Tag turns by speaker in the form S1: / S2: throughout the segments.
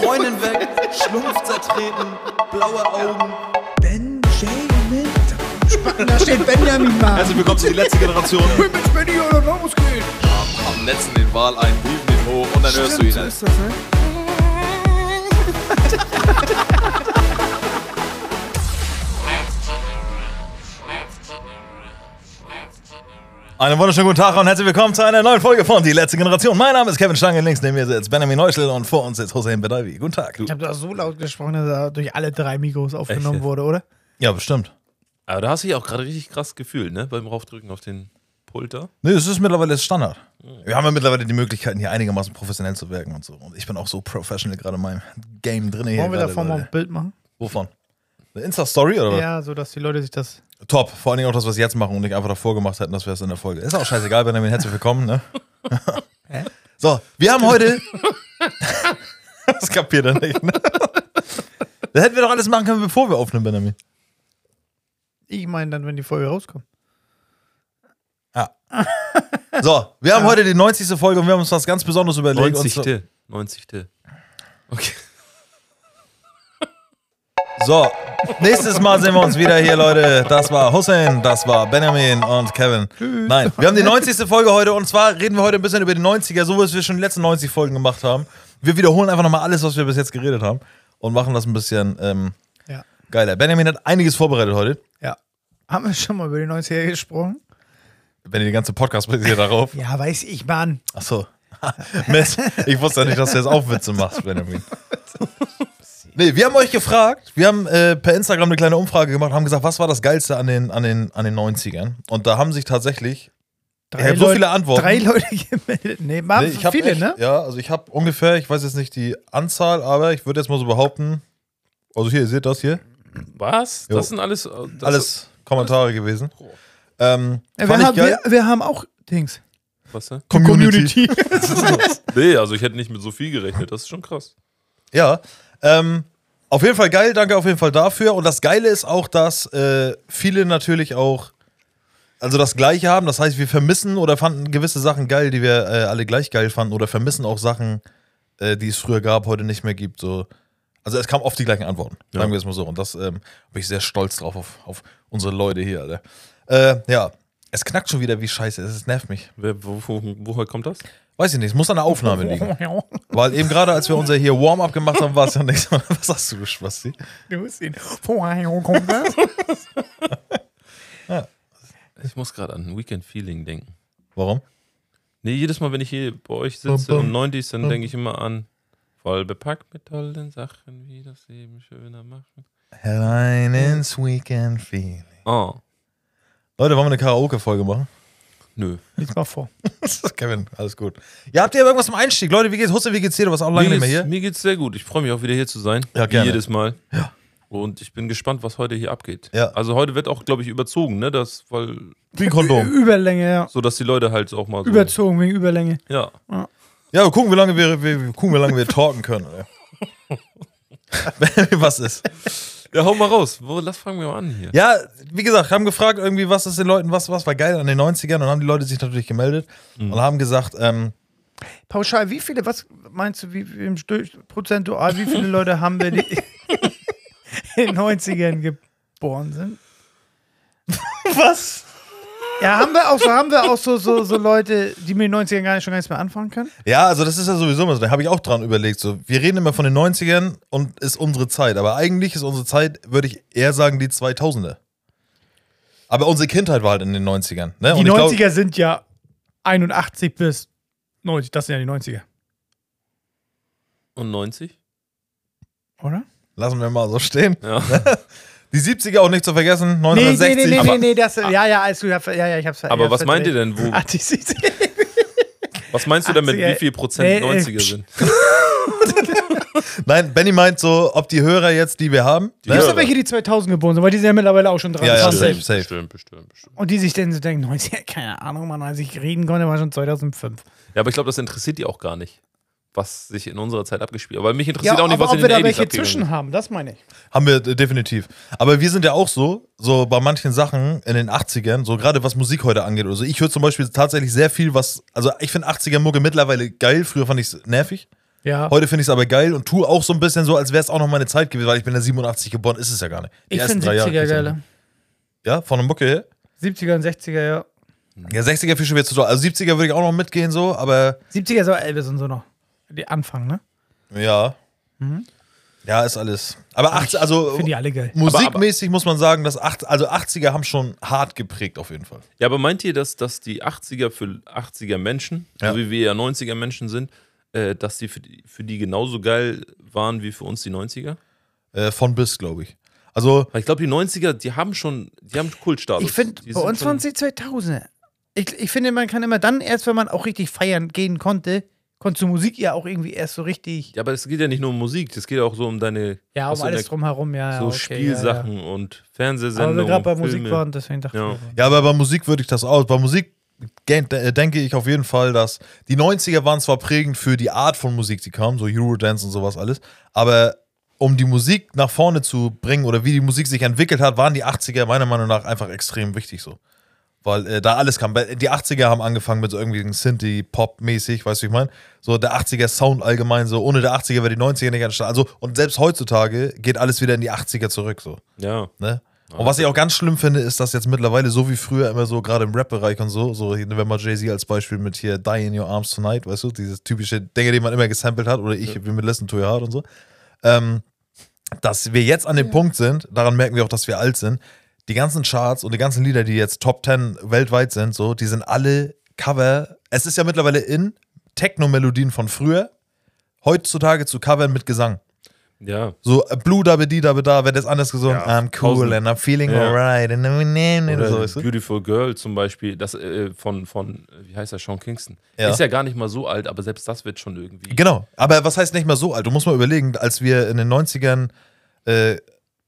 S1: Freundin weg, Schlumpf zertreten, blaue Augen.
S2: Benjamin. Da steht Benjamin mal.
S3: Herzlich willkommen zu die letzte Generation.
S2: mit Benny oder Ramos geht.
S1: Am letzten den Wal ein, hielten den hoch und dann hörst du ihn.
S2: So ist das, ne?
S3: Einen wunderschönen guten Tag und herzlich willkommen zu einer neuen Folge von Die letzte Generation. Mein Name ist Kevin Stange, links neben mir sitzt Benjamin Neuschel und vor uns sitzt Hussein Bedawi. Guten Tag.
S2: Ich habe da so laut gesprochen, dass er durch alle drei Mikros aufgenommen
S4: Echt?
S2: wurde, oder?
S3: Ja, bestimmt.
S4: Aber da hast du dich auch gerade richtig krass gefühlt, ne? Beim Raufdrücken auf den Pulter.
S3: Nee, es ist mittlerweile Standard. Wir haben ja mittlerweile die Möglichkeiten, hier einigermaßen professionell zu wirken und so. Und ich bin auch so professional gerade in meinem Game drin. hier.
S2: Wollen wir
S3: gerade,
S2: davon mal
S3: Leute.
S2: ein Bild machen?
S3: Wovon? Eine Insta-Story oder was?
S2: Ja, so dass die Leute sich das.
S3: Top. Vor allen Dingen auch das, was wir jetzt machen und nicht einfach davor gemacht hätten, dass wir es in der Folge. Ist auch scheißegal, Benjamin. Herzlich willkommen, ne? so, wir haben heute. das kapiert er nicht, ne? Das hätten wir doch alles machen können, bevor wir aufnehmen, Benjamin.
S2: Ich meine dann, wenn die Folge rauskommt.
S3: So, wir haben heute die 90. Folge und wir haben uns was ganz Besonderes überlegt. Und
S4: 90.
S3: so,
S4: 90. Okay.
S3: so, nächstes Mal sehen wir uns wieder hier, Leute. Das war Hussein, das war Benjamin und Kevin. Nein, wir haben die 90. Folge heute und zwar reden wir heute ein bisschen über die 90er, so wie wir schon die letzten 90 Folgen gemacht haben. Wir wiederholen einfach nochmal alles, was wir bis jetzt geredet haben und machen das ein bisschen ähm,
S2: Ja.
S3: geiler. Benjamin hat einiges vorbereitet heute.
S2: Ja. Haben wir schon mal über die 90er gesprochen?
S3: Wenn ihr die ganze Podcast basiert darauf.
S2: Ja, weiß ich, Mann.
S3: Achso. Mist. Ich wusste ja nicht, dass du jetzt auch Witze machst, Benjamin. Nee, wir haben euch gefragt, wir haben äh, per Instagram eine kleine Umfrage gemacht, haben gesagt, was war das Geilste an den, an den, an den 90ern? Und da haben sich tatsächlich, ich habe so
S2: Leute-
S3: viele Antworten.
S2: Drei Leute gemeldet. Nee, waren
S3: Nee, ich hab
S2: viele,
S3: echt,
S2: ne?
S3: Ja, also ich habe ungefähr, ich weiß jetzt nicht die Anzahl, aber ich würde jetzt mal so behaupten, also hier, ihr seht das hier,
S4: Was?
S3: Jo.
S4: Das sind alles. äh, Das
S3: alles Kommentare gewesen. Ähm,
S2: Ja,
S3: fand
S2: wir,
S3: ich
S2: haben,
S3: geil.
S2: wir, wir haben auch Dings.
S4: Was denn?
S3: Community.
S4: Nee, also ich hätte nicht mit so viel gerechnet. Das ist schon krass.
S3: Ja. Ähm, auf jeden Fall geil, danke auf jeden Fall dafür. Und das Geile ist auch, dass äh, viele natürlich auch also das Gleiche haben. Das heißt, wir vermissen oder fanden gewisse Sachen geil, die wir äh, alle gleich geil fanden, oder vermissen auch Sachen, äh, die es früher gab, heute nicht mehr gibt. So. Also es kamen oft die gleichen Antworten,
S4: Ja.
S3: sagen wir es mal so. Und das ähm, bin ich sehr stolz drauf, auf, auf unsere Leute hier, Alter. Äh, ja. Es knackt schon wieder wie scheiße, es ist- nervt mich.
S4: Wer, wo, wo, woher kommt das?
S3: Weiß ich nicht, es muss an der Aufnahme liegen.
S2: Du
S3: Weil eben gerade, als wir unser hier Warm-up gemacht haben, war es ja nichts. Was hast du, Spasti?
S2: musst ihn. Woher kommt das?
S4: Ich muss gerade an Weekend Feeling denken.
S3: Warum?
S4: Nee, jedes Mal, wenn ich hier bei euch sitze
S3: Bum, bum,
S4: und 90 dann denke ich immer an. Voll bepackt mit tollen Sachen, wie das Leben schöner machen.
S3: Herein ins Weekend Feeling.
S4: Oh,
S3: Leute, wollen wir eine Karaoke-Folge machen?
S4: nö.
S2: Lies mal vor.
S3: Kevin, alles gut. Ja, habt ihr irgendwas zum Einstieg? Leute, wie geht's? Husse, wie geht's dir? Du warst auch lange
S4: mir
S3: nicht mehr
S4: geht's-
S3: hier.
S4: Mir geht's sehr gut. Ich freue mich auch wieder hier zu sein.
S3: Ja,
S4: Wie
S3: gerne.
S4: Jedes Mal. Und ich bin gespannt, was heute hier abgeht.
S3: Ja.
S4: Also heute wird auch, glaube ich, überzogen, ne? Das, weil,
S3: Wie ein Kondom.
S2: Überlänge, ja.
S4: so dass die Leute halt auch mal so.
S2: Überzogen wegen Überlänge.
S4: Ja.
S3: Ja, wir gucken, wie lange wir, wir wir gucken, wie lange wir talken können. Alter. was ist?
S4: Ja, hau mal raus. Wo, lass fangen wir mal an hier.
S3: Ja, wie gesagt, haben gefragt irgendwie, was ist den Leuten, was, was war geil an den 90ern und haben die Leute sich natürlich gemeldet und haben gesagt, ähm,
S2: Pauschal, wie viele, was meinst du, wie wie im Stö- prozentual, wie viele Leute haben wir, die in den 90ern geboren sind?
S3: was?
S2: Ja, haben wir auch so, haben wir auch so, so, so Leute, die mit den 90ern gar nicht schon gar nichts mehr anfangen können?
S3: Ja, also das ist ja sowieso immer so. Da habe ich auch dran überlegt. So, wir reden immer von den 90ern und ist unsere Zeit. Aber eigentlich ist unsere Zeit, würde ich eher sagen, die 2000er. Aber unsere Kindheit war halt in den 90ern. Ne?
S2: Die
S3: Und ich glaub-
S2: 90er sind ja 81 bis 90, das sind ja die 90er,
S4: Und 90?
S2: oder?
S3: lassen wir mal so stehen.
S4: Ja.
S3: Die 70er auch nicht zu vergessen.
S2: Nee, nee,
S3: 1960.
S2: nee, nee,
S3: aber,
S2: nee, nee, das, ja, ja, alles gut, ja, ja, ich hab's ver- ich
S4: Aber
S2: hab's
S4: was meint ihr denn? Wo,
S2: verdreht. Ah, die 70er.
S4: was meinst du damit,
S2: 80er?
S4: wie viel Prozent
S2: Nee, äh,
S4: 90er sind?
S3: Nein, Benny meint so, ob die Hörer jetzt, die wir haben. ne?
S4: Ja.
S2: Gibt es welche, die 2000 geboren sind, weil die sind ja mittlerweile auch schon
S3: Ja,
S2: 23.
S3: safe, safe.
S4: Bestimmt, bestimmt, bestimmt.
S2: Und die sich dann so denken, 90, keine Ahnung, Mann, als ich reden konnte, war schon 2005.
S4: Ja, aber ich glaube, das interessiert die auch gar nicht, was sich in unserer Zeit abgespielt hat. Aber mich interessiert auch nicht,
S2: aber
S4: was
S2: ob
S4: in
S2: wir
S4: den
S2: da
S4: 80s
S2: welche
S4: abgegangen
S2: zwischen
S4: ist.
S2: haben, das meine ich.
S3: Haben wir äh, definitiv. Aber wir sind ja auch so, so bei manchen Sachen in den 80ern, so gerade was Musik heute angeht oder so. Ich höre zum Beispiel tatsächlich sehr viel, was, also ich finde 80er Mucke mittlerweile geil, früher fand ich es nervig.
S2: Ja.
S3: Heute finde ich es aber geil und tue auch so ein bisschen so, als wäre es auch noch meine Zeit gewesen, weil ich bin ja 87 geboren, ist es ja gar nicht. Die
S2: ich
S3: ersten
S2: finde
S3: drei Jahre
S2: 70er
S3: kriegst du
S2: geiler.
S3: Ja, von der Mucke her.
S2: 70er und 60er, ja.
S3: Ja, 60er finde ich schon wieder zu doll. Also 70er würde ich auch noch mitgehen, so, aber
S2: 70er ist auch Elvis und so noch. Die Anfang, ne?
S3: ja. Ja, ist alles. Aber 80,
S4: Oh.
S3: also
S2: Finde Mhm. die alle geil.
S3: musikmäßig muss man sagen, dass 8, also 80er haben schon hart geprägt auf jeden Fall.
S4: Ja, aber meint ihr, dass, dass die 80er für 80er Menschen,
S3: Ja.
S4: so wie wir ja 90er Menschen sind, äh, dass die für, die für die genauso geil waren wie für uns die 90er?
S3: Äh, von bis, glaube ich. Also,
S4: Weil ich glaube, die 90er, die haben schon, die haben Kultstatus.
S2: Ich finde,
S4: Also Die
S2: bei
S4: sind
S2: uns
S4: schon-
S2: waren sie 2000er. Ich, ich finde, man kann immer dann erst, wenn man auch richtig feiern gehen konnte, konnte zu Musik ja auch irgendwie erst so richtig.
S4: Ja, aber es geht ja nicht nur um Musik, es geht auch so um deine
S2: Ja,
S4: was
S2: um
S4: in
S2: alles
S4: der-
S2: drumherum, ja. ja,
S4: so
S2: okay,
S4: Spielsachen und
S2: Ja, ja. Aber wir
S4: Fernsehsendungen.
S2: Also gerade bei
S4: Filme.
S2: Musik waren, deswegen dachte
S4: Ja.
S2: ich. mir.
S3: ja, aber bei Musik würde ich das aus. Bei Musik gen- äh, denke ich auf jeden Fall, dass die 90er waren zwar prägend für die Art von Musik, die kam, so Eurodance und sowas alles, aber um die Musik nach vorne zu bringen oder wie die Musik sich entwickelt hat, waren die 80er meiner Meinung nach einfach extrem wichtig so. Weil äh, da alles kam. Bei- Die 80er haben angefangen mit so irgendwie Synthie-Pop-mäßig, weißt du, wie ich meine? So der 80er-Sound allgemein, so ohne der 80er wäre die 90er nicht entstanden. Also, und selbst heutzutage geht alles wieder in die 80er zurück, so.
S4: Ja.
S3: Ne? Und was ich auch ganz schlimm finde, ist, dass jetzt mittlerweile so wie früher immer so, gerade im Rap-Bereich und so, so wenn man Jay-Z als Beispiel mit hier Die in Your Arms Tonight, weißt du, dieses typische Dinge, den man immer gesampelt hat, oder ich mit Listen to Your Heart und so, ähm, dass wir jetzt an dem Punkt sind, daran merken wir auch, dass wir alt sind, die ganzen Charts und die ganzen Lieder, die jetzt Top 10 weltweit sind, so, die sind alle Cover. Es ist ja mittlerweile in, Techno-Melodien von früher heutzutage zu covern mit Gesang.
S4: Ja.
S3: So äh, Blue Dabbe Dee Dabbe Da, wird das anders gesungen.
S4: Ja,
S3: I'm cool
S4: tausend.
S3: and I'm feeling
S4: Ja.
S3: alright. And I'm in
S4: Oder
S3: so, weißt du?
S4: Beautiful Girl zum Beispiel, das äh, von, von, äh, wie heißt er, Sean Kingston.
S3: Ja.
S4: Ist ja gar nicht mal so alt, aber selbst das wird schon irgendwie.
S3: Genau. Aber was heißt nicht mal so alt? Du musst mal überlegen, als wir in den 90ern, äh,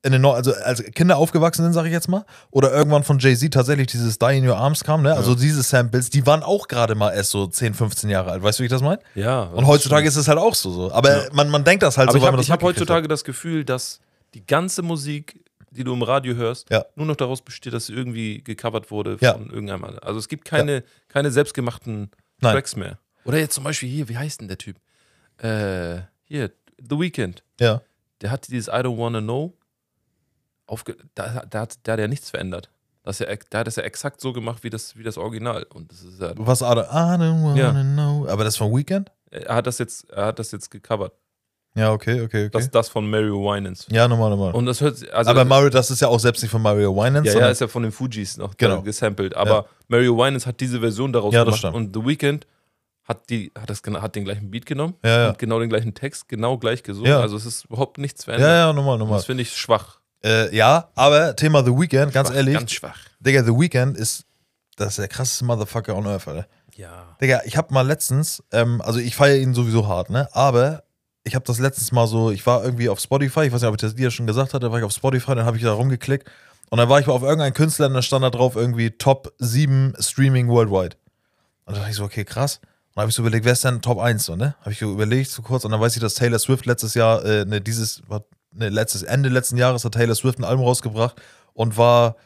S3: in den Neu- also als Kinder aufgewachsen sind, sage ich jetzt mal, oder irgendwann von Jay-Z tatsächlich dieses Die in Your Arms kam, ne? Also diese Samples, die waren auch gerade mal erst so 10, 15 Jahre alt. Weißt du, wie ich das meine?
S4: Ja.
S3: Und heutzutage ist es halt auch so. so. Aber man, man denkt das halt
S4: Aber
S3: so, weil man
S4: ich
S3: das
S4: habe hab
S3: mitgekriegt
S4: heutzutage das Gefühl, dass die ganze Musik, die du im Radio hörst,
S3: Ja.
S4: nur noch daraus besteht, dass sie irgendwie gecovert wurde
S3: Ja.
S4: von irgendeinem anderen. Also es gibt keine, keine selbstgemachten
S3: Nein.
S4: Tracks mehr. Oder jetzt zum Beispiel hier, wie heißt denn der Typ? Äh, hier, The Weeknd.
S3: Ja.
S4: Der hat dieses I don't wanna know. Aufge da, da, hat, da hat er nichts verändert. Das ist ja, da hat er es ja exakt so gemacht wie das, wie das Original. Und das ist ja,
S3: Was Ada? I don't wanna
S4: Ja.
S3: know. Aber das von Weekend?
S4: er hat das jetzt, er hat das jetzt gecovert.
S3: Ja, okay, okay, okay.
S4: Das, das von Mary Winans.
S3: ja, normal, normal.
S4: Und das hört sich- also
S3: aber Mario, das ist ja auch selbst nicht von Mario Winans.
S4: Ja, ja,
S3: sondern-
S4: ist ja von den Fujis noch
S3: Genau.
S4: genau. gesampelt. Aber Mario Winans hat diese Version daraus
S3: Ja, das
S4: gemacht.
S3: stimmt.
S4: Und The Weeknd hat, die, hat, das, gena- hat den gleichen Beat genommen
S3: Ja, ja.
S4: und genau den gleichen Text, genau gleich gesungen.
S3: Ja.
S4: Also es ist überhaupt nichts verändert.
S3: ja, ja, normal,
S4: Und
S3: normal.
S4: Das finde ich schwach.
S3: Äh, ja, aber Thema The Weeknd, ganz
S4: schwach,
S3: ehrlich,
S4: Ganz schwach.
S3: Digga, The Weeknd ist, das ist der krasseste Motherfucker on Earth, Alter.
S4: Ja.
S3: Digga, ich hab mal letztens, ähm, also ich feiere ihn sowieso hart, ne? Aber ich hab das letztens mal so, ich war irgendwie auf Spotify, ich weiß nicht, ob ich das dir schon gesagt hatte, war ich auf Spotify, dann habe ich da rumgeklickt und dann war ich mal auf irgendeinen Künstler und da stand da drauf irgendwie Top 7 Streaming Worldwide. Und da dachte ich so, okay, krass. Und dann habe ich so überlegt, wer ist denn Top 1 so, ne? Habe ich so überlegt, so kurz, und dann weiß ich, dass Taylor Swift letztes Jahr, äh, ne, dieses, was- ne, letztes, Ende letzten Jahres hat Taylor Swift ein Album rausgebracht und war,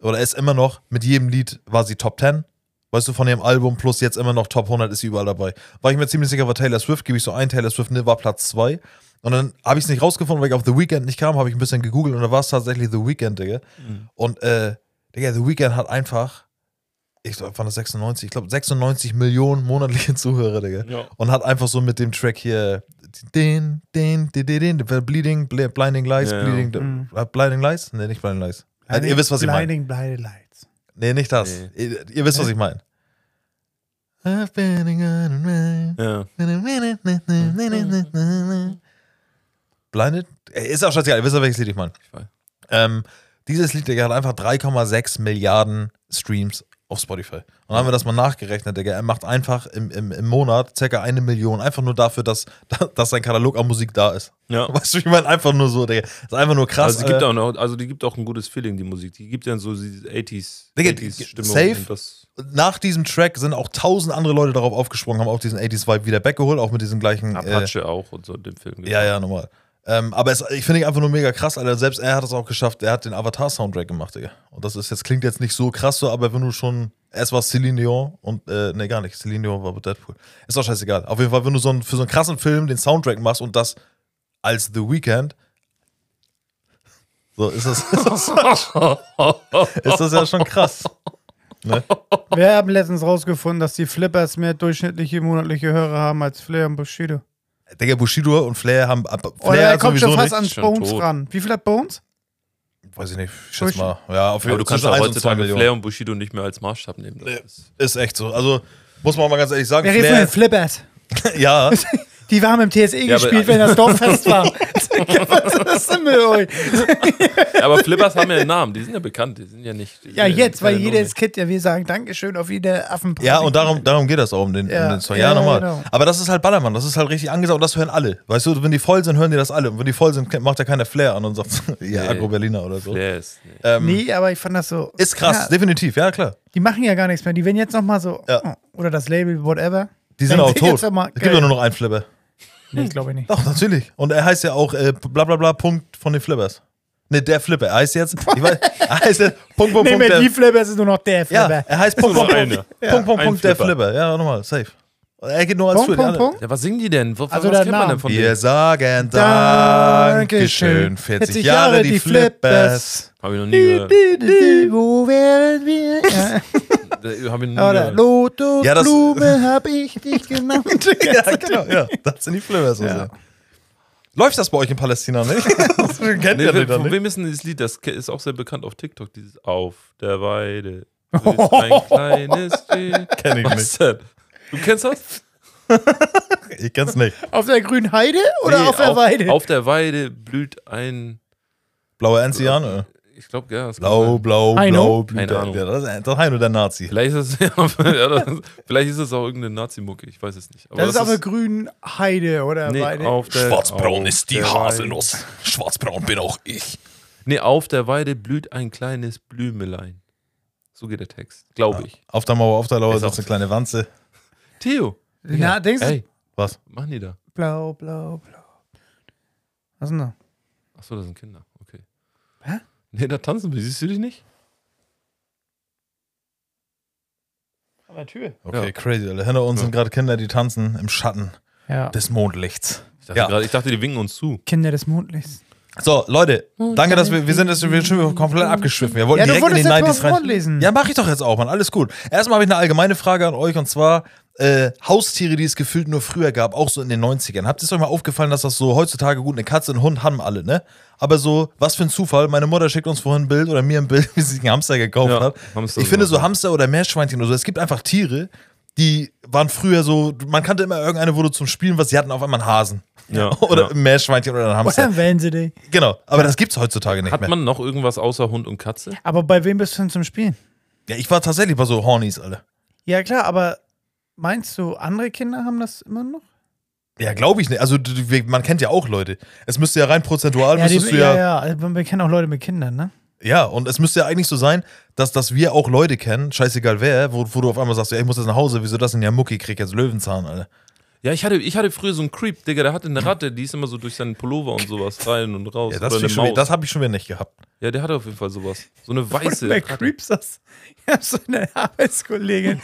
S3: oder ist immer noch, mit jedem Lied war sie Top 10. Weißt du, von ihrem Album plus jetzt immer noch Top 100 ist sie überall dabei. War ich mir ziemlich sicher, war Taylor Swift, gebe ich so ein, Taylor Swift ne, war Platz 2. Und dann habe ich es nicht rausgefunden, weil ich auf The Weeknd nicht kam, habe ich ein bisschen gegoogelt und da war es tatsächlich The Weeknd, Digga.
S4: Mhm.
S3: Und, äh, Digga, The Weeknd hat einfach, ich glaube, waren das 96, ich glaube, 96 Millionen monatliche Zuhörer, Digga.
S4: Ja.
S3: Und hat einfach so mit dem Track hier, den, den, den, den, den, den Bleeding, Bl- Blinding Lights,
S4: Ja, ja.
S3: Bleeding,
S4: Hm.
S2: Mhm.
S3: äh, Blinding Lights? Ne, nicht Blinding Lights. Also, ihr wisst, was ich meine.
S2: Blinding, Blinding Lights.
S3: Nee, nicht das. Ihr, ihr wisst, was ich meine. I've been on a run.
S4: Ja.
S3: Blinded? Ey, Ist auch scheißegal, ihr wisst ja, welches Lied ich meine.
S4: Ich weiß.
S3: Ähm, dieses Lied, Digga, hat einfach 3,6 Milliarden Streams auf Spotify. Und dann haben wir das mal nachgerechnet, Digga. Er macht einfach im, im, im Monat circa eine Million, einfach nur dafür, dass, dass sein Katalog an Musik da ist.
S4: ja.
S3: Weißt du, ich meine, einfach nur so, Digga. Ist einfach nur krass. äh,
S4: also, die gibt
S3: Alter.
S4: auch noch, also die gibt auch ein gutes Feeling, die Musik. Die gibt dann so diese 80s,
S3: Digga,
S4: 80s Stimmung.
S3: safe.
S4: und Das,
S3: nach diesem Track sind auch tausend andere Leute darauf aufgesprungen, haben auch diesen 80s Vibe wieder weggeholt, auch mit diesen gleichen. Äh,
S4: Apache auch und so dem Film.
S3: ja, ja, normal. Ähm, aber es, ich finde ihn einfach nur mega krass, Alter. Selbst er hat es auch geschafft. Er hat den Avatar-Soundtrack gemacht, Digga. Und das ist jetzt, klingt jetzt nicht so krass so, aber wenn du schon. Erst war Celine Dion und, äh, nee, gar nicht. Celine Dion war bei Deadpool. Ist doch scheißegal. Auf jeden Fall, wenn du so einen, für so einen krassen Film den Soundtrack machst und das als The Weeknd, so ist das, ist das, ist das ja schon krass. Ne?
S2: Wir haben letztens rausgefunden, dass die Flippers mehr durchschnittliche monatliche Hörer haben als Flair und Bushido.
S3: Digga, Bushido und Flair haben. ab-
S2: Oh ja,
S3: Flair
S2: er
S3: hat
S2: kommt
S3: sowieso
S2: schon fast
S3: nicht.
S2: an
S4: schon
S2: Bones
S4: tot.
S2: ran. Wie viel hat Bones?
S3: Weiß ich nicht, ich schätze mal. Ja, auf jeden Fall.
S4: Aber du kannst
S3: zwischen 1
S4: ja
S3: und 2
S4: heutzutage
S3: Millionen.
S4: Flair und Bushido nicht mehr als Maßstab nehmen. Das ist-
S3: Ist echt so. Also, muss man mal ganz ehrlich sagen,
S2: Wir reden von den
S3: Flair,
S2: Flippers.
S3: ja,
S2: Die waren im TSE
S4: Ja, aber-
S2: gespielt, wenn das Dorffest war. Was ist das denn mit euch?
S4: Ja, aber Flippers haben ja einen Namen, die sind ja bekannt, die sind ja nicht. die
S2: Ja,
S4: sind
S2: jetzt, weil
S4: keine
S2: jedes
S4: Nummern.
S2: Kind ja wir sagen Dankeschön auf jede Affenparty.
S3: ja, und darum, darum geht das auch um den,
S2: Ja,
S3: um den Song.
S2: ja,
S3: Ja, nochmal.
S2: genau.
S3: Aber das ist halt Ballermann, das ist halt richtig angesagt und das hören alle. Weißt du, wenn die voll sind, hören die das alle. Und wenn die voll sind, macht ja keiner Flair an und sagt, ja,
S4: Nee.
S3: Agro-Berliner oder so.
S4: Flair ist. Nee.
S3: Ähm,
S2: Nee, aber ich fand das so.
S3: Ist krass,
S2: Ja,
S3: definitiv, ja klar.
S2: die machen ja gar nichts mehr. Die werden jetzt nochmal so.
S3: Ja.
S2: oh, Oder das Label, whatever.
S3: Die sind
S2: Wenn
S3: auch
S2: sie
S3: tot.
S2: jetzt
S3: Es
S2: noch mal-
S3: gibt doch
S2: geil.
S3: nur noch einen Flipper.
S2: Nee, glaube ich nicht.
S3: Doch, natürlich. Und er heißt ja auch äh, bla bla bla Punkt von den Flippers. Ne, der Flipper. Er heißt jetzt, ich weiß, er heißt jetzt Punkt, Punkt,
S2: Nee,
S3: Punkt,
S2: mehr
S3: der
S2: die Flipper, es ist nur noch der
S3: Ja,
S2: Flipper.
S3: er heißt Punkt,
S4: nur
S3: Punkt,
S4: eine.
S3: Punkt, Punkt, Punkt,
S4: ein
S3: Punkt, der
S4: Flipper.
S3: Flipper. Ja, nochmal, safe. Er geht nur als
S2: Punkt,
S3: Punkt,
S2: Punkt, Punkt.
S4: Ja, was singen die denn? Was,
S2: Also
S4: was
S2: der
S4: kennt man
S2: Name.
S4: denn von
S3: Wir
S4: denen?
S3: sagen Dankeschön. 40 Jahre die Flippers.
S4: Hab ich noch nie
S2: Du,
S4: gehört.
S2: du, du, Wo wären wir? Ja.
S4: Da- Hab ich noch nie
S2: Oder
S4: gehört.
S3: Ja, das-
S2: Lotusblume hab ich dich genannt.
S3: Ja, genau, ja. Das sind die Flippers. also. Läuft das bei euch in Palästina nicht? Das Kennt
S4: Nee,
S3: ihr
S4: wer-
S3: nicht,
S4: von
S3: nicht?
S4: wem ist denn dieses Lied? Das ke- ist auch sehr bekannt auf TikTok, dieses Auf der Weide. grüßt Ein kleines Reh.
S3: Kenn ich
S4: Was denn? Du kennst das?
S3: Ich kenn's nicht.
S2: Auf der grünen Heide oder
S4: Nee,
S2: auf der Weide?
S4: Auf der Weide blüht ein.
S3: Blauer Enzian.
S4: Ich glaube, ja. das kann
S3: Blau,
S4: sein.
S3: blau,
S2: Heino?
S3: blau. blüht
S4: Keine
S3: der-
S4: Ahnung.
S3: der- Das ist das Heino, der Nazi.
S4: Vielleicht ist es, ja, das, vielleicht ist es auch irgendeine Nazi-Mucke, ich weiß es nicht. Aber
S2: Das ist auf der grünen Heide oder
S4: nee,
S2: Weide.
S4: auf der,
S5: Schwarzbraun
S4: auf
S5: ist die
S4: der
S5: Haselnuss. Schwarzbraun bin auch ich.
S4: Weide, nee, auf der Weide blüht ein kleines Blümelein. So geht der Text, glaube ich.
S3: Auf der Mauer, auf der Lauer
S4: Ist
S3: sitzt
S4: auch-
S3: eine kleine Wanze.
S4: Theo,
S2: Na, denkst du?
S4: ey,
S3: Was?
S4: was machen die da?
S2: Blau, blau, blau. Was denn da?
S4: Achso, das sind Kinder, okay.
S2: Hä?
S4: Nee, da tanzen wir, siehst du dich nicht?
S2: An der Tür.
S3: Okay,
S4: Ja.
S3: crazy, Alter. Hinter uns sind gerade Kinder, die tanzen im Schatten
S2: Ja.
S3: des Mondlichts.
S4: Ich dachte,
S3: Ja.
S4: grad, ich dachte die winken uns zu.
S2: Kinder des Mondlichts.
S3: So, Leute, danke, dass wir, wir sind jetzt wir sind schon komplett abgeschwiffen. Wir wollten
S2: Ja, du
S3: direkt in
S2: wolltest
S3: den
S2: jetzt mal
S3: 90s rein.
S4: Hm.
S2: vorlesen.
S3: Ja, mache ich doch jetzt auch, Mann. Alles gut. Erstmal habe ich eine allgemeine Frage an euch und zwar äh, Haustiere, die es gefühlt nur früher gab, auch so in den 90ern. Habt ihr es euch mal aufgefallen, dass das so heutzutage gut, eine Katze, einen Hund haben alle, ne? Aber so, was für ein Zufall. Meine Mutter schickt uns vorhin ein Bild oder mir ein Bild, wie sie einen Hamster gekauft
S4: Ja,
S3: hat.
S4: Hamster
S3: ich finde
S4: sogar.
S3: so Hamster oder Meerschweinchen oder so, es gibt einfach Tiere, die waren früher so, man kannte immer irgendeine, wo du zum Spielen was, sie hatten auf einmal einen Hasen.
S4: Ja,
S3: oder
S4: ja.
S3: ein Meerschweinchen oder einen Hamster.
S2: Oder wählen sie dich.
S3: Genau, aber das gibt's heutzutage nicht
S4: Hat
S3: mehr.
S4: man noch irgendwas außer Hund und Katze?
S2: Aber bei wem bist du denn zum Spielen?
S3: Ja, ich war tatsächlich bei so Hornies, alle.
S2: Ja, klar, aber meinst du, andere Kinder haben das immer noch?
S3: Ja, glaube ich nicht. Also du- du- wir- man kennt ja auch Leute. Es müsste ja rein prozentual
S2: Ja, die,
S3: müsstest du
S2: ja,
S3: ja, ja,
S2: ja. Also, wir kennen auch Leute mit Kindern, ne?
S3: und es müsste ja eigentlich so sein, dass, dass wir auch Leute kennen, scheißegal wer, wo, wo du auf einmal sagst, ey, ich muss jetzt nach Hause, wieso das denn ja Mucki krieg jetzt Löwenzahn, Alter.
S4: Ja, ich hatte, ich hatte früher so einen Creep, Digga, der hatte eine Ratte, die ist immer so durch seinen Pullover und sowas rein und raus.
S3: Ja, das, find
S4: oder eine
S3: ich schon wieder-
S4: Maus.
S3: das habe ich schon wieder nicht gehabt.
S4: ja, der hatte auf jeden Fall sowas. So eine weiße
S2: Bei
S4: Ratte.
S2: Creeps das. Ich hab so eine Arbeitskollegin.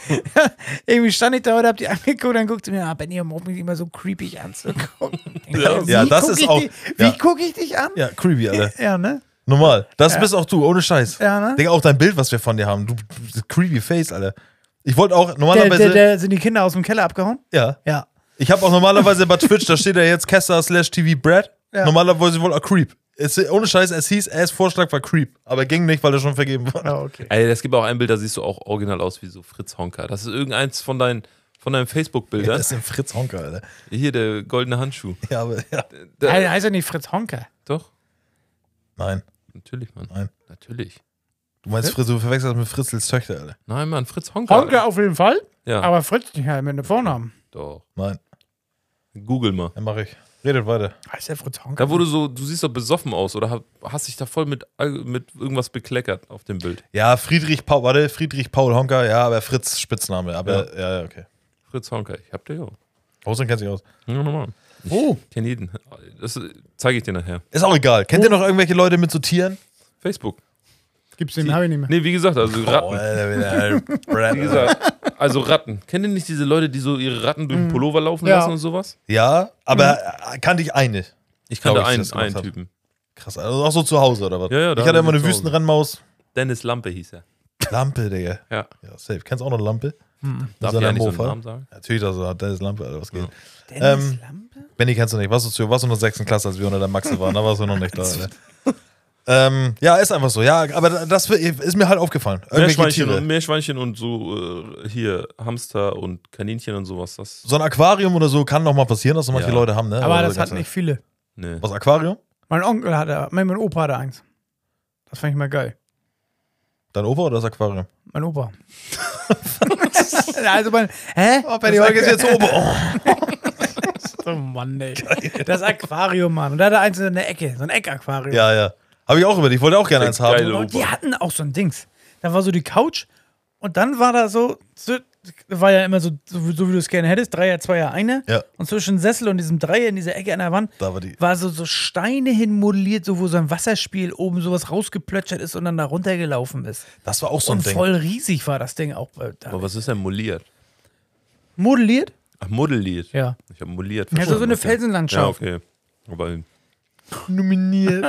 S2: Irgendwie stand ich da heute, hab die angeguckt, dann guckt sie mir, ah, Benny, um mich immer so creepy anzugucken. Wie
S3: Ja, das
S2: guck
S3: ist
S2: ich
S3: auch-
S2: Die, wie
S3: ja.
S2: gucke ich dich an?
S3: Ja, creepy, Alter.
S2: Ja, ne?
S3: Normal. Das bist auch du, ohne Scheiß.
S2: Ja, ne?
S3: Digga, auch dein Bild, was wir von dir haben. Du, du creepy Face, Alter. Ich wollte auch
S2: Der,
S3: normalerweise.
S2: der, der, sind die Kinder aus dem Keller abgehauen?
S3: ja.
S2: Ja.
S3: Ich habe auch normalerweise bei Twitch, da steht ja jetzt Kessa slash TV Brad.
S2: Ja.
S3: Normalerweise wohl auch Creep. Es, ohne Scheiß, es hieß, er ist Vorschlag war Creep. Aber ging nicht, weil er schon vergeben war.
S2: Ah, okay.
S4: Ey, es gibt auch ein Bild, da siehst du auch original aus wie so Fritz Honka. Das ist irgendeins von deinen, von deinen Facebook-Bildern.
S3: ist ein Fritz Honker, Alter.
S4: Hier, der goldene Handschuh.
S3: Ja, aber ja.
S4: Da,
S2: Hey, der heißt ja nicht Fritz Honker.
S4: Doch,
S3: Nein.
S4: natürlich, Mann.
S3: Nein.
S4: Natürlich.
S3: Du meinst Fritz, du verwechselst das mit Fritzels Töchter, Alter.
S4: Nein, Mann, Fritz Honka.
S2: Honker auf jeden Fall,
S4: Ja,
S2: aber Fritz nicht mehr mit einem Vornamen.
S4: doch.
S3: Nein,
S4: Google mal.
S3: dann mach ich. Redet weiter.
S2: Heißt der Fritz Honker?
S4: Da wurde so, du siehst doch besoffen aus oder hab- hast dich da voll mit, Al- mit irgendwas bekleckert auf dem Bild.
S3: Ja, Friedrich Paul, warte, Friedrich Paul Honker, ja, aber Fritz Spitzname. Aber ja, ja okay.
S4: Fritz Honka, ich hab dir ja.
S3: Ausland kennt sich aus.
S4: Ja, normal.
S3: Oh.
S4: Kenn jeden. Das zeige ich dir nachher.
S3: Ist auch egal. Kennt ihr noch irgendwelche Leute mit so Tieren?
S4: Facebook.
S2: Gibt's den, habe ich nicht mehr.
S4: Nee, wie gesagt, also Ratten. Wie
S3: Ratten.
S4: gesagt, also Ratten. Kennt ihr nicht diese Leute, die so ihre Ratten durch den Pullover laufen
S2: Ja.
S4: lassen und sowas?
S3: ja, aber äh, kannte ich eine.
S4: Ich
S3: Glaub ich,
S4: kannte einen,
S3: dass das
S4: einen
S3: gemacht hat.
S4: Typen.
S3: Krass, also auch so zu Hause oder was?
S4: Ja, ja, da
S3: ich hatte
S4: haben
S3: immer
S4: wir
S3: eine
S4: zu Hause.
S3: Wüstenrennmaus.
S4: Dennis Lampe hieß er.
S3: Lampe, Digga.
S4: Ja.
S3: Ja, safe. Kennst du auch noch Lampe?
S4: Darf
S3: seiner
S4: ich eigentlich so einen
S3: Mofa?
S4: Namen sagen?
S3: Natürlich, also hat Dennis Lampe, Alter, was geht.
S2: Dennis
S3: Ähm,
S2: Lampe?
S3: Benni kennst du nicht. Warst du, zu, warst du noch 6. Klasse, als wir unter der Maxe waren? Da warst du noch nicht da, Alter. ähm, ja, ist einfach so. Ja, aber das ist mir halt aufgefallen. Irgendwelche
S4: Meerschweinchen und,
S3: Tiere.
S4: Meerschweinchen und so äh, hier Hamster und Kaninchen und sowas. Das,
S3: So ein Aquarium oder so kann noch mal passieren, dass so manche
S4: Ja.
S3: Leute haben, ne?
S2: Aber das
S3: so
S2: hatten
S3: ganz-
S2: nicht viele.
S4: nee.
S3: Was, Aquarium?
S2: Mein Onkel hatte, mein, mein Opa hatte eins. Das fand ich mal geil.
S3: Dein Opa oder das Aquarium?
S2: Mein Opa. also mein, hä?
S3: Benni, heute geht's jetzt Opa. Oh.
S2: Oh Mann, ey. Das Aquarium, Mann. Und da hatte eins in der Ecke, so ein Eckaquarium.
S3: Ja, ja. Habe ich auch über. Ich wollte auch gerne eins haben.
S4: Geile
S2: Und die
S4: Opa.
S2: hatten auch so ein Dings. Da war so die Couch und dann war da so, so war ja immer so, so, wie- so wie du es gerne hättest, Dreier, Zweier, Einer.
S3: Ja.
S2: Und zwischen Sessel und diesem Dreier in dieser Ecke an der Wand
S3: Da war die.
S2: war so, so Steine hinmodelliert, so wo so ein Wasserspiel oben sowas rausgeplötschert ist und dann da runtergelaufen ist.
S3: Das war auch so ein
S2: Und
S3: Ding.
S2: voll riesig war das Ding auch. äh, Da.
S4: Aber was ist denn moliert?
S2: Modelliert?
S4: Ach, modelliert.
S2: Ja.
S4: Ich habe moliert.
S2: Ja, so
S4: verstanden.
S2: eine
S4: Okay.
S2: Felsenlandschaft.
S4: Ja, okay. Aber
S2: Nominiert.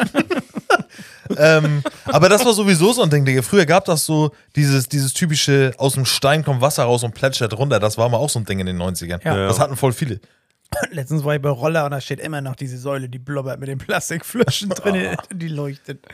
S3: ähm, aber das war sowieso so ein Ding, Digga. Früher gab das so dieses, dieses typische, aus dem Stein kommt Wasser raus und plätschert runter. Das war mal auch so ein Ding in den 90ern.
S2: Ja.
S3: Das hatten voll viele.
S2: Letztens war ich bei Roller und da steht immer noch diese Säule, die blubbert mit den Plastikflaschen drin, die leuchtet.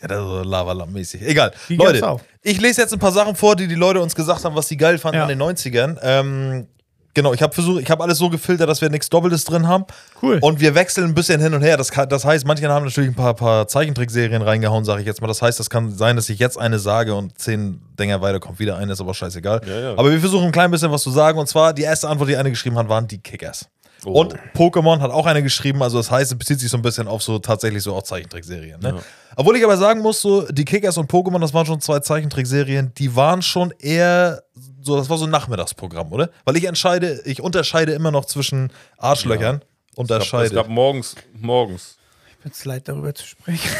S3: Ja, das ist so Lavalamp-mäßig. Egal.
S2: Die gab's
S3: Leute,
S2: auch.
S3: ich lese jetzt ein paar Sachen vor, die die Leute uns gesagt haben, was sie geil fanden
S2: Ja.
S3: an den 90ern. Ähm, genau, ich habe versucht, ich habe alles so gefiltert, dass wir nichts Doppeltes drin haben.
S2: Cool.
S3: Und wir wechseln ein bisschen hin und her. Das, kann, das heißt, manche haben natürlich ein paar, paar Zeichentrickserien reingehauen, sage ich jetzt mal. Das heißt, das kann sein, dass ich jetzt eine sage und zehn Dinger weiter kommt wieder eine, ist aber scheißegal.
S4: ja.
S3: Aber wir versuchen ein klein bisschen was zu sagen. Und zwar, die erste Antwort, die eine geschrieben hat, waren die Kickers.
S4: Oh.
S3: Und Pokémon hat auch eine geschrieben, also das heißt, es bezieht sich so ein bisschen auf so tatsächlich so auch Zeichentrickserien. Ne? Obwohl ich aber sagen muss, so die Kickers und Pokémon, das waren schon zwei Zeichentrickserien, die waren schon eher so, das war so ein Nachmittagsprogramm, oder? Weil ich entscheide, ich unterscheide immer noch zwischen Arschlöchern.
S4: es gab,
S3: Unterscheide.
S4: es gab morgens, morgens.
S2: Tut's leid, darüber zu sprechen.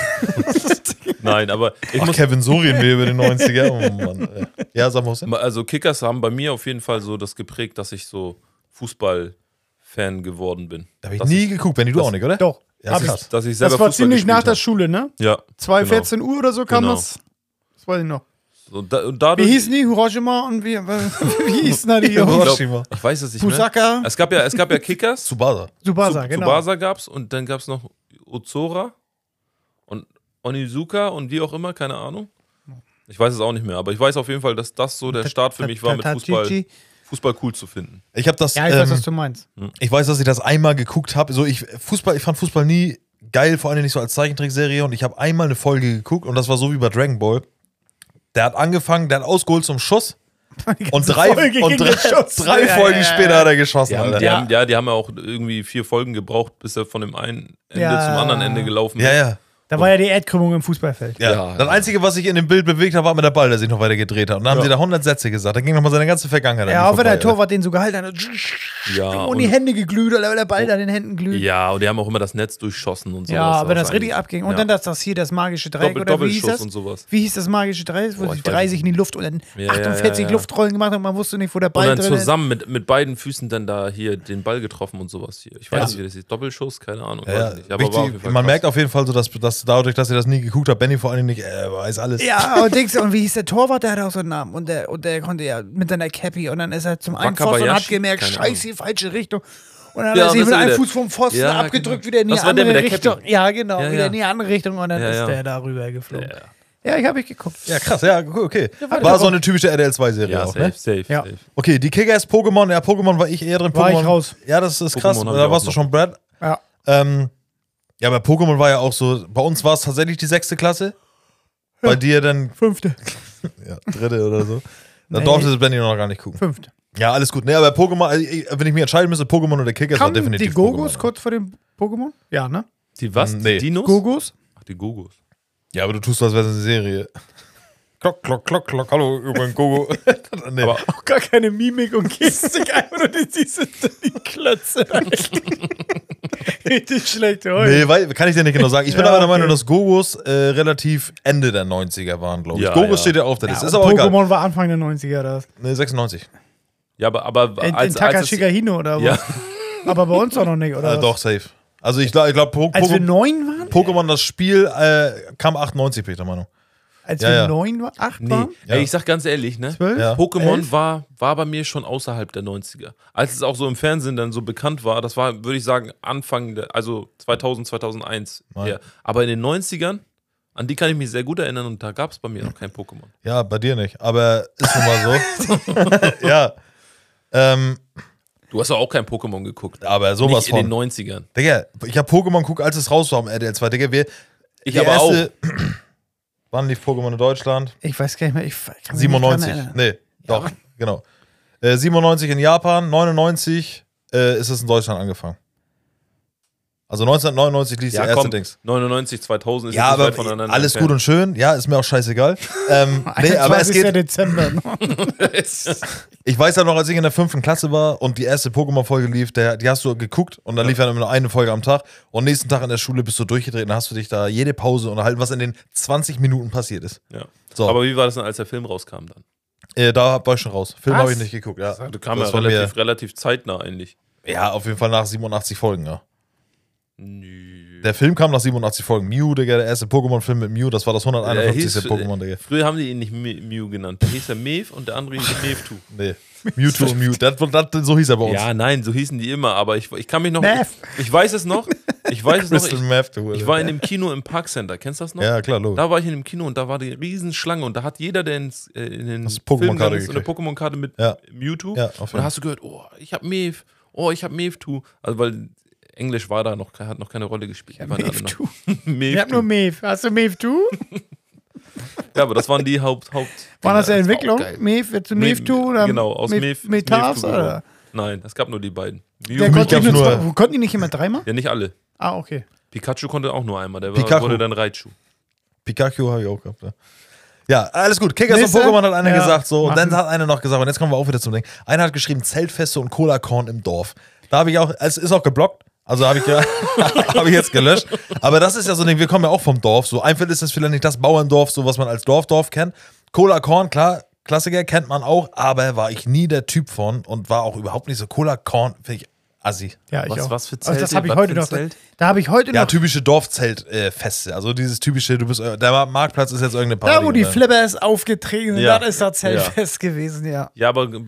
S4: Nein, aber ich
S3: Ach,
S4: muss,
S3: Kevin, so reden wir über die 90er. Oh Mann. ey. Ja, sag mal, Hussein.
S4: also Kickers haben bei mir auf jeden Fall so das geprägt, dass ich so Fußball-Fan geworden bin.
S3: Da hab ich
S4: dass
S3: nie geguckt, Benni, du auch nicht, oder?
S6: Doch.
S3: Ja,
S6: hab ich.
S3: krass.
S4: Dass ich selber
S6: Das war
S4: Fußball
S6: ziemlich
S4: gespielt
S6: nach der Schule, ne?
S4: Ja.
S6: 2,
S4: genau.
S6: 14 Uhr oder so kam
S4: Genau.
S6: das. Das weiß ich noch.
S4: So, da, und
S6: Wie
S4: dadurch,
S6: hießen die? Hiroshima und wie, wie hießen da die?
S4: ich,
S6: Jungs?
S3: Hiroshima.
S4: glaub, ich weiß es nicht mehr.
S6: Pusaka,
S4: Es gab ja, es gab ja Kickers,
S3: Tsubasa.
S6: Tsubasa, genau.
S4: Tsubasa gab's und dann gab's noch Ozora und Onizuka und wie auch immer, keine Ahnung. Ich weiß es auch nicht mehr, aber ich weiß auf jeden Fall, dass das so der Start für mich war, mit Fußball,
S2: Tatatici.
S4: Fußball cool zu finden.
S3: Ich habe das.
S6: Ja, ich weiß,
S3: ähm,
S6: was du meinst.
S3: Ich weiß, dass ich das einmal geguckt habe. So, ich, Fußball, ich fand Fußball nie geil, vor allem nicht so als Zeichentrickserie. Und ich habe einmal eine Folge geguckt und das war so wie bei Dragon Ball. Der hat angefangen, der hat ausgeholt zum Schuss. Und drei,
S2: Folge
S3: und
S2: ging
S3: drei,
S2: der Schuss.
S3: drei
S2: Ja, ja,
S3: Folgen
S2: ja, ja.
S3: später hat er geschossen.
S4: Ja,
S3: Alter.
S4: die
S3: Ja,
S4: Haben, ja, die haben ja auch irgendwie vier Folgen gebraucht, bis er von dem einen Ende
S2: Ja.
S4: zum anderen Ende gelaufen
S3: ja.
S4: ist.
S3: ja.
S2: Da war ja die Erdkrümmung im Fußballfeld.
S3: Ja.
S4: Ja,
S3: das
S4: ja.
S3: Einzige, was sich in dem Bild bewegt hat, war mit der Ball, der sich noch weiter gedreht hat. Und dann haben sie da 100 Sätze gesagt. Da ging nochmal seine ganze Vergangenheit an
S2: Ja,
S3: ihm
S2: auch wenn der
S3: vorbei,
S2: Torwart den so gehalten hat.
S4: Ja,
S2: und die
S4: und-
S2: Hände geglüht, oder der Ball da an den Händen glüht. Ja,
S4: Ja, und die haben auch immer das Netz durchschossen und so.
S2: aber das richtig abging. Und
S4: ja.
S2: dann das, das hier, das magische Dreieck,
S4: Doppel,
S2: oder wie hieß
S4: Doppelschuss
S2: das?
S4: und sowas.
S2: Wie hieß das magische Dreieck, wo
S4: Boah,
S2: die
S4: ich weiß
S2: 30 in die Luft und dann
S4: Ja, ja,
S2: 48
S4: ja, ja.
S2: Luftrollen gemacht und man wusste nicht, wo der
S4: Und
S2: Ball
S4: dann
S2: drin ist.
S4: zusammen mit, mit beiden Füßen dann da hier den Ball getroffen und sowas hier. Ich weiß nicht, wie das ist. Doppelschuss, keine Ahnung.
S3: Ja,
S4: weiß nicht.
S3: ja, wichtig, man merkt auf jeden Fall so, dass, dass dadurch, dass ihr das nie geguckt habt, Benny vor allem nicht, äh, weiß alles.
S2: Ja, und Dings, und wie hieß der Torwart, der hatte auch so einen Namen. Und der, und der konnte ja mit seiner Cappy und dann ist er zum einen Pfosten und hat
S4: Wakabayashi?
S2: gemerkt,
S4: Keine
S2: scheiße, die falsche Richtung. Und dann
S4: Ja,
S2: hat er sich
S4: das
S2: mit
S4: ist
S2: einem
S4: wieder-
S2: Fuß vom Pfosten
S4: Ja,
S2: abgedrückt,
S4: genau.
S2: wieder in die
S4: Das war der
S2: andere
S4: mit der Cappy.
S2: Richtung. Ja, genau,
S4: Ja,
S2: wieder
S4: ja.
S2: in die andere Richtung und dann
S4: Ja,
S2: ist
S4: ja.
S2: der darüber geflogen. Ja, ich habe ich geguckt.
S3: Ja, krass, ja, okay.
S2: warte,
S3: War
S2: doch.
S3: so eine typische RDL2-Serie
S4: Ja,
S3: auch,
S4: safe,
S3: ne?
S4: safe,
S2: Ja.
S4: safe.
S3: Okay, die Kicker ist Pokémon. Ja, Pokémon war ich eher drin.
S2: War ich
S3: Pokémon-
S2: raus.
S3: Ja, das ist
S4: Pokémon
S3: krass.
S4: hab ich
S3: Da
S4: auch
S3: warst du
S4: noch.
S3: schon Brad.
S2: Ja.
S3: Ähm, ja, bei Pokémon war ja auch so, bei uns war es tatsächlich die sechste Klasse. Bei dir dann
S2: Fünfte.
S3: ja, dritte oder so. Da
S2: Nee.
S3: durfte es Benny noch gar nicht gucken.
S2: Fünfte.
S3: Ja, alles gut. Nee, aber Pokémon, also, ich- wenn ich mich entscheiden müsste, Pokémon oder Kickers war
S6: Kamen
S3: definitiv.
S6: die Gogos
S3: Pokémon.
S6: kurz vor dem Pokémon? Ja, ne?
S4: Die was?
S3: Nee.
S4: Die Dinos?
S6: Gogos?
S4: Ähm, Ach, die Gogos.
S3: Ja, aber du tust das, wäre es eine Serie. Klock, klock, klock, klock. Hallo, übrigens, Gogo. nee.
S4: Aber-
S6: Auch gar keine Mimik und Gestik, einfach nur die, diese, die Klötze.
S2: Richtig schlecht heute.
S3: Nee, weil, kann ich dir nicht genau sagen. Ich bin
S2: Ja,
S3: aber der Meinung,
S2: okay.
S3: dass Gogos äh, relativ Ende der 90er waren, glaube ich.
S4: Ja,
S3: Gogos
S4: ja.
S3: steht ja auf der Liste. ist aber auch egal.
S6: Pokémon war Anfang der 90er das.
S3: Nee, 96.
S4: Ja, aber, aber
S2: In, in
S4: als, als es,
S2: Takashigahino oder wo?
S4: ja,
S2: Aber bei uns auch noch nicht, oder?
S3: Äh,
S2: was?
S3: doch, safe. Also ich glaube, ich glaub, Po-
S2: Als wir
S3: Pokémon,
S2: neun waren?
S3: Pokémon, das Spiel, äh, kam 98, Peter Meinung.
S2: Als
S3: Ja,
S2: wir
S3: ja.
S2: neun waren? Acht
S4: nee.
S2: waren?
S4: Ey, ich sag ganz ehrlich, ne?
S2: Zwölf?
S3: Ja.
S4: Pokémon
S2: Elf?
S4: war, war bei mir schon außerhalb der 90er. Als es auch so im Fernsehen dann so bekannt war, das war, würde ich sagen, Anfang, der, also 2000, 2001.
S3: Ja.
S4: Ja. Aber in den 90ern, an die kann ich mich sehr gut erinnern und da gab es bei mir noch kein Pokémon.
S3: Ja, bei dir nicht. Aber ist nun mal so. ja. Ähm,
S4: Du hast doch auch kein Pokémon geguckt.
S3: aber sowas
S4: Nicht
S3: von.
S4: in den 90ern.
S3: Digga, ich hab Pokémon guck, als es raus war am RDL 2. Digga, wir.
S4: Ich
S3: die
S4: aber auch.
S3: erste- Wann lief Pokémon in Deutschland?
S2: Ich weiß gar nicht mehr. Ich kann mich nicht dran
S3: 97.
S2: erinnern.
S3: Nee, doch, genau. Äh, 97 in Japan, 99 äh, ist es in Deutschland angefangen. Also 1999 liest ja,
S4: Ja,
S3: der erste
S4: komm,
S3: Dings.
S4: 99, 2000 ist
S3: Ja,
S4: nicht
S3: aber
S4: weit voneinander
S3: alles gut und schön. Ja, ist mir auch scheißegal. ähm, nee, aber es
S2: 21.
S3: geht,
S2: Dezember.
S4: und
S3: Ich weiß ja noch, als ich in der fünften Klasse war und die erste Pokémon-Folge lief, der, die hast du geguckt und dann lief dann immer nur eine Folge am Tag. Und nächsten Tag in der Schule bist du durchgedreht und hast du dich da jede Pause unterhalten, was in den 20 Minuten passiert ist.
S4: ja.
S3: So,
S4: Aber wie war das denn, als der Film rauskam dann?
S3: äh, da war ich schon raus. Film
S2: Was?
S3: habe ich nicht geguckt. Ja.
S4: Du kam ja
S3: Das war
S4: relativ, relativ zeitnah eigentlich.
S3: mir, ja, auf jeden Fall nach 87 Folgen, ja.
S4: Nö.
S3: Der Film kam nach 87 Folgen. Mew, Digga, der erste Pokémon-Film mit Mew, das war das
S4: Der
S3: 151.
S4: hieß- äh,
S3: Pokémon, Digga.
S4: Früher haben die ihn nicht Me- Mew genannt. Da hieß er Mew und der andere hieß Mewtwo.
S3: Nee. Mewtwo und Mew. Das, das, so hieß er bei uns.
S4: Ja, nein, so hießen die immer, aber ich, ich kann mich noch.
S2: Meth.
S4: Ich, ich weiß es noch. Ich weiß es noch.
S3: Crystal
S4: Ich,
S3: Meth, du.
S4: ich war in dem Kino im Parkcenter. Kennst du das noch?
S3: ja, klar, logisch.
S4: Da war ich in dem Kino und da war die Riesenschlange und da hat jeder, der ins, äh, in den
S3: Hast du Pokémon-Karte
S4: gegangen ist, eine
S3: gekriegt?
S4: Pokémon-Karte mit
S3: Ja.
S4: Mewtwo.
S3: Ja, auf jeden
S4: und da hast du gehört, oh, ich hab Mew, oh, ich hab Mewtwo. Also weil Englisch war da noch, hat noch keine Rolle gespielt. Ich
S2: Mewtwo. Ich hab nur
S4: Mewtwo.
S2: Mev. Hast du Mev du?
S4: Ja, aber das waren die Haupt. Haupt
S2: War das
S4: Dinger.
S2: eine
S4: war auch
S2: Entwicklung?
S4: geil.
S2: Mev wird zu
S4: Nee,
S2: Mev du? Oder
S4: Genau, aus Mev.
S2: Metas
S4: Mewtwo.
S2: oder?
S4: Nein, es gab nur die beiden. Mew
S2: Der konnte
S3: genau. gab's
S2: nicht nur
S3: nur-
S2: zwei, konnten die nicht immer dreimal?
S4: Ja, nicht alle.
S2: Ah, okay.
S4: Pikachu konnte auch nur einmal, der war,
S3: Pikachu.
S4: wurde dann Raichu.
S3: Pikachu habe ich auch gehabt, ja. Ja, alles gut. Kickers
S2: Nächste?
S3: und Pokémon hat einer
S2: Ja,
S3: gesagt so. Und
S2: machen.
S3: dann hat einer noch gesagt, und jetzt kommen wir auch wieder zum Ding. Einer hat geschrieben, Zeltfeste und Cola-Korn im Dorf. Da habe ich auch, es ist auch geblockt. Also habe ich ja, habe ich jetzt gelöscht. Aber das ist ja so ein Ding, wir kommen ja auch vom Dorf. So Einfeld ist jetzt vielleicht nicht das Bauerndorf, so was man als Dorfdorf kennt. Cola-Korn, klar, Klassiker kennt man auch, aber war ich nie der Typ von und war auch überhaupt nicht so. Cola-Korn finde ich assi.
S2: Ja, ich
S4: Was-
S2: auch.
S4: was für
S2: Also das
S4: Zelte?
S2: habe ich
S4: Was
S2: heute
S4: für ein
S2: noch.
S4: Zelt?
S2: Da habe ich heute
S3: Ja,
S2: noch.
S3: typische Dorfzeltfeste. Also dieses typische, du bist, der Marktplatz ist jetzt irgendeine Party. ne?
S2: Da, wo die
S3: oder?
S2: Flippers aufgetreten sind,
S4: Ja.
S2: das ist das Zeltfest gewesen, ja.
S4: Ja, aber warum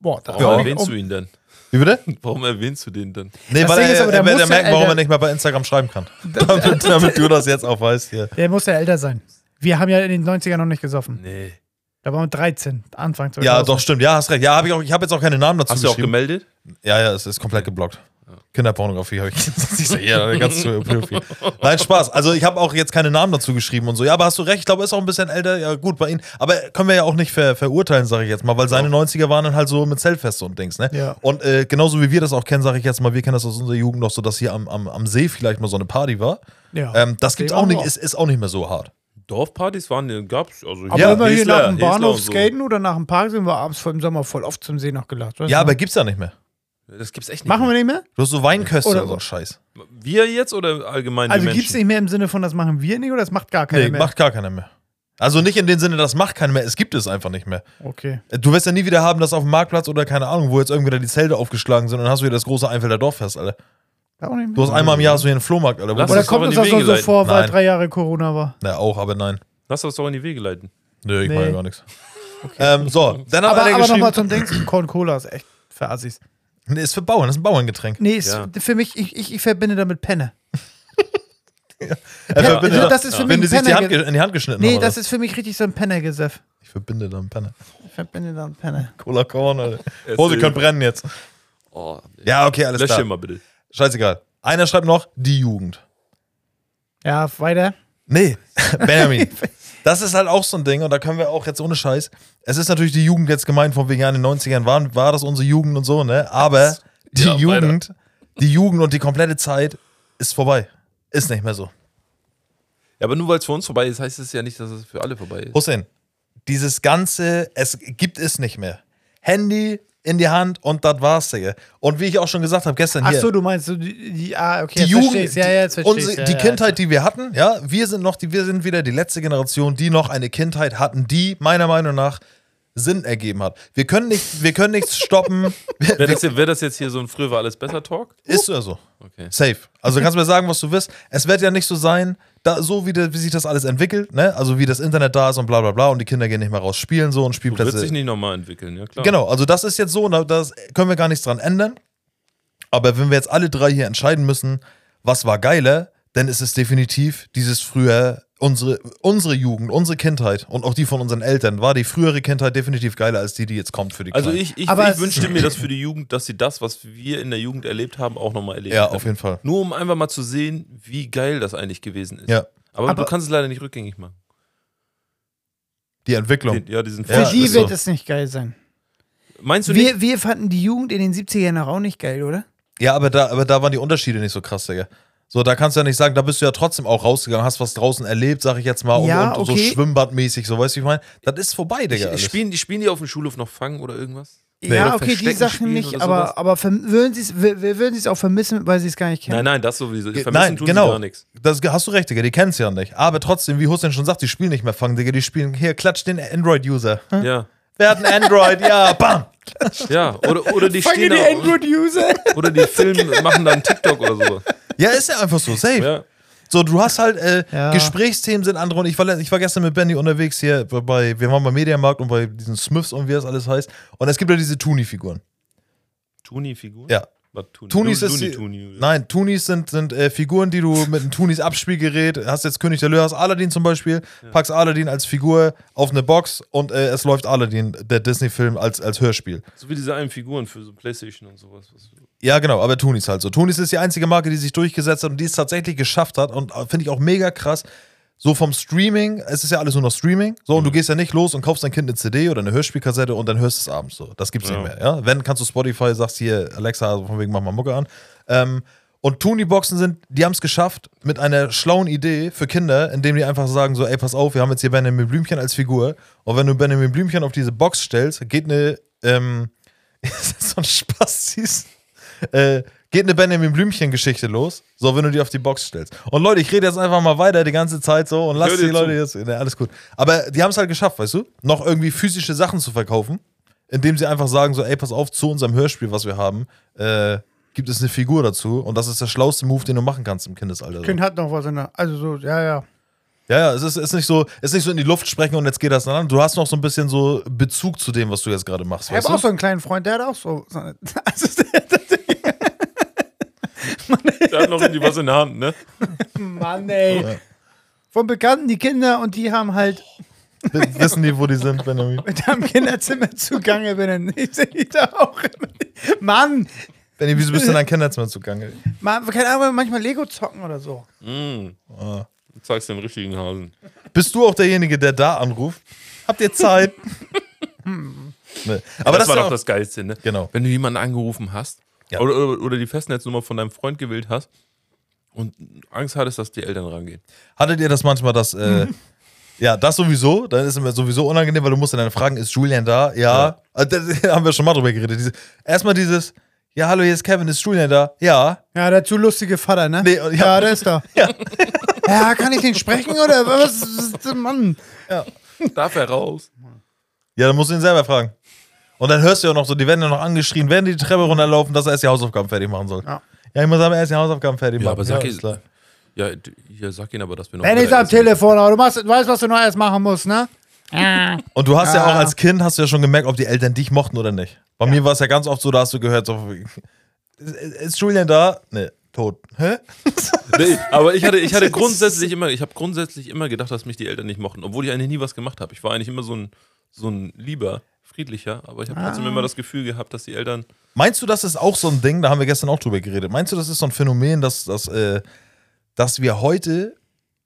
S2: Boah, da um
S4: erwähnst du ihn denn?
S3: Wie bitte?
S4: Warum erwähnst du den denn?
S3: Nee,
S2: Das
S3: weil
S2: Ding
S3: er,
S2: ist aber, der
S3: der, der,
S2: muss ja,
S3: merkt, warum
S2: Alter.
S3: er nicht mehr bei Instagram schreiben kann. damit, damit du das jetzt auch weißt hier.
S2: Der muss ja älter sein. Wir haben ja in den 90ern noch nicht gesoffen.
S4: Nee.
S2: Da waren wir 13, Anfang 2000.
S3: Ja, doch, stimmt. Ja, hast recht. Ja, hab ich, auch- ich habe jetzt auch keine Namen dazu
S4: Hast du auch
S3: geschrieben.
S4: gemeldet?
S3: ja, ja, es ist komplett geblockt. Kinderpornografie habe ich. Siehst du, ja, ganz zu Pädophilie. Nein, Spaß. Also ich habe auch jetzt keine Namen dazu geschrieben und so. Ja, aber hast du recht, ich glaube, er ist auch ein bisschen älter. Ja, gut, bei ihm. Aber können wir ja auch nicht ver verurteilen, sage ich jetzt mal, weil seine 90er waren dann halt so mit Zeltfeste und Dings, ne?
S2: Ja.
S3: Und äh, genauso wie wir das auch kennen, sage ich jetzt mal, wir kennen das aus unserer Jugend noch so, dass hier am, am, am See vielleicht mal so eine Party war.
S2: Ja.
S3: Ähm, das gibt's
S2: Die
S3: auch
S2: waren
S3: nicht,
S2: auch.
S3: ist, ist auch nicht mehr so hart.
S4: Dorfpartys waren, gab's. Also
S2: aber
S3: ja,
S2: wenn wir hier
S4: Hesler-
S2: nach dem
S4: Hesler
S2: Bahnhof
S4: und so.
S2: skaten oder nach dem Park sind, wir abends vor im Sommer voll oft zum See noch gelacht. weißt
S3: Ja,
S2: du?
S3: aber gibt's ja nicht mehr.
S4: Das gibt's echt nicht.
S2: Machen wir nicht mehr?
S3: Du hast so Weinköste oder
S2: Oder
S3: so
S2: so.
S3: einen Scheiß.
S4: wir wir jetzt oder allgemein die
S2: Also
S4: Menschen?
S2: gibt es nicht mehr im Sinne von, das machen wir nicht oder das macht gar keiner
S3: Nee,
S2: mehr?
S3: macht gar keiner mehr. Also nicht in dem Sinne, das macht keiner mehr, es gibt es einfach nicht mehr.
S2: Okay.
S3: Du wirst ja nie wieder haben, dass auf dem Marktplatz oder keine Ahnung, wo jetzt irgendwie da die Zelte aufgeschlagen sind und dann hast du hier das große Einfelder Dorffest, Alter.
S2: Da auch nicht mehr.
S3: Du hast einmal im Jahr so hier einen Flohmarkt, Alter. Wo
S4: Lass
S3: du-
S2: Oder
S4: uns doch
S2: kommt
S4: in
S2: uns
S4: die
S2: das noch
S4: Wege
S2: so
S4: leiten.
S2: vor, weil
S3: Nein.
S2: drei Jahre Corona war?
S3: Na, auch, aber nein.
S4: Lass das doch in die Wege leiten.
S3: Nö, ich
S2: Nee.
S3: mache ja gar nichts. Ähm, so, dann hat
S2: Aber,
S3: einer
S2: aber nochmal
S3: geschrieben,
S2: zum Denken, Corn Cola ist echt für Assis.
S3: nee, ist für Bauern, das ist ein Bauerngetränk.
S2: Nee, ist
S4: Ja.
S2: für mich, ich, ich, ich verbinde damit Penne.
S3: Er verbindet
S2: also
S3: Äh, da-
S2: das ist für mich
S3: wenn
S2: ein
S3: die sich die Hand,
S2: Penner-
S3: ge- in die Hand geschnitten
S2: Nee,
S3: haben,
S2: das
S3: Alter.
S2: ist für mich richtig so ein Penner-Gesöff.
S3: Ich verbinde da einen Penner.
S2: Ich verbinde damit Penne.
S3: Cola Korn, Alter. Oh, sie
S4: ist-
S3: können brennen jetzt.
S4: Oh,
S3: Ja, okay, alles
S4: lösch
S3: klar.
S4: den mal bitte.
S3: Scheißegal. Einer schreibt noch, die Jugend.
S2: Ja, weiter.
S3: Nee, Benjamin. Das ist halt auch so ein Ding und da können wir auch jetzt ohne Scheiß. Es ist natürlich die Jugend jetzt gemeint, von wegen ja in den 90ern waren, war das unsere Jugend und so, ne? Aber die
S4: Ja, leider.
S3: Jugend, die Jugend und die komplette Zeit ist vorbei. Ist nicht mehr so.
S4: Ja, aber nur weil es für uns vorbei ist, heißt es ja nicht, dass es für alle vorbei ist.
S3: Hussein, dieses Ganze, es gibt es nicht mehr. Handy in die Hand und das war's, Digga. Und wie ich auch schon gesagt habe gestern hier,
S2: Achso, du meinst so die, die ah, okay,
S3: die
S2: jetzt
S3: Jugend,
S2: versteh's. ja, ja, jetzt versteh's,
S3: unsere,
S2: ja,
S3: die
S2: ja.
S3: Kindheit, die wir hatten, ja, wir sind noch, die, wir sind wieder die letzte Generation, die noch eine Kindheit hatten, die meiner Meinung nach Sinn ergeben hat. Wir können nicht, wir können nichts stoppen. Wir-
S4: Wäre das, hier- wär das jetzt hier so ein Früher war alles besser Talk?
S3: Ist ja so.
S4: Okay.
S3: Safe. Also du kannst mir sagen, was du willst. Es wird ja nicht so sein, da, so wie, der, wie sich das alles entwickelt, ne? Also wie das Internet da ist und bla bla bla und die Kinder gehen nicht mehr raus spielen so und
S4: Wird
S3: Spielplätze.
S4: sich nicht nochmal entwickeln, ja klar.
S3: Genau, also das ist jetzt so, da das können wir gar nichts dran ändern. Aber wenn wir jetzt alle drei hier entscheiden müssen, was war geiler, dann ist es definitiv dieses früher, unsere, unsere Jugend, unsere Kindheit und auch die von unseren Eltern, war die frühere Kindheit definitiv geiler als die, die jetzt kommt für die
S4: Also
S3: Kleinen.
S4: ich, ich,
S2: Aber
S4: ich
S2: es-
S4: wünschte mir das für die Jugend, dass sie das, was wir in der Jugend erlebt haben, auch nochmal erleben.
S3: Ja,
S4: können.
S3: auf jeden Fall.
S4: Nur um einfach mal zu sehen, wie geil das eigentlich gewesen ist.
S3: Ja,
S4: Aber,
S2: Aber-
S4: du kannst es leider nicht rückgängig machen.
S3: die Entwicklung.
S4: Ja, diesen
S2: Für
S4: Fortschritt.
S2: die
S4: Ist
S2: wird
S4: so.
S2: es nicht geil sein.
S4: also Meinst du nicht?
S2: Wir, wir fanden die Jugend in den 70ern noch auch nicht geil, oder?
S3: Ja, aber da, aber da waren die Unterschiede nicht so krass, Digga. So, da kannst du ja nicht sagen, da bist du ja trotzdem auch rausgegangen, hast was draußen erlebt, sag ich jetzt mal,
S2: Ja,
S3: und, und
S2: okay.
S3: so schwimmbadmäßig, so weißt du, wie ich meine? Das ist vorbei, Digga. alles.
S4: Spielen, die- spielen die auf dem Schulhof noch Fang oder irgendwas?
S2: ja,
S4: Oder
S2: okay, die
S4: Verstecken
S2: Sachen
S4: spielen
S2: nicht,
S4: oder
S2: aber,
S4: sowas?
S2: aber verm- würden sie es wir- wir würden sie es auch vermissen, weil sie es gar nicht kennen.
S4: Nein, nein, das sowieso. Vermissen
S3: Nein,
S4: tun
S3: genau.
S4: sie gar nichts.
S3: Das hast du recht, Digga, die kennen's ja nicht. Aber trotzdem, wie Hussein schon sagt, die spielen nicht mehr Fang, Digga, die spielen hier, klatscht den Android-User. Hm?
S4: Ja.
S3: Wer hat einen Android? ja, bam!
S4: Ja, oder, oder die
S6: Fange
S4: stehen
S6: die
S4: da
S6: Android-User.
S4: oder die filmen, machen dann TikTok oder sowas.
S3: Ja, ist ja einfach so, safe.
S4: Ja.
S3: So, du hast halt, äh,
S2: Ja.
S3: Gesprächsthemen sind andere und ich war, le- ich war gestern mit Benny unterwegs hier bei- bei, wir waren beim Mediamarkt und bei diesen Smiths und wie das alles heißt. Und es gibt ja diese Tuni-Figuren.
S4: Tuni-Figuren?
S3: Ja.
S4: Was, Tuni?
S3: Tunis
S4: Lu-
S3: ist
S4: Luni
S3: die,
S4: Tuni, oder?
S3: Nein, Tunis sind, sind äh, Figuren, die du mit einem Tunis Abspielgerät hast jetzt König der Löhr, hast Aladdin zum Beispiel, packst Aladdin als Figur auf eine Box und äh, es läuft Aladdin, der Disney-Film, als, als Hörspiel.
S4: So wie diese einen Figuren für so Playstation und sowas. Was-
S3: Ja, genau, aber Tunis halt so. Tunis ist die einzige Marke, die sich durchgesetzt hat und die es tatsächlich geschafft hat und äh, finde ich auch mega krass. So vom Streaming, es ist ja alles nur noch Streaming, so und du gehst ja nicht los und kaufst dein Kind eine CD oder eine Hörspielkassette und dann hörst du es abends so. Das gibt's nicht mehr, ja? Wenn kannst du Spotify, sagst hier Alexa, also von wegen mach mal Mucke an. Ähm, und Tuni-Boxen sind, die haben es geschafft mit einer schlauen Idee für Kinder, indem die einfach sagen so, ey, pass auf, wir haben jetzt hier Benjamin Blümchen als Figur und wenn du Benjamin Blümchen auf diese Box stellst, geht eine, ähm, das ist so ein Spastis äh, geht eine Benjamin Blümchen-Geschichte los, so wenn du die auf die Box stellst. Und Leute, ich rede jetzt einfach mal weiter die ganze Zeit so und lass
S4: hör
S3: die
S4: dir
S3: Leute jetzt. Ne, alles gut. Aber die haben es halt geschafft, weißt du? Noch irgendwie physische Sachen zu verkaufen, indem sie einfach sagen: so, ey, pass auf, zu unserem Hörspiel, was wir haben, äh, gibt es eine Figur dazu und das ist der schlauste Move, den du machen kannst im Kindesalter. So.
S2: Kind hat noch was in der. Also so, ja, ja.
S3: Ja, ja, es ist, ist nicht so, es ist nicht so in die Luft sprechen und jetzt geht das dann an. Du hast noch so ein bisschen so Bezug zu dem, was du jetzt gerade machst.
S2: Ich habe
S3: weißt du?
S2: auch so einen kleinen Freund, der hat auch so. seine- Also der, der,
S4: Der hat noch irgendwie was in der Hand, ne?
S2: Mann, ey. Von Bekannten, die Kinder und die haben halt
S3: W- Wissen die, wo die sind, Benjamin?
S2: mit einem Kinderzimmer zugange, wenn er nicht sieht, da auch. immer- Mann,
S3: Benjamin, wieso bist du in dein Kinderzimmer zugange?
S2: man, keine Ahnung, manchmal Lego zocken oder so.
S3: Ah.
S4: Du Hm. zeigst den richtigen Hasen.
S3: Bist du auch derjenige, der da anruft? Habt ihr Zeit? nee. Aber
S4: das,
S3: das,
S4: war
S3: ist
S4: doch
S3: auch,
S4: das Geilste, ne?
S3: Genau.
S4: Wenn du jemanden angerufen hast
S3: Ja.
S4: oder, oder, oder die Festnetznummer von deinem Freund gewählt hast und Angst hattest, dass die Eltern rangehen.
S3: Hattet ihr das manchmal, dass. Äh, ja, das sowieso. Dann ist es mir sowieso unangenehm, weil du musst dann fragen, ist Julian da? Ja. Äh, Da haben wir schon mal drüber geredet. Diese, erstmal dieses. Ja, hallo, hier ist Kevin. Ist Julian da? Ja.
S2: Ja, der zu lustige Vater, ne?
S3: Nee, und-
S2: ja.
S3: ja.
S2: der ist da. Ja. kann ich den sprechen oder was? ist das, Mann.
S4: Darf er raus?
S3: Ja, dann musst du ihn selber fragen. Und dann hörst du ja noch so, die werden ja noch angeschrien, werden die Treppe runterlaufen, dass er erst die Hausaufgaben fertig machen soll.
S2: Ja.
S3: ja ich muss aber erst die Hausaufgaben fertig machen.
S4: aber sag
S3: ist
S4: ich-
S3: klar.
S4: Ja, d- hier, sag ihnen aber, dass wir noch.
S2: Wenn ich
S4: weiter
S2: am
S4: essen.
S2: Telefon, aber du machst, du weißt, was du noch erst machen musst, ne?
S3: Und du hast ja
S2: Ah.
S3: auch als Kind hast du ja schon gemerkt, ob die Eltern dich mochten oder nicht. Bei mir war es ja ganz oft so, da hast du gehört, so, ist, ist Julian da? Nee, tot. Hä?
S4: Nee, aber ich hatte, ich hatte grundsätzlich immer, ich habe grundsätzlich immer gedacht, dass mich die Eltern nicht mochten, obwohl ich eigentlich nie was gemacht habe. Ich war eigentlich immer so ein, so ein lieber, friedlicher, aber ich habe
S2: Ah.
S4: trotzdem immer das Gefühl gehabt, dass die Eltern.
S3: Meinst du, das ist auch so ein Ding, da haben wir gestern auch drüber geredet, meinst du, das ist so ein Phänomen, dass, dass, äh, dass wir heute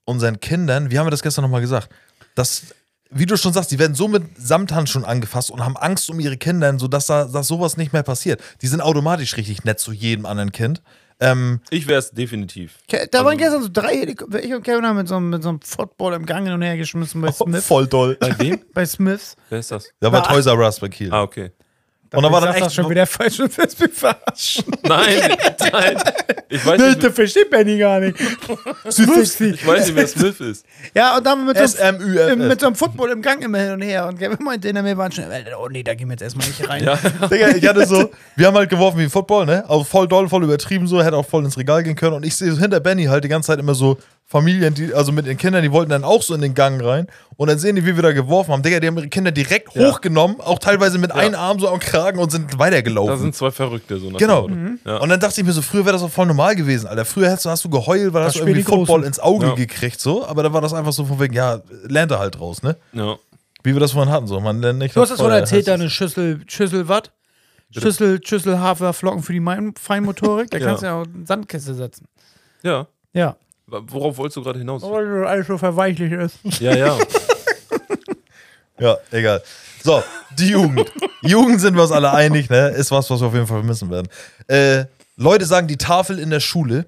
S3: unseren Kindern, wie haben wir das gestern nochmal gesagt, dass, wie du schon sagst, die werden so mit Samthandschuhen angefasst und haben Angst um ihre Kinder, sodass da, dass sowas nicht mehr passiert. Die sind automatisch richtig nett zu jedem anderen Kind. Ähm,
S4: Ich wäre es definitiv.
S2: Ke- Da waren gestern so drei Helikopter. Ich und Kevin haben mit so einem, mit so einem Football im Gang hin und her geschmissen bei Smith.
S3: voll doll.
S4: Bei wem?
S2: Bei Smiths.
S4: Wer ist das?
S3: Da war Toys R Us bei Kiel.
S4: Ah, okay.
S3: Und da war dann
S2: Ich sag das
S3: echt.
S2: schon wieder falsch und das mich verarschen.
S4: Nein, nein. Ich weiß
S2: Das
S4: nicht,
S2: das versteht Benny gar nicht. Smiths.
S4: ich weiß nicht wer Smith ist.
S2: Ja, und dann mit so, einem-
S3: SMÜFS.
S2: im- mit so einem Football im Gang immer hin und her. Und Kevin meinte in der Mail waren schon, oh nee, da gehen wir jetzt erstmal nicht rein.
S4: Ja.
S3: Digga, ich hatte so, wir haben halt geworfen wie Football, ne? Also voll doll, voll übertrieben so, hätte auch voll ins Regal gehen können. Und ich sehe so hinter Benny halt die ganze Zeit immer so Familien, die, also mit den Kindern, die wollten dann auch so in den Gang rein. Und dann sehen die, wie wir da geworfen haben. Digga, die haben ihre Kinder direkt hochgenommen, auch teilweise mit einem Arm so am Kragen und sind
S4: Da
S3: weitergelaufen.
S4: sind zwei Verrückte so nach
S3: Genau.
S2: Mhm.
S4: dem Motto. Ja.
S3: Und dann dachte ich mir so, früher wäre das auch voll normal gewesen, Alter. Früher hast du, hast du geheult, weil hast du
S2: spielen
S3: irgendwie
S2: die Großen.
S3: Football ins Auge
S4: Ja.
S3: gekriegt, so. Aber da war das einfach so von wegen, ja, lernt er halt draus, ne?
S4: Ja.
S3: Wie wir das vorhin hatten, so. Man lernt nicht
S2: Du hast das
S3: Feuer,
S2: wohl erzählt,
S3: heißt es.
S2: deine Schüssel, Schüssel was? Schüssel, Schüssel Haferflocken für die Mein- Feinmotorik. Da
S4: Ja.
S2: kannst du ja auch eine Sandkiste setzen.
S4: ja.
S2: Ja.
S4: Worauf wolltest du gerade hinaus?
S2: Weil alles so verweichlich ist.
S4: Ja, ja.
S3: Ja, egal. So, die Jugend. Jugend sind wir uns alle einig, ne? Ist was, was wir auf jeden Fall vermissen werden. Äh, Leute sagen die Tafel in der Schule.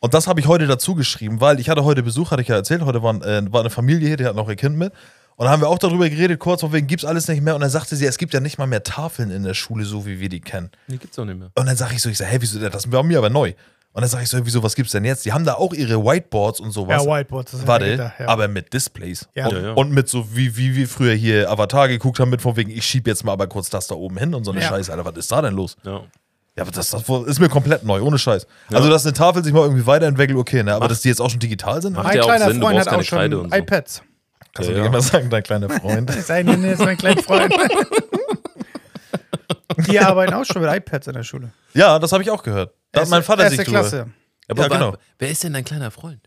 S3: Und das habe ich heute dazu geschrieben, weil ich hatte heute Besuch, hatte ich ja erzählt, heute waren, äh, war eine Familie hier, die hat noch ihr Kind mit. Und da haben wir auch darüber geredet, kurz, von wegen gibt's alles nicht mehr. Und dann sagte sie, es gibt ja nicht mal mehr Tafeln in der Schule, so wie wir die kennen.
S4: Nee, gibt's auch nicht mehr.
S3: Und dann sage ich so, ich sage, hä, wieso, das war mir aber neu. Und dann sage ich so, wieso, was gibt's denn jetzt? Die haben da auch ihre Whiteboards und sowas.
S2: Whiteboards. Das
S3: Warte,
S2: ja.
S3: aber mit Displays.
S2: Ja.
S3: Und,
S4: Ja, ja.
S3: und mit so, wie, wie wir früher hier Avatar geguckt haben, mit von wegen, ich schieb jetzt mal aber kurz das da oben hin und so eine
S2: Ja.
S3: Scheiße, Alter, was ist da denn los?
S4: Ja.
S3: Ja, aber das, das ist mir komplett neu, ohne Scheiß. Also, dass eine Tafel sich mal irgendwie weiterentwickelt, okay, ne, aber dass die jetzt auch schon digital sind,
S4: Macht
S2: Mein
S4: ja auch
S2: kleiner
S4: Sinn, du
S2: Freund
S4: brauchst
S2: hat auch
S4: keine
S2: schon
S4: Kreide und so.
S2: iPads.
S3: kannst du
S4: ja,
S3: dir
S4: ja.
S3: immer sagen, dein kleiner Freund.
S2: Das ist ein, das ist mein kleiner Freund. die arbeiten auch schon mit iPads in der Schule.
S3: ja, das habe ich auch gehört. Da hat mein Vater
S2: erste
S3: sich drüber.
S2: Klasse.
S4: Aber
S3: Ja,
S4: wa-
S3: genau.
S4: wer ist denn dein kleiner Freund?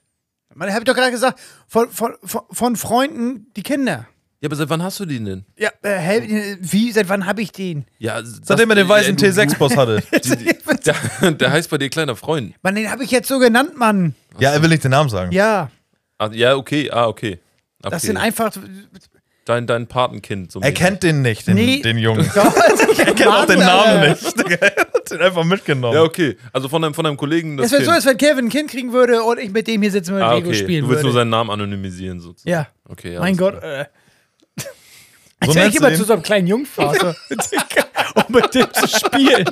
S2: Man hab ich doch gerade gesagt, von, von, von, von Freunden die Kinder.
S4: Ja, aber seit wann hast du den denn?
S2: Ja, äh, hä, wie, seit wann habe ich den?
S4: Ja,
S3: Seitdem er den weißen
S4: ja, du-
S3: T6-Boss hatte.
S4: Die, die, der, der heißt bei dir kleiner Freund.
S2: Mann, den habe ich jetzt so genannt, Mann.
S3: Ja, er will nicht den Namen sagen.
S2: Ja,
S4: Ah, ja, okay, ah, okay. okay.
S2: das sind einfach.
S4: dein, dein Patenkind. So
S3: Er kennt den nicht, den,
S2: Nee.
S3: den Jungen.
S2: er
S3: Er kennt auch den Namen nicht. Digga, Er hat den einfach mitgenommen.
S4: Ja, okay. Also von deinem, von deinem Kollegen. Das
S2: Es wäre
S4: kind.
S2: so, als wenn Kevin ein Kind kriegen würde und ich mit dem hier sitzen würde und
S4: ah,
S2: Lego
S4: okay.
S2: spielen
S4: Du willst nur
S2: würde.
S4: seinen Namen anonymisieren sozusagen.
S2: Ja.
S4: Okay, ja,
S2: mein
S4: das-
S2: Gott. Äh.
S3: So
S6: Ich
S3: nennst
S6: ich
S3: du
S6: immer
S3: den?
S6: zu so einem kleinen
S2: also.
S6: Jungvater, um mit dem zu spielen.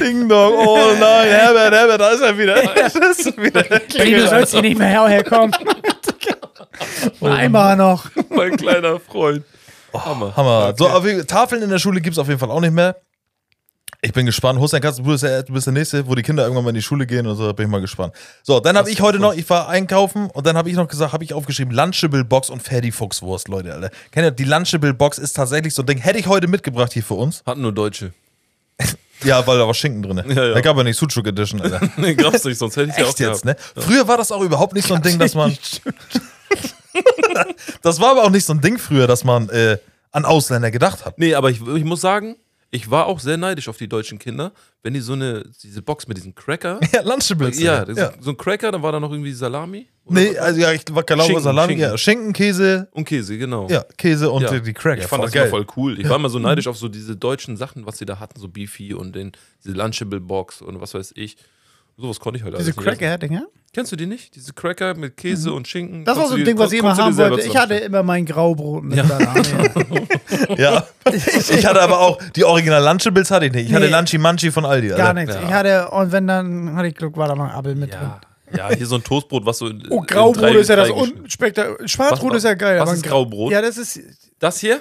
S3: Ding Dong. Oh nein, Herbert, Herbert, da ist er wieder. Da ist er wieder.
S2: Ey, du sollst hier nicht mehr her- herkommen. Einmal noch.
S4: Mein kleiner Freund. Hammer.
S3: Hammer. So, auf, jeden- Tafeln in der Schule gibt es auf jeden Fall auch nicht mehr. Ich bin gespannt. Hussein Katz, du bist, der, du bist der Nächste, wo die Kinder irgendwann mal in die Schule gehen und so, da bin ich mal gespannt. So, dann habe ich heute noch, ich war einkaufen und dann habe ich noch gesagt, habe ich aufgeschrieben, Lunchable-Box und Ferdi-Fuchswurst, Leute, Alter. Kennt ihr, die Lunchable-Box ist tatsächlich so ein Ding, hätte ich heute mitgebracht hier für uns.
S4: Hatten nur Deutsche.
S3: Ja, weil da war Schinken drin.
S4: Ja, ja.
S3: Da gab ja nicht Sucuk Edition, Alter.
S4: Nee, glaubst du nicht, sonst hätte ich ja auch
S3: Echt jetzt,
S4: gehabt.
S3: ne? Früher war das auch überhaupt nicht so ein Ding, dass man. das war aber auch nicht so ein Ding früher, dass man äh, an Ausländer gedacht hat.
S4: Nee, aber ich, ich muss sagen, ich war auch sehr neidisch auf die deutschen Kinder, wenn die so eine, diese Box mit diesem Cracker.
S3: Ja, Lunchables.
S4: ja, das-
S3: ja.
S4: so ein Cracker, dann war da noch irgendwie Salami oder
S3: Nee, also ja, ich war glaube
S4: Schinken,
S3: Salami,
S4: Schinken.
S3: Ja, Schinken, Käse,
S4: und Käse, genau.
S3: ja, Käse und
S4: Ja.
S3: die- die Crack.
S4: Ich fand das immer voll cool. Ich war immer so neidisch auf so diese deutschen Sachen, was sie da hatten, so Beefy und den, diese Lunchable Box und was weiß ich. Sowas konnte ich halt
S2: Diese
S4: alles nicht essen.
S2: Cracker-Dinger.
S4: Kennst du die nicht? Diese Cracker mit Käse und Schinken.
S2: Das war so ein Ding, was ich immer haben wollte. Ich hatte immer mein Graubrot mit Salami.
S3: Ja. ich hatte aber auch die original Lunchables hatte ich nicht. Ich hatte
S2: Nee.
S3: Lunchi Munchi von Aldi.
S2: Gar
S3: Alter.
S2: nichts.
S4: Ja.
S2: Ich hatte, und wenn dann, hatte ich Glück, war da noch Apfel mit drin.
S4: Ja. ja, hier so ein Toastbrot, was so. in-
S2: Oh,
S4: in drei
S2: Graubrot ist ja das
S4: geschnitten-
S2: unspektakulär. Schwarzbrot
S4: Was-
S2: ist ja geil.
S4: was
S2: aber
S4: ist
S2: ein
S4: Graubrot?
S2: Ja, das ist.
S4: Das hier?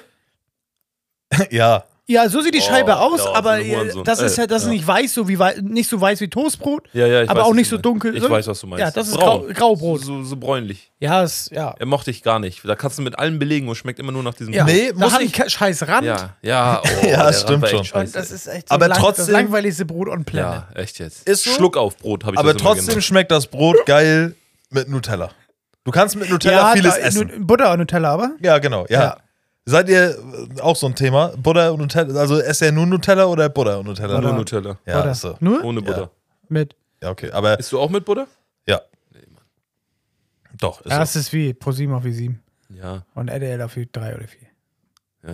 S3: Ja.
S2: Ja, so sieht die
S4: Oh,
S2: Scheibe aus,
S4: ja,
S2: aber
S4: so ein Hurensohn.
S2: äh, das ist
S4: Äh,
S2: halt, das ist
S4: ja.
S2: nicht weiß, so wie wei- nicht so weiß wie Toastbrot,
S4: Ja, ja, ich
S2: aber
S4: weiß,
S2: auch
S4: was
S2: nicht
S4: du
S2: so
S4: meinst.
S2: dunkel.
S4: Ich weiß, was du meinst.
S2: Ja, das ist
S4: Braun.
S2: Grau, Graubrot.
S4: So, so bräunlich.
S2: Ja, ist, ja.
S4: Er mochte ich gar nicht. Da kannst du mit allem belegen und schmeckt immer nur nach diesem.
S2: ja.
S3: Nee,
S2: da
S3: muss
S2: hat
S3: ich-
S2: ein ke- scheiß Rand.
S4: ja, ja. Oh,
S3: Ja,
S4: der Rand
S3: stimmt
S4: war echt
S3: schon.
S4: scheiße.
S2: Das ist echt
S3: Aber
S2: lang, das
S3: trotzdem-
S2: langweiligste Brot on Planet.
S4: ja, echt jetzt.
S3: Ist so.
S4: Schluck auf Brot habe ich
S3: Aber
S4: das immer
S3: trotzdem
S4: genannt.
S3: schmeckt das Brot geil mit Nutella. Du kannst mit Nutella vieles
S2: da-
S3: essen.
S2: Nu- Butter und Nutella, aber?
S3: Ja, genau, ja.
S2: Ja.
S3: Seid ihr äh, auch so ein Thema? Butter und Nutella? Also esst ihr nur Nutella oder Butter und Nutella?
S4: Ohne
S2: Butter.
S4: Nutella.
S3: Ja,
S2: Butter.
S3: ist so.
S2: Nur?
S4: Ohne Butter.
S2: Mit.
S3: Ja, okay. Aber
S4: Isst du auch mit Butter?
S3: ja. Doch, ist
S2: Ja,
S3: so.
S2: das ist wie ProSieben auf wie 7
S4: Ja,
S2: und RTL auf wie 3 oder 4.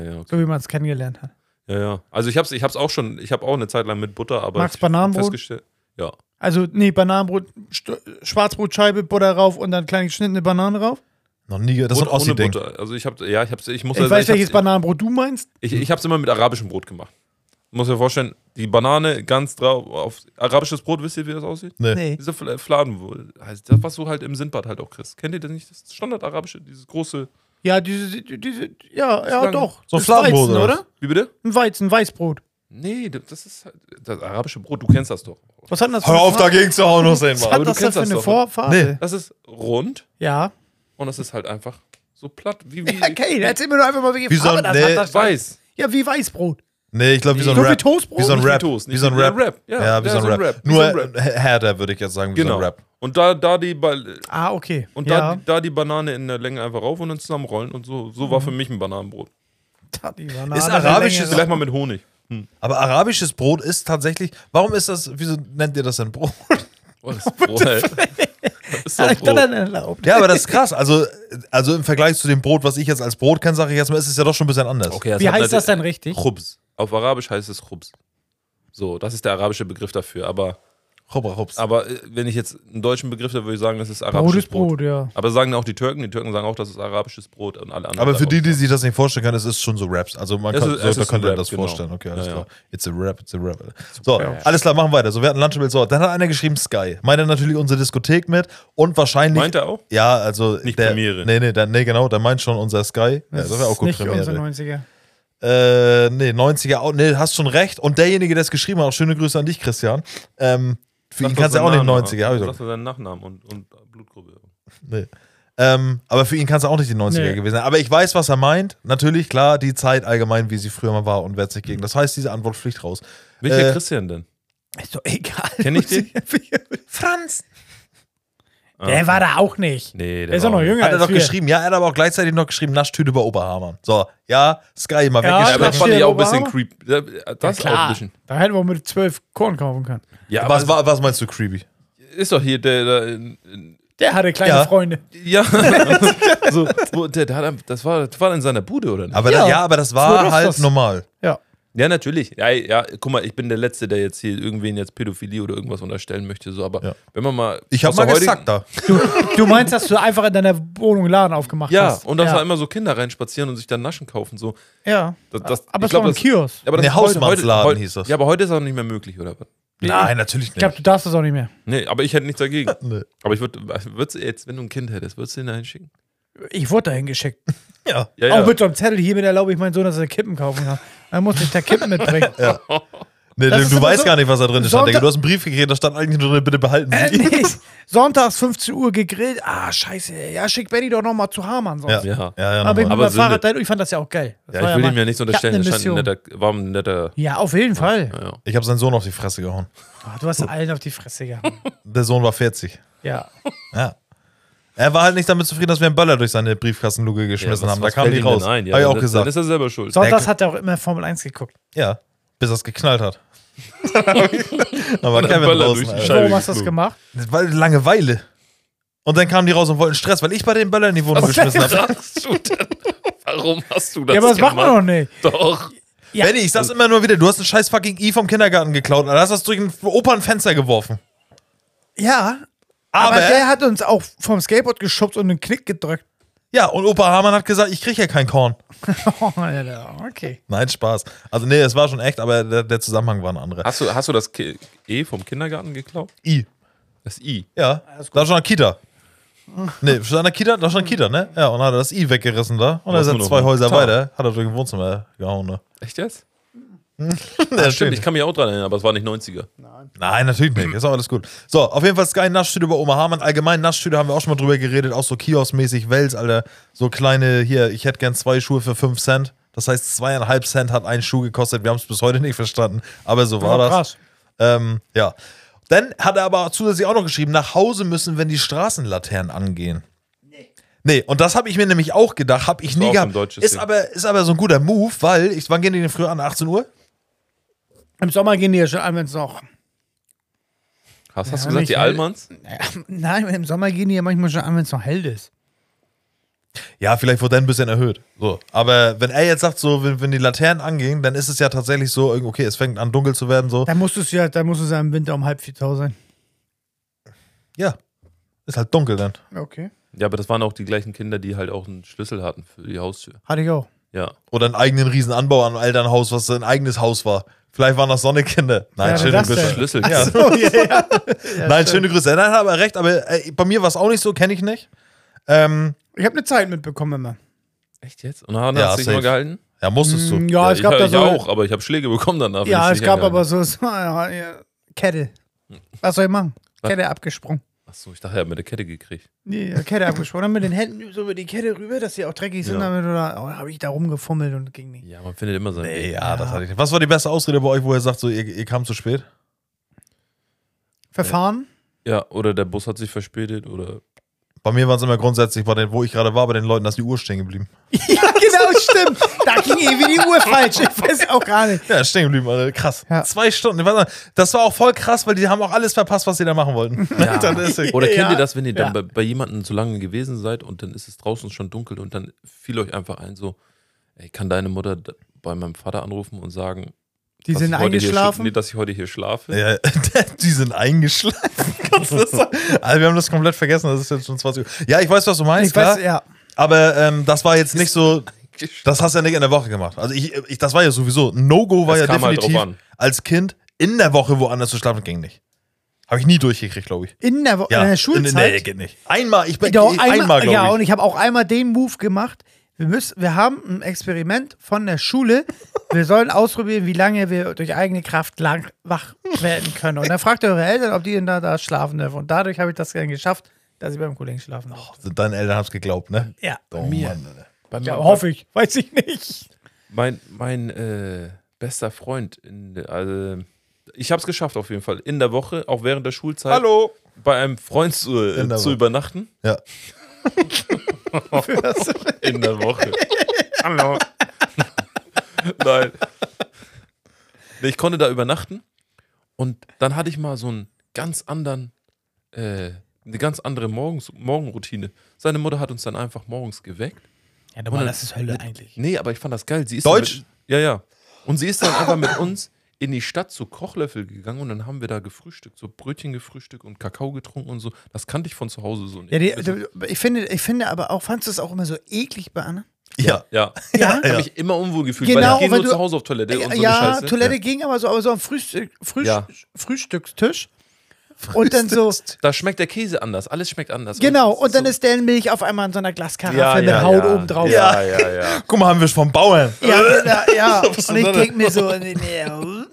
S4: ja, ja. Okay.
S2: So wie man es kennengelernt hat.
S4: Ja, ja. Also ich hab's, ich hab's auch schon, ich habe auch eine Zeit lang mit Butter, aber
S2: Magst
S4: ich hab
S2: Bananenbrot?
S4: festgestellt. Ja.
S2: Also, nee, Bananenbrot, St Schwarzbrotscheibe, Butter rauf und dann klein geschnittene Bananen rauf.
S3: Noch nie, ge- das ist so ein
S4: Brot ohne
S3: Ossi-Ding.
S4: Butter. Also ich habe, ja, ich hab's, ich muss
S2: Ich
S3: also
S4: ja sagen,
S2: weiß, welches
S4: ich, hab's,
S2: Bananenbrot du meinst.
S4: ich, ich hab's immer mit arabischem Brot gemacht. Muss mir vorstellen, die Banane ganz drauf auf arabisches Brot, wisst ihr, wie das aussieht?
S3: Nee.
S2: Nee.
S4: Diese Fl- Fladen, wo- heißt das, was du halt im Sindbad halt auch kriegst. Kennt ihr das nicht? Das Standard-arabische, dieses große.
S2: Ja, diese, diese, ja, ja,
S4: lang.
S2: doch.
S3: So ein
S2: Das
S3: Fladenbrot,
S2: Weizen,
S3: oder
S2: oder?
S4: Wie bitte?
S2: Ein Weizen, Weißbrot.
S4: Nee, das ist halt, das arabische Brot, du kennst das doch.
S2: Was hat denn das
S3: Hör
S2: für eine
S3: auf,
S2: Farbe?
S3: dagegen zu hauen, Hussein,
S2: Was
S3: Mann.
S4: Aber
S2: hat
S4: du
S2: das da
S4: kennst
S2: für
S4: das
S2: eine
S4: doch.
S2: Vorfahrt?
S3: Nee.
S4: Das ist rund
S2: Ja.
S4: und das ist halt einfach so platt wie, wie
S2: Okay, erzähl mir doch einfach mal, welche
S3: Wie so
S2: Farbe
S3: ein-
S2: das
S3: nee.
S2: hat. Das
S4: weiß.
S2: Ja, wie Weißbrot.
S3: Nee, ich glaube, wie so ein
S2: So wie
S3: Rap.
S2: Toastbrot?
S3: Wie so ein
S4: Nicht wie
S3: Rap.
S4: Toast,
S3: Wie
S4: nicht
S3: so ein
S4: wie-
S3: Rap.
S4: ja, Rap. Ja,
S3: Ja, wie
S4: ja,
S3: so ein Rap.
S4: Wie so ein
S3: Nur
S4: Rap.
S3: hä- härter, würde ich jetzt sagen, wie so
S4: Genau.
S3: ein Rap.
S4: Und da, da die Ball-
S2: Ah, okay.
S4: und
S2: ja.
S4: da, da die Banane in der Länge einfach rauf und dann zusammenrollen und so, so war für mich ein Bananenbrot.
S2: Da die Banane
S3: Ist
S2: hat eine
S3: arabisches-
S2: Länge.
S4: Vielleicht mal mit Honig.
S3: Aber arabisches Brot ist tatsächlich. Warum ist das. Wieso nennt ihr das denn Brot?
S4: Oh, das ist Brot, ey. Das ist doch
S2: Hat er
S4: Brot.
S2: dann erlaubt?
S3: Ja, aber das ist krass. Also, also im Vergleich zu dem Brot, was ich jetzt als Brot kenne, sage ich jetzt mal, ist es ja doch schon ein bisschen anders.
S4: Okay,
S2: Wie
S4: hat
S2: heißt das
S4: natürlich-
S2: denn richtig?
S4: Chubs. Auf Arabisch heißt es Chubs. So, das ist der arabische Begriff dafür. Aber,
S3: Hoppa, hops.
S4: aber äh, wenn ich jetzt einen deutschen Begriff, da würde ich sagen, das ist
S2: Brot
S4: arabisches
S2: ist
S4: Brot.
S2: Brot, ja.
S4: Aber sagen auch die Türken, die Türken sagen auch, das ist arabisches Brot und alle anderen.
S3: Aber für
S4: sagen
S3: die, die sich das nicht vorstellen können, es ist schon so Raps. Also man
S4: Es
S3: kann,
S4: ist-
S3: so,
S4: es
S3: da
S4: ist
S3: könnte
S4: ein
S3: man
S4: Rap,
S3: das
S4: genau.
S3: vorstellen. Okay, alles
S4: Ja, ja.
S3: klar. It's a Rap, it's a Rap. So, alles klar, machen wir weiter. So, wir hatten Lunchables. So, dann hat einer geschrieben Sky. Meinte natürlich unsere Diskothek mit und wahrscheinlich.
S4: Meint er auch?
S3: Ja, also.
S4: Nicht
S3: der,
S4: Premiere.
S3: Nee, nee, der, nee, genau, der meint schon unser Sky. Ja, das wäre auch gut
S2: nicht unsere
S3: Premiere.
S2: 90er.
S3: Äh, nee, 90er auch. Nee, hast schon recht. Und derjenige, der es geschrieben hat, auch schöne Grüße an dich, Christian. Ähm, für
S4: Sag
S3: ihn
S4: doch
S3: kannst du ja auch
S4: seinen
S3: nicht
S4: Namen,
S3: 90er, hab ich
S4: Sag
S3: doch
S4: doch seinen Nachnamen und, und Blutgruppe.
S3: Nee. Ähm, aber für ihn kann es auch nicht die 90er
S2: Nee.
S3: gewesen sein. Aber ich weiß, was er meint. Natürlich, klar, die Zeit allgemein, wie sie früher mal war und wehrt sich gegen. Das heißt, diese Antwort fliegt raus.
S4: Welcher
S3: Äh,
S4: Christian denn?
S2: Ist doch egal.
S4: Kenn ich den? Ah.
S3: Franz!
S2: Der war da auch nicht.
S4: Nee, der
S2: Der ist auch noch jünger
S3: Hat er
S2: als
S3: doch
S2: wir.
S3: geschrieben. Ja, er hat aber auch gleichzeitig noch geschrieben, Naschtüte bei Oberhammer. So, ja, Sky mal
S2: Ja,
S4: Ja, aber
S3: weggeschrieben.
S4: das fand ich auch ein bisschen
S2: Oberhammer?
S4: creep. Das auch ein
S2: Klar,
S4: bisschen.
S2: da hätten wir mit zwölf Korn kaufen können.
S4: Ja, aber
S3: was, wa- was meinst du, creepy?
S4: ist doch hier der. der in- in-
S2: Der hatte kleine
S3: Ja.
S2: Freunde.
S4: ja. so, wo, der, der, hat- das, war, das war in seiner Bude, oder nicht?
S3: Aber ja,
S2: Ja.
S3: das, ja aber das war
S2: doch
S3: halt
S2: das.
S3: normal.
S2: Ja.
S4: ja, natürlich. Ja, ja, guck mal, ich bin der Letzte, der jetzt hier irgendwen jetzt Pädophilie oder irgendwas unterstellen möchte. So, aber
S3: Ja.
S4: wenn man mal.
S3: Ich habe
S4: aus
S3: mal
S4: der heutigen-
S3: gesagt da.
S2: Du, du meinst, dass du einfach in deiner Wohnung einen Laden aufgemacht
S4: Ja,
S2: hast?
S4: und dass
S2: ja.
S4: da immer so Kinder reinspazieren und sich dann Naschen kaufen. So.
S2: Ja.
S4: Das, das,
S2: Aber
S4: ich
S2: es war
S4: glaub,
S2: ein
S4: das-
S2: Kiosk.
S4: Aber das
S3: Nee,
S4: ist heute-
S3: Hausmannsladen
S4: heute-
S3: hieß das.
S4: Ja, aber heute ist das nicht mehr möglich, oder was?
S3: Nein, natürlich
S2: Ich glaube,
S3: nicht.
S2: du darfst das auch nicht mehr.
S4: Nee, aber ich hätte nichts dagegen.
S3: Nee.
S4: Aber ich würde, würd's jetzt, wenn du ein Kind hättest, würdest du ihn da hinschicken?
S2: Ich wurde dahin geschickt.
S3: Ja.
S4: Ja,
S2: Auch mit so einem Zettel. Hiermit erlaube ich meinen Sohn, dass er Kippen kaufen kann. Dann musste ich da Kippen mitbringen. ja.
S3: Nee,
S2: Das
S3: du
S2: ist
S3: du
S2: immer
S3: weißt
S2: so-
S3: gar nicht, was da drin stand. Digga.
S2: Sonntag- Äh,
S3: Du hast einen Brief gekriegt, da stand eigentlich nur drin, bitte behalten Sie. ihn.
S2: nee. Sonntags 15 Uhr gegrillt. Ah, scheiße. Ja, schick Benny doch nochmal zu Hamann. Sonst.
S3: Ja, ja,
S4: Ja.
S3: ja.
S2: Aber ich
S3: nochmal.
S2: bin
S4: Aber
S2: beim
S4: Sünde.
S2: Fahrrad dahin und ich fand das ja auch geil. Das
S4: Ja,
S2: war
S4: ich will
S2: mein-
S4: ihm ja nichts
S2: Ich hab
S4: unterstellen.
S2: eine
S4: Das stand ein
S2: Mission.
S4: netter, war ein netter.
S2: Ja, auf jeden Fall.
S4: Ja, ja.
S3: ich habe seinen Sohn auf die Fresse gehauen.
S2: Ah, du hast allen auf die Fresse gehauen.
S3: Der Sohn war 40.
S2: Ja.
S3: Ja. Er war halt nicht damit zufrieden, dass wir einen Böller durch seine Briefkastenluke geschmissen
S4: was-
S3: haben. Da
S4: was
S3: kam
S4: fällt
S3: die
S4: ihm denn
S3: raus.
S4: Ein? Ja,
S3: Hab ich
S4: dann-
S3: auch gesagt.
S4: Dann ist er selber schuld.
S2: Sonntags hat er auch immer Formel 1 geguckt.
S3: ja, bis das geknallt hat. da war
S4: Und ein
S3: Kevin
S4: Böller
S3: draußen.
S4: durch die
S3: Alter.
S4: Scheibe.
S2: Warum hast du das
S4: geflogen.
S2: gemacht?
S3: Das war Langeweile. Und dann kamen die raus und wollten Stress, weil ich bei den Böller in die Wohnung geschmissen habe.
S4: sagst du denn? Warum hast du das
S2: Ja, aber das macht man doch nicht.
S4: doch. Doch.
S2: Ja.
S3: Benny, ich sag's immer nur wieder, du hast ein scheiß fucking I vom Kindergarten geklaut. Da hast du das durch ein Opernfenster geworfen.
S2: Ja.
S3: Aber,
S2: Aber der hat uns auch vom Skateboard geschubst und einen Knick gedrückt.
S3: ja, und Opa Hamann hat gesagt, ich krieg ja kein Korn.
S2: Oh, Alter, okay.
S3: Nein, Spaß. Also nee, es war schon echt, aber der, der Zusammenhang war ein anderer.
S4: Hast du, hast du das Ki- E vom Kindergarten geklaut?
S3: I.
S4: Das I.
S3: Ja, da stand Kita. Nee, stand Kita, da stand Kita, ne? Ja, und dann hat er das I weggerissen da. Und er
S4: Muss
S3: ist
S4: man
S3: jetzt
S4: doch
S3: zwei
S4: mal.
S3: Häuser
S4: Klar.
S3: weiter, hat er durch ein Wohnzimmer gehauen, ne?
S4: Echt jetzt?
S3: Ja,
S4: Stimmt,
S3: schön.
S4: ich kann mich auch dran erinnern, aber es war nicht 90er.
S3: Nein, natürlich
S4: Mhm.
S3: nicht. Ist auch alles gut. So, auf jeden Fall Sky Naschtüte über Oma Hamann. Allgemein Naschtüte haben wir auch schon mal drüber geredet. Auch so kioskmäßig Wels, Alter. So kleine, hier, ich hätte gern zwei Schuhe für fünf Cent. Das heißt, zweieinhalb Cent hat ein Schuh gekostet. Wir haben es bis heute nicht verstanden. Aber so war
S2: Ja,
S3: das. Ähm, ja. Dann hat er aber zusätzlich auch noch geschrieben, nach Hause müssen, wenn die Straßenlaternen angehen. Nee, und das habe ich mir nämlich auch gedacht, habe ich
S4: war
S3: nie
S4: auch
S3: gehabt.
S4: ein deutsches
S3: ist,
S4: Ding.
S3: aber, ist aber so ein guter Move, weil, ich, wann gehen die denn früher an? 18 Uhr?
S2: Im Sommer gehen die ja schon an, wenn es noch.
S4: Hast, hast
S2: Ja,
S4: du gesagt,
S2: nicht,
S4: die
S2: ne?
S4: Allmanns?
S2: Nein, im Sommer gehen die ja manchmal schon an, wenn es noch hell ist.
S3: Ja, vielleicht wurde dann ein bisschen erhöht. So. Aber wenn er jetzt sagt, so, wenn, wenn die Laternen angehen, dann ist es ja tatsächlich so, okay, es fängt an dunkel zu werden, so.
S2: Da musst du es ja, da muss es ja im Winter um halb vier Uhr sein.
S3: Ja. Ist halt dunkel dann.
S2: Okay.
S4: Ja, aber das waren auch die gleichen Kinder, die halt auch einen Schlüssel hatten für die Haustür.
S2: Hatte ich auch.
S4: Ja.
S3: Oder einen eigenen Riesenanbau an einem Elternhaus, was ein eigenes Haus war. Vielleicht waren das Sonnekinder. Nein,
S2: Ja,
S3: schöne
S2: das
S3: Grüße.
S2: denn?
S4: Schlüssel.
S3: Ja.
S2: Oh, ja, ja.
S3: Nein, schöne Grüße. Nein, hat aber recht, aber äh, bei mir war es auch nicht so, kenne ich nicht. Ähm,
S2: Ich habe eine Zeit mitbekommen immer.
S4: Echt jetzt? Und dann
S3: Ja,
S4: hast du dich
S3: safe.
S4: nur gehalten?
S3: ja, musstest du.
S2: Mm, Ja, es
S4: ich,
S2: gab
S4: ich
S2: da so.
S4: auch, aber ich habe Schläge bekommen danach. wenn
S2: ja,
S4: ich
S2: es
S4: nicht
S2: gab
S4: angehalten
S2: aber so. so ja, ja, Kette. Was soll ich machen?
S4: Was?
S2: Kette abgesprungen.
S4: hab. Achso, ich dachte, er hat mir eine Kette gekriegt.
S2: Nee, ja, Kette abgesprungen. Dann mit den Händen so über die Kette rüber, dass sie auch dreckig sind
S4: Ja.
S2: damit. Oder oh, habe ich da rumgefummelt und ging nicht.
S4: Ja, man findet immer seinen
S3: Nee,
S4: Weg.
S3: ja, das hatte ich nicht. Was war die beste Ausrede bei euch, wo ihr sagt, so, ihr, ihr kam zu spät?
S2: Verfahren?
S4: Ja, oder der Bus hat sich verspätet oder.
S3: Bei mir waren es immer grundsätzlich, bei den, wo ich gerade war, bei den Leuten, dass die Uhr stehen geblieben.
S2: Ja, genau, stimmt. Da ging irgendwie die Uhr falsch. Ich weiß auch gar nicht.
S3: Ja, stehen geblieben, Alter. krass.
S2: Ja.
S3: Zwei Stunden. Ich weiß noch, Das war auch voll krass, weil die haben auch alles verpasst, was sie da machen wollten.
S4: Ja.
S3: Dann ist sie-
S4: Oder kennt
S2: Ja.
S4: ihr das, wenn ihr dann bei, bei jemandem so lange gewesen seid und dann ist es draußen schon dunkel und dann fiel euch einfach ein, so, ey, kann deine Mutter d- bei meinem Vater anrufen und sagen,
S2: Die
S4: dass
S2: sind
S4: ich heute hier schla-
S2: eingeschlafen.
S4: Nee, dass ich heute hier schlafe.
S3: Ja, die sind eingeschlafen. Kannst du das sagen? Alter, wir haben das komplett vergessen. Das ist jetzt schon 20 Uhr. Ja, ich weiß, was du meinst,
S2: ich
S3: klar.
S2: weiß, ja.
S3: Aber ähm, das war jetzt nicht so. Das hast du ja nicht in der Woche gemacht. Also ich, ich das war ja sowieso. No-Go war
S4: Das
S3: ja
S4: kam halt
S3: definitiv
S4: drauf an.
S3: als Kind in der Woche woanders zu schlafen, ging nicht. Habe ich nie durchgekriegt, glaube ich.
S2: In der, Wo
S3: Ja,
S2: in der
S3: In, nee,
S2: Schulzeit.
S3: geht nicht. Einmal, ich bin
S2: Doch,
S3: ich-
S2: einmal,
S3: einmal, glaube
S2: ja, und
S3: ich.
S2: ich habe auch einmal den Move gemacht. Wir, müssen, wir haben ein Experiment von der Schule. Wir sollen ausprobieren, wie lange wir durch eigene Kraft lang wach werden können. Und dann fragt ihr eure Eltern, ob die denn da, da schlafen dürfen. Und dadurch habe ich das dann geschafft, dass ich beim Kollegen schlafen darf.
S3: Deine Eltern haben es geglaubt, ne?
S2: Ja,
S3: Oh, Mann, Alter.
S4: Bei
S2: ja, hoffe ich. Weiß ich nicht.
S4: Mein, mein äh, bester Freund, in, der- also, ich habe es geschafft auf jeden Fall, in der Woche, auch während der Schulzeit,
S3: Hallo.
S4: bei einem Freund zu,
S3: In
S4: äh,
S3: der
S4: zu
S3: Woche.
S4: übernachten.
S3: Ja.
S4: in der Woche. Hallo. Nein. Nee, Ich konnte da übernachten und dann hatte ich mal so einen ganz anderen, äh, eine ganz andere Morgens Morgenroutine. Seine Mutter hat uns dann einfach morgens geweckt.
S2: Ja, normal, das ist Hölle eigentlich.
S4: Nee, aber ich fand das geil. Sie ist
S3: Deutsch?
S4: dann Mit, ja, ja. Und sie ist dann einfach mit uns in die Stadt zu Kochlöffel gegangen und dann haben wir da gefrühstückt, so Brötchen gefrühstückt und Kakao getrunken und so. Das kannte ich von zu Hause so nicht.
S2: Ja, die, du- ich, finde, ich finde aber auch, fandst du es auch immer so eklig bei anderen?
S3: Ja.
S2: Ja.
S4: ja. Ich habe mich immer unwohl gefühlt,
S2: Genau,
S4: weil ich gehe
S2: weil
S4: nur
S2: du-
S4: zu Hause auf Toilette und so eine
S2: ja,
S4: Scheiße.
S2: Toilette ging aber so, aber so am Frühstück, Frühst
S4: Ja.
S2: Frühstückstisch. Und dann so,
S4: Da schmeckt der Käse anders, alles schmeckt anders.
S2: genau,
S4: es
S2: und dann
S4: so-
S2: ist deren Milch auf einmal in so einer Glaskaraffe
S4: ja,
S2: mit
S4: ja,
S2: Haut
S4: ja,
S2: oben drauf.
S4: Ja, ja, ja.
S3: Guck mal, haben wir es vom Bauern.
S2: ja, ja, ja.
S3: Was
S2: Und
S3: soll
S2: ich
S3: das?
S2: denke mir so, äh, nee, nee. und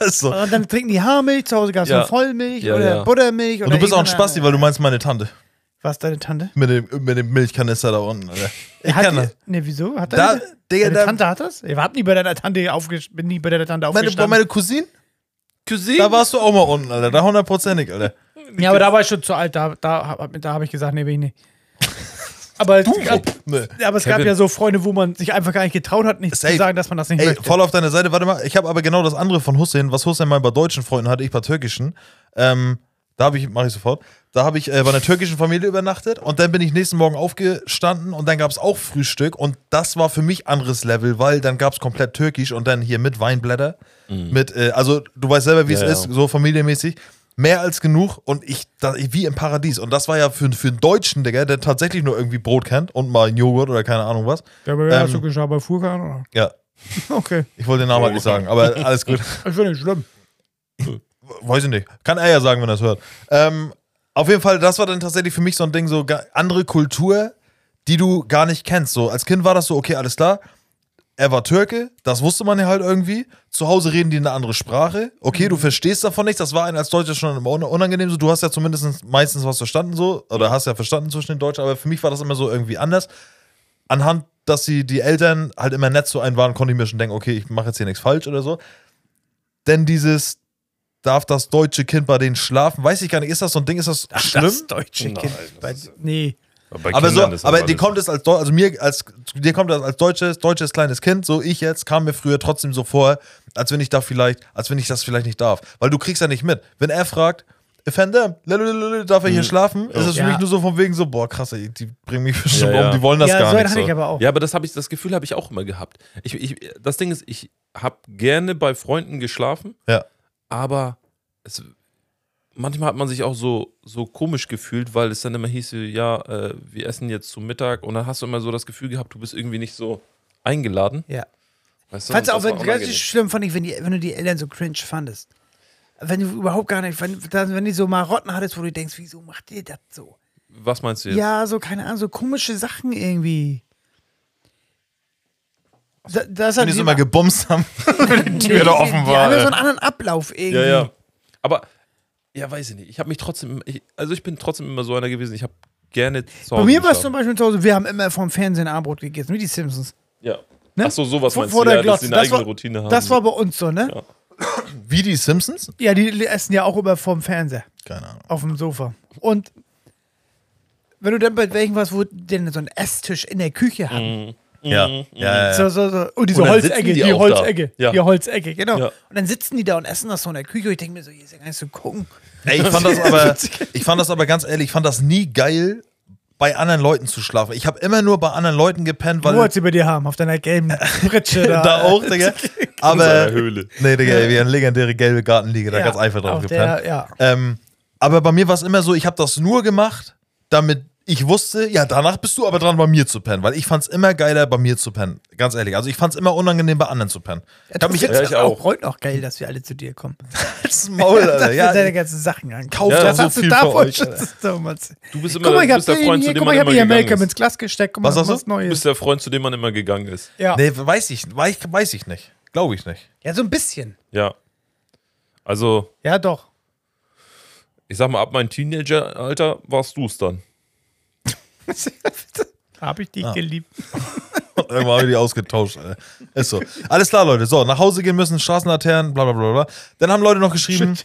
S3: Ist so.
S2: dann trinken die Haarmilch, zu Hause gab es
S4: Ja.
S2: noch Vollmilch
S4: Ja,
S2: oder
S4: ja.
S2: Buttermilch.
S3: Und
S2: oder
S3: du bist auch ein
S2: irgendeine-
S3: Spasti, weil du meinst meine Tante.
S2: Was, deine Tante?
S3: Mit dem, mit dem Milchkanister da unten. Alter. Ich
S2: Hat
S3: kann das.
S2: die, nee, wieso? Hat
S3: Da-
S2: deine,
S3: Digga,
S2: deine
S3: da-
S2: Tante hat das? Ich hab nie bei deiner Tante aufgestanden. Bin nie bei deiner Tante
S3: Meine, bei
S2: aufgestanden.
S3: meiner Cousine?
S4: Cuisine?
S3: Da warst du auch mal unten, Alter. Da hundertprozentig, Alter.
S2: ja, aber da war ich schon zu alt. Da, da, hab- da habe ich gesagt, nee, bin ich nicht. Aber es, gab,
S3: Ne.
S2: aber es gab
S4: Kevin.
S2: ja so Freunde, wo man sich einfach gar nicht getraut hat, nicht zu
S3: Safe.
S2: sagen, dass man das nicht
S3: Ey,
S2: möchte.
S3: voll auf deine Seite. Warte mal, ich habe aber genau das andere von Hussein, was Hussein mal bei deutschen Freunden hatte, ich bei türkischen. Ähm, da habe ich, mache ich sofort, da habe ich äh, bei einer türkischen Familie übernachtet und dann bin ich nächsten Morgen aufgestanden und dann gab es auch Frühstück und das war für mich anderes Level, weil dann gab es komplett türkisch und dann hier mit Weinblätter, mit, äh, also du weißt selber, wie es
S4: Mhm. Ja, ja.
S3: ist, so familienmäßig. Mehr als genug und ich, da, ich- wie im Paradies. Und das war ja für, für einen Deutschen, Digga, der tatsächlich nur irgendwie Brot kennt und mal einen Joghurt oder keine Ahnung was.
S2: Dabei hast
S3: Ähm,
S2: du geschaut bei Furkan, oder?
S3: Ja,
S2: Okay.
S3: ich wollte den Namen halt nicht sagen, aber alles gut.
S2: Ich finde nicht schlimm.
S3: Weiß ich nicht. Kann er ja sagen, wenn er es hört. Ähm, auf jeden Fall, das war dann tatsächlich für mich so ein Ding, so ga- andere Kultur, die du gar nicht kennst. So als Kind war das so, okay, alles klar. Er war Türke, das wusste man ja halt irgendwie. Zu Hause reden die eine andere Sprache. Okay, du verstehst davon nichts. Das war einem als Deutscher schon immer un- unangenehm. So, du hast ja zumindest meistens was verstanden, so. Oder hast ja verstanden zwischen den Deutschen. Aber für mich war das immer so irgendwie anders. Anhand, dass sie die Eltern halt immer nett zu einem waren, konnte ich mir schon denken, okay, ich mache jetzt hier nichts falsch oder so. Denn dieses, darf das deutsche Kind bei denen schlafen? Weiß ich gar nicht. Ist das so ein Ding? Ist das schlimm?
S2: deutsche
S4: Nein,
S2: Kind.
S4: das ist-
S2: nee.
S4: Bei
S3: aber so,
S4: Kindern ist das
S3: aber
S4: alles-
S3: dir kommt es als Deu- also mir als dir kommt das als deutsches deutsches kleines Kind, so ich jetzt kam mir früher trotzdem so vor, als wenn ich da vielleicht, als wenn ich das vielleicht nicht darf, weil du kriegst ja nicht mit, wenn er fragt. Fender, darf
S4: Hm.
S3: er hier schlafen? Ist das für
S2: Ja.
S3: mich nur so von wegen so, boah, krass, ey, die bringen mich bestimmt
S4: Ja, ja.
S3: um, die wollen das
S2: Ja,
S3: gar
S2: so
S3: nicht.
S2: hatte
S3: So.
S2: ich aber auch.
S4: Ja, aber das habe ich, das Gefühl habe ich auch immer gehabt. Ich, ich, das Ding ist, ich habe gerne bei Freunden geschlafen,
S3: Ja.
S4: aber es, manchmal hat man sich auch so, so komisch gefühlt, weil es dann immer hieß, ja, äh, wir essen jetzt zu Mittag und dann hast du immer so das Gefühl gehabt, du bist irgendwie nicht so eingeladen.
S2: Ja.
S4: Weißt
S2: Fandst du
S4: und
S2: auch,
S4: das
S2: wenn,
S4: war
S2: ganz
S4: unangenehm.
S2: schlimm fand ich, wenn, die, wenn du die Eltern so cringe fandest. Wenn du überhaupt gar nicht, wenn, dann- wenn die so Marotten hattest, wo du denkst, wieso macht ihr das so?
S4: Was meinst du jetzt?
S2: Ja, so, keine Ahnung, so komische Sachen irgendwie. Da, das hat
S3: Wenn die so
S2: die-
S3: mal gebumst haben.
S2: nee,
S3: Tür da offen
S2: Die
S3: war,
S2: haben ja
S3: ey.
S2: so einen anderen Ablauf irgendwie.
S4: Ja, ja. Aber, ja, weiß ich nicht. Ich habe mich trotzdem, ich, also ich bin trotzdem immer so einer gewesen, ich habe gerne zu
S2: Bei mir war es zum
S4: geschlafen.
S2: Beispiel zu Hause, wir haben immer vom Fernsehen Abendbrot gegessen, wie die Simpsons.
S4: Ja.
S2: Ne?
S4: Ach so, sowas
S2: Vor-
S4: meinst
S2: vor
S4: du,
S2: der
S4: ja,
S2: Glotze.
S4: dass sie eine
S2: Das
S4: eigene
S2: war-
S4: Routine haben.
S2: Das war bei uns so, ne?
S3: Wie die Simpsons?
S2: Ja, die essen ja auch immer vom Fernseher,
S3: Keine Ahnung.
S2: auf dem Sofa. Und wenn du dann bei welchen warst, wo die denn so einen Esstisch in der Küche hatten.
S3: Ja. ja, ja, ja.
S2: So, so, so. Und diese
S4: Mhm. Und dann
S2: Holzecke,
S4: sitzen die
S2: die,
S4: auch da.
S2: Holzecke,
S4: Ja.
S2: die Holzecke, genau.
S4: Ja.
S2: Und dann sitzen die da und essen das so in der Küche. Und ich denke mir so, hier ist ja gar nichts zu gucken.
S3: Ey, ich fand das aber, ich fand das aber ganz ehrlich, ich fand das nie geil, bei anderen Leuten zu schlafen. Ich habe immer nur bei anderen Leuten gepennt, weil
S2: Wo sie bei dir haben, auf deiner gelben Pritsche da.
S3: da auch, Digga.
S4: seiner
S3: Aber
S4: Höhle.
S3: nee, Digga, wie eine legendäre gelbe Gartenliege, da
S2: Ja,
S3: ganz einfach drauf
S2: auf
S3: gepennt.
S2: der, ja.
S3: Ähm, aber bei mir war es immer so, ich habe das nur gemacht, damit ich wusste, ja, danach bist du aber dran, bei mir zu pennen, weil ich fand's immer geiler, bei mir zu pennen. Ganz ehrlich. Also ich fand's immer unangenehm, bei anderen zu pennen. Ich hab mich
S2: Das
S3: jetzt
S2: ist
S4: Ja, ich auch.
S2: heute noch geil, dass wir alle zu dir kommen.
S3: ins Maul, Alter.
S2: dass wir
S3: Ja,
S2: deine ganzen Sachen angucken.
S3: Kauft
S4: Ja,
S2: das
S3: so
S2: hast
S3: viel
S2: du
S3: für
S2: davon
S3: euch,
S2: schon.
S3: Alter.
S2: damals.
S4: Du bist immer,
S2: Guck mal, ich
S4: du
S2: hab
S4: bist der
S2: hier,
S4: Freund, zu
S2: hier,
S4: dem
S2: guck mal,
S4: man
S2: ich hab
S4: immer
S2: hier
S4: gegangen
S2: Malcolm
S4: ist.
S2: ins Glas gesteckt. Guck mal,
S3: Was
S2: das
S3: sagst
S2: was
S3: du?
S4: Du
S2: Neues.
S4: bist Ne? der Freund, zu dem man immer gegangen ist.
S2: Ja.
S3: nee, weiß ich, weiß, weiß ich nicht. Glaube ich nicht.
S2: ja, so ein bisschen.
S4: Ja. Also,
S2: Ja, doch.
S4: ich sag mal, ab meinem Teenageralter warst du es dann.
S2: Hab ich dich
S4: Ah.
S2: geliebt.
S3: Irgendwann habe ich die ausgetauscht. Alter. Ist so. Alles klar, Leute. So, nach Hause gehen müssen, Straßenlaternen, bla bla bla bla. Dann haben Leute noch geschrieben.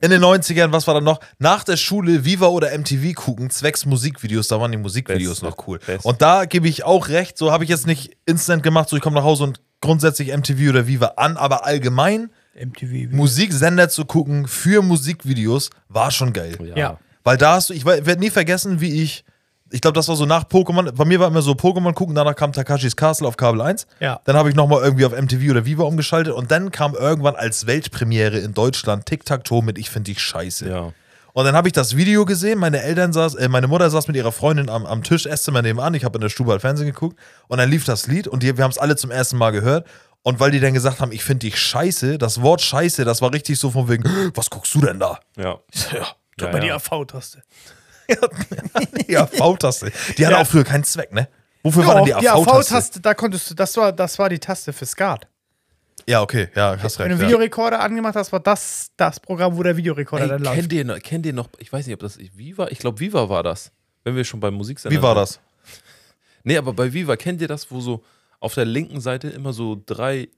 S3: In den 90ern, was war dann noch? Nach der Schule Viva oder MTV gucken, zwecks Musikvideos, da waren die Musikvideos
S4: Beste,
S3: noch cool.
S4: beste.
S3: Und da gebe ich auch recht, so habe ich jetzt nicht instant gemacht, so ich komme nach Hause und grundsätzlich MTV oder Viva an, aber allgemein
S2: MTV.
S3: Musiksender zu gucken für Musikvideos war schon geil.
S2: Ja.
S3: Weil da hast du, ich werde nie vergessen, wie ich, ich glaube, das war so nach Pokémon, bei mir war immer so Pokémon gucken, danach kam Takashis Castle auf Kabel 1.
S2: Ja.
S3: Dann habe ich nochmal irgendwie auf MTV oder Viva umgeschaltet und dann kam irgendwann als Weltpremiere in Deutschland Tic-Tac-Toe mit Ich finde dich scheiße.
S4: Ja.
S3: Und dann habe ich das Video gesehen, meine Eltern saß, äh, meine Mutter saß mit ihrer Freundin am, am Tisch, Esszimmer nebenan, ich habe in der Stube halt Fernsehen geguckt und dann lief das Lied und die, wir haben es alle zum ersten Mal gehört und weil die dann gesagt haben, ich finde dich scheiße, das Wort scheiße, das war richtig so von wegen, was guckst du denn da?
S4: Ja.
S3: Ja,
S4: Ja,
S2: Bei
S4: ja.
S2: die AV-Taste.
S3: die AV-Taste. Die hatte
S2: Ja.
S3: auch früher keinen Zweck, ne? Wofür war
S2: Ja,
S3: denn
S2: die
S3: die AV-Taste?
S2: AV-Taste, da konntest du, das war, das war die Taste für Skat.
S3: Ja, okay, ja, hast
S2: Wenn du
S3: recht.
S2: einen
S3: Ja.
S2: Videorekorder angemacht hast, war das das Programm, wo der Videorekorder
S4: Ey,
S2: dann läuft.
S4: kennt, ihr noch, kennt ihr noch, ich weiß nicht, ob das Viva, ich glaube Viva war das, wenn wir schon beim Musiksender
S3: Wie war das?
S4: Nee, aber bei Viva, kennt ihr das, wo so auf der linken Seite immer so drei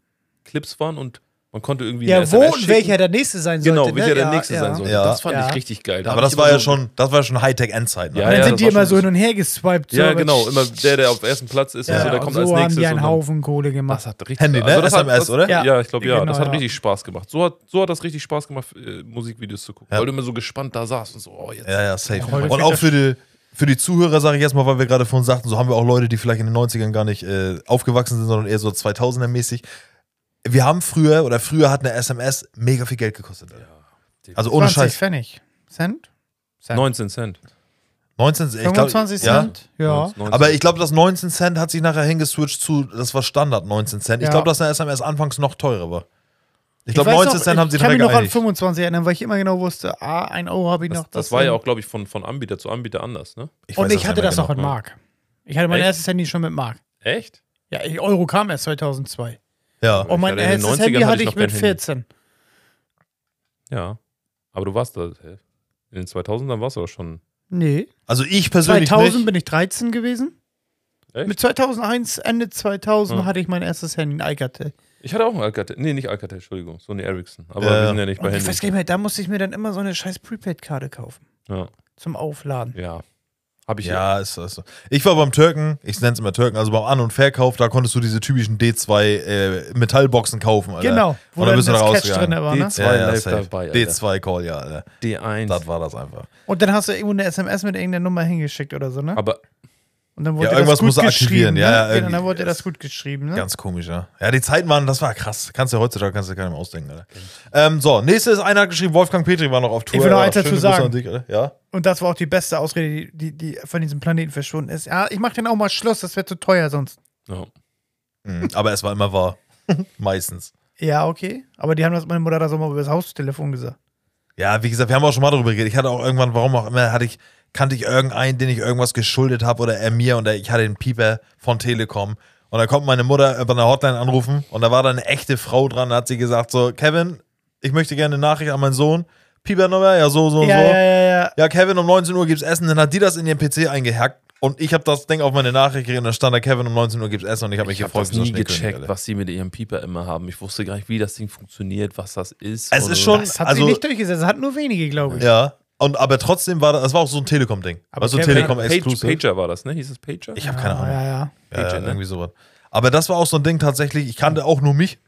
S4: Clips waren und man konnte irgendwie eine
S2: Ja, wo
S4: SMS
S2: und
S4: schicken?
S2: welcher der nächste sein sollte.
S4: Genau,
S2: ne?
S4: welcher der
S2: Ja,
S4: nächste
S2: ja.
S4: sein sollte.
S3: Ja.
S4: Das fand
S2: Ja.
S4: ich richtig geil. Da
S3: Aber
S4: hab
S3: das
S4: ich
S3: war
S4: immer
S3: ja
S4: so-
S3: schon, das war schon Hightech-Endzeit. Ne?
S4: Ja,
S2: Und dann
S4: ja.
S2: sind
S4: das
S2: die
S4: war
S2: immer
S4: schon-
S2: so hin und her geswiped. so,
S4: Ja,
S2: aber
S4: genau. Immer der, der auf ersten Platz ist, und so,
S2: Ja,
S4: der
S2: und
S4: kommt
S2: so
S4: als
S2: haben
S4: nächstes.
S2: die einen
S4: und dann-
S2: Haufen Kohle
S4: Das
S2: gemacht.
S4: hat richtig also
S3: Handy, ne?
S4: das hat-
S3: SMS,
S4: das,
S3: oder?
S4: Ja, ja ich glaube, ja.
S2: Genau,
S4: das hat
S2: ja.
S4: richtig Spaß gemacht. So hat, so hat das richtig Spaß gemacht, äh, Musikvideos zu gucken. Weil du immer so gespannt da saßt und so, oh, jetzt.
S3: Ja, ja, safe.
S2: heute
S3: und auch für die, für die Zuhörer sage ich jetzt mal, weil wir gerade vorhin sagten, so haben wir auch Leute, die vielleicht in den 90ern gar nicht äh, aufgewachsen sind, sondern eher so 2000er-mäßig. Wir haben früher oder früher hat eine SMS mega viel Geld gekostet. Alter. Also ohne
S2: 20
S3: Scheiß.
S2: Pfennig. Cent?
S4: 19 Cent.
S3: 19 ich glaub,
S2: 25
S3: ja.
S2: Cent? Ja.
S4: 19.
S3: Aber ich glaube, das 19 Cent hat sich nachher hingeswitcht zu, das war Standard 19 Cent. Ich
S2: Ja.
S3: glaube, dass eine SMS anfangs noch teurer war. Ich glaube,
S2: weiß
S3: 19
S2: noch,
S3: Cent haben sie
S2: Ich kann mich
S3: nachher
S2: noch an
S3: geeinigt.
S2: 25 erinnern, weil ich immer genau wusste, ah, 1 Euro habe ich
S4: das,
S2: noch.
S4: das, war ja auch, glaube ich, von, von Anbieter zu Anbieter anders, ne?
S3: Ich weiß
S2: Und Oh, ich hatte
S3: nicht mehr
S2: das auch
S3: genau.
S2: mit Mark. Ich hatte mein
S4: Echt?
S2: erstes Handy schon mit Mark.
S4: Echt?
S2: Ja, ich- Euro kam erst 2002.
S3: Ja.
S2: Und mein
S4: hatte in den
S2: erstes
S4: 90ern
S2: Handy
S4: hatte
S2: hatte
S4: ich
S2: ich
S4: noch
S2: mit
S4: kein Handy.
S2: 14.
S4: Ja. Aber du warst da, hä? in den 2000ern warst du auch schon.
S2: Nee.
S3: Also ich persönlich
S2: 2000
S3: nicht.
S2: bin ich 13 gewesen.
S4: Echt?
S2: Mit 2001, Ende 2000
S4: Ja.
S2: hatte ich mein erstes Handy, ein Alcatel.
S4: Ich hatte auch ein Alcatel. Nee, nicht Alcatel, Entschuldigung. Sony Ericsson. Aber
S3: Ja,
S4: wir
S3: ja.
S4: sind ja nicht bei
S2: Und ich weiß
S4: Handy.
S2: gar nicht mehr, da musste ich mir dann immer so eine scheiß Prepaid-Karte kaufen.
S4: Ja.
S2: Zum Aufladen.
S4: ja. Habe ich
S3: Ja, ist, ist so. Ich war beim Türken, ich nenne es immer Türken, also beim An- und Verkauf, da konntest du diese typischen D2 äh, Metallboxen kaufen, Alter.
S2: Genau,
S3: Wo
S2: wo
S3: und dann
S2: dann
S3: bist du da
S2: das Catch
S3: rausgegangen.
S2: drin war, ne?
S4: D2
S3: ja, ja,
S4: live
S3: safe.
S4: dabei, Alter.
S3: D2 Call, ja, Alter.
S4: D1.
S3: Das war das einfach.
S2: Und dann hast du irgendwo eine SMS mit irgendeiner Nummer hingeschickt oder so, ne?
S4: Aber
S2: Und dann wurde
S3: Ja,
S2: das
S3: irgendwas
S2: gut
S3: muss er
S2: geschrieben.
S3: aktivieren, ja, ja,
S2: ne? und dann
S3: irgendwie.
S2: wurde das gut geschrieben. Ne?
S3: Ganz komisch, ja. Ja, die Zeiten waren, das war krass. Kannst du ja heutzutage kannst du keinem ausdenken, Alter. Ähm, so, nächste ist einer hat geschrieben, Wolfgang Petri war noch auf Tour.
S2: Ich will noch
S3: Ja,
S2: eins dazu
S3: schöne Grüße
S2: sagen.
S3: an dich, Alter. ja.
S2: Und das war auch die beste Ausrede, die, die, die von diesem Planeten verschwunden ist. Ja, ich mach den auch mal Schluss, das wäre zu teuer sonst.
S4: Ja.
S3: Mhm, aber es war immer wahr. Meistens.
S2: Ja, okay. Aber die haben das meine Mutter das auch mal über das Haustelefon gesagt.
S3: Ja, wie gesagt, wir haben auch schon mal darüber geredet. Ich hatte auch irgendwann, warum auch immer, hatte ich, kannte ich irgendeinen, den ich irgendwas geschuldet habe oder er mir und er- ich hatte den Pieper von Telekom. Und da kommt meine Mutter über eine Hotline anrufen und da war da eine echte Frau dran, da hat sie gesagt: So, Kevin, ich möchte gerne eine Nachricht an meinen Sohn. Pieper-Nummer, ja, so, so, und
S2: Ja,
S3: so.
S2: ja, ja, ja.
S3: ja, Kevin, um 19 Uhr gibt's Essen. Dann hat die das in ihren PC eingehackt und ich habe das Ding auf meine Nachricht gekriegt und dann stand da Kevin, um 19 Uhr gibt's Essen und ich habe mich
S4: Ich habe
S3: gefreut,
S4: das
S3: wie so
S4: nie
S3: schnell
S4: gecheckt,
S3: können, Alter.
S4: was sie mit ihrem Pieper immer haben. Ich wusste gar nicht, wie das Ding funktioniert, was das ist.
S3: Es
S4: und-
S3: ist schon-
S2: Das hat
S3: Also-
S2: sie nicht durchgesetzt, das hat nur wenige, glaube ich.
S3: Ja, und, aber trotzdem war das, das war auch so ein Telekom-Ding.
S2: Aber
S3: Also
S2: Kevin-
S4: Page,
S3: Telekom-Exclusive.
S4: Pager war das, ne? Hieß es Pager?
S3: Ich habe keine Ahnung.
S2: Ja, ja.
S3: Ja,
S4: Agent, ne?
S3: irgendwie sowas. Aber das war auch so ein Ding tatsächlich, ich kannte auch nur mich.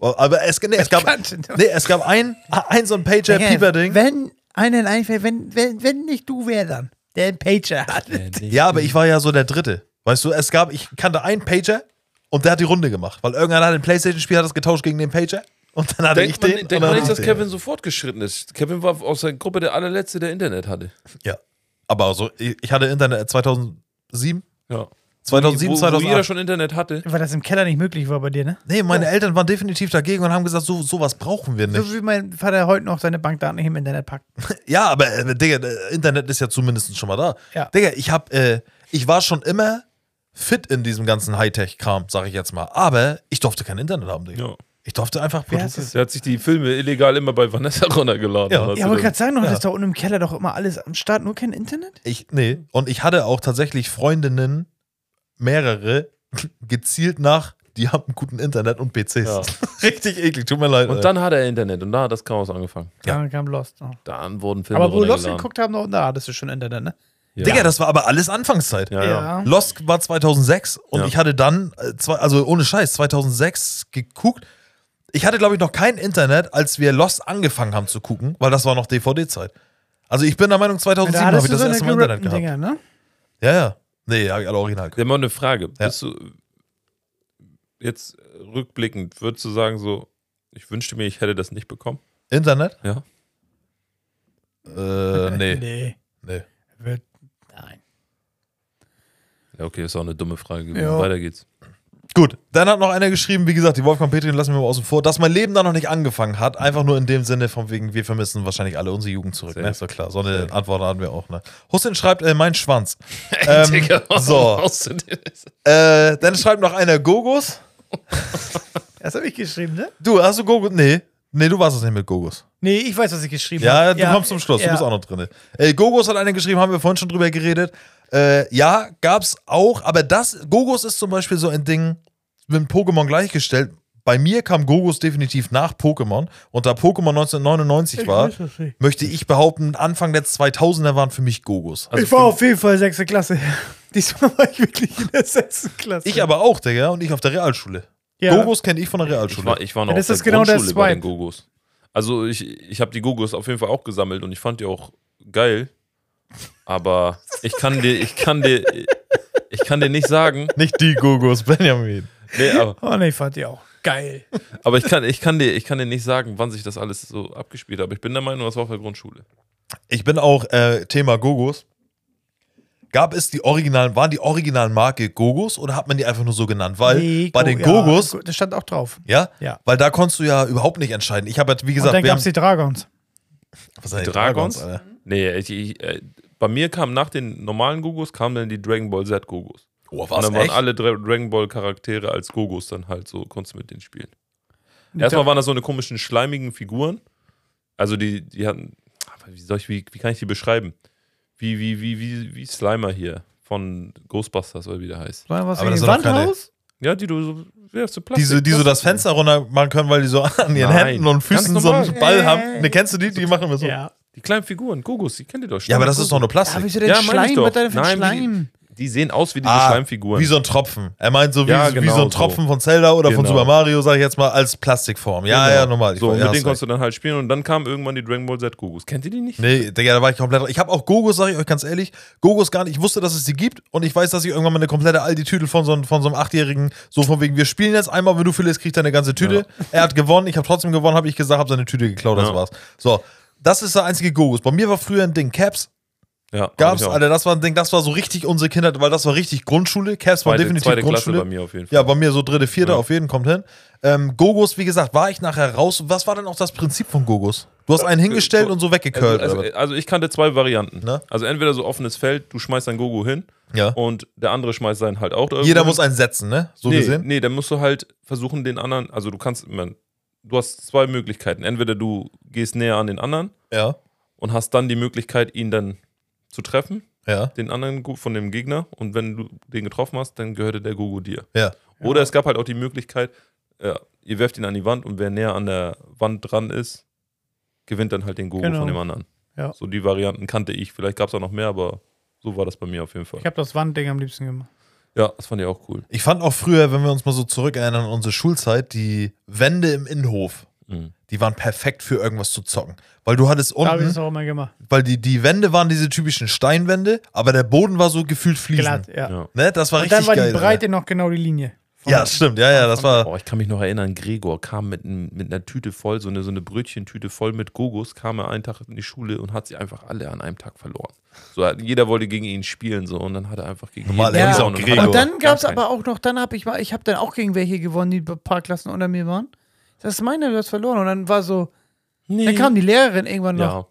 S3: Aber es, nee, es, gab,
S2: kannte nur-
S3: nee, es gab ein, ein so ein
S2: Digga,
S3: Pager-Pieper-Ding.
S2: Wenn einen einfällt, wenn, wenn, wenn nicht du, wer dann? Der einen Pager hat.
S4: Äh,
S3: Ja, aber
S4: Mhm.
S3: ich war ja so der Dritte. Weißt du, es gab, ich kannte einen Pager und der hat die Runde gemacht. Weil irgendeiner hat ein Playstation-Spiel, hat das getauscht gegen den Pager. Und dann hatte ich
S4: Denkt man,
S3: den.
S4: denkt
S3: und
S4: man
S3: dann
S4: nicht,
S3: hatte
S4: dass
S3: ich
S4: Kevin so fortgeschritten ist. Kevin war aus der Gruppe der allerletzte, der Internet hatte.
S3: den. Ja. Aber also, ich ich hatte Internet 2007,
S4: Ja.
S3: 2007,
S4: wo, wo jeder
S3: 2008.
S4: schon Internet hatte.
S2: Weil das im Keller nicht möglich war bei dir, ne?
S3: Nee, meine Eltern waren definitiv dagegen und haben gesagt, so, sowas brauchen wir nicht.
S2: So wie mein Vater heute noch seine Bankdaten nicht im Internet packt.
S3: Ja, aber äh, Digga, äh, Internet ist ja zumindest schon mal da.
S2: Ja.
S3: Digga, ich hab, äh, ich war schon immer fit in diesem ganzen Hightech-Kram, sag ich jetzt mal. Aber ich durfte kein Internet haben, Digga.
S4: Ja.
S3: Ich durfte einfach
S2: heißt
S3: Produkte.
S2: das?
S4: Der hat sich die Filme illegal immer bei Vanessa runtergeladen. Also
S3: Ja.
S4: Oder
S2: Ja,
S4: so.
S2: aber gerade sagen noch,
S3: Ja.
S2: dass da unten im Keller doch immer alles am Start, nur kein Internet?
S3: Ich, nee. Und ich hatte auch tatsächlich Freundinnen, mehrere, gezielt nach, die haben guten Internet und PCs.
S4: Ja.
S3: Richtig eklig, tut mir leid.
S4: Und dann hat er Internet und da hat das Chaos angefangen.
S3: Ja.
S2: Dann kam Lost. noch.
S4: Dann wurden Filme
S2: Aber wo wir Lost
S4: runtergeladen.
S2: geguckt haben, da hattest du schon Internet, ne?
S4: Ja.
S3: Digga, das war aber alles Anfangszeit.
S4: ja, ja.
S3: Lost war 2006 und
S4: Ja.
S3: ich hatte dann, äh, zwei, also ohne Scheiß, 2006 geguckt. Ich hatte, glaube ich, noch kein Internet, als wir Lost angefangen haben zu gucken, weil das war noch DVD-Zeit. Also ich bin der Meinung,
S2: Da
S3: 2007 habe
S2: hattest
S3: ich
S2: du
S3: das
S2: so eine
S3: erste Mal Internet
S2: gerippten
S3: gehabt.
S2: Dinger, ne?
S3: Ja, ja. Nee, habe ich alle original geguckt.
S4: Ja, mal eine Frage. Bist du jetzt äh, rückblickend, würdest du sagen, so, ich wünschte mir, ich hätte das nicht bekommen?
S3: Internet?
S4: Ja.
S3: Äh, nee.
S2: Nee.
S3: nee.
S2: Wird, nein.
S4: Ja, okay, ist auch eine dumme Frage. gewesen.
S2: Ja.
S4: Weiter geht's.
S3: Gut, dann hat noch einer geschrieben, wie gesagt, die Wolfgang Petrin lassen wir mal außen vor, dass mein Leben da noch nicht angefangen hat. Einfach nur in dem Sinne, von wegen, wir vermissen wahrscheinlich alle unsere Jugend zurück.
S4: Sehr.
S3: Ne? Ist doch klar. So eine Antwort hatten wir auch. Ne? Hussein schreibt, äh, mein Schwanz. ähm, so. Äh, dann schreibt noch einer Gogos.
S2: Das habe ich geschrieben, ne?
S3: Du, hast du Gogos? Nee. Nee, du warst es nicht mit Gogos.
S2: Nee, ich weiß, was ich geschrieben habe.
S3: Ja, du kommst zum Schluss,
S2: ja.
S3: du bist auch noch drin. Äh, Gogos hat einer geschrieben, haben wir vorhin schon drüber geredet. Äh, ja, gab's auch, aber das, Gogos ist zum Beispiel so ein Ding mit Pokémon gleichgestellt. Bei mir kam Gogos definitiv nach Pokémon und da Pokémon 1999 war,
S2: weiß das nicht.
S3: möchte ich behaupten, Anfang der 2000er waren für mich Gogos.
S4: Also
S2: ich war auf jeden Fall sechste Klasse. Diesmal war ich wirklich in der sechsten Klasse.
S3: Ich aber auch, Digga, und ich auf der Realschule.
S2: Ja.
S3: Gogos kenne ich von der
S4: Ich
S3: Realschule.
S4: war, ich war noch
S2: Ja, das
S4: auf der
S2: ist genau das
S4: Grundschule bei den
S2: Swipe.
S4: Gogos. Also ich, ich habe die Gogos auf jeden Fall auch gesammelt und ich fand die auch geil. Aber ich kann dir, ich kann dir, ich kann dir nicht sagen.
S3: Nicht die Gogos, Benjamin.
S4: Nee, aber,
S2: Oh nee, fand die auch. Geil.
S4: aber ich kann, ich kann dir, ich kann dir nicht sagen, wann sich das alles so abgespielt hat. Aber ich bin der Meinung, das war auf der Grundschule.
S3: Ich bin auch äh, Thema Gogos. Gab es die originalen, waren die originalen Marke Gogos oder hat man die einfach nur so genannt? Weil
S2: Nee,
S3: bei
S2: Go-
S3: den Gogos,
S2: Ja, das stand auch drauf.
S3: ja,
S2: Ja.
S3: weil da konntest du ja überhaupt nicht entscheiden. Ich habe ja, wie
S2: Und
S3: gesagt,
S2: dann
S3: wir
S2: gab
S3: haben
S2: es die Dragons.
S3: was sind die
S4: Dragons?
S3: Alter?
S4: Nee, ich, ich, äh, bei mir kam nach den normalen Gogos kamen dann die Dragon Ball Z Gogos.
S3: Oh,
S4: Und
S3: was
S4: dann waren
S3: echt?
S4: alle Dra Dragon Ball Charaktere als Gogos dann halt so, konntest du mit denen spielen. Erstmal waren das so eine komischen, schleimigen Figuren. Also die, die hatten, aber wie, soll ich, wie, wie kann ich die beschreiben? Wie, wie, wie, wie, wie Slimer hier von Ghostbusters oder wie der heißt.
S2: War was
S3: Aber
S2: in
S3: das
S2: die
S3: sind doch
S2: Wand
S3: keine-
S2: raus?
S4: Ja, die du so, ja, so Plastik.
S3: Die so, die so das Fenster runter machen können, weil die so an ihren
S4: Nein.
S3: Händen und Füßen
S4: Ganz
S3: so
S4: normal.
S3: einen Ball
S2: Äh.
S3: haben. Ne, kennst du die? Die machen immer so. Ja,
S4: Die kleinen Figuren, Gogos, die kennt ihr doch schon.
S3: aber das ist doch nur
S2: Ja,
S3: Plastik.
S2: wieso denn
S4: Ja, meine ich
S2: Schleim?
S4: doch.
S2: Was denn für
S4: Nein, wie die-
S2: Schleim?
S4: die sehen aus wie diese
S3: Ah,
S4: Schleimfiguren.
S3: Wie so ein Tropfen. Er meint so wie,
S4: Ja,
S3: wie
S4: genau
S3: so ein
S4: so.
S3: Tropfen von Zelda oder von
S4: Genau.
S3: Super Mario, sag ich jetzt mal, als Plastikform. Ja,
S4: Genau.
S3: ja, normal. Ich
S4: So,
S3: weiß,
S4: und
S3: ja,
S4: mit denen
S3: hast
S4: konntest du dann halt spielen und dann kamen irgendwann die Dragon Ball Z Gogus. Kennt ihr die nicht?
S3: Nee, Digga, da war ich komplett. Ich habe auch Gogos, sage ich euch ganz ehrlich, Gogos gar nicht. Ich wusste, dass es die gibt und ich weiß, dass ich irgendwann mal eine komplette Aldi-Tüte von so, einem- von so einem Achtjährigen, so von wegen, wir spielen jetzt einmal, wenn du verlierst, kriegst du eine ganze Tüte. Er hat gewonnen, ich habe trotzdem gewonnen, habe ich gesagt, habe seine Tüte geklaut, das
S4: Ja.
S3: war's. So, das ist der einzige Gogos. Bei mir war früher ein Ding Caps.
S4: Ja, hab
S3: Gab's,
S4: ich auch.
S3: Alter, das war ein Ding, das war so richtig unsere Kindheit, weil das war richtig Grundschule. Caps war
S4: zweite,
S3: definitiv
S4: zweite Klasse
S3: Grundschule.
S4: bei mir auf jeden Fall.
S3: Ja, bei mir so dritte, vierte
S4: Ja.
S3: auf jeden kommt hin. Ähm, Gogos, wie gesagt, war ich nachher raus. Was war denn auch das Prinzip von Gogos? Du hast einen hingestellt
S4: Äh, so-
S3: und so weggecurlt.
S4: Also, also,
S3: oder was?
S4: also ich kannte zwei Varianten.
S3: Ne?
S4: Also entweder so offenes Feld, du schmeißt dein Gogo hin
S3: ja.
S4: und der andere schmeißt seinen halt auch. da irgendwo
S3: Jeder
S4: hin.
S3: muss einen setzen, ne? So
S4: nee,
S3: gesehen.
S4: Nee, dann musst du halt versuchen, den anderen, also du kannst, man, du hast zwei Möglichkeiten. Entweder du gehst näher an den anderen
S3: Ja.
S4: und hast dann die Möglichkeit, ihn dann zu treffen,
S3: Ja.
S4: den anderen Gu- von dem Gegner. Und wenn du den getroffen hast, dann gehörte der Gogo dir.
S3: Ja.
S4: Oder es gab halt auch die Möglichkeit, ja, ihr werft ihn an die Wand und wer näher an der Wand dran ist, gewinnt dann halt den Gogo
S2: Genau.
S4: von dem anderen.
S2: Ja.
S4: So die Varianten kannte ich. Vielleicht gab es auch noch mehr, aber so war das bei mir auf jeden Fall.
S2: Ich habe das Wandding am liebsten gemacht.
S4: Ja, das fand ich auch cool.
S3: Ich fand auch früher, wenn wir uns mal so zurückerinnern an unsere Schulzeit, die Wände im Innenhof,
S4: Mhm.
S3: die waren perfekt für irgendwas zu zocken. Weil du hattest
S2: Da habe ich
S3: unten,
S2: das auch immer gemacht.
S3: weil die, die Wände waren diese typischen Steinwände, aber der Boden war so gefühlt
S2: Glatt,
S3: fließend.
S2: ja.
S4: Ja.
S3: Ne? Das war
S2: Und
S3: richtig
S2: dann war
S3: geil.
S2: die Breite noch genau die Linie.
S3: Alter. Ja, stimmt. Ja, ja, das war.
S4: Oh, ich kann mich noch erinnern, Gregor kam mit, n- mit einer Tüte voll, so eine, so eine Brötchentüte voll mit Gogos, kam er einen Tag in die Schule und hat sie einfach alle an einem Tag verloren. So, er- jeder wollte gegen ihn spielen, so, und dann hat er einfach gegen
S3: Normal,
S4: jeden
S2: er hieß
S4: gewonnen
S3: auch
S4: und
S3: Gregor.
S4: hat-
S2: Und dann gab es
S4: Ja,
S2: aber auch noch, dann habe ich mal, ich habe dann auch gegen welche gewonnen, die ein paar Klassen unter mir waren. Das ist meine, du hast verloren. Und dann war so,
S4: Nee.
S2: dann kam die Lehrerin irgendwann noch.
S4: ja.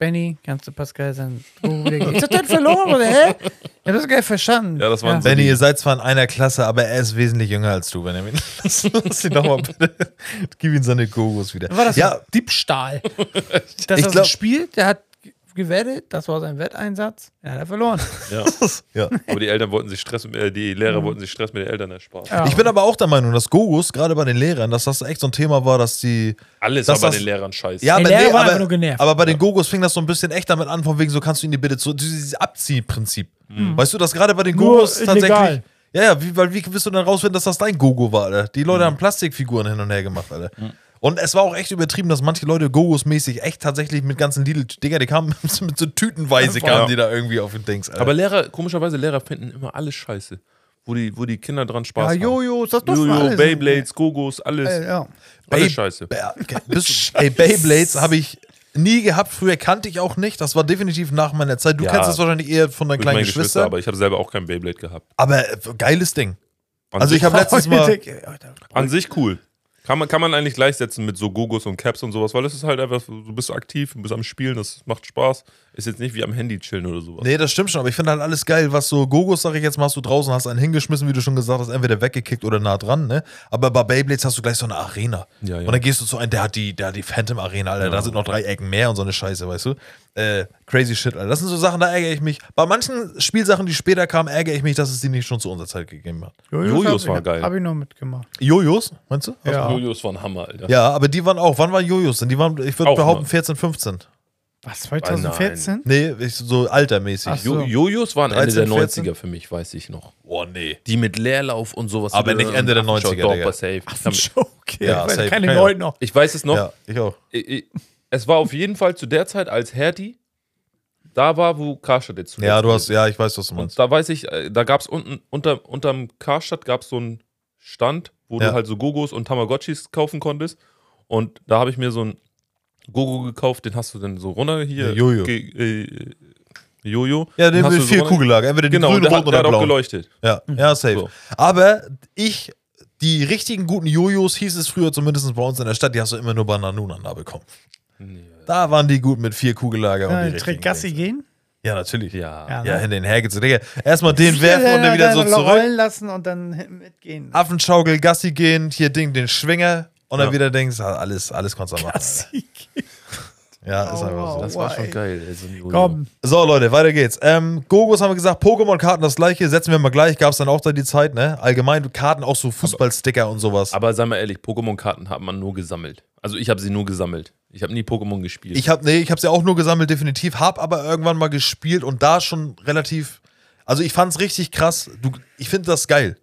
S2: Benny, kannst du Pascal sein? Buch wieder geben? Ich hab den verloren, oder? Hä? Ich hab das gar nicht verstanden.
S4: Ja, das waren
S3: Benny, ihr seid zwar in einer Klasse, aber er ist wesentlich jünger als du, Benjamin. Lass lass ihn doch mal bitte. Gib ihm seine Gogos wieder.
S2: War das
S3: ja,
S2: Diebstahl? Das
S3: Ich
S2: ist ein
S3: glaub-
S2: Spiel, der hat ge- gewettet, das war sein Wetteinsatz, ja, hat er verloren.
S4: Ja.
S3: ja.
S4: Aber die Eltern wollten sich Stress, äh, die Lehrer wollten sich Stress mit den Eltern ersparen.
S2: Ja.
S3: Ich bin aber auch der Meinung, dass Gogos, gerade bei den Lehrern, dass das echt so ein Thema war, dass die.
S4: Alles
S3: Das-
S4: war bei
S3: das-
S4: den Lehrern scheiße.
S3: Ja,
S2: Die
S3: aber,
S2: Lehrer waren
S3: aber,
S2: einfach nur genervt.
S3: aber bei den Gogos fing das so ein bisschen echt damit an, von wegen so kannst du ihn dir bitte zu. Dieses Abziehprinzip. Weißt du, dass gerade bei den
S2: Hm. Nur
S3: Gogos tatsächlich.
S2: illegal.
S3: Ja, ja, wie, weil wie wirst du dann rausfinden, dass das dein Gogo war, Alter? Die
S4: Hm.
S3: Leute haben Plastikfiguren hin und her gemacht, Alter. Und es war auch echt übertrieben, dass manche Leute Gogos-mäßig echt tatsächlich mit ganzen Lidl, Digga, die kamen mit so Tütenweise, kamen die da irgendwie auf den Dings, Alter.
S4: Aber Lehrer, komischerweise, Lehrer finden immer alles scheiße. Wo die, wo die Kinder dran Spaß
S2: Ja,
S4: haben.
S2: Jojo, Ah, das durften wir
S4: Jojo,
S2: alles.
S4: Beyblades, Gogos, alles.
S2: Äh, Ja.
S4: Alles scheiße.
S3: Ba- Bist, ey, Beyblades habe ich nie gehabt. Früher kannte ich auch nicht. Das war definitiv nach meiner Zeit. Du
S4: Ja.
S3: kennst das wahrscheinlich eher von deinen
S4: Mit
S3: kleinen
S4: meinen
S3: Geschwistern.
S4: Geschwistern, aber ich hatte selber auch kein Beyblade gehabt.
S3: aber, äh, geiles Ding.
S4: An
S3: Also
S4: sich-
S3: ich habe letztens mal.
S4: An sich cool. Kann man, kann man eigentlich gleichsetzen mit so Gogos und Caps und sowas, weil es ist halt einfach, so, du bist aktiv, du bist am Spielen, das macht Spaß. Ist jetzt nicht wie am Handy chillen oder sowas.
S3: Nee, das stimmt schon, aber ich finde halt alles geil, was so Gogos, sag ich jetzt, machst du draußen, hast einen hingeschmissen, wie du schon gesagt hast, entweder weggekickt oder nah dran, ne? Aber bei Beyblades hast du gleich so eine Arena.
S4: Ja, ja.
S3: Und dann gehst du zu einem, der hat die, der hat die Phantom Arena, Alter, da sind noch drei Ecken mehr und so eine Scheiße, weißt du? Äh, crazy shit, Alter. Das sind so Sachen, da ärgere ich mich. Bei manchen Spielsachen, die später kamen, ärgere ich mich, dass es die nicht schon zu unserer Zeit gegeben hat.
S4: Jojos war geil.
S2: Habe ich noch mitgemacht.
S3: Jojos, meinst du?
S2: Ja.
S4: Jojos waren Hammer, Alter.
S3: Ja, aber die waren auch. Wann waren Jojos denn? Die waren, ich würde
S4: Auch
S3: behaupten,
S4: mal.
S3: 14, 15.
S2: Was, 2014?
S3: Nee, ich, so altermäßig.
S2: Ach so.
S4: Jo Jojos waren Ende
S3: 13,
S4: der
S3: 14?
S4: 90er für mich, weiß ich noch.
S3: Oh, nee.
S4: Die mit Leerlauf und sowas.
S3: Aber nicht Ende der 90er,
S4: Doch,
S3: Digga.
S4: war safe. Ich,
S2: Okay,
S3: Ja,
S2: weil
S3: safe.
S2: keine
S3: Ja, ja.
S2: Leute noch.
S4: ich weiß es noch.
S3: Ja, ich auch.
S4: Ich- ich- Es war auf jeden Fall zu der Zeit, als Hertie da war, wo Karstadt jetzt
S3: Ja, du
S4: zuletzt
S3: hast, ja, ich weiß, was du meinst.
S4: Und da weiß ich, äh, da gab es unten, unter, unterm Karstadt gab es so einen Stand, wo
S3: Ja.
S4: du halt so Gogos und Tamagotchis kaufen konntest. Und da habe ich mir so einen Gogo gekauft, den hast du dann so runter hier.
S3: Ja, Jojo.
S4: ge- äh, Jojo.
S3: Ja, den
S4: hast
S3: mit
S4: du so
S3: vier
S4: runter-
S3: Kugellager. Entweder die
S4: Genau,
S3: grünen,
S4: der,
S3: roten
S4: hat, der
S3: oder
S4: hat auch
S3: blauen.
S4: geleuchtet.
S3: Ja, ja, safe.
S4: So.
S3: Aber ich, die richtigen guten Jojos hieß es früher zumindest bei uns in der Stadt, die hast du immer nur bei Nanunan da bekommen. Da waren die gut mit vier Kugellager und
S2: Ja,
S3: die richtigen
S2: Trickgassi
S3: Dings.
S2: Äh, gehen?
S3: Ja, natürlich. Ja,
S2: Ja,
S3: ja
S2: ne?
S3: in den hergezogen. Digga, erstmal den werfen und dann
S2: Dann-
S3: wieder so
S2: dann
S3: zurück.
S2: Äh, rollen lassen und dann mitgehen.
S3: Affenschaukel, Gassi gehen, hier Ding, den Schwinger und dann
S4: Ja.
S3: wieder denkst, ah, alles, alles kannst du machen. Alter. Ja, ist
S2: Oh,
S3: einfach so.
S2: wow.
S4: Das war
S2: Wow,
S4: schon
S2: ey.
S4: geil. ey, so ein Jojo.
S2: Komm,
S3: So, Leute, weiter geht's. Ähm, Gogos haben wir gesagt, Pokémon-Karten das gleiche, setzen wir mal gleich, gab's dann auch da die Zeit, ne? Allgemein Karten, auch so Fußballsticker und sowas.
S4: Aber sei mal ehrlich, Pokémon-Karten hat man nur gesammelt. Also ich habe sie nur gesammelt. Ich habe nie Pokémon gespielt.
S3: Ich habe nee, ich habe sie auch nur gesammelt, definitiv, hab aber irgendwann mal gespielt und da schon relativ Also ich fand's richtig krass. Du, ich finde das geil.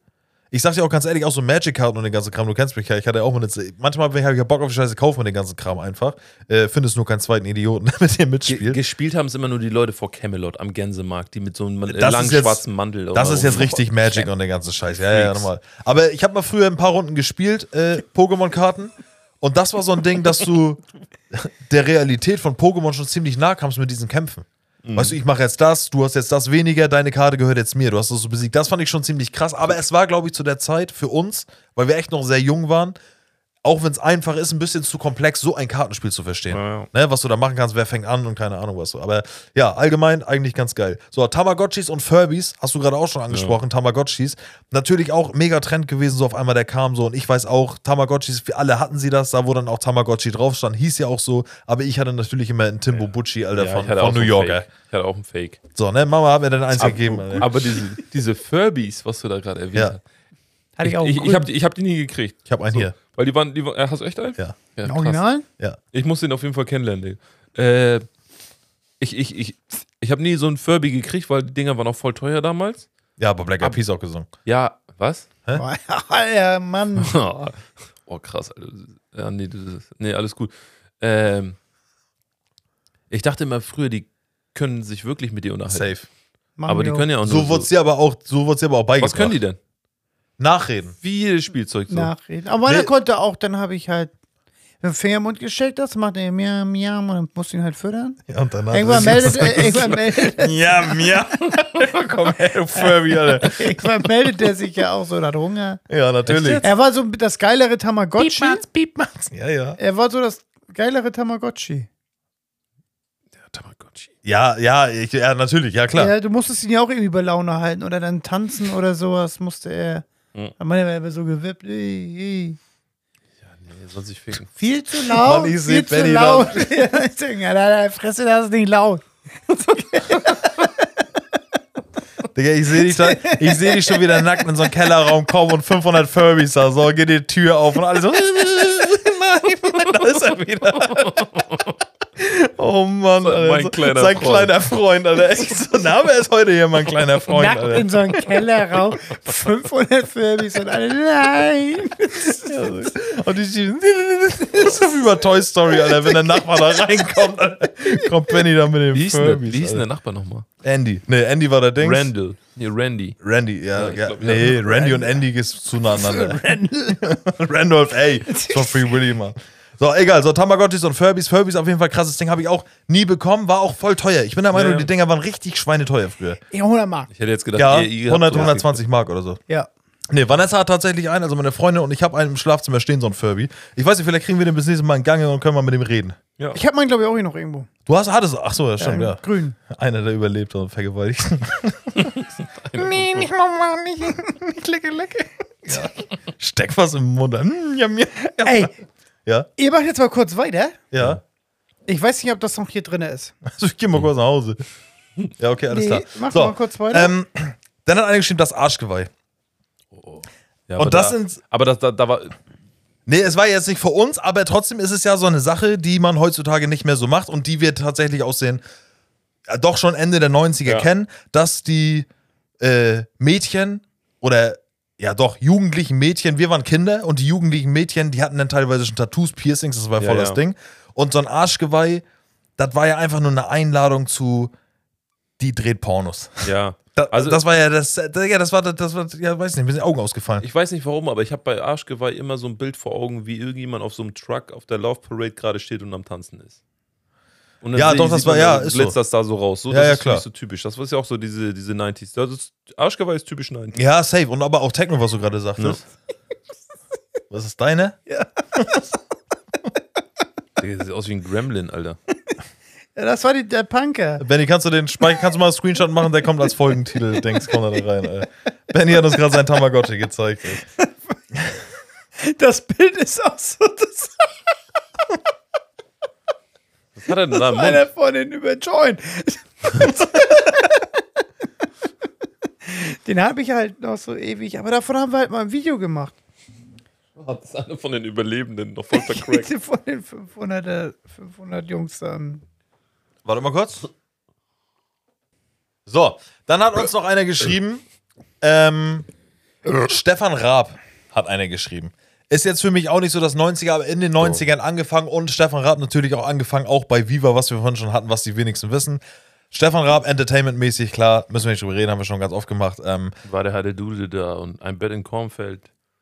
S3: Ich sag dir auch ganz ehrlich, auch so Magic-Karten und den ganzen Kram, du kennst mich ja, ich hatte ja auch mal eine, manchmal habe ich ja Bock auf die Scheiße, kauf mir den ganzen Kram einfach. Äh, findest nur keinen zweiten Idioten, damit ihr
S4: Ge
S3: mitspielt.
S4: gespielt haben es immer nur die Leute vor Camelot am Gänsemarkt, die mit so einem äh,
S3: Das ist
S4: langen
S3: jetzt-
S4: schwarzen Mantel.
S3: Das
S4: oder-
S3: ist jetzt richtig Magic und der ganze Scheiß. Ja, ja, ja, nochmal. Aber ich habe mal früher ein paar Runden gespielt, äh, Pokémon-Karten. Und das war so ein Ding, dass du der Realität von Pokémon schon ziemlich nah kamst mit diesen Kämpfen.
S4: Mhm.
S3: Weißt du, ich mache jetzt das, du hast jetzt das weniger, deine Karte gehört jetzt mir, du hast das so besiegt. Das fand ich schon ziemlich krass. Aber es war, glaube ich, zu der Zeit für uns, weil wir echt noch sehr jung waren, auch wenn es einfach ist, ein bisschen zu komplex, so ein Kartenspiel zu verstehen.
S4: Ja,
S3: Ne, was du da machen kannst, wer fängt an und keine Ahnung was so. Aber ja, allgemein eigentlich ganz geil. So, Tamagotchis und Furbies, hast du gerade auch schon angesprochen, Tamagotchis. Natürlich auch mega Trend gewesen, so auf einmal der kam so. Und ich weiß auch, Tamagotchis, wir alle hatten sie das, da wo dann auch Tamagotchi drauf stand, hieß ja auch so. Aber ich hatte natürlich immer einen Timbo Butchi, Alter,
S4: Ja,
S3: von,
S4: ich hatte
S3: von
S4: auch
S3: New
S4: einen
S3: Yorker.
S4: Fake. Ich hatte auch einen Fake.
S3: So, ne, Mama hat mir dann eins gegeben. Alter.
S4: Aber diese, diese Furbies, was du da gerade erwähnt
S3: Ja.
S4: hast.
S2: Hatte ich auch.
S4: Ich,
S2: einen
S4: ich
S2: grünen.
S4: habe die, ich hab die nie gekriegt.
S3: Ich habe einen hier.
S4: Weil die waren, die waren, äh, hast du echt einen?
S3: Ja.
S4: ja
S2: Einen
S4: krass.
S2: Original?
S3: Ja.
S4: Ich muss den auf jeden Fall kennenlernen. Digga. Äh, ich ich, ich, ich habe nie so einen Furby gekriegt, weil die Dinger waren auch voll teuer damals.
S3: Ja, aber Black Eyed Peas auch gesungen.
S4: Ja, was?
S2: Alter, Mann.
S4: oh, krass. Alter. Ja, nee, das ist, nee, alles gut. Ähm, ich dachte immer früher, die können sich wirklich mit dir unterhalten.
S3: Safe.
S2: Machen
S4: Aber die
S2: wir
S4: können ja auch nur
S3: So wurde dir aber auch, so wurd's dir aber auch beigebracht.
S4: Was können die denn?
S3: Nachreden.
S4: Viel Spielzeug so.
S2: nachreden. Aber meiner
S3: Nee.
S2: konnte auch, dann habe ich halt den Finger im Mund gesteckt, das macht er miam, miam und dann musst du ihn halt fördern.
S3: Ja, und danach
S2: Irgendwann meldet, äh, er, irgendwann, meldet,
S3: Ja, ja. Komm her, du Furby, Alter.
S2: irgendwann meldet er sich ja auch so, der hat Hunger.
S3: Ja, natürlich.
S2: Er war so das geilere Tamagotchi.
S3: Ja, ja.
S2: Er war so das geilere Tamagotchi.
S4: Tamagotchi.
S3: Ja, ja, ich, ja, natürlich, ja klar.
S2: Ja, du musstest ihn ja auch irgendwie bei Laune halten oder dann tanzen oder sowas musste er.
S4: Mhm.
S2: Aber Mann, er war immer so gewippt. Ey, ey.
S4: Nee, soll sich ficken.
S2: Viel zu laut.
S3: Mann, ich seh
S2: viel zu
S3: Benny
S2: laut. Ja, ich denk, Alter, Fresse, das ist nicht laut.
S3: Digga, ich sehe dich, da- ich seh dich schon wieder nackt in so einen Kellerraum kommen und 500 Furbies da. So, geht die Tür auf und alles so. Nein, da ist er wieder. Oh Mann, Alter.
S4: mein
S3: so-
S4: kleiner
S3: sein
S4: Freund.
S3: kleiner Freund, Alter. Echt, so ein Name ist heute hier mein kleiner Freund,
S2: Nackt
S3: Alter.
S2: in so einem Kellerraum. 500 Furbies und alle. Nein.
S4: Also
S3: Und ich ist so wie bei Toy Story, Alter. Wenn der Nachbar da reinkommt, Alter, kommt Benny da mit dem
S4: Wie hieß denn der-
S3: Furbies.
S4: wie hieß denn der
S3: Alter.
S4: Nachbar nochmal?
S3: Andy. Nee, Andy war der Dings.
S4: Randall. Nee, Randy.
S3: Randy, ja.
S4: Ja, ich
S3: ja,
S4: glaub, ja.
S3: nee, Randy und Andy ist zueinander. Randolph, ey. So Free Willy, Mann. So, egal, so Tamagotchis und Furbies. Furbies auf jeden Fall krasses Ding, habe ich auch nie bekommen, war auch voll teuer. Ich bin der Meinung,
S4: Ja.
S3: die Dinger waren richtig schweineteuer früher.
S2: Ja, 100 Mark.
S4: Ich hätte jetzt gedacht,
S3: Ja,
S4: ihr- ihr habt
S3: 100,
S4: sowas
S3: 120 Mark oder so.
S2: Ja.
S3: Nee, Vanessa hat tatsächlich einen, also meine Freundin und ich habe einen im Schlafzimmer stehen, so ein Furby. Ich weiß nicht, vielleicht kriegen wir den bis nächstes Mal in Gange und können mal mit dem reden.
S2: Ich habe meinen, glaube ich, auch hier noch irgendwo.
S3: Du hast, hattest, ach so, ja, stimmt, ja.
S2: Grün.
S3: Einer, der überlebt und vergewaltigt.
S2: Nee, nicht nochmal. Nicht, nicht lecke, lecke.
S3: Steck was im Mund. Hm, ja, mir. Ja.
S2: Ey,
S3: Ja,
S2: ihr macht jetzt mal kurz weiter.
S3: ja.
S2: Ich weiß nicht, ob das noch hier drin ist.
S3: Also ich gehe mal kurz nach Hause. Ja, okay, alles
S2: Nee,
S3: klar.
S2: mach
S3: so,
S2: mal kurz weiter.
S3: ähm, dann hat einer geschrieben, das Arschgeweih.
S4: Ja,
S3: Und
S4: aber
S3: das
S4: da,
S3: sind-
S4: Aber das, da, da war.
S3: Nee, es war jetzt nicht für uns, aber trotzdem ist es ja so eine Sache, die man heutzutage nicht mehr so macht und die wir tatsächlich aus den äh, doch schon Ende der 90er
S4: Ja.
S3: kennen, dass die äh, Mädchen oder ja doch, jugendlichen Mädchen, wir waren Kinder und die jugendlichen Mädchen, die hatten dann teilweise schon Tattoos, Piercings, das war
S4: Ja,
S3: voll
S4: ja.
S3: das Ding. Und so ein Arschgeweih, das war ja einfach nur eine Einladung zu, die dreht Pornos.
S4: Ja.
S3: Da, also
S4: Also-
S3: das war ja das, äh, ja, das war das, war, ja, weiß nicht, mir sind die Augen ausgefallen.
S4: Ich weiß nicht warum, aber ich habe bei Arschgeweih immer so ein Bild vor Augen, wie irgendjemand auf so einem Truck auf der Love Parade gerade steht und am Tanzen ist. Und dann
S3: Ja,
S4: sehe-
S3: doch, das
S4: sieht man
S3: war- ja,
S4: dann
S3: ist so.
S4: blitzt das da so raus. So,
S3: Ja,
S4: das
S3: ja,
S4: ist für
S3: klar.
S4: mich so typisch. Das ist ja auch so diese, diese 90s. Das ist, Arschgeweih ist typisch 90s.
S3: ja, safe und aber auch Techno, was du gerade sagtest. Was ist deine?
S4: Digga, das sieht aus wie ein Gremlin, Alter.
S2: Ja, das war die, der Punker.
S3: Benny, kannst du den Speicher, kannst du mal einen Screenshot machen, der kommt als Folgentitel, denkst, kommt da rein. Ey. Benny hat uns gerade sein Tamagotchi gezeigt. Ey.
S2: Das Bild ist auch so, dass
S4: Was hat er denn da im
S2: einer
S4: Mund?
S2: von denen überjoint. Den habe ich halt noch so ewig, aber davon haben wir halt mal ein Video gemacht.
S4: Hat das einer von den Überlebenden noch voll vercrackt?
S2: Von den 500, äh, 500 Jungs dann.
S3: Warte mal kurz. So, dann hat uns noch einer geschrieben. Ähm, Stefan Raab hat einer geschrieben. Ist jetzt für mich auch nicht so das 90er, aber in den 90ern angefangen und Stefan Raab natürlich auch angefangen, auch bei Viva, was wir vorhin schon hatten, was die wenigsten wissen. Stefan Raab, Entertainment-mäßig, klar, müssen wir nicht drüber reden, haben wir schon ganz oft gemacht. Ähm,
S4: War der Hadedude da und ein Bett in Kornfeld.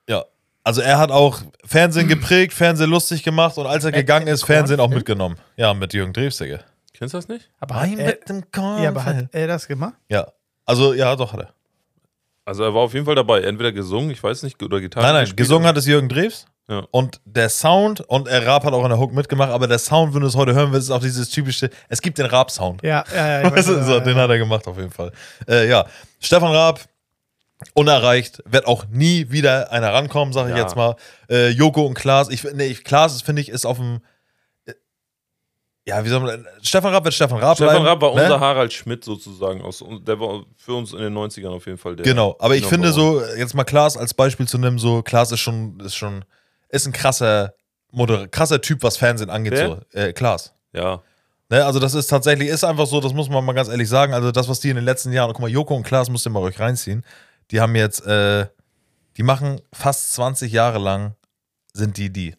S3: ja, also er hat auch Fernsehen geprägt, Fernsehen lustig gemacht und
S2: Äh,
S3: als er gegangen ist, Fernsehen auch mitgenommen. Ja, mit Jürgen Dreefsicke.
S4: Kennst du das nicht?
S2: Aber hat er,
S3: dem
S2: ja, aber hat er das gemacht?
S3: Ja, also ja, doch hat er.
S4: Also er war auf jeden Fall dabei. Entweder gesungen, ich weiß nicht, oder Gitarre.
S3: Nein, nein,
S4: gespielt.
S3: gesungen hat es Jürgen Drews.
S4: Ja.
S3: Und der Sound, und er Raab hat auch in der Hook mitgemacht, aber der Sound, wenn du es heute hören willst, ist auch dieses typische, es gibt den Raab-Sound.
S2: Ja, ja, ja. ich weiß
S3: Weißt du,
S2: nicht,
S3: so,
S2: aber-
S3: den hat er gemacht auf jeden Fall. Äh, ja, Stefan Raab, unerreicht, wird auch nie wieder einer rankommen, sage ich
S4: Ja.
S3: jetzt mal. Äh, Joko und Klaas, ich, nee, ich, Klaas, finde ich, ist auf dem, äh, ja, wie soll man, Stefan Raab wird Stefan Raab
S4: Stefan
S3: bleiben,
S4: Raab war
S3: ne?
S4: unser Harald Schmidt sozusagen. Aus, der war für uns in den 90ern auf jeden Fall der.
S3: Genau, aber ich
S4: Number
S3: finde
S4: one.
S3: so, jetzt mal Klaas als Beispiel zu nehmen, so Klaas ist schon, ist schon, ist ein krasser, Moder krasser Typ, was Fernsehen angeht,
S4: Wer?
S3: so. Äh, Klaas.
S4: Ja.
S3: Ne, also das ist tatsächlich, ist einfach so, das muss man mal ganz ehrlich sagen, also das, was die in den letzten Jahren, guck mal, Joko und Klaas müsst ihr mal euch reinziehen, die haben jetzt, äh, die machen fast 20 Jahre lang, sind die die.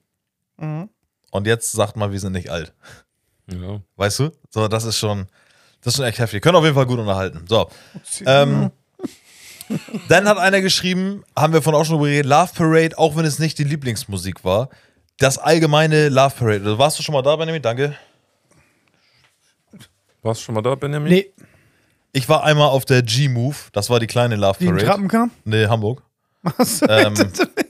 S2: Mhm.
S3: Und jetzt sagt man, wir sind nicht alt.
S4: ja.
S3: Weißt du? So, das ist schon, das ist schon echt heftig. Können auf jeden Fall gut unterhalten. So. Ähm, dann hat einer geschrieben, haben wir von auch schon drüber geredet, Love Parade, auch wenn es nicht die Lieblingsmusik war, das allgemeine Love Parade. Also, Warst du schon mal da, Benjamin? Danke.
S4: Warst du schon mal da, Benjamin?
S2: Nee,
S3: Ich war einmal auf der G-Move, das war die kleine Love
S2: die in
S3: Parade.
S2: Trappen kam.
S3: nee, Hamburg.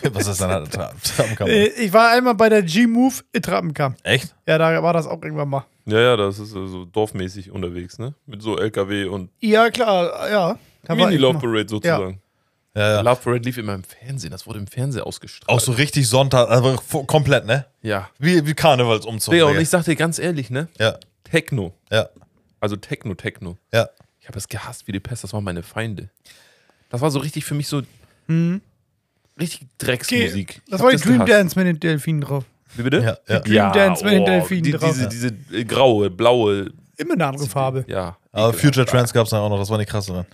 S3: Ähm, was ist denn da? Tra Trappenkammer.
S2: Also, Äh, Ich war einmal bei der G-Move in Trappenkamp.
S3: Echt?
S2: Ja, da war das auch irgendwann mal.
S4: Ja, ja, das ist äh, so dorfmäßig unterwegs, ne? Mit so LKW und
S2: Ja, klar, ja. Da war
S4: Mini
S2: ich
S4: Love
S2: noch.
S4: Parade sozusagen.
S3: Ja, ja.
S4: Love Parade lief immer im Fernsehen, das wurde im Fernsehen ausgestrahlt.
S3: Auch so richtig Sonntag, aber vo- komplett, ne?
S4: Ja.
S3: Wie, wie Karnevalsumzug.
S4: Digga, und
S3: Digga.
S4: ich sag dir ganz ehrlich, ne?
S3: ja,
S4: Techno.
S3: ja,
S4: Also Techno, Techno.
S3: ja.
S4: Ich habe es gehasst wie die Pest, das waren meine Feinde. Das war so richtig für mich so richtig Drecksmusik. Ich
S2: Mhm. Das
S4: hab
S2: war die Dream
S4: gehasst.
S2: Dance mit den Delfinen drauf.
S4: Wie bitte? oh,
S3: ja, ja.
S2: Dream Dance mit den Delfinen
S4: die,
S2: drauf.
S4: diese, diese äh, graue, blaue,
S2: Immer eine andere Farbe.
S4: ja.
S3: Aber
S4: ekelhaft.
S3: Future Trends gab es dann auch noch, das war die krasseren.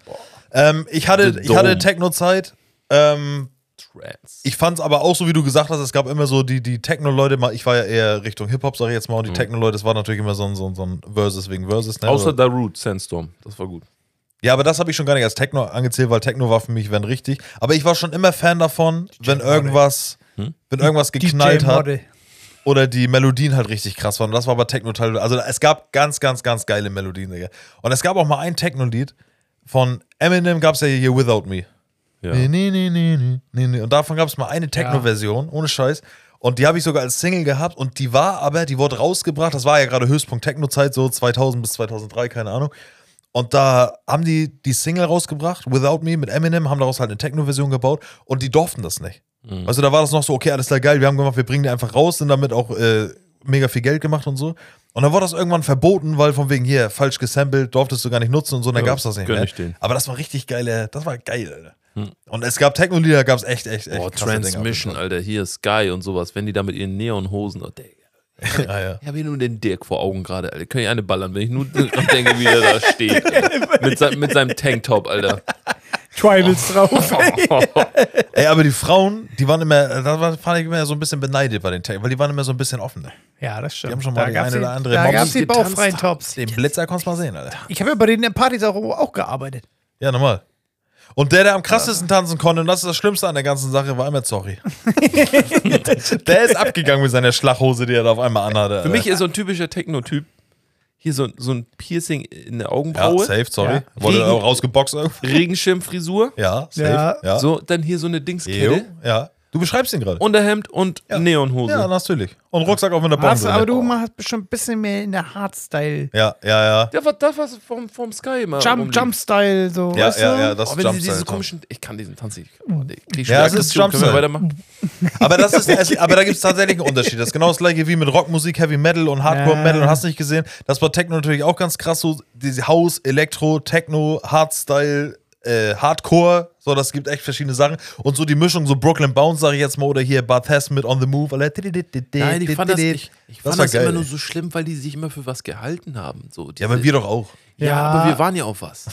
S3: Ähm, ich hatte,
S4: The
S3: ich hatte
S4: Dome.
S3: Techno-Zeit. Ähm,
S4: Trance.
S3: ich fand es aber auch so, wie du gesagt hast, es gab immer so die, die Techno-Leute, mal- ich war ja eher Richtung Hip-Hop, sag ich jetzt mal, und die Techno-Leute, das war natürlich immer so ein, so ein, so ein Versus wegen Versus. Ne?
S4: Mhm. Außer
S3: Oder-
S4: Darude Sandstorm, das war gut.
S3: ja, aber das habe ich schon gar nicht als Techno angezählt, weil Techno war für mich, wenn richtig. Aber ich war schon immer Fan davon, wenn irgendwas,
S4: Hm?
S3: wenn irgendwas geknallt hat
S2: Model.
S3: oder die Melodien halt richtig krass waren. Und das war aber Techno-Teil. Also es gab ganz, ganz, ganz geile Melodien, Digga. Und es gab auch mal ein Techno-Lied von Eminem, gab es ja hier Without Me.
S4: Ja.
S3: Nee, nee, nee, nee, nee, nee, nee. Und davon gab es mal eine Techno-Version, ohne Scheiß. Und die habe ich sogar als Single gehabt. Und die war aber, die wurde rausgebracht. Das war ja gerade Höchstpunkt Techno-Zeit, so 2000 bis 2003, keine Ahnung. Und da haben die die Single rausgebracht, Without Me, mit Eminem, haben daraus halt eine Techno-Version gebaut. Und die durften das nicht.
S4: Mhm.
S3: Also da war das noch so, okay, alles klar, geil, wir haben gemacht, wir bringen die einfach raus, sind damit auch äh, mega viel Geld gemacht und so. Und dann wurde das irgendwann verboten, weil von wegen hier, falsch gesampelt, durftest du gar nicht nutzen und so, und dann
S4: Ja,
S3: gab's das nicht ne?
S4: gönn
S3: mehr.
S4: ich denen.
S3: Aber das war richtig geile, das war geil, Alter. Und es gab Techno-Lieder, gab es echt, echt, echt.
S4: Boah,
S3: krasse Dinger.
S4: Oh, Transmission, Alter, hier Sky und sowas, wenn die da mit ihren Neonhosen. Oh, Digga.
S3: Ja, ja.
S4: Ich habe hier nur den Dirk vor Augen gerade, Alter. Kann ich eine ballern, wenn ich nur dran denke, wie der da steht. Alter. Mit, sein, mit seinem Tanktop, Alter.
S2: Tribals
S3: Oh.
S2: drauf.
S3: Ey, aber die Frauen, die waren immer, äh, da war- fand ich immer so ein bisschen beneidet bei den Techno, weil die waren immer so ein bisschen offener.
S2: Ja, das stimmt.
S3: Die haben schon mal die
S2: gab's
S3: eine oder andere
S2: Da
S3: Moms
S2: gab es die
S4: getanzt
S2: bauchfreien Tops.
S3: Den Blitzer konntest du mal sehen, Alter.
S2: Ich habe ja bei den Partys auch, auch gearbeitet.
S3: Ja, normal. Und der, der am krassesten tanzen konnte, und das ist das Schlimmste an der ganzen Sache, war immer sorry. der ist abgegangen mit seiner Schlachhose, die er da auf einmal anhatte.
S4: Für mich ist so ein typischer Techno-Typ. Hier so, so ein Piercing in der
S3: ja,
S4: Augenbraue.
S3: safe, sorry.
S2: Ja.
S3: Wurde
S4: Gegen-
S3: auch rausgeboxt irgendwie.
S4: Regenschirmfrisur.
S3: Ja, safe. Ja.
S2: Ja.
S4: So, dann hier so eine
S3: Jo,
S4: Dingskette.
S3: ja. Du beschreibst ihn gerade.
S4: Unterhemd und Neonhose.
S3: Ja, natürlich. Und Rucksack auch mit einer
S2: Hast,
S3: Bombe.
S2: du- aber du hast bestimmt ein bisschen mehr in der Hardstyle.
S3: ne? Ja, ja, ja.
S4: Da war, da war vom, vom Sky immer.
S2: Jump, Jump-Style, so.
S3: Ja,
S2: weißt
S3: ja,
S2: du?
S3: ja, das halt.
S4: Oh,
S3: ist
S4: wenn sie
S3: Jumpstyle.
S4: diese komischen. Ich kann diesen Tanz nicht.
S2: Hm.
S4: Oh, nee, krieg
S3: Ja,
S4: schon
S3: es ist
S4: Aggression. Können
S3: Jumpstyle.
S4: wir weitermachen?
S3: Aber, das ist, es, aber da gibt es tatsächlich einen Unterschied. Das ist genau das gleiche wie mit Rockmusik, Heavy Metal und Hardcore Metal und hast nicht gesehen. Das war Techno natürlich auch ganz krass, so diese House, Elektro, Techno, Hardstyle, äh, Hardcore, so das gibt echt verschiedene Sachen und so die Mischung so Brooklyn Bounce sage ich jetzt mal oder hier Bath Hess mit On the Move, alle.
S4: Nein, ich fand das, ich,
S3: Das
S4: ich fand
S3: war
S4: das
S3: geil.
S4: immer nur so schlimm, weil die sich immer für was gehalten haben. So,
S3: Ja, aber wir doch auch.
S4: ja,
S2: Ja.
S4: aber wir waren ja auf was.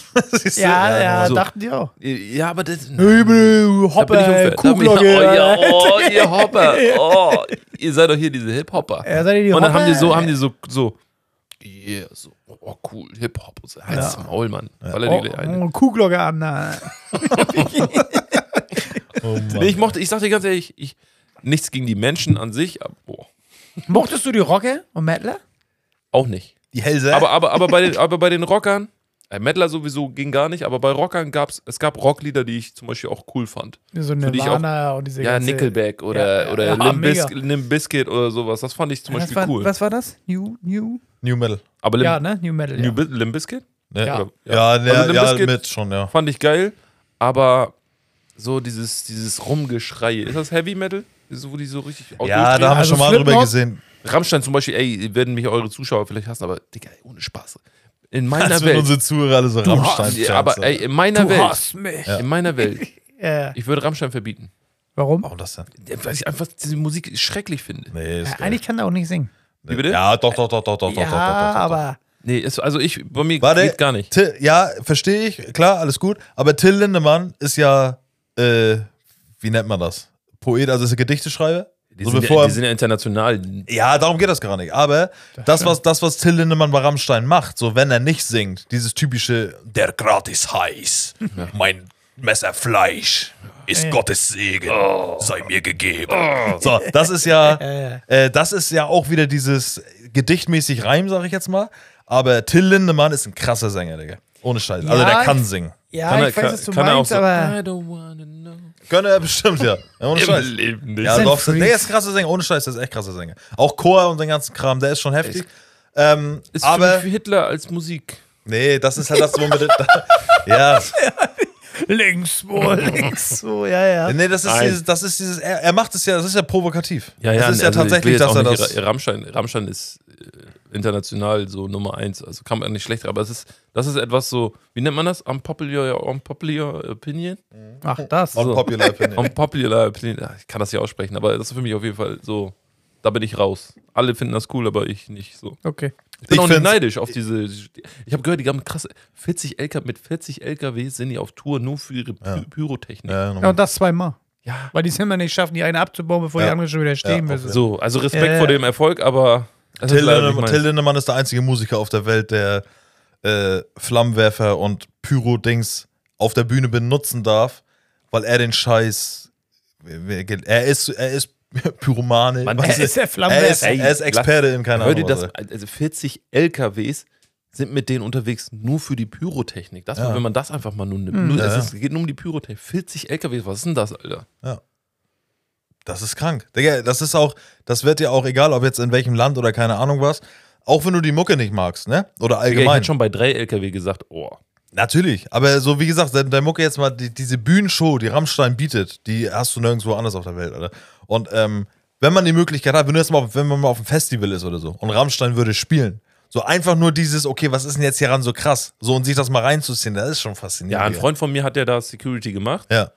S3: Siehst du?
S2: Ja, ja,
S4: so.
S2: dachten die auch.
S4: Ja, aber das.
S2: Übel,
S4: Da bin ich unfair.
S2: Hoppe, äh,
S4: Da bin ich-
S2: Kuhglocke.
S4: Oh, ja, oh, ihr Hopper. Oh, ihr seid doch hier diese Hip-Hopper.
S2: Ja, seid ihr die
S4: Und dann
S2: Hopper?
S4: haben die so, haben die so, so, yeah, so, oh cool, Hip-Hop. So, Halt's Maul, Mann. Weil er die gleich eine-
S2: Oh, Kuhglocke an. Na.
S3: Oh Mann.
S4: Nee, ich mochte, ich sag dir ganz ehrlich, ich, nichts gegen die Menschen an sich, aber, boah,
S2: Mochtest du die Rocke und Mettler?
S4: auch nicht.
S3: die Hälse.
S4: Aber, aber, aber, bei den, aber bei den Rockern, äh, Mettler sowieso ging gar nicht, aber bei Rockern gab's, es gab Rocklieder, die ich zum Beispiel auch cool fand.
S2: So
S4: Für dich auch-
S2: Nirvana und diese
S4: Ja,
S2: ganze-
S4: Nickelback oder,
S2: Ja,
S4: oder
S2: ja,
S4: Limp,
S2: mega.
S4: Biz Limp Bizkit oder sowas, das fand ich zum
S2: Was
S4: Beispiel
S2: war,
S4: cool.
S2: was war das? New, New?
S3: New Metal.
S4: Aber Limp,
S2: Ja, ne? New Metal.
S4: New
S2: Ja.
S4: Bi- Limp Bizkit?
S3: Ne?
S2: Ja.
S3: Ja,
S4: Ja.
S3: ja,
S4: Also Limp
S3: ja,
S4: Bizkit-
S3: mit schon, ja.
S4: Fand ich geil, aber so dieses, dieses Rumgeschrei. Ist das Heavy Metal? So, wo die so richtig auch
S3: Ja, da haben wir
S2: Also
S3: schon mal
S2: Slipknot-
S3: drüber gesehen.
S4: durchdrehen? Rammstein zum Beispiel, ey, werden mich eure Zuschauer vielleicht hassen, aber Digga, ey, ohne Spaß. In meiner
S3: Das wird
S4: Welt.
S3: unsere Zuhörer alle so Rammstein-Fans.
S4: Ja, aber ey, in meiner
S2: Du
S4: Welt.
S2: hast mich.
S4: In meiner Welt.
S2: Äh,
S4: Ich würde Rammstein verbieten.
S2: warum?
S3: Warum das denn?
S4: Weil ich einfach diese Musik schrecklich finde.
S3: Nee, ist
S2: Ja, eigentlich kann er auch nicht singen.
S4: äh, Wie bitte?
S3: Ja, doch, doch, doch, doch, doch,
S2: ja,
S3: doch, doch, doch, doch.
S2: aber
S4: Nee, ist, also ich, bei mir
S3: Warte,
S4: geht gar nicht.
S3: Till, ja, verstehe ich, klar, alles gut. Aber Till Lindemann ist ja, äh, wie nennt man das? Poet, also ist er Gedichteschreiber?
S4: Die,
S3: so
S4: sind,
S3: bevor
S4: ja,
S3: er-
S4: die sind ja international.
S3: Ja, darum geht das gar nicht. Aber das, was, das, was Till Lindemann bei Rammstein macht, so wenn er nicht singt, dieses typische,
S5: Der gratis heiß. Mein Messer Fleisch ist Gottes Segen. Sei mir gegeben.
S3: so, das ist Oh. ja, äh, das ist ja auch wieder dieses gedichtmäßig Reim, sag ich jetzt mal. Aber Till Lindemann ist ein krasser Sänger, Digga. Ohne Scheiß. Also
S2: Ja,
S3: der kann
S2: ich-
S3: singen.
S2: ja,
S4: Kann er-
S2: ich weiß,
S4: kann-
S2: was du
S4: kann er auch
S2: meinst,
S4: so-
S2: aber
S4: I don't wanna know.
S3: Könnte er bestimmt, ja. Ja, Ohne Scheiß.
S4: Im Leben nicht.
S3: Ja,
S2: Sind
S3: doch,
S2: Freaks.
S3: der ist krasser Sänger, ohne Scheiß, der ist echt krasser Sänger. Auch Chor und den ganzen Kram, der ist schon heftig. Ähm,
S4: ist aber
S3: aber,
S4: für mich Hitler als Musik.
S3: nee, das ist halt das, womit. ja,
S2: links wohl, links so, ja, ja.
S3: nee, das ist
S4: Nein.
S3: dieses, das ist dieses er, er macht es ja, das ist ja provokativ. das ist ja
S4: also ich will
S3: tatsächlich,
S4: jetzt
S3: dass
S4: auch
S3: er
S4: nicht
S3: das.
S4: Ra- Rammstein, Rammstein ist äh, international so Nummer eins, also kann man nicht schlechter, aber es ist, das ist etwas so, wie nennt man das? Unpopular, unpopular Opinion?
S2: Ach, das.
S4: Also-
S3: Unpopular opinion.
S4: Unpopular Opinion, ja, ich kann das nicht aussprechen, aber das ist für mich auf jeden Fall so, da bin ich raus. Alle finden das cool, aber ich nicht so.
S2: Okay.
S4: Ich bin
S3: Ich
S4: auch nicht
S3: find's-
S4: neidisch auf diese, ich habe gehört, die haben krasse, 40 LKW, mit 40 LKW sind die auf Tour nur für ihre Py Pyrotechnik.
S3: Ja,
S2: Ja,
S3: nochmal.
S2: und das zweimal.
S4: ja.
S2: Weil die es immer nicht schaffen, die eine abzubauen, bevor die
S3: Ja.
S2: andere schon wieder stehen
S3: Ja,
S2: müssen.
S4: So, also Respekt
S2: Ja, ja.
S4: vor dem Erfolg, aber es ist
S3: Till,
S4: leider nicht
S3: Lindemann,
S4: meins.
S3: Till Lindemann ist der einzige Musiker auf der Welt, der äh, Flammenwerfer und Pyro-Dings auf der Bühne benutzen darf, weil er den Scheiß. Er ist, er ist Pyromane.
S4: Mann,
S3: weißt
S2: Er
S3: du?
S2: ist der
S3: Er ist,
S2: Flammenwerfer.
S4: Ey,
S3: er ist Experte in keiner
S4: Hört ihr
S3: Ahnung.
S4: das?
S3: was, ey.
S4: Also 40 LKWs sind mit denen unterwegs nur für die Pyrotechnik. Das,
S3: Ja. Hm.
S4: Wenn man das einfach mal nur nimmt. Nur,
S3: Ja,
S4: es ist, geht nur um die Pyrotechnik. 40 LKWs, was ist denn das, Alter?
S3: Das ist krank. Digga, das ist auch, das wird dir auch egal, ob jetzt in welchem Land oder keine Ahnung was, auch wenn du die Mucke nicht magst, ne? Oder
S4: Digga, ich
S3: allgemein.
S4: hätte schon bei drei LKW gesagt, oh.
S3: Natürlich. Aber so wie gesagt, der, der Mucke jetzt mal, die, diese Bühnenshow, die Rammstein bietet, die hast du nirgendwo anders auf der Welt, Alter. Und ähm, wenn man die Möglichkeit hat, wenn, du jetzt mal, auf- wenn man mal auf einem Festival ist oder so und Rammstein würde spielen, so einfach nur dieses, okay, was ist denn jetzt hier ran so krass? So und sich das mal reinzuziehen, das ist schon faszinierend.
S4: Ja, ein
S3: Digga.
S4: Freund von mir hat ja da Security gemacht
S3: Ja.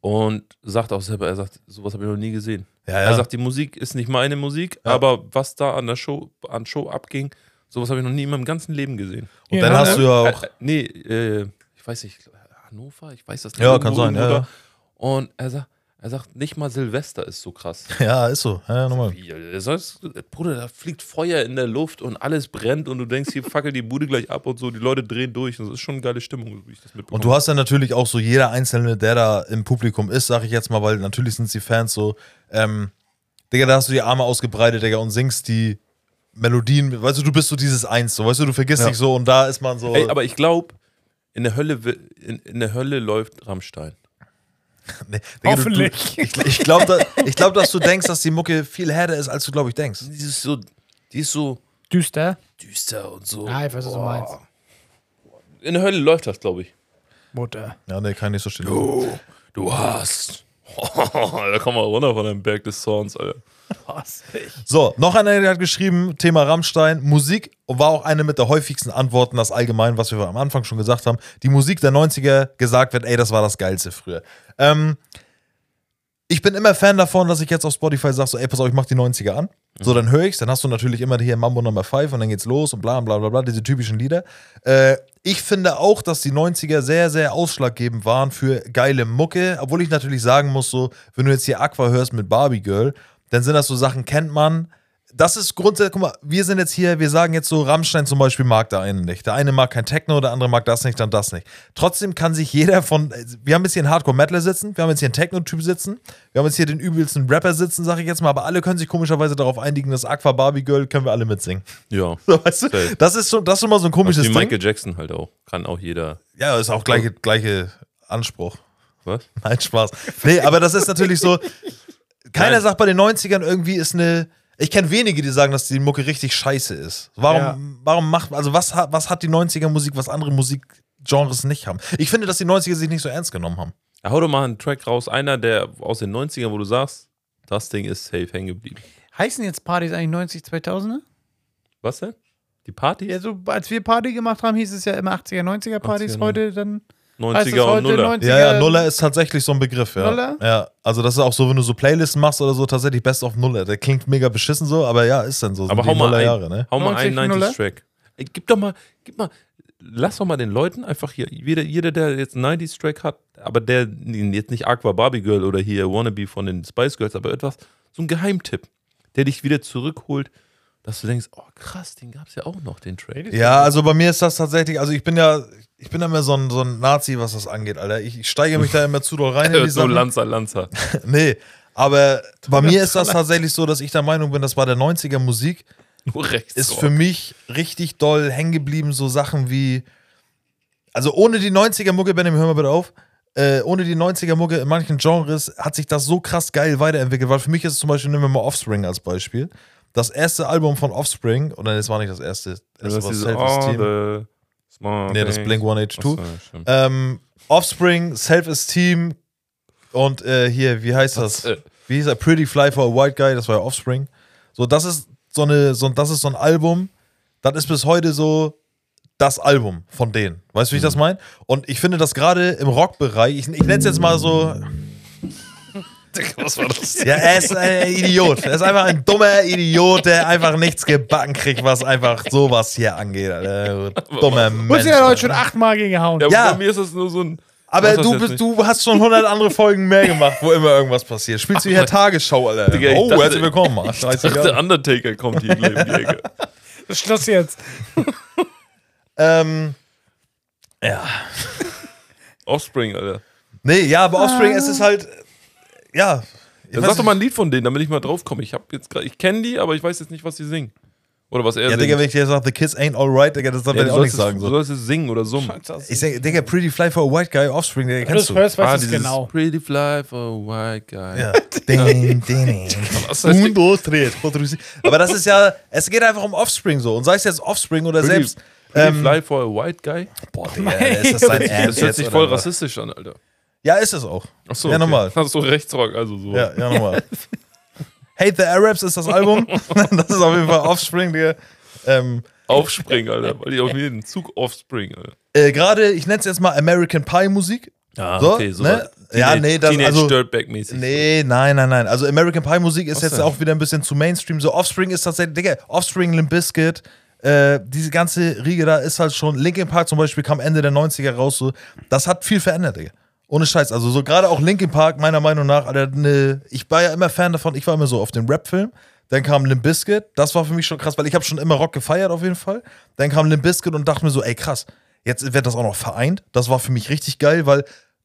S4: und sagt auch selber, er sagt, sowas habe ich noch nie gesehen.
S3: Ja, ja.
S4: Er sagt, die Musik ist nicht meine Musik, aber was da an der Show, an Show abging, sowas habe ich noch nie in meinem ganzen Leben gesehen.
S3: Und
S2: Ja,
S3: dann hast du ja
S4: Äh,
S3: auch.
S4: äh, nee, äh, ich weiß nicht, Hannover, ich weiß das nicht.
S3: Ja,
S4: Irgendwo,
S3: kann sein,
S4: irgendwo
S3: ja,
S4: da. Und er sagt, er sagt, nicht mal Silvester ist so krass.
S3: Ja, ist so. Ja, nochmal.
S4: Wie, Alter, das heißt, Bruder, da fliegt Feuer in der Luft und alles brennt und du denkst, hier fackelt die Bude gleich ab und so, die Leute drehen durch. Und das ist schon eine geile Stimmung, wie ich das mitbekomme.
S3: Und du hast dann natürlich auch so jeder Einzelne, der da im Publikum ist, sag ich jetzt mal, weil natürlich sind die Fans so, ähm, Digga, da hast du die Arme ausgebreitet, Digga, und singst die Melodien. Weißt du, du bist so dieses Eins, so, weißt du, du vergisst dich so und da ist man so.
S4: Ey, aber ich glaube, in der Hölle wi- in, in der Hölle läuft Rammstein.
S3: nee, Digga, du-
S2: Hoffentlich.
S3: Du, ich ich glaube, da, ich glaub, dass du denkst, dass die Mucke viel härter ist, als du, glaube ich, denkst.
S4: Die ist so, die ist so
S2: Düster.
S4: düster und so.
S2: Ah, ich weiß, was du
S4: Boah.
S2: meinst.
S4: In der Hölle läuft das, glaube ich.
S2: Mutter.
S3: Ja, nee, kann ich nicht so stehen.
S4: Du hast da kommen wir runter von dem Berg des Zorns, Alter.
S2: Was?
S3: So, noch einer der hat geschrieben, Thema Rammstein. Musik war auch eine mit der häufigsten Antworten, das allgemein, was wir am Anfang schon gesagt haben. Die Musik der 90er gesagt wird, ey, das war das Geilste früher. Ähm, ich bin immer Fan davon, dass ich jetzt auf Spotify sage, so, ey, pass auf, ich mach die 90er an. So, dann höre ich's, dann hast du natürlich immer hier Mambo Number 5 und dann geht's los und bla bla bla bla, diese typischen Lieder. Äh, ich finde auch, dass die 90er sehr, sehr ausschlaggebend waren für geile Mucke, obwohl ich natürlich sagen muss, so, wenn du jetzt hier Aqua hörst mit Barbie Girl, dann sind das so Sachen, kennt man. Das ist grundsätzlich, guck mal, wir sind jetzt hier, wir sagen jetzt so, Rammstein zum Beispiel mag der einen nicht. Der eine mag kein Techno, der andere mag das nicht, dann das nicht. Trotzdem kann sich jeder von, wir haben jetzt hier einen Hardcore-Metaler sitzen, wir haben jetzt hier einen Techno-Typ sitzen, wir haben jetzt hier den übelsten Rapper sitzen, sag ich jetzt mal, aber alle können sich komischerweise darauf einigen, dass Aqua Barbie Girl können wir alle mitsingen.
S4: Ja.
S3: So, weißt du?
S4: Safe.
S3: Das ist schon, das ist schon mal so ein komisches
S4: Wie
S3: Ding.
S4: Michael Jackson halt auch. Kann auch jeder.
S3: Ja, ist auch gleiche, gleiche Anspruch.
S4: Was?
S3: Nein, Spaß. Nee, aber das ist natürlich so. Keiner
S4: Nein.
S3: sagt bei den 90ern irgendwie ist eine. Ich kenne wenige, die sagen, dass die Mucke richtig scheiße ist. Warum,
S2: Ja.
S3: warum macht, also was hat, was hat die 90er Musik, was andere Musikgenres nicht haben? Ich finde, dass die 90er sich nicht so ernst genommen haben.
S4: Ja, hau doch mal einen Track raus. Einer, der aus den 90ern, wo du sagst, das Ding ist safe hängen geblieben.
S2: Heißen jetzt Partys eigentlich 90, 2000er?
S4: Was denn? Die Party?
S2: Ja, so, als wir Party gemacht haben, hieß es ja immer 80er, 90er Partys.
S4: 80er,
S2: heute dann heißt es
S4: 90er
S2: heute
S4: und Nuller.
S2: 90er.
S3: Ja, ja, Nuller ist tatsächlich so ein Begriff, ja.
S2: Nuller?
S3: Ja, also das ist auch so, wenn du so Playlisten machst oder so, tatsächlich Best of Nuller. Der klingt mega beschissen so, aber ja, ist dann so. Sind
S4: Aber
S3: die
S4: hau mal,
S3: Nullerjahre,
S4: ein,
S3: ne?
S4: hau mal einen
S2: 90er.
S4: 90s-Track. Ey, Gib doch mal, gib mal, lass doch mal den Leuten einfach hier, jeder, jeder der jetzt einen 90s-Track hat, aber der jetzt nicht Aqua Barbie Girl oder hier Wannabe von den Spice Girls, aber etwas, so ein Geheimtipp, der dich wieder zurückholt, dass du denkst, oh krass, den gab's ja auch noch, den Track.
S3: Ja, also bei mir ist das tatsächlich, also ich bin ja, ich bin ja immer so ein, so ein Nazi, was das angeht, Alter. Ich, ich steige mich da immer zu doll rein in die
S4: so
S3: Sachen.
S4: Lanzer, Lanzer.
S3: Nee, aber bei mir ist das tatsächlich so, dass ich der Meinung bin, das war der 90er Musik,
S4: Nur rechts.
S3: ist für mich richtig doll hängen geblieben, so Sachen wie, also ohne die 90er Mucke, Benjamin, hör mal bitte auf, äh, ohne die 90er Mucke in manchen Genres hat sich das so krass geil weiterentwickelt, weil für mich ist es zum Beispiel, nehmen wir mal Offspring als Beispiel, das erste Album von Offspring, oder das war nicht das erste,
S4: das
S3: es war
S4: dieses,
S3: Self-Esteem.
S4: oh, the small
S3: Nee, das
S4: things.
S3: Blink 182.
S4: Ach so, stimmt.
S3: Ähm, Offspring, Self-Esteem und äh, hier, wie heißt das?
S4: äh.
S3: Wie hieß er? Pretty Fly for a White Guy, das war ja Offspring. So, das ist so eine, so, das ist so ein Album, das ist bis heute so das Album von denen. Weißt du, wie ich das
S5: Mhm.
S3: meine? Und ich finde das gerade im Rockbereich, ich, ich nenne es jetzt mal so.
S5: Was war das?
S3: Ja, er ist ein Idiot. Er ist einfach ein dummer Idiot, der einfach nichts gebacken kriegt, was einfach sowas hier angeht. Alter. Dummer Mensch.
S2: Muss ja heute schon achtmal gehauen.
S4: Ja, aber
S3: Ja.
S4: bei mir ist das nur so ein.
S3: Aber
S4: Mach das
S3: du,
S4: jetzt
S3: bist,
S4: nicht.
S3: du hast schon 100 andere Folgen mehr gemacht, wo immer irgendwas passiert. Spielst du hier Tagesschau, Alter?
S4: Digga, ich
S3: oh,
S4: dachte-
S3: herzlich willkommen. Ach, 30
S4: Ach, der
S3: Jahre.
S4: Undertaker kommt hier gleich um die Ecke.
S2: Schluss jetzt.
S3: Ähm,
S4: Offspring, Alter.
S3: nee, ja, aber Offspring, es ist halt. Ja. Ich
S4: Dann
S3: weiß
S4: sag doch
S3: nicht-
S4: mal ein Lied von denen, damit ich mal drauf komme. Ich hab jetzt grad- ich kenne die, aber ich weiß jetzt nicht, was sie singen. Oder was er
S3: Ja,
S4: singt.
S3: Digga, wenn ich dir sage, The Kids ain't alright, Digga, das darf
S4: Also Ja,
S3: ich
S4: du,
S3: auch nicht
S4: sollst
S3: sagen.
S4: es, du
S3: So.
S4: sollst es singen oder summen.
S3: Ich sag, Digga, Pretty Fly for a White Guy, Offspring, Digga,
S2: Wenn du es
S3: kennst du.
S2: hörst, weißt
S4: Ah,
S2: du es
S4: dieses
S2: genau.
S4: Pretty fly for a white guy.
S3: Ja. Ding, ding, ding.
S4: Was heißt
S3: Un, dos, tres, cuatro, cinco. Aber das ist ja, es geht einfach um Offspring so. Und sei es jetzt Offspring oder
S4: Pretty,
S3: selbst.
S4: pretty
S3: ähm,
S4: fly for a white guy?
S3: Boah, Digga, ist das sein Ernst
S4: Das hört
S3: jetzt,
S4: sich
S3: oder
S4: voll
S3: was?
S4: rassistisch an, Alter.
S3: Ja, ist es auch.
S4: Achso.
S3: Ja, nochmal.
S4: Hast du Rechtsrock, also so.
S3: Ja, ja, nochmal. Hate the Arabs ist das Album. das ist auf jeden Fall Offspring, Digga. Ähm,
S4: Aufspring, Alter. Weil ich auf jeden Zug aufspring, Alter.
S3: äh, Gerade, ich nenne es jetzt mal American Pie Musik.
S4: Ah,
S3: so, ne? Ja, nee, das,
S4: Teenage
S3: also,
S4: Dirtbag-mäßig.
S3: nee, nein, nein, nein. Also American Pie Musik ist jetzt
S4: denn?
S3: auch wieder ein bisschen zu Mainstream. So Offspring ist tatsächlich, Digga, Offspring, Limp Bizkit, äh, diese ganze Riege da ist halt schon, Linkin Park zum Beispiel kam Ende der 90er raus, so, das hat viel verändert, Digga. Ohne Scheiß, also so gerade auch Linkin Park, meiner Meinung nach, Alter, ne, ich war ja immer Fan davon, ich war immer so auf dem Rap-Film, dann kam Limp Bizkit, das war für mich schon krass, weil ich habe schon immer Rock gefeiert auf jeden Fall, dann kam Limp Bizkit und dachte mir so, ey krass, jetzt wird das auch noch vereint, das war für mich richtig geil, weil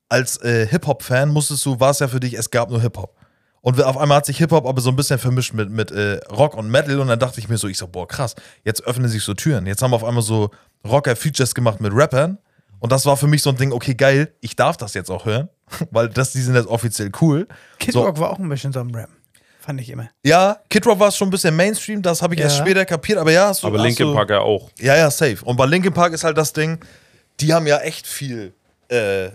S3: als äh, Hip-Hop-Fan musstest du, war es ja für dich, es gab nur Hip-Hop. Und auf einmal hat sich Hip-Hop aber so ein bisschen vermischt mit, mit äh, Rock und Metal. Und dann dachte ich mir so, ich so, boah, krass, jetzt öffnen sich so Türen. Jetzt haben wir auf einmal so Rocker-Features gemacht mit Rappern. Und das war für mich so ein Ding, okay, geil, ich darf das jetzt auch hören, weil das, die sind jetzt offiziell cool.
S2: Kid
S3: So.
S2: Rock war auch ein bisschen so ein Ram. Fand ich immer.
S3: Ja, Kid Rock war schon ein bisschen Mainstream, das habe ich erst
S2: Ja.
S3: später kapiert, aber ja, hast du-
S4: Aber
S3: hast
S4: Linkin
S3: du-
S4: Park ja auch.
S3: Ja, ja, safe. Und bei Linkin Park ist halt das Ding, die haben ja echt viel äh,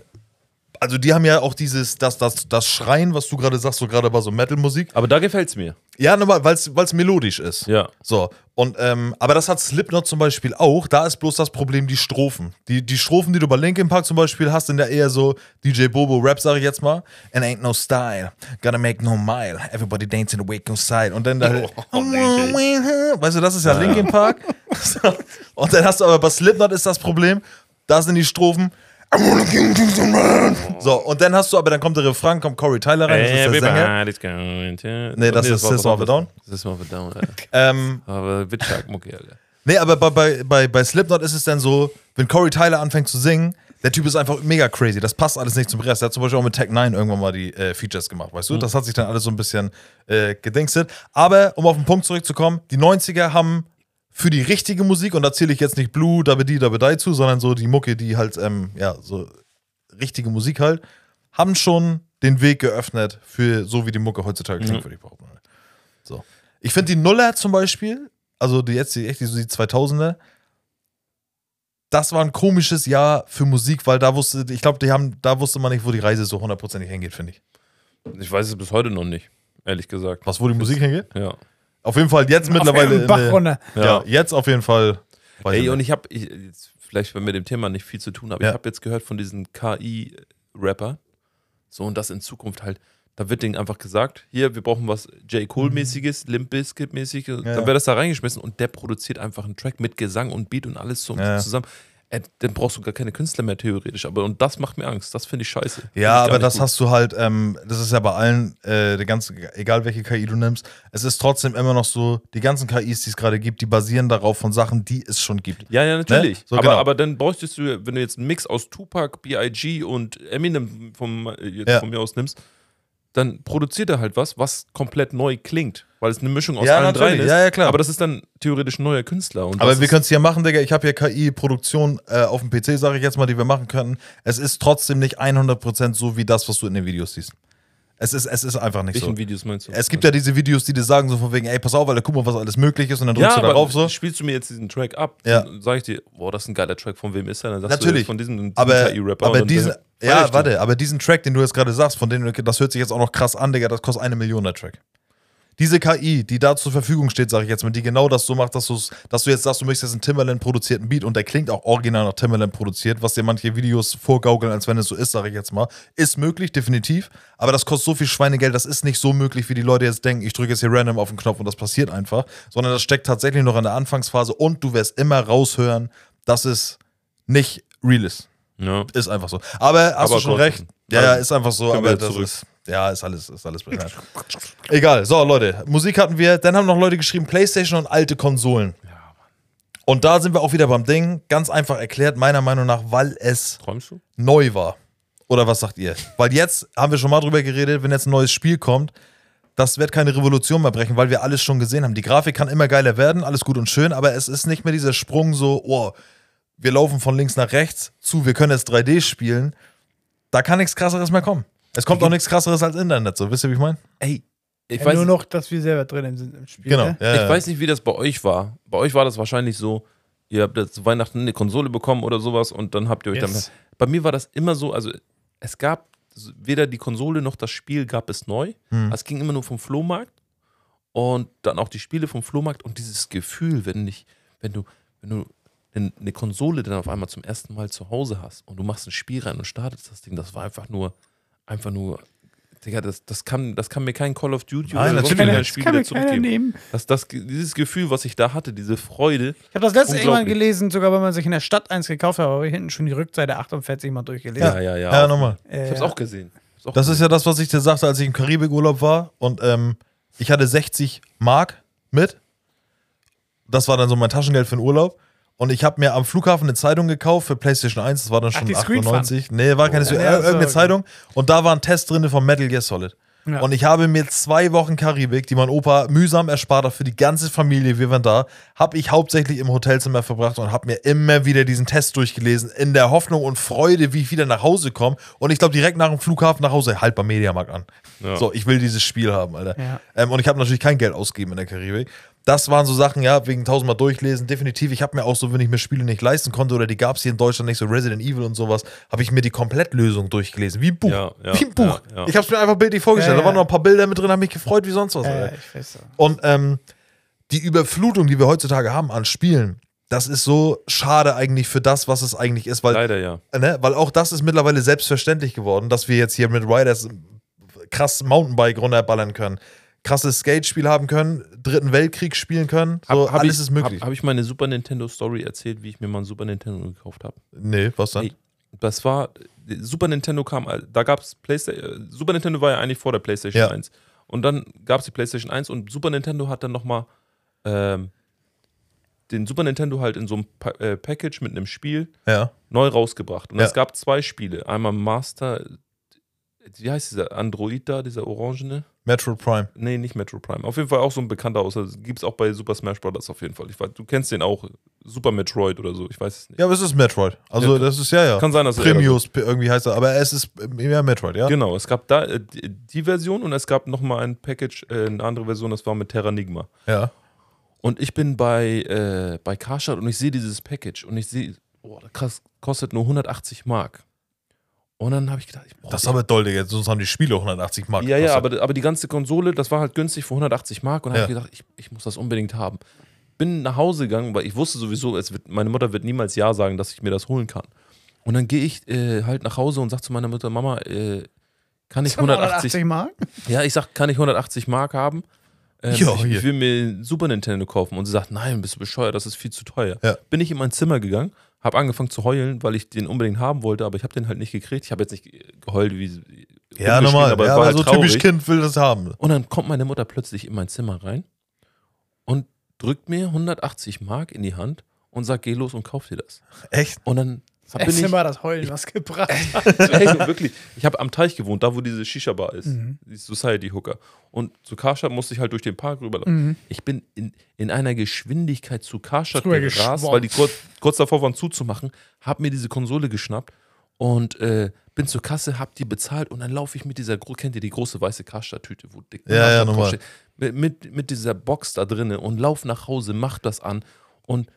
S3: also die haben ja auch dieses, das, das, das Schreien, was du gerade sagst, so gerade bei so Metal-Musik.
S4: Aber da gefällt's mir.
S3: Ja, nochmal, weil es melodisch ist.
S4: Ja.
S3: So, und ähm, aber das hat Slipknot zum Beispiel auch. Da ist bloß das Problem die Strophen. Die, die Strophen, die du bei Linkin Park zum Beispiel hast, sind ja eher so DJ Bobo Rap, sage ich jetzt mal. And ain't no style, gotta make no mile. Everybody dance in the wake of sight. Und dann da, weißt du, das ist ja Linkin Park. So, und dann hast du aber bei Slipknot ist das Problem. Da sind die Strophen. I wanna kill this man. So, und dann hast du, aber dann kommt der Refrain, kommt Corey Tyler rein, das ist der Sänger.
S4: Everybody's going to-
S3: Nee, das ist
S4: war
S3: System of a Down.
S4: System of a Down, Alter.
S3: Ähm,
S4: Aber Witzschlag-Mucke, Alter.
S3: Nee, aber bei, bei, bei, bei Slipknot ist es dann so, wenn Corey Tyler anfängt zu singen, der Typ ist einfach mega crazy. Das passt alles nicht zum Rest. Er hat zum Beispiel auch mit Tech 9 irgendwann mal die äh, Features gemacht, weißt du? Das hat sich dann alles so ein bisschen äh, gedingstet. Aber um auf den Punkt zurückzukommen, die 90er haben für die richtige Musik, und da zähle ich jetzt nicht Blue, Double D, Double Die zu, sondern so die Mucke, die halt, ähm, ja, so richtige Musik halt, haben schon den Weg geöffnet für so wie die Mucke heutzutage klingt, würde ich behaupten. So. Ich finde die Nuller zum Beispiel, also die jetzt die, echt die, so die 2000er, das war ein komisches Jahr für Musik, weil da wusste, ich glaube, die haben, da wusste man nicht, wo die Reise so hundertprozentig hingeht, finde ich.
S4: Ich weiß es bis heute noch nicht, ehrlich gesagt.
S3: Was, wo die Musik hingeht?
S4: Ja.
S3: Auf jeden Fall jetzt mittlerweile.
S2: Auf
S3: in
S2: den Bach
S3: der-
S2: runter.
S3: ja. jetzt auf jeden Fall. weiß
S4: Ey,
S3: ich
S4: und
S3: nicht.
S4: ich habe, vielleicht weil mit dem Thema nicht viel zu tun, aber
S3: Ja.
S4: ich habe jetzt gehört von diesen KI-Rapper, so und das in Zukunft halt, da wird denen einfach gesagt, hier, wir brauchen was J. Cole-mäßiges, Limp Bizkit-mäßiges,
S3: Ja, ja.
S4: dann wird das da reingeschmissen und der produziert einfach einen Track mit Gesang und Beat und alles so um
S3: Ja.
S4: zusammen. Äh, dann brauchst du gar keine Künstler mehr theoretisch, aber und das macht mir Angst, das finde ich scheiße. Find ich
S3: ja,
S4: gar
S3: aber
S4: nicht
S3: das
S4: gut.
S3: hast du halt, ähm, das ist ja bei allen, äh, der ganzen, egal welche KI du nimmst, es ist trotzdem immer noch so, die ganzen KIs, die es gerade gibt, die basieren darauf von Sachen, die es schon gibt.
S4: Ja, ja, natürlich.
S3: So,
S4: aber,
S3: genau.
S4: aber dann bräuchtest du, ja, wenn du jetzt einen Mix aus Tupac, B.I.G. und Eminem vom, äh, jetzt
S3: Ja.
S4: von mir aus nimmst, dann produziert er halt was, was komplett neu klingt, weil es eine Mischung aus
S3: Ja,
S4: allen dreien
S3: natürlich.
S4: ist.
S3: Ja, ja, klar.
S4: Aber das ist dann theoretisch ein neuer Künstler. Und das
S3: Aber wir
S4: ist-
S3: können es hier machen, Digga. Ich habe hier KI-Produktion äh, auf dem PC, sage ich jetzt mal, die wir machen könnten. Es ist trotzdem nicht 100% so wie das, was du in den Videos siehst. Es ist, es ist einfach nicht
S4: Welchen
S3: so.
S4: Videos meinst du?
S3: Es gibt ja diese Videos, die dir sagen, so von wegen, ey, pass auf, weil guck mal, was alles möglich ist, und dann drückst
S4: ja,
S3: du
S4: aber
S3: darauf so.
S4: spielst du mir jetzt diesen Track ab,
S3: Ja.
S4: dann sag ich dir, boah, das ist ein geiler Track, von wem ist er? Dann sagst du
S3: Natürlich.
S4: jetzt von diesem diesem
S3: Aber,
S4: KI-Rapper. und
S3: aber
S4: dann-
S3: diesen,
S4: dann-
S3: ja,
S4: Feierst du.
S3: warte, aber diesen Track, den du jetzt gerade sagst, von dem, das hört sich jetzt auch noch krass an, Digga, das kostet eine Million, der Track. Diese KI, die da zur Verfügung steht, sage ich jetzt mal, die genau das so macht, dass, du's- dass du jetzt sagst, du möchtest jetzt einen Timberland-produzierten Beat und der klingt auch original nach Timberland produziert, was dir manche Videos vorgaukeln, als wenn es so ist, sage ich jetzt mal. Ist möglich, definitiv, aber das kostet so viel Schweinegeld, das ist nicht so möglich, wie die Leute jetzt denken, ich drücke jetzt hier random auf den Knopf und das passiert einfach, sondern das steckt tatsächlich noch in der Anfangsphase und du wirst immer raushören, dass es nicht real ist.
S4: Ja.
S3: Ist einfach so. Aber hast
S4: Aber
S3: du schon
S4: trotzdem.
S3: recht. Ja, ja, ist einfach so.
S4: Können wir
S3: Aber das
S4: zurück.
S3: ist, ja, ist alles, ist alles bekannt. Egal. So, Leute. Musik hatten wir. Dann haben noch Leute geschrieben, Playstation und alte Konsolen. Und da sind wir auch wieder beim Ding. Ganz einfach erklärt, meiner Meinung nach, weil es
S4: Träumst du?
S3: neu war. Oder was sagt ihr? Weil jetzt haben wir schon mal drüber geredet, wenn jetzt ein neues Spiel kommt, das wird keine Revolution mehr brechen, weil wir alles schon gesehen haben. Die Grafik kann immer geiler werden, alles gut und schön, aber es ist nicht mehr dieser Sprung so, oh, wir laufen von links nach rechts zu, wir können jetzt 3D spielen. Da kann nichts krasseres mehr kommen. Es kommt auch nichts krasseres als Internet, so wisst ihr, wie ich meine?
S4: Ey, ich
S2: Ja,
S4: weiß
S2: nur noch, dass wir selber drin sind im Spiel.
S3: Genau.
S2: Ne?
S3: Ja,
S4: Ich
S3: ja.
S4: weiß nicht, wie das bei euch war. Bei euch war das wahrscheinlich so, ihr habt jetzt zu Weihnachten eine Konsole bekommen oder sowas und dann habt ihr euch
S2: Yes.
S4: dann. Bei mir war das immer so, also es gab s- weder die Konsole noch das Spiel gab es neu. Es ging immer nur vom Flohmarkt und dann auch die Spiele vom Flohmarkt und dieses Gefühl, wenn ich, wenn du, wenn du in- eine Konsole dann auf einmal zum ersten Mal zu Hause hast und du machst ein Spiel rein und startest das Ding, das war einfach nur, einfach nur, Digga, das, das, kann, das kann mir kein Call of Duty
S3: Nein, natürlich.
S4: sonst kein
S2: Das kann mir keiner nehmen.
S4: das, das, dieses Gefühl, was ich da hatte, diese Freude.
S2: Ich habe das letzte irgendwann
S4: Unglaublich.
S2: gelesen, sogar wenn man sich in der Stadt eins gekauft hat, aber hinten schon die Rückseite 48 mal durchgelesen.
S4: ja,
S3: Ja, nochmal.
S4: Ich
S2: Äh,
S4: hab's auch gesehen. Hab's auch
S3: Das ist ja das, was ich dir sagte, als ich im Karibikurlaub war und ähm, ich hatte 60 Mark mit. Das war dann so mein Taschengeld für den Urlaub. Und ich habe mir am Flughafen eine Zeitung gekauft für PlayStation 1, das war dann schon
S2: die Screen
S3: 98. Nee, war keine, oh,
S2: Ja,
S3: irgendeine
S2: sorry.
S3: Zeitung. Und da war ein Test drin von Metal Gear Solid.
S2: Ja.
S3: Und ich habe mir zwei Wochen Karibik, die mein Opa mühsam erspart hat für die ganze Familie, wir waren da, habe ich hauptsächlich im Hotelzimmer verbracht und habe mir immer wieder diesen Test durchgelesen, in der Hoffnung und Freude, wie ich wieder nach Hause komme. Und ich glaube, direkt nach dem Flughafen nach Hause, halt beim Mediamarkt an. So, ich will dieses Spiel haben, Alter.
S2: Ja.
S3: Ähm, und ich habe natürlich kein Geld ausgegeben in der Karibik. Das waren so Sachen, ja, wegen tausendmal durchlesen. Definitiv, ich habe mir auch so, wenn ich mir Spiele nicht leisten konnte oder die gab es hier in Deutschland nicht, so Resident Evil und sowas, habe ich mir die Komplettlösung durchgelesen. Wie ein Buch.
S4: Ja, ja,
S3: wie ein Buch.
S4: ja, ja.
S3: Ich habe es mir einfach bildlich vorgestellt.
S2: Ja, ja.
S3: Da waren noch ein paar Bilder mit drin, habe mich gefreut wie sonst was. Alter.
S2: Äh, ich weiß so.
S3: Und ähm, die Überflutung, die wir heutzutage haben an Spielen, das ist so schade eigentlich für das, was es eigentlich ist, weil,
S4: Leider ja.
S3: ne, weil auch das ist mittlerweile selbstverständlich geworden, dass wir jetzt hier mit Riders krass Mountainbike runterballern können, krasses Skate-Spiel haben können, Dritten Weltkrieg spielen können, so
S4: Hab- hab
S3: alles
S4: ich,
S3: ist möglich.
S4: Habe hab ich meine Super Nintendo Story erzählt, wie ich mir mal ein Super Nintendo gekauft habe?
S3: nee, was dann?
S4: Nee. Das war, Super Nintendo kam, äh, da gab es PlayStation, Super Nintendo war ja eigentlich vor der PlayStation
S3: Ja.
S4: 1. Und dann gab es die PlayStation 1 und Super Nintendo hat dann nochmal ähm, den Super Nintendo halt in so einem pa äh, Package mit einem Spiel
S3: Ja.
S4: neu rausgebracht. Und
S3: Ja.
S4: es gab zwei Spiele. Einmal Master, wie heißt dieser Android da, dieser orangene?
S3: Metro Prime.
S4: Nee, nicht Metro Prime. Auf jeden Fall auch so ein bekannter aus. Gibt es auch bei Super Smash Bros. auf jeden Fall. Ich weiß, du kennst den auch. Super Metroid oder so. Ich weiß es nicht.
S3: Ja, aber es ist Metroid. Also,
S4: Ja,
S3: das ist ja, ja.
S4: Kann sein, dass er-
S3: Primius irgendwie heißt er, aber es ist äh, ja Metroid, ja?
S4: Genau, es gab da äh, die die Version und es gab nochmal ein Package, äh, eine andere Version, das war mit Terranigma.
S3: Ja.
S4: Oh, Und ich bin bei, äh, bei Karstadt und ich sehe dieses Package und ich sehe, boah, das krass, kostet nur 180 Mark. Und dann habe ich gedacht, ich brauch
S3: Das ist
S4: die-
S3: aber doll, Digga. Sonst haben die Spiele auch 180 Mark.
S4: ja, ja,
S3: gekostet.
S4: aber, aber die ganze Konsole, das war halt günstig für 180 Mark und
S3: Ja.
S4: habe ich gedacht, ich, ich muss das unbedingt haben. Bin nach Hause gegangen, weil ich wusste sowieso, es wird, meine Mutter wird niemals Ja sagen, dass ich mir das holen kann. Und dann gehe ich äh, halt nach Hause und sage zu meiner Mutter, Mama, äh, kann ich 180
S2: Mark?
S4: Ja, ich sag, kann ich 180 Mark haben? Ähm,
S3: Ja,
S4: ich,
S3: hier.
S4: ich will mir ein Super Nintendo kaufen. Und sie sagt, nein, bist du bescheuert, das ist viel zu teuer.
S3: Ja.
S4: Bin ich in mein Zimmer gegangen, habe angefangen zu heulen, weil ich den unbedingt haben wollte, aber ich habe den halt nicht gekriegt. Ich habe jetzt nicht geheult wie
S3: Ja,
S4: rumgeschrien,
S3: normal.
S4: aber
S3: ja,
S4: war
S3: aber
S4: halt
S3: so
S4: traurig.
S3: typisch Kind will das haben.
S4: Und dann kommt meine Mutter plötzlich in mein Zimmer rein und drückt mir 180 Mark in die Hand und sagt, geh los und kauf dir das.
S3: Echt?
S4: Und dann hab- bin
S2: Erst
S4: ich,
S2: mal das Heulen was gebracht.
S4: Ey, so wirklich. Ich habe am Teich gewohnt, da wo diese Shisha-Bar ist,
S2: Mhm.
S4: die Society Hooker. Und zu Karstadt musste ich halt durch den Park rüberlaufen.
S2: Mhm.
S4: Ich bin in, in einer Geschwindigkeit zu Karstadt
S2: Drüber
S4: gerast,
S2: geschwommen.
S4: weil die kurz, kurz davor waren zuzumachen, habe mir diese Konsole geschnappt und äh, bin zur Kasse, habe die bezahlt und dann laufe ich mit dieser, gro- kennt ihr die große weiße Karstadt-Tüte, wo dick
S3: Ja, ja,
S4: Karstadt
S3: normal.
S4: draufsteht? mit, mit, mit dieser Box da drinne und lauf nach Hause, mach das an und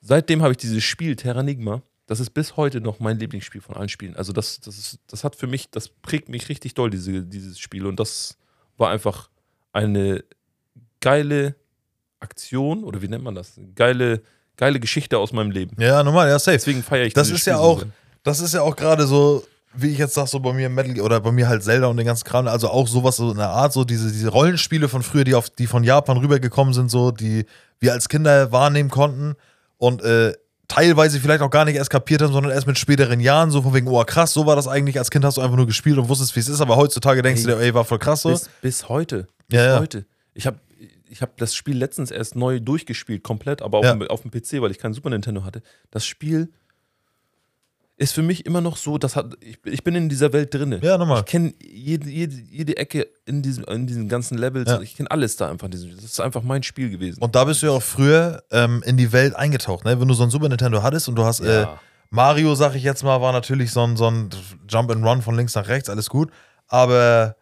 S4: seitdem habe ich dieses Spiel Terranigma. Das ist bis heute noch mein Lieblingsspiel von allen Spielen. Also das, das, ist, das hat für mich, das prägt mich richtig doll, diese, dieses Spiel. Und das war einfach eine geile Aktion, oder wie nennt man das? Geile, geile Geschichte aus meinem Leben.
S3: Ja, normal, ja, safe.
S4: Deswegen feiere ich
S3: das
S4: dieses
S3: ist ja
S4: Spiel so
S3: auch,
S4: sehr.
S3: das ist ja auch gerade so, wie ich jetzt sag, so bei mir Metal oder bei mir halt Zelda und den ganzen Kram, also auch sowas so in der Art, so diese, diese Rollenspiele von früher, die auf, die von Japan rübergekommen sind, so, die wir als Kinder wahrnehmen konnten und äh, teilweise vielleicht auch gar nicht erst kapiert haben, sondern erst mit späteren Jahren, so von wegen, oh krass, so war das eigentlich, als Kind hast du einfach nur gespielt und wusstest, wie es ist, aber heutzutage denkst du dir, ey, war voll krass so.
S4: Bis, bis heute. Bis
S3: Ja, ja.
S4: heute. Ich habe ich hab das Spiel letztens erst neu durchgespielt, komplett, aber auf,
S3: Ja.
S4: dem, auf dem PC, weil ich keinen Super Nintendo hatte. Das Spiel ist für mich immer noch so, das hat, ich, ich bin in dieser Welt drinne.
S3: Ja, nochmal.
S4: Ich kenne jede, jede, jede Ecke in, diesem, in diesen ganzen Levels.
S3: Ja.
S4: Ich kenne alles da einfach. in diesem- Das ist einfach mein Spiel gewesen.
S3: Und da bist du ja auch früher ähm, in die Welt eingetaucht, ne? Wenn du so ein Super Nintendo hattest und du hast äh,
S4: Ja.
S3: Mario, sag ich jetzt mal, war natürlich so ein, so ein Jump and Run von links nach rechts, alles gut. Aber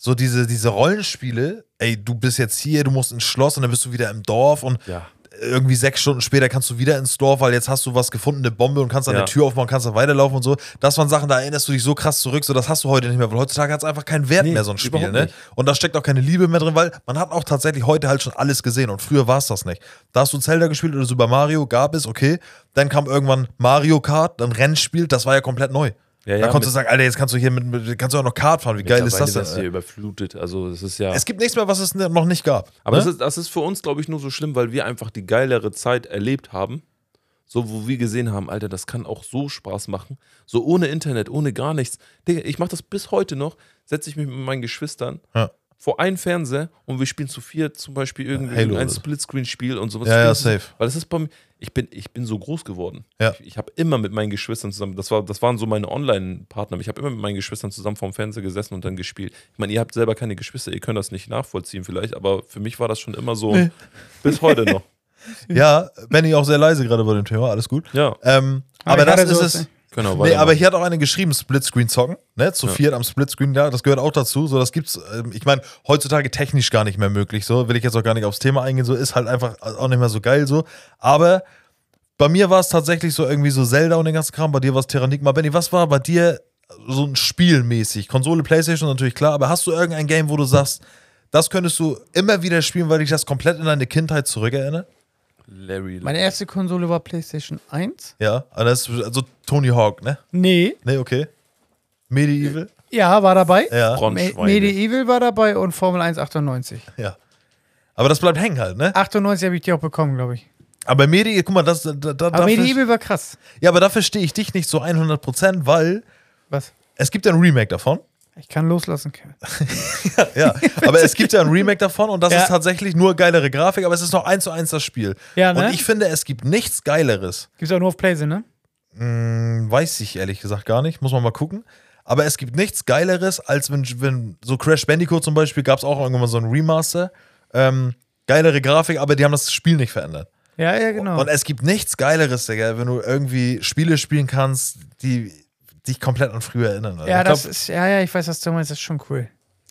S3: so diese, diese Rollenspiele, ey, du bist jetzt hier, du musst ins Schloss und dann bist du wieder im Dorf und
S4: ja.
S3: irgendwie sechs Stunden später kannst du wieder ins Dorf, weil jetzt hast du was gefunden, eine Bombe und kannst an
S4: Ja.
S3: der Tür aufmachen, kannst da weiterlaufen und so. Das waren Sachen, da erinnerst du dich so krass zurück, so das hast du heute nicht mehr, weil heutzutage hat es einfach keinen Wert
S4: Nee,
S3: mehr, so ein Spiel,
S4: überhaupt
S3: ne?
S4: nicht.
S3: Und da steckt auch keine Liebe mehr drin, weil man hat auch tatsächlich heute halt schon alles gesehen und früher war es das nicht. Da hast du Zelda gespielt oder Super Mario, gab es, okay. Dann kam irgendwann Mario Kart, dann Rennspiel, das war ja komplett neu.
S4: Ja, ja,
S3: da konntest du
S4: mit-
S3: sagen, Alter, jetzt kannst du hier mit, mit kannst du auch noch Kart fahren, wie geil ist das
S4: Mittlerweile
S3: denn?
S4: wirst du hier überflutet. Also, es ist ja.
S3: es gibt nichts mehr, was es ne- noch nicht gab.
S4: Aber
S3: ne?
S4: das, ist, das ist für uns, glaube ich, nur so schlimm, weil wir einfach die geilere Zeit erlebt haben. So, wo wir gesehen haben, Alter, das kann auch so Spaß machen. So ohne Internet, ohne gar nichts. Digga, ich mache das bis heute noch. Setze ich mich mit meinen Geschwistern
S3: Ja.
S4: vor einen Fernseher und wir spielen zu vier zum Beispiel irgendwie
S3: Halo
S4: ein
S3: oder so.
S4: Splitscreen-Spiel und sowas.
S3: Ja, ja,
S4: Spielen-
S3: safe.
S4: Weil das ist bei mir, ich bin, ich bin so groß geworden.
S3: Ja.
S4: Ich, ich habe immer mit meinen Geschwistern zusammen, das, war, das waren so meine Online-Partner, ich habe immer mit meinen Geschwistern zusammen vorm Fernseher gesessen und dann gespielt. Ich meine, ihr habt selber keine Geschwister, ihr könnt das nicht nachvollziehen vielleicht, aber für mich war das schon immer so, bis heute noch.
S3: ja, Benny auch sehr leise gerade bei dem Thema, alles gut.
S4: Ja.
S3: Ähm,
S2: Aber
S3: aber das
S2: gerade
S3: ist
S2: so
S3: es.
S2: ist-
S4: Genau,
S3: Nee,
S4: weitermachen.
S3: aber hier hat auch eine geschrieben, Splitscreen zocken, ne? Zu viert am Splitscreen, ja, das gehört auch dazu. So, das gibt's, ähm, ich meine, heutzutage technisch gar nicht mehr möglich. So, will ich jetzt auch gar nicht aufs Thema eingehen, so ist halt einfach auch nicht mehr so geil so. Aber bei mir war es tatsächlich so irgendwie so Zelda und den ganzen Kram, bei dir war es Terranigma. Benny, was war bei dir so ein spielmäßig? Konsole, Playstation natürlich klar, aber hast du irgendein Game, wo du sagst, das könntest du immer wieder spielen, weil dich das komplett in deine Kindheit zurückerinnert?
S4: Larry.
S2: Meine erste Konsole war PlayStation 1.
S3: Ja, aber das ist also Tony Hawk, ne?
S2: Nee.
S3: Ne, okay. Medieval?
S2: Ja, war dabei.
S3: Ja.
S2: Me
S4: Bronschweine.
S2: Medieval war dabei und Formel 1 98.
S3: Ja. Aber das bleibt hängen halt, ne?
S2: 98 habe ich die auch bekommen, glaube ich.
S3: Aber Medi, guck mal, das, da, da,
S2: Aber
S3: dafür,
S2: Medieval war krass.
S3: Ja, aber da verstehe ich dich nicht so 100%, weil
S2: Was?
S3: es gibt ja ein Remake davon.
S2: Ich kann loslassen, Kevin.
S3: Ja, aber es gibt ja ein Remake davon und das
S2: Ja.
S3: ist tatsächlich nur geilere Grafik, aber es ist noch eins zu eins das Spiel.
S2: Ja, ne?
S3: Und ich finde, es gibt nichts Geileres.
S2: Gibt's auch nur auf PlayStation, ne?
S3: Hm, Weiß ich ehrlich gesagt gar nicht, muss man mal gucken. Aber es gibt nichts Geileres, als wenn, wenn so Crash Bandicoot zum Beispiel gab es auch irgendwann mal so ein Remaster. Ähm, geilere Grafik, aber die haben das Spiel nicht verändert.
S2: Ja, ja, genau.
S3: Und es gibt nichts Geileres, Digga, wenn du irgendwie Spiele spielen kannst, die dich komplett an früher erinnern. Also
S2: Ja,
S3: ich glaub,
S2: das ist, ja, ja, ich weiß, was du meinst, das ist schon cool.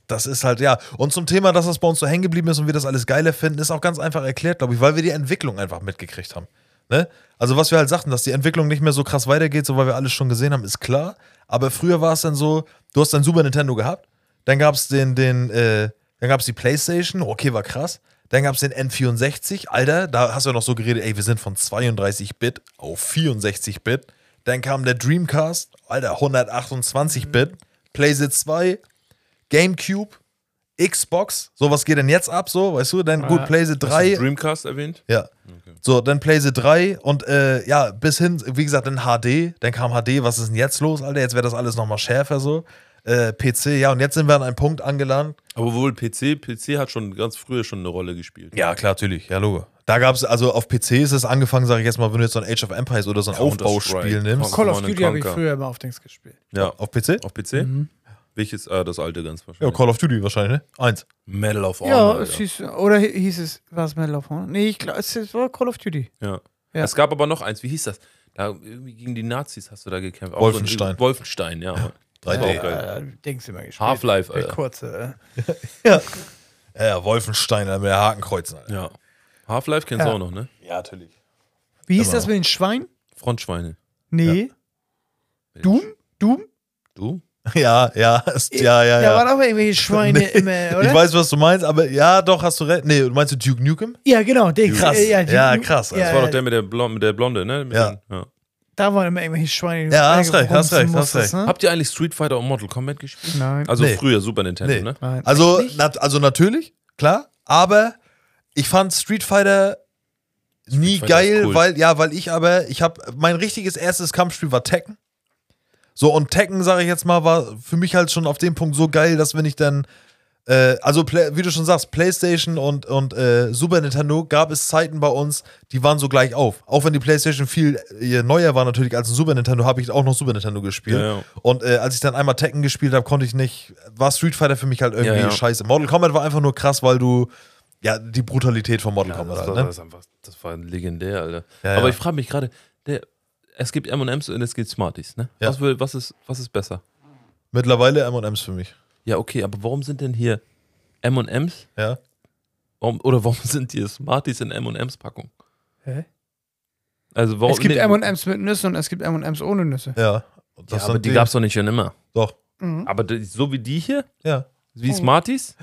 S3: das ist halt, ja. Und zum Thema, dass das bei uns so hängen geblieben ist und wir das alles geiler finden, ist auch ganz einfach erklärt, glaube ich, weil wir die Entwicklung einfach mitgekriegt haben. Ne? Also, was wir halt sagten, dass die Entwicklung nicht mehr so krass weitergeht, so weil wir alles schon gesehen haben, ist klar. Aber früher war es dann so, du hast dein Super Nintendo gehabt, dann gab es den, den, äh, dann gab es die Playstation, okay, war krass. Dann gab es den N64, Alter, da hast du ja noch so geredet, ey, wir sind von 32-Bit auf 64-Bit. Dann kam der Dreamcast, Alter, 128-Bit, PlayStation 2, GameCube, Xbox, so was geht denn jetzt ab, so, weißt du? Dann gut, PlayStation
S4: Hast du
S3: 3,
S4: Dreamcast erwähnt?
S3: ja. So, dann PlayStation 3 und äh, ja, bis hin, wie gesagt, dann HD, dann kam HD, was ist denn jetzt los, Alter? Jetzt wäre das alles nochmal schärfer, so. Äh, PC, ja, und jetzt sind wir an einem Punkt angelangt.
S4: Aber wohl PC, PC hat schon ganz früher schon eine Rolle gespielt.
S3: Ja, klar, natürlich, ja, Logo. Da gab es, also auf PC ist es angefangen, sage ich jetzt mal, wenn du jetzt so ein Age of Empires oder so ein
S4: Counter-Strike.
S3: Aufbauspiel nimmst.
S2: Call of
S4: Command
S2: Duty habe ich
S4: Conquer.
S2: früher immer auf Dings gespielt.
S4: Ja.
S3: Auf PC?
S4: Auf PC? Welches? Ah, das alte ganz
S3: Mhm. Ja,
S4: wahrscheinlich.
S3: Call of Duty wahrscheinlich, ne? Eins.
S4: Medal of
S2: Ja,
S4: Honor.
S2: es hieß, oder hi- hieß es, war es Medal of Honor? Nee, ich glaube, es es war Call of Duty.
S4: Ja.
S2: Ja.
S4: Es gab aber noch eins, wie hieß das? Da, irgendwie gegen die Nazis hast du da gekämpft. Auch So
S3: Wolfenstein.
S4: ein, Wolfenstein, ja.
S3: 3D.
S4: Auch geil.
S2: Äh, Dings immer gespielt.
S4: Half-Life,
S2: Der
S4: Alter.
S2: kurze.
S3: Ja, ja, Wolfenstein, Alter, mit der Hakenkreuzen, Alter.
S4: Ja. Half-Life kennst du auch noch, ne?
S3: Ja, natürlich.
S2: Äh. Wie hieß
S3: Aber-
S2: das mit den Schweinen?
S4: Frontschweine.
S2: Nee. Doom? Doom?
S4: Du?
S3: Ja, ja, ist, ja, ja,
S2: Da
S3: ja.
S2: waren auch irgendwelche Schweine immer, Äh, oder?
S3: Ich weiß, was du meinst, aber ja, doch, hast du recht. Nee, du meinst du Duke Nukem?
S2: ja, genau. Dings.
S3: Krass.
S2: Äh, die-
S3: Ja, krass. Das
S4: Das war doch der mit der, Blonde, mit der Blonde ne? Mit
S3: Ja.
S4: den- ja.
S2: Da waren immer irgendwelche Schweine. die
S3: Ja,
S2: du
S3: hast recht, hast recht, hast
S2: musstest, ne?
S4: Habt ihr eigentlich Street Fighter und Mortal Kombat gespielt?
S2: Nein.
S4: Also
S3: Nee.
S4: früher Super Nintendo,
S3: Nee.
S4: ne?
S2: Nein.
S3: Also, nat also natürlich, klar, aber ich fand Street Fighter nie
S4: Fighter
S3: geil,
S4: ist cool.
S3: weil ja, weil ich aber ich habe mein richtiges erstes Kampfspiel war Tekken. So und Tekken, sage ich jetzt mal, war für mich halt schon auf dem Punkt so geil, dass wenn ich dann äh, also Play- wie du schon sagst, PlayStation und und äh, Super Nintendo gab es Zeiten bei uns, die waren so gleich auf. Auch wenn die PlayStation viel äh, neuer war natürlich als ein Super Nintendo, habe ich auch noch Super Nintendo gespielt.
S4: Ja, ja.
S3: Und äh, als ich dann einmal Tekken gespielt habe, konnte ich nicht, war Street Fighter für mich halt irgendwie
S4: Ja, ja.
S3: scheiße. Mortal Kombat war einfach nur krass, weil du, ja, die Brutalität von Mortal Kombat
S4: das,
S3: halt,
S4: war,
S3: ne?
S4: das, einfach, das war legendär, Alter.
S3: Ja, ja.
S4: Aber ich frage mich gerade, der- es gibt MMs und es gibt Smarties, ne?
S3: Ja.
S4: Was, will, was, ist, was ist besser?
S3: Mittlerweile M&M's für mich,
S4: Ja, okay, aber warum sind denn hier MMs
S3: ja.
S4: warum, oder warum sind hier Smarties in MMs Packung?
S2: Hä?
S4: Also warum,
S2: es gibt
S4: nee,
S2: M&M's mit Nüssen und es gibt M&M's ohne Nüsse.
S3: Ja, Und
S4: Ja,
S3: das
S4: aber
S3: sind
S4: die gab's doch nicht schon immer.
S3: Doch,
S2: Hm?
S4: Aber die, so wie die hier,
S3: ja.
S2: Oh.
S4: wie Smarties?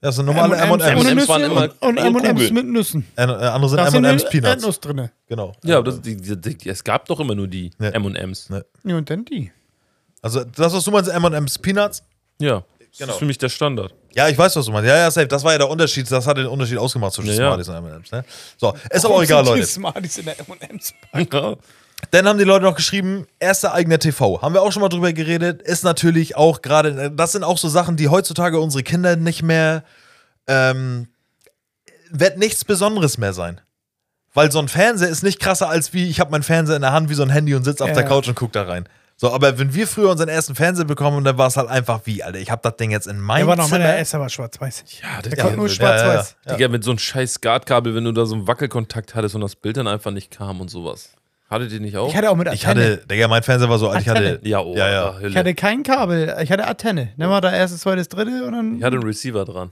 S3: Das sind normale
S2: M&M's
S3: M&M's.
S2: ohne
S4: M&Ms
S2: Nüsse
S4: waren immer
S2: und, und
S4: eine
S2: M&M's
S4: Kugel.
S2: mit Nüssen.
S3: Äh, äh, andere sind
S2: Da sind
S3: M&M's
S2: eine
S3: Peanuts.
S2: Erdnuss drin.
S3: Genau.
S4: Ja, das, die, die, die, es gab doch immer nur die
S3: Ja.
S4: MMs.
S3: Ja.
S2: Ja, und dann die.
S3: Also das, was du meinst, M&M's Peanuts.
S4: Ja, das
S3: Genau.
S4: ist für mich der Standard.
S3: Ja, ich weiß, was du meinst. Ja, ja, safe. Das war ja der Unterschied. Das hat den Unterschied ausgemacht zwischen
S4: Ja, ja.
S3: Smarties und M&M's. Ne? So, ist aber auch egal,
S2: Sind die
S3: Leute.
S2: Smarties in der M&M's.
S3: Dann haben die Leute noch geschrieben, erster eigener TV. Haben wir auch schon mal drüber geredet. Ist natürlich auch gerade, das sind auch so Sachen, die heutzutage unsere Kinder nicht mehr, ähm, wird nichts Besonderes mehr sein. Weil so ein Fernseher ist nicht krasser als wie, ich habe meinen Fernseher in der Hand wie so ein Handy und sitze auf
S2: Ja,
S3: der
S2: ja.
S3: Couch und guck da rein. So, aber wenn wir früher unseren ersten Fernseher bekommen, dann war es halt einfach wie, Alter, ich habe das Ding jetzt in
S2: Der
S3: meinem
S2: war noch mal der
S3: Zimmer.
S2: Esser war schwarz-weiß.
S4: Ja,
S2: Der konnte nur schwarz-weiß.
S4: Digga, mit so einem scheiß Skatkabel, wenn du da so einen Wackelkontakt hattest und das Bild dann einfach nicht kam und sowas. Hattet ihr nicht auch?
S2: Ich hatte auch mit
S3: Ich
S2: Antenne.
S3: hatte, Digga, mein Fernseher war so alt, ich hatte.
S4: ja, oh,
S3: ja, ja.
S4: ah, Hölle.
S2: ich hatte kein Kabel. Ich hatte Antenne. Nimm mal da erstes, zweites, dritte und dann.
S4: Ich hatte einen Receiver dran.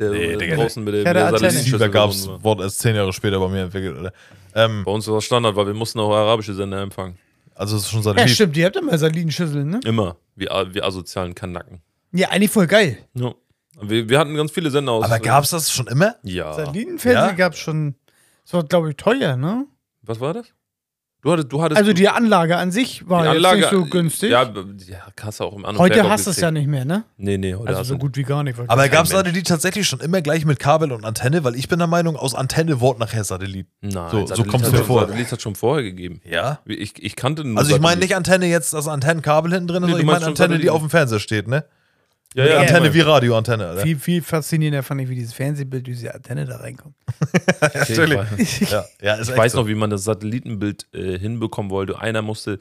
S4: Der äh,
S3: Nee, Digga.
S4: draußen mit dem
S2: Ich hatte
S4: der
S2: Antenne.
S4: Satellitenschüssel
S3: Receiver gab's,
S4: verbunden war.
S3: wurde erst zehn Jahre später bei mir entwickelt, Alter. Ähm,
S4: Bei uns war das Standard, weil wir mussten auch arabische Sender empfangen.
S3: also es ist schon seit
S2: ja, stimmt, ihr habt immer Salinenschüsseln, ne?
S4: Immer. Wir, a- wir asozialen Kanacken.
S2: Ja, eigentlich voll geil.
S4: Ja. Wir, wir hatten ganz viele Sender aus.
S3: Aber gab's das schon immer?
S4: Ja.
S2: Salinenfernsehen
S3: Ja.
S2: gab's schon. Das war, glaube ich, teuer, ne?
S4: Was war das? Du hattest, du hattest
S2: Also die Anlage an sich war jetzt nicht so günstig.
S4: Ja, b- ja hast du auch im anderen
S2: Heute hast du es ja nicht mehr, ne?
S4: Nee, nee, heute
S2: Also
S4: hast
S2: so
S4: du
S2: gut wie gar nicht. wollte
S3: Aber
S2: ich
S3: gab's
S4: Mensch.
S3: Satellit tatsächlich schon immer gleich mit Kabel und Antenne? Weil ich bin der Meinung, aus Antenne wurde nachher Satellit.
S4: Nein,
S3: So- so
S4: Satellit
S3: kommst
S4: hat
S3: du mir
S4: schon-
S3: vor.
S4: Satellit hat schon vorher gegeben.
S3: Ja.
S4: Ich, ich kannte nur
S3: Also ich meine
S4: Satellit.
S3: nicht Antenne jetzt, das Antennenkabel hinten drin,
S4: Nee,
S3: sondern
S4: du
S3: ich
S4: meinst
S3: meine
S4: schon
S3: Antenne, die
S4: Satelliten.
S3: auf dem Fernseher steht, ne?
S4: ja, ja,
S3: Antenne
S4: ich
S3: wie Radioantenne, Alter.
S2: Viel, viel faszinierender fand ich, wie dieses Fernsehbild, diese Antenne da reinkommt.
S4: meine-
S3: Natürlich. Ja, ja, ist
S4: Ich
S3: echt
S4: weiß
S3: so.
S4: noch, wie man das Satellitenbild äh, hinbekommen wollte. Einer musste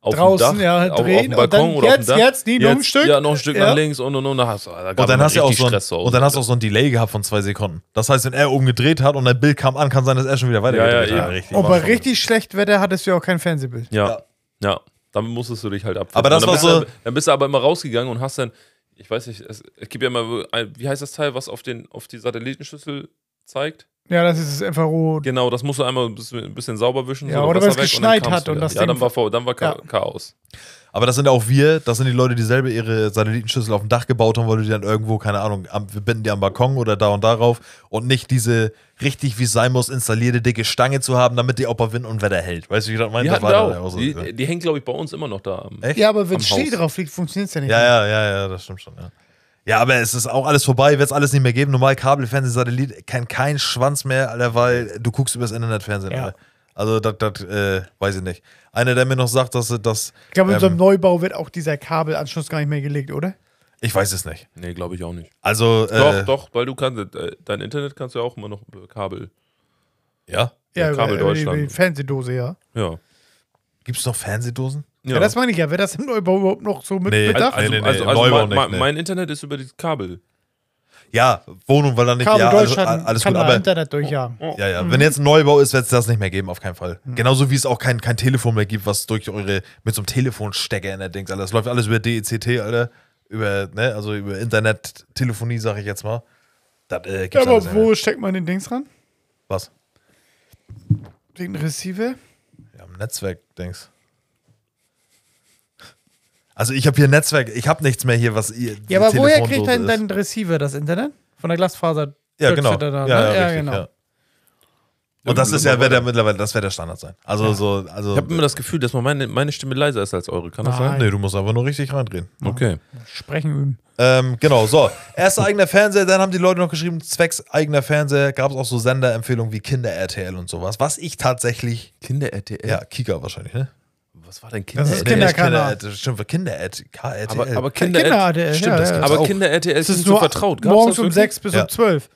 S4: auf
S2: Draußen,
S4: dem Dach,
S2: ja,
S4: auf, auf
S2: drehen und
S4: dem
S2: dann
S4: Balkon oder
S2: jetzt,
S4: auf dem Dach.
S2: jetzt, nee, noch ein Stück.
S4: Ja, noch ein Stück
S2: Ja.
S4: nach links und und und. Da hast, da
S3: Und dann, hast du ja auch so ein,
S4: Stress zu Hause.
S3: und dann hast du auch so ein Delay gehabt von zwei Sekunden. Das heißt, wenn er oben gedreht hat und ein Bild kam an, kann sein, dass er schon wieder weitergedreht
S4: ja,
S3: hat.
S4: eben.
S3: Richtig.
S2: Und bei richtig schlechtem Wetter hattest du ja auch kein Fernsehbild.
S4: Ja.
S3: Ja.
S4: ja. Damit musstest du dich halt abfinden.
S3: Aber das
S4: Und dann
S3: war
S4: bist
S3: so-
S4: Du, dann bist du aber immer rausgegangen und hast dann, ich weiß nicht, es, es gibt ja immer, ein- wie heißt das Teil, was auf, den, auf die Satellitenschüssel zeigt?
S2: Ja, das ist das Infrarot.
S4: Genau, das musst du einmal ein bisschen, ein bisschen sauber wischen.
S2: Ja,
S4: so
S2: oder
S4: Wasser
S2: wenn es
S4: weg und dann
S2: geschneit
S4: kam's
S2: hat und
S4: wieder.
S2: das
S4: Ja,
S2: Ding-
S4: dann war, vor- dann war Cha-
S2: Ja.
S4: Chaos.
S3: Aber das sind ja auch wir, das sind die Leute, die selber ihre Satellitenschüssel auf dem Dach gebaut haben, weil du die dann irgendwo, keine Ahnung, am, wir binden die am Balkon oder da und darauf und nicht diese richtig, wie es sein muss, installierte dicke Stange zu haben, damit die auch bei Wind und Wetter hält. Weißt du, wie ich das meine?
S4: Die,
S3: Das
S4: hatten
S3: war
S4: wir
S3: dann
S4: auch.
S3: auch so. ja.
S4: die, die hängt, glaube ich, bei uns immer noch da. am-
S3: Echt?
S2: Ja, aber wenn
S4: Am
S2: Schnee
S4: Haus.
S2: drauf liegt, funktioniert es ja nicht.
S3: Ja, ja, ja, ja, das stimmt schon, ja. Ja, aber es ist auch alles vorbei, wird es alles nicht mehr geben. Normal Kabel, Fernsehen, Satellit, kann kein Schwanz mehr, Alter, weil du guckst übers Internet Fernsehen.
S2: Ja.
S3: Alter. Also, das, das äh, weiß ich nicht. Einer, der mir noch sagt, dass das.
S2: Ich glaube, in so einem
S3: ähm,
S2: Neubau wird auch dieser Kabelanschluss gar nicht mehr gelegt, oder?
S3: ich weiß es nicht.
S4: Nee, glaube ich auch nicht.
S3: Also, äh,
S4: Doch, doch, weil du kannst, äh, dein Internet kannst du ja auch immer noch über Kabel.
S3: Ja.
S4: Ja,
S2: über-
S4: Kabel
S2: über die-
S4: Deutschland.
S2: über äh, die Fernsehdose, ja.
S4: Ja.
S3: Gibt es noch Fernsehdosen?
S2: ja. das meine ich ja. Wird das im Neubau überhaupt noch so mit
S3: Nee.
S2: bedacht?
S4: also,
S3: nee, nee,
S4: also,
S3: nee,
S4: also
S3: Neubau
S4: mein,
S3: nicht,
S4: mein,
S3: nee.
S4: mein Internet ist über die Kabel.
S3: Ja, Wohnung, weil dann nicht.
S2: Kabel
S3: also, ja, alles,
S2: Deutschland
S3: alles
S2: kann
S3: gut,
S2: da
S3: aber.
S2: Internet Mhm. durchjagen.
S3: Ja, ja. Wenn jetzt ein Neubau ist, wird es das nicht mehr geben, auf keinen Fall.
S2: Mhm.
S3: Genauso wie es auch kein, kein Telefon mehr gibt, was durch eure, mit so einem Telefonstecker in der Dings, Alter. Das läuft alles über DECT, Alter. Über, ne, also über Internet-Telefonie, sag ich jetzt mal. Das äh, gibt's
S2: Ja,
S3: alles
S2: aber
S3: nicht mehr.
S2: wo steckt man den Dings ran?
S3: Was?
S2: Den Receiver?
S3: Ja, im Netzwerk, Dings. Also ich habe hier Netzwerk, ich habe nichts mehr hier, was ihr. die
S2: Ja, aber woher kriegt
S3: Telefondose
S2: denn
S3: ist.
S2: dein Receiver das Internet? Von der Glasfaser?
S3: Ja, genau.
S2: Da,
S3: Ja,
S2: ne?
S3: ja, richtig, ja. Und das ist ja,
S4: Irgendwann
S3: wird ja mittlerweile, das wäre der Standard sein. Also so, also.
S4: Ich habe immer das Gefühl, dass man meine, meine Stimme leiser ist als eure. Kann das
S2: Nein.
S4: sein?
S3: nee, du musst einfach nur richtig reindrehen.
S4: Okay.
S2: Sprechen üben.
S3: Ähm, genau, so. Erster eigener Fernseher, dann haben die Leute noch geschrieben, zwecks eigener Fernseher. Gab es auch so Senderempfehlungen wie Kinder-RTL und sowas. Was ich tatsächlich.
S4: Kinder-RTL.
S3: Ja, Kika wahrscheinlich, ne?
S4: Was war denn
S2: Das ist
S4: Kinder-RTL?
S2: Kinderkanal.
S3: Kinder stimmt, für Kinder-RTL.
S4: Aber, aber Kinder-RTL
S2: Kinder-RTL.
S3: Stimmt,
S2: ja,
S3: das
S2: ja.
S3: gibt's
S4: aber
S3: auch.
S4: Kinder RTL ist
S2: Das
S4: nicht so vertraut. Gab's
S2: morgens
S4: das
S2: um
S4: wirklich?
S2: 6 bis
S3: Ja.
S2: um 12.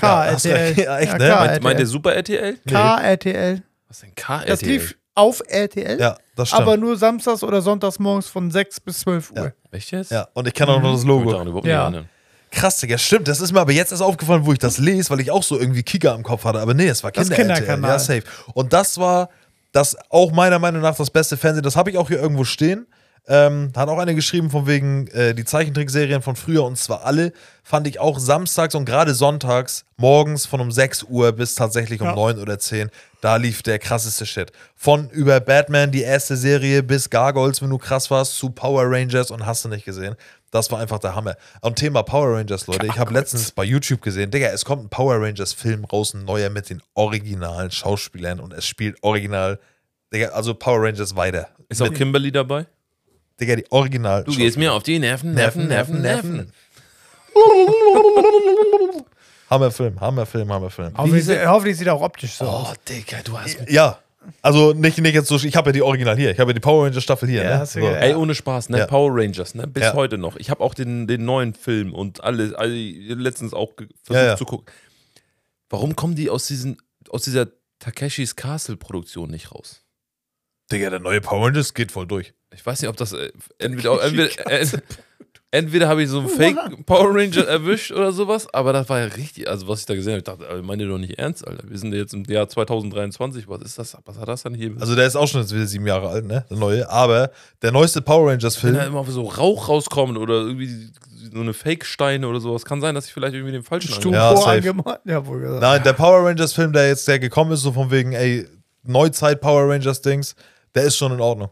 S3: Ja, hast
S2: K-RTL.
S3: recht. Ja, echt, ne?
S2: K-RTL.
S4: Meint, meint der Super RTL?
S2: K-RTL.
S4: Was denn K-RTL?
S2: Das lief auf RTL,
S3: Ja, das stimmt.
S2: aber nur samstags oder sonntags morgens von 6 bis 12 Uhr.
S4: Echt jetzt?
S3: ja, und ich kann auch noch das
S4: Ich
S3: Logo.
S4: daran überhaupt
S2: Ja.
S4: nicht erinnern.
S3: Krass, Digga, stimmt. Das ist mir aber jetzt erst aufgefallen, wo ich das lese, weil ich auch so irgendwie Kika im Kopf hatte. Aber nee, es war
S2: Das
S3: Kinder
S2: Kinderkanal.
S3: Ja, safe. Und das war das auch meiner Meinung nach das beste Fernsehen. Das habe ich auch hier irgendwo stehen. Ähm, hat auch eine geschrieben von wegen äh, die Zeichentrickserien von früher und zwar alle fand ich auch samstags und gerade sonntags morgens von um 6 Uhr bis tatsächlich um
S2: Ja.
S3: 9 oder 10 da lief der krasseste Shit von über Batman die erste Serie bis Gargoyles wenn du krass warst zu Power Rangers und hast du nicht gesehen das war einfach der Hammer und Thema Power Rangers Leute ich habe letztens bei YouTube gesehen Digga, es kommt ein Power Rangers Film raus ein neuer mit den originalen Schauspielern und es spielt original Digga, also Power Rangers weiter
S4: Ist auch Kimberly dabei?
S3: Digga, die Original.
S4: Du gehst mir auf die Nerven, Nerven, Nerven, Nerven.
S3: Hammerfilm, Hammerfilm, Hammerfilm.
S2: Hoffentlich, hoffentlich sieht er Oh, auch optisch so
S4: Oh,
S2: aus.
S4: Digga, du hast...
S3: Ja. Also nicht, nicht jetzt so, ich habe ja die Original hier, ich habe ja die Power Ranger Staffel hier.
S2: Ja,
S3: ne?
S2: hast du
S3: so.
S2: ja.
S4: Ey, ohne Spaß, ne?
S3: Ja.
S4: Power Rangers, ne? Bis
S3: Ja.
S4: heute noch. Ich habe auch den, den neuen Film und alle, alle letztens auch ge- versucht
S3: Ja, ja.
S4: zu gucken. Warum kommen die aus, diesen, aus dieser Takeshis Castle-Produktion nicht raus?
S3: Digga, der neue Power Rangers geht voll durch.
S4: Ich weiß nicht, ob das äh, entweder, entweder, äh, entweder habe ich so einen Fake Power Ranger erwischt oder sowas, aber das war ja richtig, also was ich da gesehen habe, ich dachte, ey, meint ihr doch nicht ernst, Alter. Wir sind ja jetzt im Jahr 2023, was ist das? Was hat das denn hier?
S3: Also der ist auch schon jetzt wieder sieben Jahre alt, ne? Der neue. Aber der neueste Power
S4: wenn da
S3: Rangers-Film.
S4: immer so Rauch rauskommt oder irgendwie so eine Fake-Steine oder sowas, kann sein, dass ich vielleicht irgendwie den falschen
S2: Stuhl
S4: ange-
S3: Ja, safe.
S2: angemalt. Ja, wohl gesagt.
S3: Nein, der Power Rangers-Film, der jetzt der gekommen ist, so von wegen, ey, Neuzeit Power Rangers-Dings, der ist schon in Ordnung.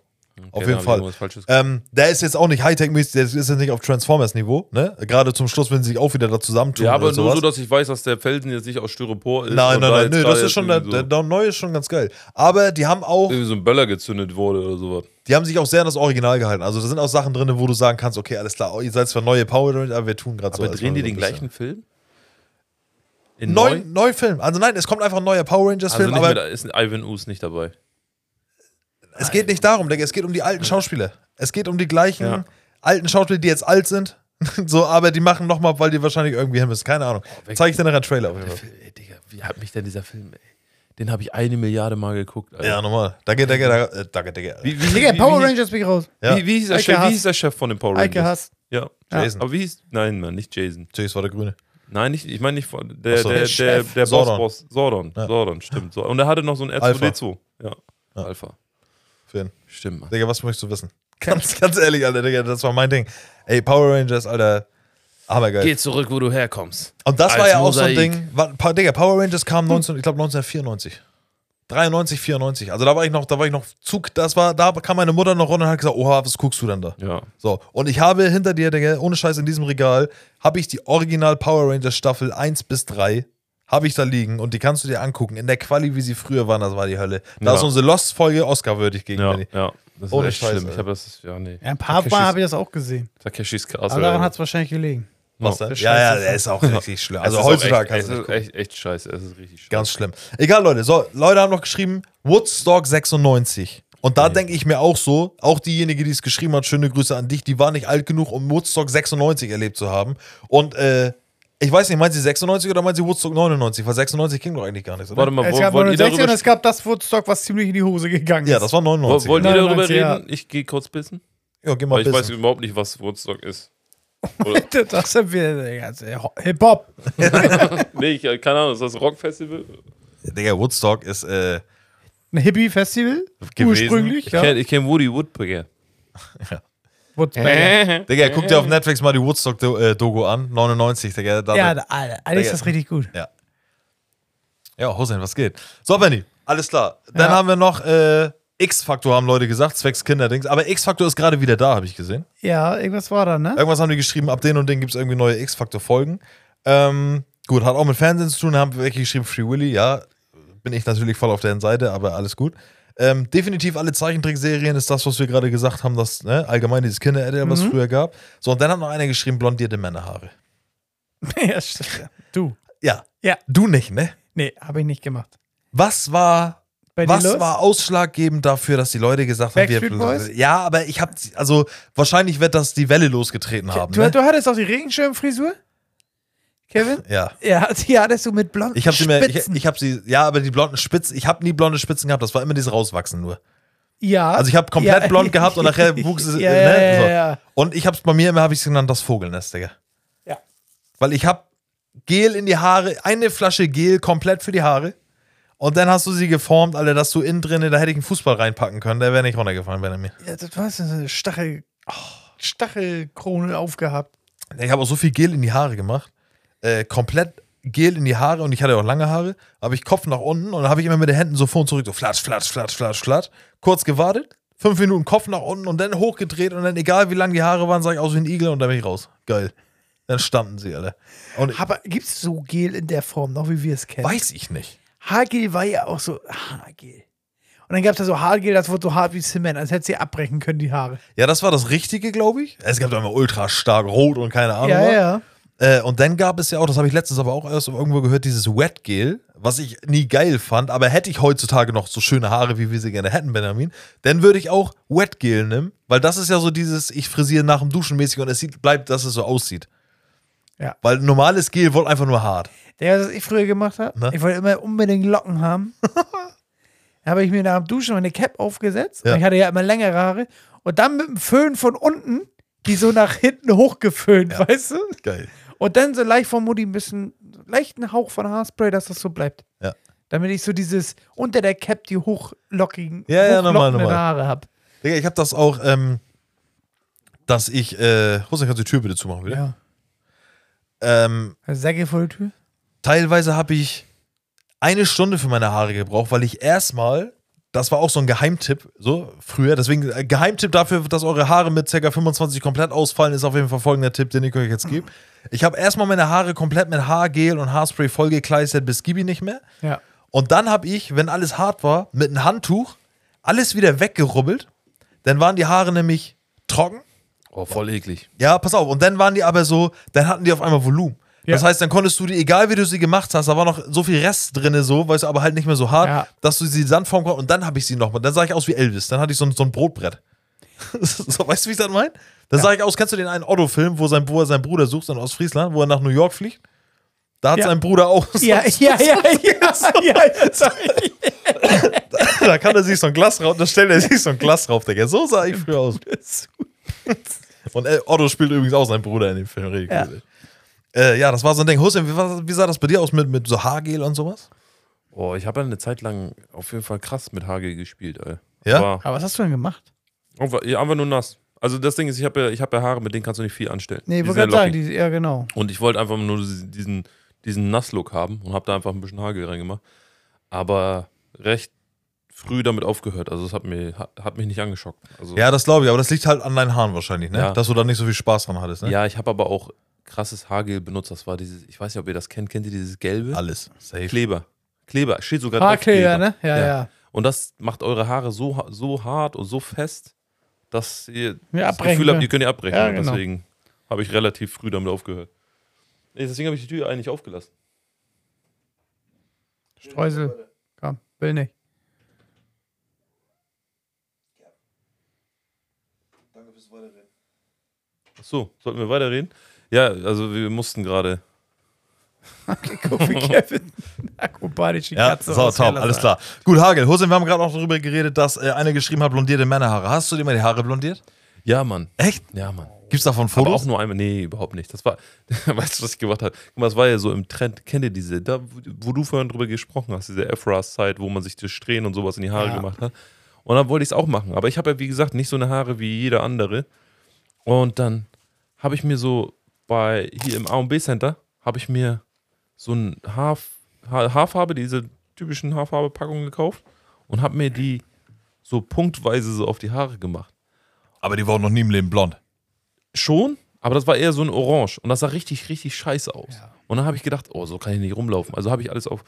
S3: auf
S4: dann
S3: jeden
S4: hab ich
S3: Fall.
S4: Mhm, irgendwas Falsches
S3: Ähm, der ist jetzt auch nicht Hightech-mäßig, der ist jetzt nicht auf Transformers-Niveau, ne? Gerade zum Schluss, wenn sie sich auch wieder da zusammentun.
S4: Ja, aber
S3: oder
S4: nur
S3: sowas.
S4: so, dass ich weiß, dass der Felsen jetzt nicht aus Styropor ist.
S3: Nein,
S4: und
S3: nein,
S4: da
S3: nein,
S4: jetzt
S3: nö,
S4: da
S3: das ist
S4: jetzt
S3: schon, der,
S4: irgendwie
S3: der,
S4: so, Mhm.
S3: der neue ist schon ganz geil. Aber die haben auch,
S4: irgendwie so ein Böller gezündet wurde oder sowas.
S3: die haben sich auch sehr an das Original gehalten. Also da sind auch Sachen drin, wo du sagen kannst, okay, alles klar, ihr seid zwar neue Power Rangers, aber wir tun gerade so.
S4: Aber
S3: als wenn
S4: drehen die
S3: wir
S4: den
S3: so ein bisschen-
S4: gleichen Film? In neu?
S3: Neuen, neuen Film. Also nein, es kommt einfach ein neuer Power
S4: Also
S3: Rangers-Film,
S4: nicht
S3: aber
S4: mit, ist ein Ivan Us nicht dabei.
S3: Es geht nicht darum, Digga. Es geht um die alten Schauspieler. Es geht um die gleichen
S4: Ja.
S3: alten Schauspieler, die jetzt alt sind. so, aber die machen nochmal, weil die wahrscheinlich irgendwie hin müssen. Keine Ahnung.
S4: weg.
S3: Zeige ich dir nachher einen Trailer auf jeden Fall.
S4: Ey, Digga, wie hat mich denn dieser Film, ey? Den habe ich eine Milliarde Mal geguckt, Alter.
S3: Ja, nochmal. Danke, danke, danke, äh, danke, Digga.
S4: Wie, wie, wie,
S2: Digga,
S4: wie,
S2: Power
S4: wie,
S2: Rangers bin ich raus.
S3: Ja.
S4: Wie, wie, hieß der
S2: Eike
S4: Chef, wie
S2: Hass.
S4: hieß der Chef von den Power Rangers?
S2: Eike Hass.
S4: Ja.
S3: Jason.
S4: Aber wie hieß. Nein, Mann, nicht Jason.
S3: Natürlich war der Grüne.
S4: Nein, nicht, ich meine nicht von. Der,
S3: Ach so. Der
S4: der, der,
S3: Chef.
S4: der Boss,
S3: Sordon.
S4: Boss. Sordon.
S3: Ja.
S4: Sordon, stimmt. So. Und er hatte noch so ein
S3: Alpha.
S4: R2D2. Ja. Alpha.
S3: Finn.
S4: Stimmt, Mann.
S3: Digga, was möchtest du wissen? Ganz, ganz ehrlich, Alter, Digga, das war mein Ding. Ey, Power Rangers, Alter. Hammergeil.
S4: Geh zurück, wo du herkommst.
S3: Und das
S4: Als
S3: war ja auch so ein
S4: Mosaik. Hm.
S3: Ding. War, Pa- Digga, Power Rangers kam 19, ich glaube 1994. 93, 94. Also da war ich noch, da war ich noch Zug, das war, da kam meine Mutter noch runter und hat gesagt, oha, was guckst du denn da?
S4: Ja.
S3: So, und ich habe hinter dir, Digga, ohne Scheiß in diesem Regal, habe ich die Original Power Rangers Staffel 1 bis 3, habe ich da liegen und die kannst du dir angucken. In der Quali, wie sie früher waren, das war die Hölle. Da
S4: Ja.
S3: ist unsere Lost-Folge Oscar-würdig gegen
S4: Ja,
S3: Benny.
S4: ja. Das ist
S3: Ohne
S4: echt
S3: Scheiß,
S4: schlimm. Ich
S3: Alter.
S4: habe das. Ja, nee.
S2: Ja, ein paar
S4: Takeshis-
S2: Mal habe ich das auch gesehen.
S4: Takeshis Castle.
S2: Aber daran hat es wahrscheinlich gelegen.
S3: Was denn?
S2: der
S3: Ja,
S2: Scheiß
S3: ja,
S2: ist-
S3: der ist auch richtig schlimm. Also
S4: Es ist auch
S3: heutzutage
S4: echt,
S3: kannst
S4: es
S3: du
S4: ist echt, echt scheiße. Es ist richtig scheiße.
S3: Ganz schlimm. Egal, Leute. So, Leute haben noch geschrieben, Woodstock 96. Und da denke ich mir auch so, auch diejenige, die es geschrieben hat, schöne Grüße an dich, die war nicht alt genug, um Woodstock 96 erlebt zu haben. Und äh, ich weiß nicht, meint sie 96 oder meint sie Woodstock 99? Weil 96 ging doch eigentlich gar nichts, oder?
S4: Warte mal,
S2: es
S4: wo,
S2: gab
S4: wollt ihr
S2: 69 und
S4: darüber,
S2: es gab das Woodstock, was ziemlich in die Hose gegangen ist.
S3: Ja, das war
S4: wo,
S3: 99.
S4: wollt ihr darüber
S2: 99, ja.
S4: reden? Ich gehe kurz pissen.
S3: ja, geh mal
S4: Weil ich weiß
S3: pissen.
S4: überhaupt nicht, was Woodstock ist.
S2: das sind wir der ganze Ho- Hip-Hop.
S4: Nee, ich, äh, keine Ahnung, ist das Rockfestival?
S3: Digga, Woodstock ist äh,
S2: Ein Hippie-Festival?
S3: Gewesen.
S2: Ursprünglich, ja.
S4: Ich kenne kenn Woody Woodpecker.
S2: Woodstock.
S3: Digga, guck dir auf Netflix mal die Woodstock-Dogo an. 99, Digga. Da,
S2: Ja, da- Alter, Alter, ist das richtig gut.
S3: Ja, Hussein, was geht? So, Benny, alles klar. Dann
S2: Ja.
S3: haben wir noch äh, X-Faktor, haben Leute gesagt, zwecks Kinderdings. Aber X-Faktor ist gerade wieder da, habe ich gesehen.
S2: Ja, irgendwas war da, ne?
S3: Irgendwas haben die geschrieben, ab den und den gibt es irgendwie neue X-Faktor-Folgen. Ähm, gut, hat auch mit Fernsehen zu tun, haben welche geschrieben, Free Willy, ja. Bin ich natürlich voll auf deren Seite, aber alles gut. Ähm, definitiv alle Zeichentrickserien ist das, was wir gerade gesagt haben, dass ne, allgemein dieses Kinder-Edel, was es früher gab. So, und dann hat noch einer geschrieben, blondierte Männerhaare. Ähm.
S2: ja, stimmt. Du.
S3: Ja.
S2: Ja.
S3: Du nicht, ne?
S2: Nee, habe ich nicht gemacht.
S3: Was war
S2: Bei dir
S3: Was
S2: los?
S3: war ausschlaggebend dafür, dass die Leute gesagt haben,
S2: Backstreet Boys?
S3: Ja, aber ich habe also wahrscheinlich wird das die Welle losgetreten haben.
S2: du,
S3: Ne?
S2: du hattest auch die Regenschirmfrisur? Kevin?
S3: Ja.
S2: Ja, die hattest du mit blonden
S3: Ich habe sie mir, ich,
S2: Spitzen.
S3: ich habe sie, ja, aber die blonden Spitzen, ich habe nie blonde Spitzen gehabt, das war immer dieses Rauswachsen nur.
S2: ja.
S3: Also ich habe komplett
S2: Ja.
S3: blond gehabt und nachher wuchs es,
S2: Ja,
S3: ne,
S2: ja, ja,
S3: so.
S2: ja.
S3: Und ich hab's bei mir immer, habe ich es genannt, das Vogelnest, Digga.
S2: Ja.
S3: Weil ich hab Gel in die Haare, eine Flasche Gel komplett für die Haare. Und dann hast du sie geformt, Alter, dass du innen drinne, da hätte ich einen Fußball reinpacken können, der wäre nicht runtergefallen bei mir.
S2: Ja, das war so eine Stachel, oh, Stachelkrone aufgehabt.
S3: Ich habe auch so viel Gel in die Haare gemacht. Äh, komplett Gel in die Haare und ich hatte auch lange Haare. Habe ich Kopf nach unten und dann habe ich immer mit den Händen so vor und zurück so flatsch, flatsch, flatsch, flatsch, flatsch. Kurz gewartet, fünf Minuten Kopf nach unten und dann hochgedreht und dann, egal wie lang die Haare waren, sah ich aus wie ein Igel und dann bin ich raus. Geil. Dann standen sie alle. Und
S2: Aber gibt es so Gel in der Form noch, wie wir es kennen?
S3: weiß ich nicht.
S2: Haargel war ja auch so Haargel. Und dann gab es da so Haargel, das wurde so hart wie Zement, als hätte sie abbrechen können, die Haare.
S3: Ja, das war das Richtige, glaube ich. Es gab da immer ultra stark rot und keine Ahnung.
S2: ja,
S3: was.
S2: ja.
S3: Äh, und dann gab es ja auch, das habe ich letztens aber auch erst irgendwo gehört, dieses Wet Gel, was ich nie geil fand, aber hätte ich heutzutage noch so schöne Haare, wie wir sie gerne hätten, Benjamin, dann würde ich auch Wet Gel nehmen, weil das ist ja so dieses, ich frisiere nach dem Duschen mäßig und es sieht, bleibt, dass es so aussieht.
S2: Ja.
S3: Weil normales Gel wird einfach nur hart.
S2: Der, was ich früher gemacht habe,
S3: Na?
S2: ich wollte immer unbedingt Locken haben. da habe ich mir nach dem Duschen meine Cap aufgesetzt.
S3: Ja.
S2: Und ich hatte ja immer längere Haare. Und dann mit dem Föhn von unten die so nach hinten hochgeföhnt, weißt du?
S3: Geil.
S2: Und dann so leicht vom Mutti ein bisschen, leichten Hauch von Haarspray, dass das so bleibt.
S3: Ja.
S2: Damit ich so dieses unter der Cap die hochlockigen,
S3: Ja, ja, normal,
S2: hochlockenden
S3: normal.
S2: Haare habe.
S3: Digga, ich habe das auch, ähm, dass ich, äh, Hussein, kannst du die Tür bitte zumachen, bitte?
S2: Ja. Also
S3: Ähm,
S2: Säcke vor der Tür.
S3: teilweise habe ich eine Stunde für meine Haare gebraucht, weil ich erstmal, das war auch so ein Geheimtipp, so früher, deswegen äh, Geheimtipp dafür, dass eure Haare mit ca. 25 komplett ausfallen, ist auf jeden Fall folgender Tipp, den ich euch jetzt gebe. Ich habe erstmal meine Haare komplett mit Haargel und Haarspray vollgekleistert, bis Gibi nicht mehr.
S2: Ja.
S3: Und dann habe ich, wenn alles hart war, mit einem Handtuch alles wieder weggerubbelt. Dann waren die Haare nämlich trocken.
S4: Oh, voll eklig.
S3: Ja, pass auf. Und dann waren die aber so, dann hatten die auf einmal Volumen. Das heißt, dann konntest du die, egal wie du sie gemacht hast, da war noch so viel Rest drin, so, weißt du, aber halt nicht mehr so hart,
S2: Ja.
S3: dass du sie dann formen konntest. Und dann habe ich sie nochmal. Dann sah ich aus wie Elvis. Dann hatte ich so ein, so ein Brotbrett. so, weißt du, wie ich das meine? Dann sah ich aus, kennst du den einen Otto-Film, wo, sein, wo er seinen Bruder sucht, dann aus Friesland, wo er nach New York fliegt? Da hat
S2: Ja.
S3: sein Bruder auch so,
S2: Ja, ja, ja, ja, ja, sorry.
S3: da kann er sich so ein Glas drauf, da stellt er sich so ein Glas drauf, Digga. So sah ich früher aus. Und äh, Otto spielt übrigens auch seinen Bruder in dem Film. Richtig
S2: Ja.
S3: cool, ey. Äh, ja, das war so ein Ding. Hussein, wie, war- wie sah das bei dir aus mit, mit so Haargel und sowas?
S4: Oh, ich habe ja eine Zeit lang auf jeden Fall krass mit Hagel gespielt, ey.
S3: Ja?
S4: War,
S2: Aber was hast du denn gemacht?
S4: einfach- ja, einfach nur nass. Also das Ding ist, ich habe ja, ich hab ja Haare, mit denen kannst du nicht viel anstellen.
S2: Nee,
S4: Die
S2: wollte
S4: sind
S2: gerade
S4: ja
S2: sagen,
S4: lockig.
S2: die, ja, genau.
S4: Und ich wollte einfach nur diesen, diesen- diesen Nasslook haben und habe da einfach ein bisschen Hagel reingemacht. Aber recht früh damit aufgehört. Also es hat, mir, hat, hat mich nicht angeschockt. Also,
S3: Ja, das glaube ich, aber das liegt halt an deinen Haaren wahrscheinlich, ne?
S4: Ja.
S3: Dass du da nicht so viel Spaß dran hattest, ne?
S4: ja, ich habe aber auch krasses Haargel benutzt. Das war dieses, ich weiß nicht, ob ihr das kennt. Kennt ihr dieses gelbe?
S3: Alles. Safe.
S4: Kleber. Kleber. Steht sogar drauf.
S2: Haarkleber, ne? Ja, ja. ja.
S4: Und das macht eure Haare so, ha- so hart und so fest, dass ihr
S2: Ja,
S4: das
S2: abbrechen
S4: Gefühl habt,
S2: können.
S4: ihr könnt ihr abbrechen.
S2: Ja,
S4: Und
S2: genau.
S4: Deswegen habe ich relativ früh damit aufgehört. Nee, deswegen habe ich die Tür eigentlich aufgelassen.
S2: Streusel. Komm, will nicht.
S4: Ach so, sollten wir weiterreden? Ja, also wir mussten gerade.
S2: Guck, wie Kevin akrobatische
S3: Ja,
S2: Katze
S3: so,
S2: aus
S3: top,
S2: Hellas
S3: alles
S2: hat.
S3: klar. Gut, Hagel, Hussein, wir haben gerade auch darüber geredet, dass äh, einer geschrieben hat, blondierte Männerhaare. Hast du dir mal die Haare blondiert?
S4: Ja, Mann.
S3: Echt?
S4: Ja, Mann.
S3: Gibt's davon
S4: Aber auch
S3: Fotos?
S4: nur einmal. Nee, überhaupt nicht. Das war, weißt du, was ich gemacht habe? Guck mal, das war ja so im Trend. Kennt ihr diese, da, wo du vorhin drüber gesprochen hast, diese Afras-Zeit, wo man sich die Strähnen und sowas in die Haare gemacht hat. Und dann wollte ich es auch machen. Aber ich habe ja, wie gesagt, nicht so eine Haare wie jeder andere. Und dann habe ich mir so bei, hier im A&B Center, habe ich mir so ein Haar, Haar, Haarfarbe, diese typischen Haarfarbe-Packungen gekauft und habe mir die so punktweise so auf die Haare gemacht.
S3: Aber die waren noch nie im Leben blond.
S4: Schon, aber das war eher so ein Orange und das sah richtig, richtig scheiße aus. Und dann habe ich gedacht, oh, so kann ich nicht rumlaufen. Also habe ich alles auf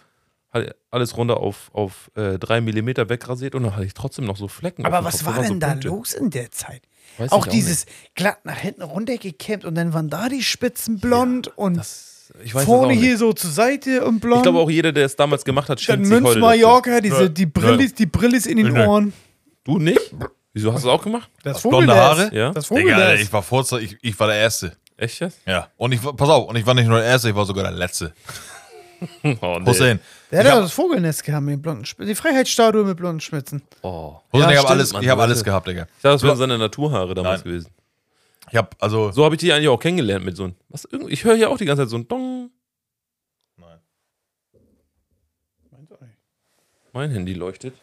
S4: halt alles runter auf, auf äh, drei Millimeter wegrasiert und dann hatte ich trotzdem noch so Flecken. auf
S2: Aber
S4: dem Kopf.
S2: was
S4: Da
S2: war
S4: waren so
S2: denn da
S4: Punkte.
S2: los in der Zeit?
S4: Weiß ich
S2: auch dieses glatt nach hinten runtergekämmt und dann waren da die Spitzen blond und
S4: Das, ich weiß
S2: vorne
S4: das auch
S2: hier
S4: Nicht.
S2: so zur Seite und blond.
S4: Ich glaube auch jeder, der es damals gemacht hat,
S2: dann
S4: schämt sich
S2: Münz
S4: heute.
S2: Mallorca, diese, die,
S3: Nö.
S2: Brillis, die Brillis in den
S3: Nö.
S2: Ohren.
S4: dafür. Du nicht? Wieso hast du es auch gemacht?
S2: Das
S3: Blonde Haare?
S4: Ja.
S2: Das Vogel
S3: Digga, Alter,
S2: Oh, das.
S3: ich war Vorzeug, ich, ich war der Erste.
S4: Echt jetzt?
S3: Ja. Und ich war, pass auf, und ich war nicht nur der Erste, ich war sogar der Letzte.
S4: Oh, nee.
S3: Hussein.
S2: Der hat
S3: Ich
S2: ja
S3: hab-
S2: das Vogelnest gehabt mit den blonden Spitzen. Die Freiheitsstatue mit blonden Spitzen.
S4: Oh.
S3: Hussein, ich
S4: Ja,
S3: habe alles,
S4: stimmt,
S3: ich hab
S4: Mann,
S3: alles
S4: du-
S3: gehabt, Digga.
S4: Ich dachte, das wären seine Naturhaare damals
S3: Nein.
S4: gewesen.
S3: Ich habe also
S4: So habe ich die eigentlich auch kennengelernt mit so einem. Was, irgend- ich höre ja auch die ganze Zeit so ein Dong.
S3: Nein.
S4: Mein Handy leuchtet.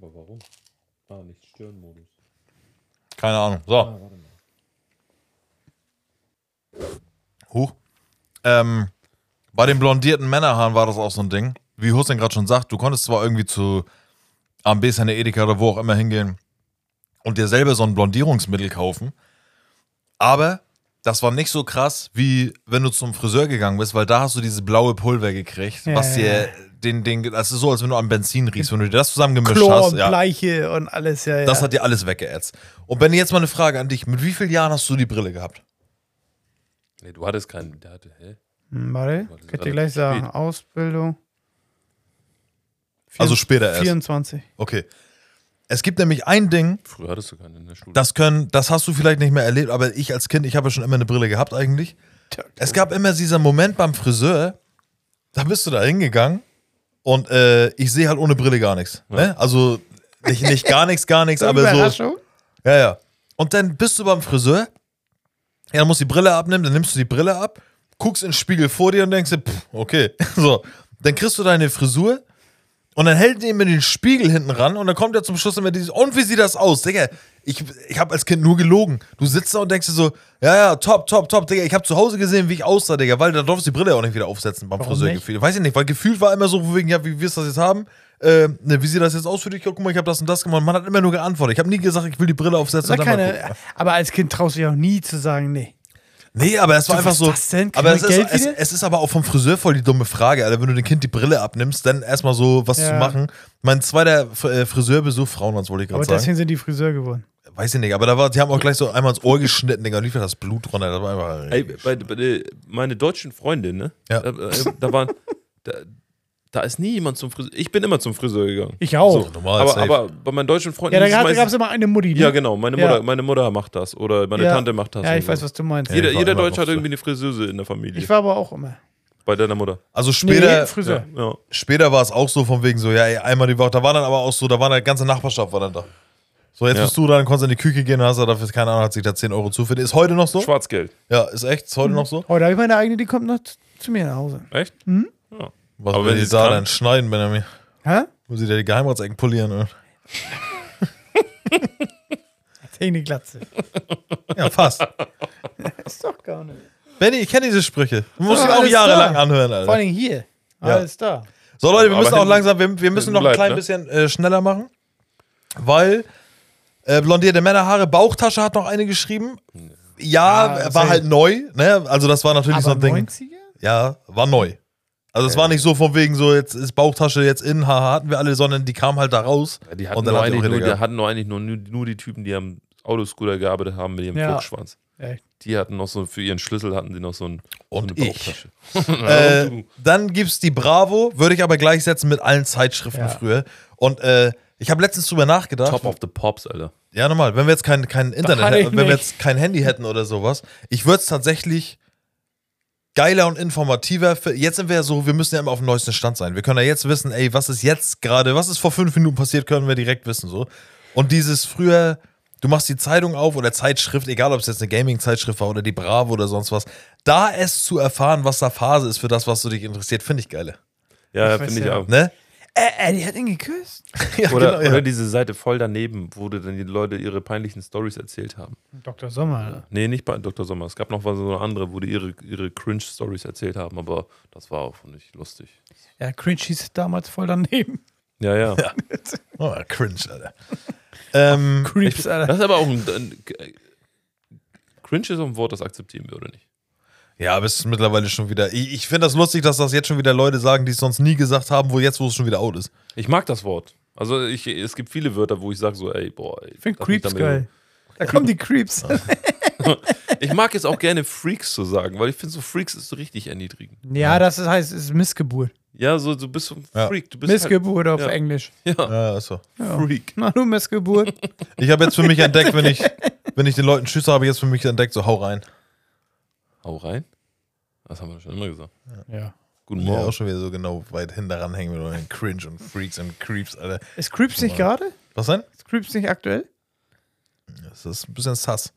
S4: Aber warum? Ah, nicht Stirnmodus.
S3: keine Ahnung. So. Huch. Ähm, bei den blondierten Männerhaaren war das auch so ein Ding. Wie Hussein gerade schon sagt, du konntest zwar irgendwie zu AMB, seine Edeka oder wo auch immer hingehen und dir selber so ein Blondierungsmittel kaufen, aber das war nicht so krass, wie wenn du zum Friseur gegangen bist, weil da hast du dieses blaue Pulver gekriegt,
S2: Ja,
S3: was
S2: ja,
S3: dir den, den, das ist so, als wenn du am Benzin riechst, wenn du dir das zusammengemischt
S2: Chlor
S3: hast.
S2: und
S3: Ja.
S2: Bleiche und alles, ja, ja.
S3: Das hat dir alles weggeätzt. Und Benny, jetzt mal eine Frage an dich. Mit wie vielen Jahren hast du die Brille gehabt?
S4: Nee, du hattest keinen. Der hatte, hä?
S2: Hm, Warte,
S4: das ist
S2: könnt ihr gleich
S4: relativ
S2: sagen. Ausbildung.
S3: Also später erst.
S2: 24.
S3: Okay. Es gibt nämlich ein Ding,
S4: Früher hattest du keinen in der Schule.
S3: das können, das hast du vielleicht nicht mehr erlebt, aber ich als Kind, ich habe ja schon immer eine Brille gehabt eigentlich. Es gab immer dieser Moment beim Friseur, da bist du da hingegangen und äh, ich sehe halt ohne Brille gar nichts. Ne? Also nicht, nicht gar nichts, gar nichts, aber so.
S2: Überraschung?
S3: Ja, ja. Und dann bist du beim Friseur, ja, dann musst du die Brille abnehmen, dann nimmst du die Brille ab, guckst in den Spiegel vor dir und denkst dir, pff, okay. So, dann kriegst du deine Frisur und dann hält die immer den Spiegel hinten ran und dann kommt ja zum Schluss immer dieses, und wie sieht das aus? Digga, ich, ich habe als Kind nur gelogen. Du sitzt da und denkst dir so, ja, ja, top, top, top, Digga, ich habe zu Hause gesehen, wie ich aussah, Digga, weil da durfst du die Brille auch nicht wieder aufsetzen beim Friseur.
S2: nicht?
S3: Gefühl. Weiß ich nicht, weil gefühlt war immer so, von wegen, ja, wie wirst du das jetzt haben? Äh, ne, wie sieht das jetzt aus für dich? Ja, guck mal, ich habe das und das gemacht. Man hat immer nur geantwortet. Ich habe nie gesagt, ich will die Brille aufsetzen.
S2: Sag
S3: und dann mal gucken.
S2: keine, aber als Kind traust du dich auch nie zu sagen, nee.
S3: Nee, aber es war
S2: Du,
S3: einfach
S2: was
S3: so.
S2: das denn? Kriegen
S3: Aber es
S2: wir
S3: ist,
S2: Geld
S3: es,
S2: wieder?
S3: es ist aber auch vom Friseur voll die dumme Frage, Alter. Wenn du dem Kind die Brille abnimmst, dann erstmal so was
S2: Ja.
S3: zu machen. Mein zweiter F- äh, Friseurbesuch, Frauenarzt wollte ich
S2: Aber
S3: gerade sagen.
S2: deswegen sind die Friseur geworden.
S3: Weiß ich nicht, aber da war, die haben auch gleich so einmal ins Ohr geschnitten, Digga, und lief ja das Blut runter. Das war einfach,
S4: Ey, bei, bei, der- meine deutschen Freunde, ne?
S3: Ja.
S4: Da, äh, da waren. Da, da ist nie jemand zum Friseur. Ich bin immer zum Friseur gegangen.
S2: Ich auch.
S3: so, normal,
S4: Aber,
S3: safe.
S4: aber bei meinen deutschen Freunden.
S2: ja, da
S4: ist es
S2: gab
S4: meistens-
S2: es immer eine Mutti. Ne?
S4: ja genau. Meine
S2: Ja.
S4: Mutter, meine Mutter macht das. Oder meine
S2: Ja.
S4: Tante macht das.
S2: Ja,
S4: und
S2: ich
S4: so.
S2: weiß, was du meinst.
S4: Jeder,
S3: ich war
S4: jeder
S3: immer
S4: Deutsche hat
S3: Friseur.
S4: irgendwie eine Friseuse in der Familie.
S2: Ich war aber auch immer.
S4: Bei deiner Mutter.
S3: also später,
S2: Friseur.
S4: Ja.
S3: später war es auch so von wegen so, ja, ey, einmal die Woche. Da war dann aber auch so, da war dann die ganze Nachbarschaft war dann da. So, jetzt
S4: Ja.
S3: bist du da, dann konntest du in die Küche gehen, hast du dafür, keine Ahnung, hat sich da 10 Euro zuführt. Ist heute noch so?
S4: Schwarzgeld.
S3: Ja, ist echt, ist
S2: Mhm.
S3: heute noch so.
S2: Heute habe Oh, ich meine eigene, die kommt noch zu- zu mir nach Hause.
S4: Echt?
S3: Was
S4: Aber
S3: will
S4: wenn
S3: die
S4: sie's
S3: da
S4: kann-
S3: dann schneiden, Benjamin?
S2: Hä?
S3: Muss ich da die Geheimratsecken polieren, oder?
S2: Technik Glatze.
S3: Ja, fast.
S2: Ist doch gar nicht.
S3: Benny, ich kenne diese Sprüche. Du musst
S2: Ah,
S3: sie auch
S2: alles
S3: jahrelang
S2: klar.
S3: anhören,
S2: Vor
S3: Alter.
S2: allem hier.
S3: Ja.
S2: Alles da.
S3: So, Leute, wir
S4: Aber
S3: müssen auch
S4: hinten-
S3: langsam, wir, wir müssen noch ein
S4: bleibt,
S3: klein
S4: ne?
S3: bisschen äh, schneller machen, weil äh, blondierte Männerhaare, Bauchtasche hat noch eine geschrieben. Ja,
S2: Ah,
S3: war
S2: okay.
S3: halt neu, ne? Also, das war natürlich so
S2: Aber
S3: ein Ding.
S2: 90er?
S3: Ja, war neu. Also, es war nicht so von wegen so, jetzt ist Bauchtasche jetzt in, haha, hatten wir alle, sondern die kam halt da raus.
S4: Ja, Die hatten,
S3: dann
S4: nur
S3: hat die
S4: eigentlich,
S3: auch
S4: nur,
S3: Rede
S4: die hatten nur eigentlich nur, nur die Typen, die am Autoscooter gearbeitet haben mit ihrem
S2: Ja.
S4: Fuchsschwanz.
S2: Echt.
S4: Die hatten noch so, für ihren Schlüssel hatten sie noch so, ein,
S3: Und
S4: so eine
S3: ich.
S4: Bauchtasche.
S3: Äh, dann gibt's die Bravo, würde ich aber gleichsetzen mit allen Zeitschriften
S2: Ja.
S3: früher. Und äh, ich habe letztens drüber nachgedacht.
S4: Top of the Pops, Alter.
S3: Ja, normal. Wenn wir jetzt kein, kein Internet
S2: hatte ich
S3: hätten, wenn wir
S2: nicht.
S3: jetzt kein Handy hätten oder sowas, ich würde es tatsächlich geiler und informativer. fi- Jetzt sind wir ja so, wir müssen ja immer auf dem neuesten Stand sein. Wir können ja jetzt wissen, ey, was ist jetzt gerade, was ist vor fünf Minuten passiert, können wir direkt wissen so. Und dieses früher, du machst die Zeitung auf oder Zeitschrift, egal ob es jetzt eine Gaming-Zeitschrift war oder die Bravo oder sonst was, da es zu erfahren, was da Phase ist für das, was du dich interessiert, finde ich geile.
S4: Ja,
S2: weiß
S4: finde ich
S2: ja.
S4: auch.
S3: Ne?
S2: Äh, äh, die hat ihn geküsst.
S3: Ja, genau,
S4: Oder,
S3: ja.
S4: oder diese Seite voll daneben, wo dann die Leute ihre peinlichen Stories erzählt haben.
S2: Dr. Sommer.
S4: Nee, nicht bei Dr. Sommer. Es gab noch was- so eine andere, wo die ihre, ihre Cringe-Stories erzählt haben, aber das war auch nicht lustig.
S2: Ja, Cringe hieß damals voll daneben.
S4: Ja, ja.
S3: Oh, cringe, Alter. ähm,
S2: Creeps, Alter.
S4: Das ist aber auch ein. ein Cringe ist auch ein Wort, das akzeptieren wir, oder nicht?
S3: Ja, aber es ist mittlerweile schon wieder. Ich, ich finde das lustig, dass das jetzt schon wieder Leute sagen, die es sonst nie gesagt haben, wo jetzt, wo es schon wieder out ist.
S4: Ich mag das Wort. Also ich, es gibt viele Wörter, wo ich sage so, ey, boah.
S2: Ich finde Creeps geil. Da kommen die Creeps.
S3: Ah.
S4: Ich mag jetzt auch gerne Freaks zu sagen, weil ich finde so Freaks ist so richtig erniedrigend.
S2: Ja, das ist, heißt, es ist Missgeburt.
S4: Ja, so du bist so ein
S3: Ja.
S4: Freak. Du bist
S2: Missgeburt auf
S4: ja.
S2: Englisch.
S4: Halt,
S3: Ja, ist so.
S4: ja, Freak.
S2: Na, du Missgeburt.
S3: Ich habe jetzt für mich entdeckt, wenn ich, wenn ich den Leuten Tschüss sage, habe, ich jetzt für mich entdeckt, so hau rein.
S4: Hau rein. Das haben wir schon immer gesagt.
S2: ja.
S4: Guten
S3: Ja,
S4: Morgen.
S3: auch schon wieder so genau weit hin daran hängen wir den Cringe und Freaks und Creeps, Alter.
S2: Ist Creeps nicht gerade?
S3: Was denn?
S2: Ist Creeps nicht aktuell?
S3: Das ist ein bisschen sass.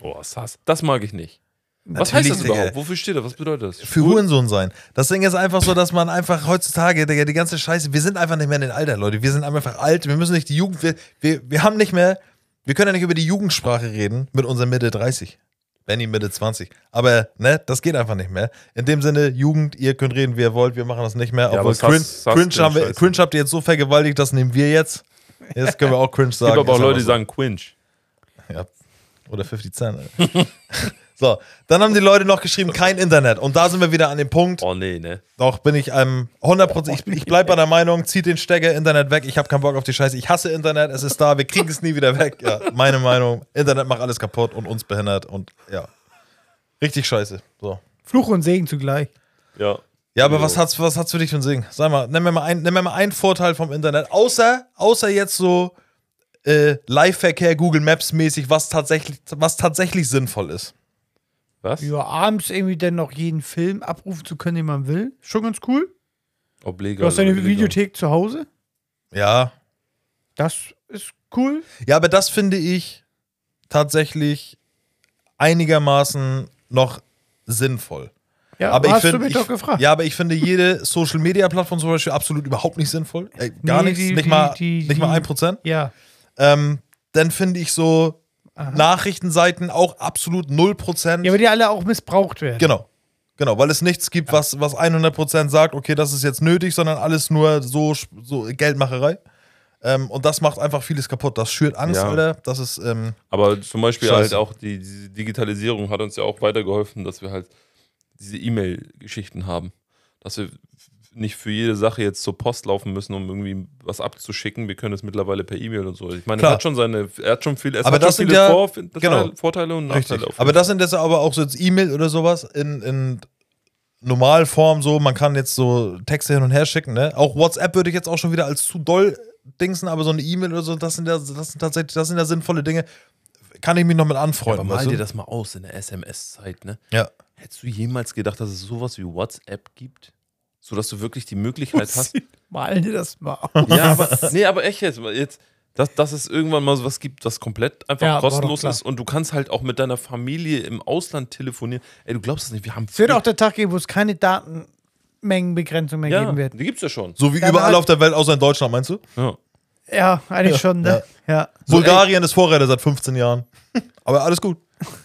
S4: Oh, Sass. Das mag ich nicht. Was heißt
S3: Natürlich,
S4: das
S3: Digga.
S4: überhaupt? Wofür steht das? Was bedeutet das?
S3: Für Hurensohn sein. Das Ding ist einfach so, dass man einfach heutzutage, Digga, die ganze Scheiße, wir sind einfach nicht mehr in den Alter, Leute. Wir sind einfach alt. Wir müssen nicht die Jugend, wir, wir, wir haben nicht mehr, wir können ja nicht über die Jugendsprache reden mit unserer Mitte 30. Benny Mitte 20. Aber, ne, das geht einfach nicht mehr. In dem Sinne, Jugend, ihr könnt reden, wie ihr wollt, wir machen das nicht mehr.
S4: Ja,
S3: Obwohl,
S4: aber
S3: Cringe,
S4: Sass- Sass
S3: Cringe, haben wir,
S4: Cringe-Scheiße.
S3: Cringe habt ihr jetzt so vergewaltigt, das nehmen wir jetzt. Jetzt können wir auch Cringe
S4: Es
S3: sagen.
S4: gibt aber auch
S3: Ist einfach
S4: Leute, die
S3: so.
S4: sagen Quinch.
S3: Ja. Oder 50 Cent. Alter. so, dann haben die Leute noch geschrieben, kein Internet. Und da sind wir wieder an dem Punkt.
S4: Oh nee, ne?
S3: Doch, bin ich einem 100%. Ich, ich bleibe bei der Meinung, zieht den Stecker, Internet weg. Ich habe keinen Bock auf die Scheiße. Ich hasse Internet, es ist da, wir kriegen es nie wieder weg. Ja, meine Meinung. Internet macht alles kaputt und uns behindert und ja. Richtig scheiße. So.
S2: Fluch und Segen zugleich.
S4: Ja.
S3: Ja, aber
S4: Jo.
S3: was hat's, was hat's für dich für einen Segen? Sag mal, nimm mir mal, ein, nimm mir mal einen Vorteil vom Internet. Außer, außer jetzt so äh, Live-Verkehr, Google Maps mäßig, was tatsächlich, was tatsächlich sinnvoll ist.
S4: Was?
S2: Ja, abends irgendwie dann noch jeden Film abrufen zu können, den man will. Schon ganz cool.
S4: Obliga.
S2: Du hast deine Videothek zu Hause.
S3: Ja.
S2: Das ist cool.
S3: Ja, aber das finde ich, tatsächlich einigermaßen noch sinnvoll.
S2: Ja,
S3: aber ich
S2: hast
S3: finde,
S2: du mich doch gefragt.
S3: ja, aber ich finde jede Social Media Plattform zum Beispiel absolut überhaupt nicht sinnvoll. Äh, gar
S2: Nee,
S3: nichts,
S2: die-
S3: nicht mal,
S2: die- die-
S3: nicht mal
S2: die-
S3: ein Prozent.
S2: Ja.
S3: Ähm, dann finde ich so Nachrichtenseiten auch absolut null Prozent.
S2: Ja, aber die alle auch missbraucht werden.
S3: Genau. Genau, weil es nichts gibt, was, was 100% sagt, okay, das ist jetzt nötig, sondern alles nur so, so Geldmacherei. Ähm, und das macht einfach vieles kaputt. Das schürt Angst,
S4: Ja.
S3: Alter. Das ist, ähm,
S4: Aber zum Beispiel halt
S3: Scheiße.
S4: auch die, diese Digitalisierung hat uns ja auch weitergeholfen, dass wir halt diese E-Mail-Geschichten haben. Dass wir nicht für jede Sache jetzt zur Post laufen müssen, um irgendwie was abzuschicken. Wir können es mittlerweile per E-Mail und so. Ich meine,
S3: Klar.
S4: er hat schon seine, er hat schon viel, es
S3: Aber
S4: hat
S3: das
S4: schon
S3: sind
S4: viele
S3: ja-
S4: Vor-
S3: genau.
S4: Vorteile und
S3: richtig.
S4: Nachteile. auf jeden
S3: Aber das sind jetzt aber auch so jetzt E-Mail oder sowas in, in Normalform so. Man kann jetzt so Texte hin und her schicken, ne? Auch WhatsApp würde ich jetzt auch schon wieder als zu doll dingsen, aber so eine E-Mail oder so, das sind ja, das sind tatsächlich, das sind ja sinnvolle Dinge. Kann ich mich noch mit
S4: Aber
S3: anfreunden,
S4: mal
S3: weißt du?
S4: dir das mal aus in der SMS-Zeit, ne?
S3: Ja.
S4: Hättest du jemals gedacht, dass es sowas wie WhatsApp gibt? So dass du wirklich die Möglichkeit hast.
S2: Malen dir das mal auf.
S4: ja, aber, nee, aber echt jetzt, jetzt dass, dass es irgendwann mal sowas gibt, was komplett einfach
S2: Ja, war doch
S4: kostenlos
S2: klar.
S4: ist und du kannst halt auch mit deiner Familie im Ausland telefonieren. Ey, du glaubst es nicht, wir haben
S2: Es wird auch der Tag geben, wo es keine Datenmengenbegrenzung mehr
S4: ja,
S2: geben wird.
S4: Die gibt's ja schon.
S3: So wie
S2: Ja, aber
S3: überall
S2: halt-
S3: auf der Welt, außer in Deutschland, meinst du?
S4: Ja.
S2: Ja, eigentlich schon, ne? Ja.
S3: Bulgarien ist Vorräter seit 15 Jahren. Aber alles gut.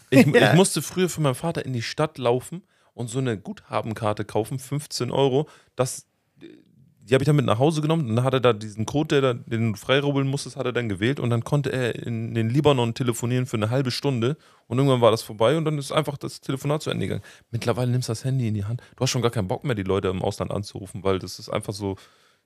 S4: Ich,
S2: Ja.
S4: ich musste früher für meinen Vater in die Stadt laufen und so eine Guthabenkarte kaufen, 15 Euro. Das, die habe ich dann mit nach Hause genommen. Dann hat er da diesen Code, der da, den du freirubbeln musstest, hat er dann gewählt. Und dann konnte er in den Libanon telefonieren für eine halbe Stunde. Und irgendwann war das vorbei und dann ist einfach das Telefonat zu Ende gegangen. Mittlerweile nimmst du das Handy in die Hand. Du hast schon gar keinen Bock mehr, die Leute im Ausland anzurufen, weil das ist einfach so,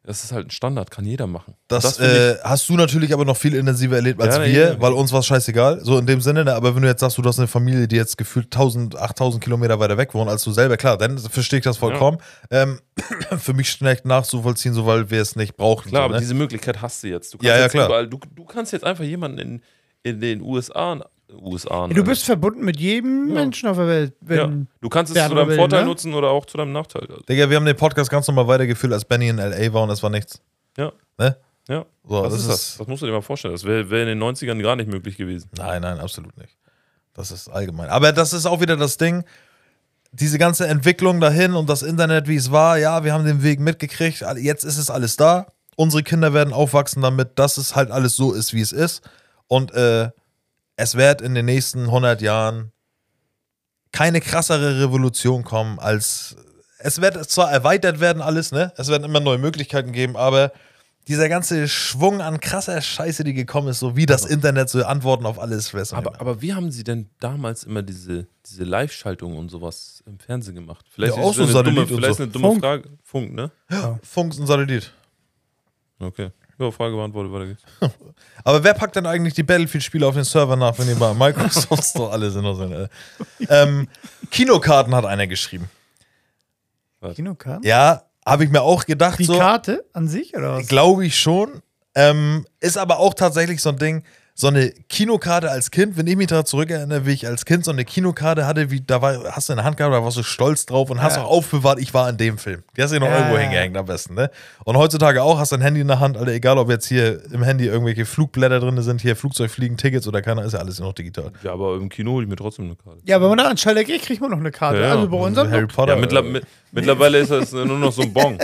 S4: das ist halt ein Standard, kann jeder machen.
S3: Das,
S4: finde ich-
S3: äh, hast du natürlich aber noch viel intensiver erlebt als
S4: Ja, nee,
S3: wir,
S4: nee.
S3: weil uns war es scheißegal. So in dem Sinne, ne? aber wenn du jetzt sagst, du hast eine Familie, die jetzt gefühlt 1000, 8000 Kilometer weiter weg wohnt als du selber, klar, dann verstehe ich das vollkommen. Ähm, für mich schlecht nachzuvollziehen, so weil wir es nicht brauchen.
S4: Klar,
S3: so,
S4: aber
S3: ne?
S4: diese Möglichkeit hast du jetzt. Du kannst
S3: Ja, ja,
S4: jetzt
S3: klar.
S4: Überall, du, du kannst jetzt einfach jemanden in, in den USA. USA
S2: Du bist verbunden mit jedem Menschen auf der Welt.
S4: ja.
S2: Wenn,
S4: Du kannst es
S2: der
S4: zu
S2: andere
S4: deinem
S2: will,
S4: Vorteil
S2: ne?
S4: nutzen oder auch zu deinem Nachteil. Also,
S3: Digga, wir haben den Podcast ganz normal weitergeführt, als Benny in L.A. war und das war nichts.
S4: ja,
S3: Ne?
S4: ja.
S3: So,
S4: das,
S3: das
S4: ist das.
S3: ist-
S4: Das musst du dir mal vorstellen. Das wäre wär in den 90ern gar nicht möglich gewesen.
S3: Nein, nein, absolut nicht. Das ist allgemein. Aber das ist auch wieder das Ding. Diese ganze Entwicklung dahin und das Internet, wie es war, ja, wir haben den Weg mitgekriegt. all- Jetzt ist es alles da. Unsere Kinder werden aufwachsen damit, dass es halt alles so ist, wie es ist. Und äh, es wird in den nächsten 100 Jahren keine krassere Revolution kommen als. Es wird zwar erweitert werden, alles, ne? Es werden immer neue Möglichkeiten geben, aber dieser ganze Schwung an krasser Scheiße, die gekommen ist, so wie das Internet, so Antworten auf alles. weiß man nicht
S4: Aber, aber wie haben sie denn damals immer diese, diese Live-Schaltung und sowas im Fernsehen gemacht? Vielleicht
S3: Ja, auch
S4: es
S3: so
S4: eine
S3: Satellit
S4: dumme,
S3: und
S4: vielleicht
S3: so.
S4: eine dumme
S2: Funk.
S4: Frage. Funk, ne?
S3: Funks und Satellit.
S4: Okay. Ja, Frage beantwortet, weiter geht's.
S3: Aber wer packt denn eigentlich die Battlefield-Spiele auf den Server nach, wenn die bei Microsoft Store alle sind? oder so, ne? ähm, Kinokarten hat einer geschrieben.
S2: Kinokarte?
S3: Ja, habe ich mir auch gedacht.
S2: Die
S3: so,
S2: Karte an sich oder was?
S3: Glaube ich schon. Ähm, ist aber auch tatsächlich so ein Ding, so eine Kinokarte als Kind, wenn ich mich daran zurückerinnere, wie ich als Kind so eine Kinokarte hatte, wie da war, hast du in der Hand gehabt, da warst du stolz drauf und hast
S2: Ja.
S3: auch aufbewahrt, ich war in dem Film. Die hast du dir noch
S2: Ja,
S3: irgendwo
S2: ja.
S3: hingehängt am besten, ne? Und heutzutage auch hast du ein Handy in der Hand, Alter, egal ob jetzt hier im Handy irgendwelche Flugblätter drin sind, hier Flugzeugfliegen, Tickets oder keiner, ist ja alles noch digital.
S4: Ja, aber im Kino hole ich mir trotzdem eine Karte.
S2: Ja, wenn man da an Scheller geht, kriegt man noch eine Karte.
S4: Ja, ja.
S2: Also bei unserem.
S3: Harry
S2: noch-
S3: Potter. äh,
S4: Ja, mittler, mit, mittlerweile ist das nur noch so ein Bon.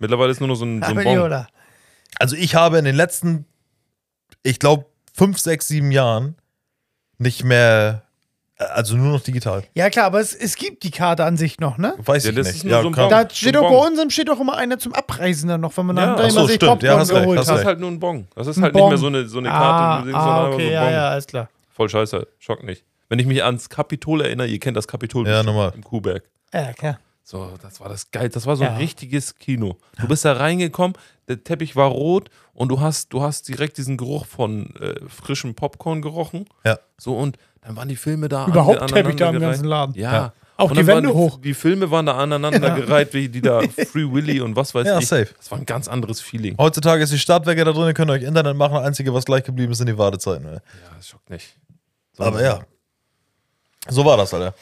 S4: Mittlerweile ist nur noch so ein, so ein
S2: Aber
S4: Bon.
S2: Jola.
S3: Also ich habe in den letzten, ich glaube, fünf, sechs, sieben Jahren nicht mehr, also nur noch digital.
S2: Ja, klar, aber es, es gibt die Karte an sich noch, ne?
S3: Weiß
S4: Ja,
S3: ich
S4: das
S3: nicht.
S4: ist nur so ein
S3: kann-
S4: Baum.
S2: Da steht auch
S4: Bonbon.
S2: bei unserem steht auch immer einer zum Abreisen dann noch, wenn man
S4: Ja.
S2: dann da
S4: Ach
S2: immer
S3: so,
S2: sich
S3: stimmt.
S2: Popcorn
S3: Ja, hast recht,
S2: geholt
S3: hast
S4: Das ist
S2: hat.
S3: recht.
S4: halt nur ein Bon. Das ist
S2: Ein
S4: halt
S2: Bon.
S4: nicht mehr so eine, so eine Karte,
S2: Ah,
S4: sondern
S2: ah,
S4: einfach
S2: okay,
S4: so ein
S2: ja,
S4: Bon.
S2: ja, alles klar.
S4: Voll scheiße, schockt nicht. Wenn ich mich ans Kapitol erinnere, ihr kennt das Kapitol
S3: Ja,
S4: bestimmt
S3: nochmal.
S4: im Kuhberg.
S2: Ja, klar.
S4: So, das war das geil. Das war so ein
S2: Ja.
S4: richtiges Kino. Du bist da reingekommen, der Teppich war rot und du hast, du hast direkt diesen Geruch von äh, frischem Popcorn gerochen.
S3: Ja.
S4: So und dann waren die Filme da
S2: Überhaupt
S4: ane-
S2: Teppich da im
S4: aneinandergereiht.
S2: ganzen Laden.
S4: Ja.
S3: Ja.
S2: Auch
S4: Und
S2: die
S4: dann waren
S2: Wände hoch.
S4: Die Filme waren da aneinander gereiht, wie die da Free Willy und was weiß
S3: Ja,
S4: ich.
S3: safe. Oh.
S4: Das war ein ganz anderes Feeling.
S3: Heutzutage ist die Stadtwerke da drin, ihr könnt euch Internet machen. Das Einzige, was gleich geblieben ist, sind die Wartezeiten. ne?
S4: Ja, das schockt nicht. So.
S3: Aber ja. So war das, Alter.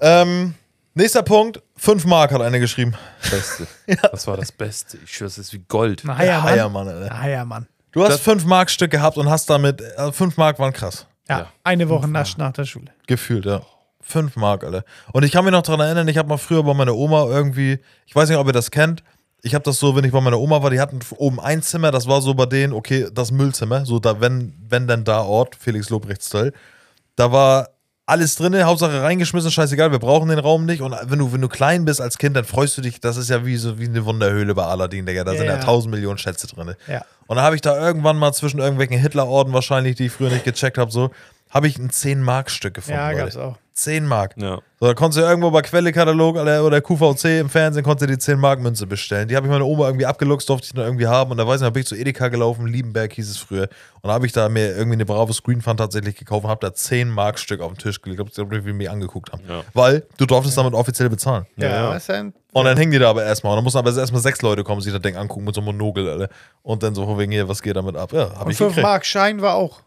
S3: Ähm, nächster Punkt: 5 Mark hat einer geschrieben.
S4: Beste. Das war das Beste. Ich schwöre, es ist wie Gold.
S2: Ein
S3: Ja,
S2: Heiermann.
S3: Mann, Alter.
S2: Ein Heiermann.
S3: Du hast 5 äh, Mark Stück gehabt und hast damit. 5 Mark waren krass.
S2: Ja,
S4: Ja.
S2: eine Woche Nasch nach der Schule.
S3: Gefühlt, ja. Fünf Mark, alle. Und ich kann mich noch dran erinnern, ich habe mal früher bei meiner Oma irgendwie, ich weiß nicht, ob ihr das kennt, ich habe das so, wenn ich bei meiner Oma war, die hatten oben ein Zimmer, das war so bei denen, okay, das Müllzimmer, so da, wenn, wenn denn da Ort, Felix Lobrechtsteil. Da war alles drin, Hauptsache reingeschmissen, scheißegal, wir brauchen den Raum nicht. Und wenn du, wenn du klein bist als Kind, dann freust du dich, das ist ja wie so wie eine Wunderhöhle bei Aladdin, Digga. Da
S2: Ja,
S3: sind ja
S2: ja.
S3: tausend Millionen Schätze drin.
S2: Ja.
S3: Und da habe ich da irgendwann mal zwischen irgendwelchen Hitlerorden wahrscheinlich, die ich früher nicht gecheckt habe, so, habe ich ein 10-Mark-Stück gefunden.
S2: Ja,
S3: Leute.
S2: gab's auch.
S3: 10 Mark.
S4: Ja.
S3: So, da konntest du irgendwo bei Quellekatalog oder oder QVC im Fernsehen konntest du die 10 Mark Münze bestellen. Die habe ich meine Oma irgendwie abgeluchst, durfte ich noch irgendwie haben. Und da weiß ich noch, bin ich zu Edeka gelaufen, Liebenberg hieß es früher. Und da habe ich da mir irgendwie eine brave Screenfund tatsächlich gekauft und habe da 10 Mark Stück auf den Tisch gelegt. Ich glaube, die mich angeguckt haben.
S4: Ja.
S3: Weil du durftest damit offiziell bezahlen.
S2: Ja,
S4: ja.
S2: Was denn?
S3: Und dann hängen die da aber erstmal. Und dann mussten aber erstmal sechs Leute kommen, sich das Ding angucken mit so einem Monokel, Alter. Und dann so von wegen hier, was geht damit ab? Ja, habe
S2: Und
S3: ich
S2: 5
S3: gekriegt.
S2: Mark Schein war auch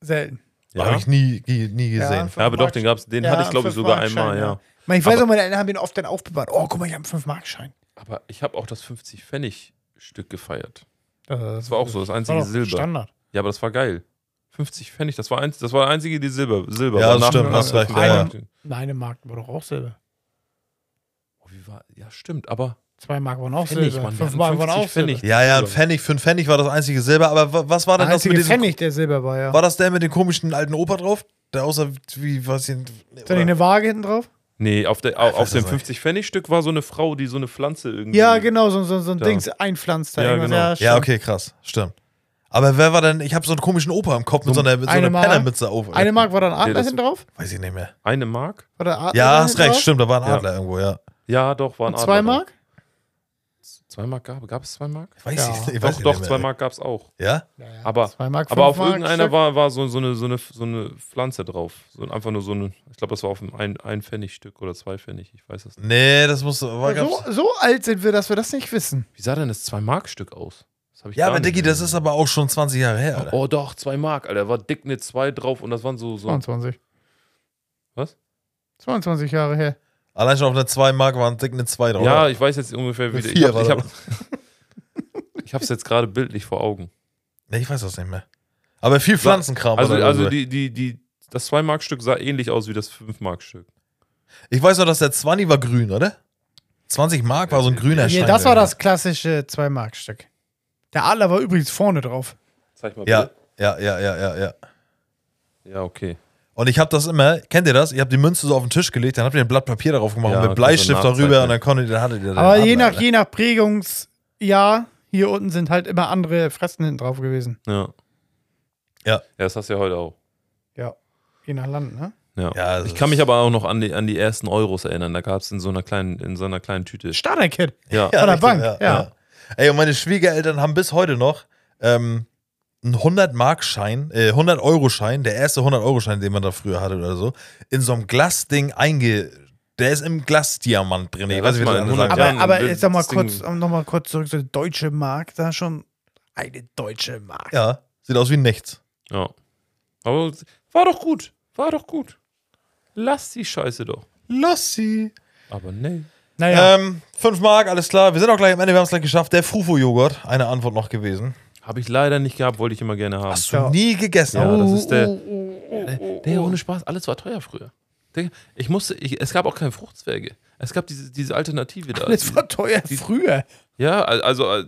S2: selten.
S4: Ja.
S3: Habe ich nie, nie, nie
S2: Ja,
S3: gesehen.
S2: fünf
S4: Ja, aber doch,
S2: Mark-
S4: den gab's, den
S2: Ja,
S4: hatte ich glaube ich
S2: fünf
S4: sogar
S2: Mark
S4: einmal,
S2: Schein,
S4: ja.
S2: Ich meine, Ich weiß auch, meine Eltern haben den oft dann aufbewahrt. Oh, guck mal, ich habe einen 5-Mark-Schein.
S4: Aber ich habe auch das 50 Pfennig Stück gefeiert.
S2: Das
S4: Äh, Das war auch so das einzige Silber.
S2: Standard.
S4: Ja, aber das war geil. 50 Pfennig, das war eins, das war der einzige, die Silber, Silber
S3: Ja,
S4: war.
S3: das
S4: Nach-
S3: stimmt,
S4: nach-
S3: hast recht,
S4: nach-
S2: ja,
S4: nach-
S2: Nein, eine Mark war doch auch Silber.
S4: Oh, wie war, ja, stimmt, aber
S2: 2 Mark waren auch
S4: Pfennig,
S2: Silber.
S4: Mann, wir
S2: 5
S4: hatten
S2: Mark waren
S4: 50
S2: auch Silber.
S4: Pfennig.
S3: Ja, ja, ein Pfennig für einen Pfennig war das einzige Silber. Aber wa- was war
S2: Der
S3: denn das
S2: einzige
S3: mit diesem
S2: Pfennig, der Silber war, ja.
S3: War das der mit dem komischen alten Opa drauf? Der außer wie, was ich.
S2: Ist da nicht eine Waage hinten drauf?
S4: Nee, auf, der, auf, auf
S3: das
S4: dem
S3: nicht.
S4: 50 Pfennig Stück war so eine Frau, die so eine Pflanze irgendwie.
S2: Ja, genau, so, so, so ein
S4: Da.
S2: Dings einpflanzt da.
S4: Ja,
S2: irgendwas.
S4: genau.
S2: stimmt.
S3: Ja, okay, krass. Stimmt. Aber wer war denn? Ich habe so einen komischen Opa im Kopf mit so einer, mit so
S2: eine
S3: einer
S2: Mark.
S3: Pennermütze auf.
S2: Eine Mark war da ein
S4: Nee,
S2: Adler
S4: das-
S2: hinten drauf?
S3: Weiß ich nicht mehr.
S4: Eine Mark?
S2: War da ein Adler
S3: Ja,
S2: da
S3: hast
S2: hinten
S3: recht,
S2: drauf?
S3: stimmt, da war ein
S4: Ja.
S3: Adler irgendwo, ja.
S4: Ja, doch, war ein
S2: Und 2 Mark?
S4: Zwei Mark gab, gab es zwei Mark?
S3: Weiß
S2: Ja.
S3: ich, ich weiß
S4: Doch,
S3: ich
S4: doch,
S3: nicht mehr.
S4: zwei Mark gab es auch.
S3: Ja?
S4: Aber,
S2: 2 Mark,
S4: aber auf
S2: fünf Mark
S4: irgendeiner
S2: Stück.
S4: war, war so, so, eine, so, eine, so eine Pflanze drauf. So, ein- einfach nur so eine, ich glaube, das war auf einem ein, ein Pfennigstück oder zwei Pfennig, ich weiß es nicht.
S3: Nee, das muss. War,
S2: So,
S3: gab's-
S2: so alt sind wir, dass wir das nicht wissen.
S4: Wie sah denn das zwei Mark Stück aus? Das hab ich
S3: ja,
S4: gar
S3: aber
S4: nicht
S3: Diggi,
S4: mehr.
S3: das ist aber auch schon 20 Jahre her, Alter.
S4: Oh doch, zwei Mark, Alter. Da war dick eine 2 drauf und das waren so. so
S2: 22.
S4: Was?
S2: 22 Jahre her.
S3: Allein schon auf einer 2 Mark waren dick eine 2 drauf.
S4: ja, ich weiß jetzt ungefähr, wie
S3: Eine
S4: die-
S3: Vier
S4: ich
S3: war
S4: hab, ich hab, Ich hab's jetzt gerade bildlich vor Augen.
S3: Nee, ich weiß das nicht mehr. Aber viel Pflanzenkram.
S4: Also,
S3: oder
S4: also
S3: so.
S4: die, die, die, das 2-Mark-Stück sah ähnlich aus wie das 5-Mark-Stück.
S3: ich weiß noch, dass der 20 war grün, oder? 20 Mark war so ein grüner
S2: Nee,
S3: Stein.
S2: das war
S3: Alter.
S2: das klassische 2-Mark-Stück. Der Adler war übrigens vorne drauf.
S4: Zeig mal
S3: Ja, ja, ja, ja, ja, ja.
S4: bitte. Ja, okay.
S3: Und ich habe das immer, kennt ihr das? Ihr habt die Münze so auf den Tisch gelegt, dann habt ihr ein Blatt Papier darauf gemacht
S4: Ja,
S3: mit Bleistift
S4: kannst du
S3: darüber und
S4: nachzeichnen.
S3: dann konntet ihr, dann hattet ihr den
S2: Aber je
S3: Adler,
S2: nach,
S3: Alter.
S2: je nach Prägungsjahr, hier unten sind halt immer andere Fressen hinten drauf gewesen.
S4: Ja.
S3: Ja.
S4: Ja, das hast du ja heute auch.
S2: Ja. Je nach Land, ne?
S4: Ja.
S3: Ja, das
S4: ich kann mich
S3: ist-
S4: aber auch noch an die, an die ersten Euros erinnern. Da gab's in so einer kleinen, in so einer kleinen Tüte.
S2: Starter-Kit.
S4: Ja.
S3: ja,
S2: an der
S3: richtig,
S2: Bank, ja.
S3: Ey, und meine Schwiegereltern haben bis heute noch ähm, einen 100-Mark-Schein, äh, 100-Euro-Schein, der erste 100-Euro-Schein, den man da früher hatte oder so, in so einem Glasding einge... Der ist im Glasdiamant drin.
S4: Ja,
S3: ich weiß nicht, wie das
S4: lass mal in
S3: sagt.
S4: Ja,
S2: Aber,
S4: und
S2: aber
S4: das
S2: jetzt nochmal
S4: Ding-
S2: kurz, um noch mal kurz zurück zur deutsche Mark. Da schon eine deutsche Mark.
S3: Ja, sieht aus wie nichts.
S4: Ja. Aber war doch gut. War doch gut. Lass die Scheiße doch.
S3: Lassi.
S4: Aber nee.
S2: Naja,
S3: Ähm, 5 Mark, alles klar. Wir sind auch gleich am Ende, wir haben es gleich geschafft. Der Frufo-Joghurt, eine Antwort noch gewesen.
S4: Habe ich leider nicht gehabt, wollte ich immer gerne haben.
S3: Hast du nie gegessen?
S4: Ja, das ist der.
S2: oh, oh, oh, oh.
S4: Der ohne Spaß, alles war teuer früher. Der, ich musste, ich, es gab auch keine Fruchtzwerge. Es gab diese, diese Alternative da.
S2: das war teuer früher.
S4: ja, al- also äh,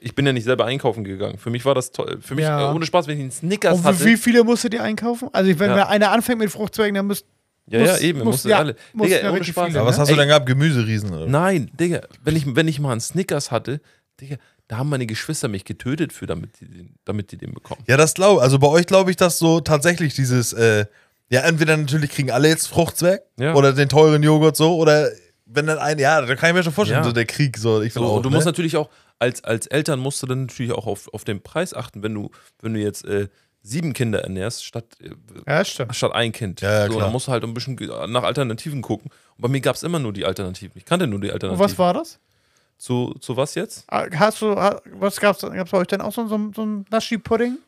S4: ich bin ja nicht selber einkaufen gegangen. Für mich war das teuer. Für mich
S2: Ja.
S4: äh, ohne Spaß, wenn ich einen Snickers
S2: Und
S4: hatte.
S2: wie viele musstet ihr einkaufen? Also wenn
S4: Ja.
S2: da einer anfängt mit Fruchtzweigen, dann müsst
S4: ja, ja,
S2: muss-
S4: eben,
S2: muss-
S4: musste
S2: ja,
S4: alle.
S2: muss ja
S4: Digga, ohne
S2: richtig
S4: Spaß.
S2: viele,
S3: Ja, was
S2: ne?
S3: hast du denn gehabt? Gemüseriesen? Oder?
S4: Nein, Digga, wenn ich, wenn ich mal einen Snickers hatte, Digga, da haben meine Geschwister mich getötet für, damit die den, damit die den bekommen.
S3: Ja, das glaube Also bei euch glaube ich, dass so tatsächlich dieses, äh, ja, entweder natürlich kriegen alle jetzt Fruchtzwerg
S4: Ja.
S3: oder den teuren Joghurt so oder wenn dann ein, ja, da kann ich mir schon vorstellen,
S4: Ja.
S3: so der Krieg so. Ich will
S4: So,
S3: auch,
S4: Genau, und du
S3: ne?
S4: musst natürlich auch, als, als Eltern musst du dann natürlich auch auf, auf den Preis achten, wenn du, wenn du jetzt äh, sieben Kinder ernährst, statt äh,
S2: Ja, stimmt.
S4: statt ein Kind.
S3: Ja, ja,
S4: so,
S3: klar.
S4: dann musst du halt ein bisschen nach Alternativen gucken. Und bei mir gab es immer nur die Alternativen. Ich kannte nur die
S2: Und
S4: Alternativen.
S2: was war das?
S4: zu, zu was jetzt?
S2: Ah, Hast du, ah, was gab's, gab's bei euch denn auch so, so, so einen Naschi-Pudding?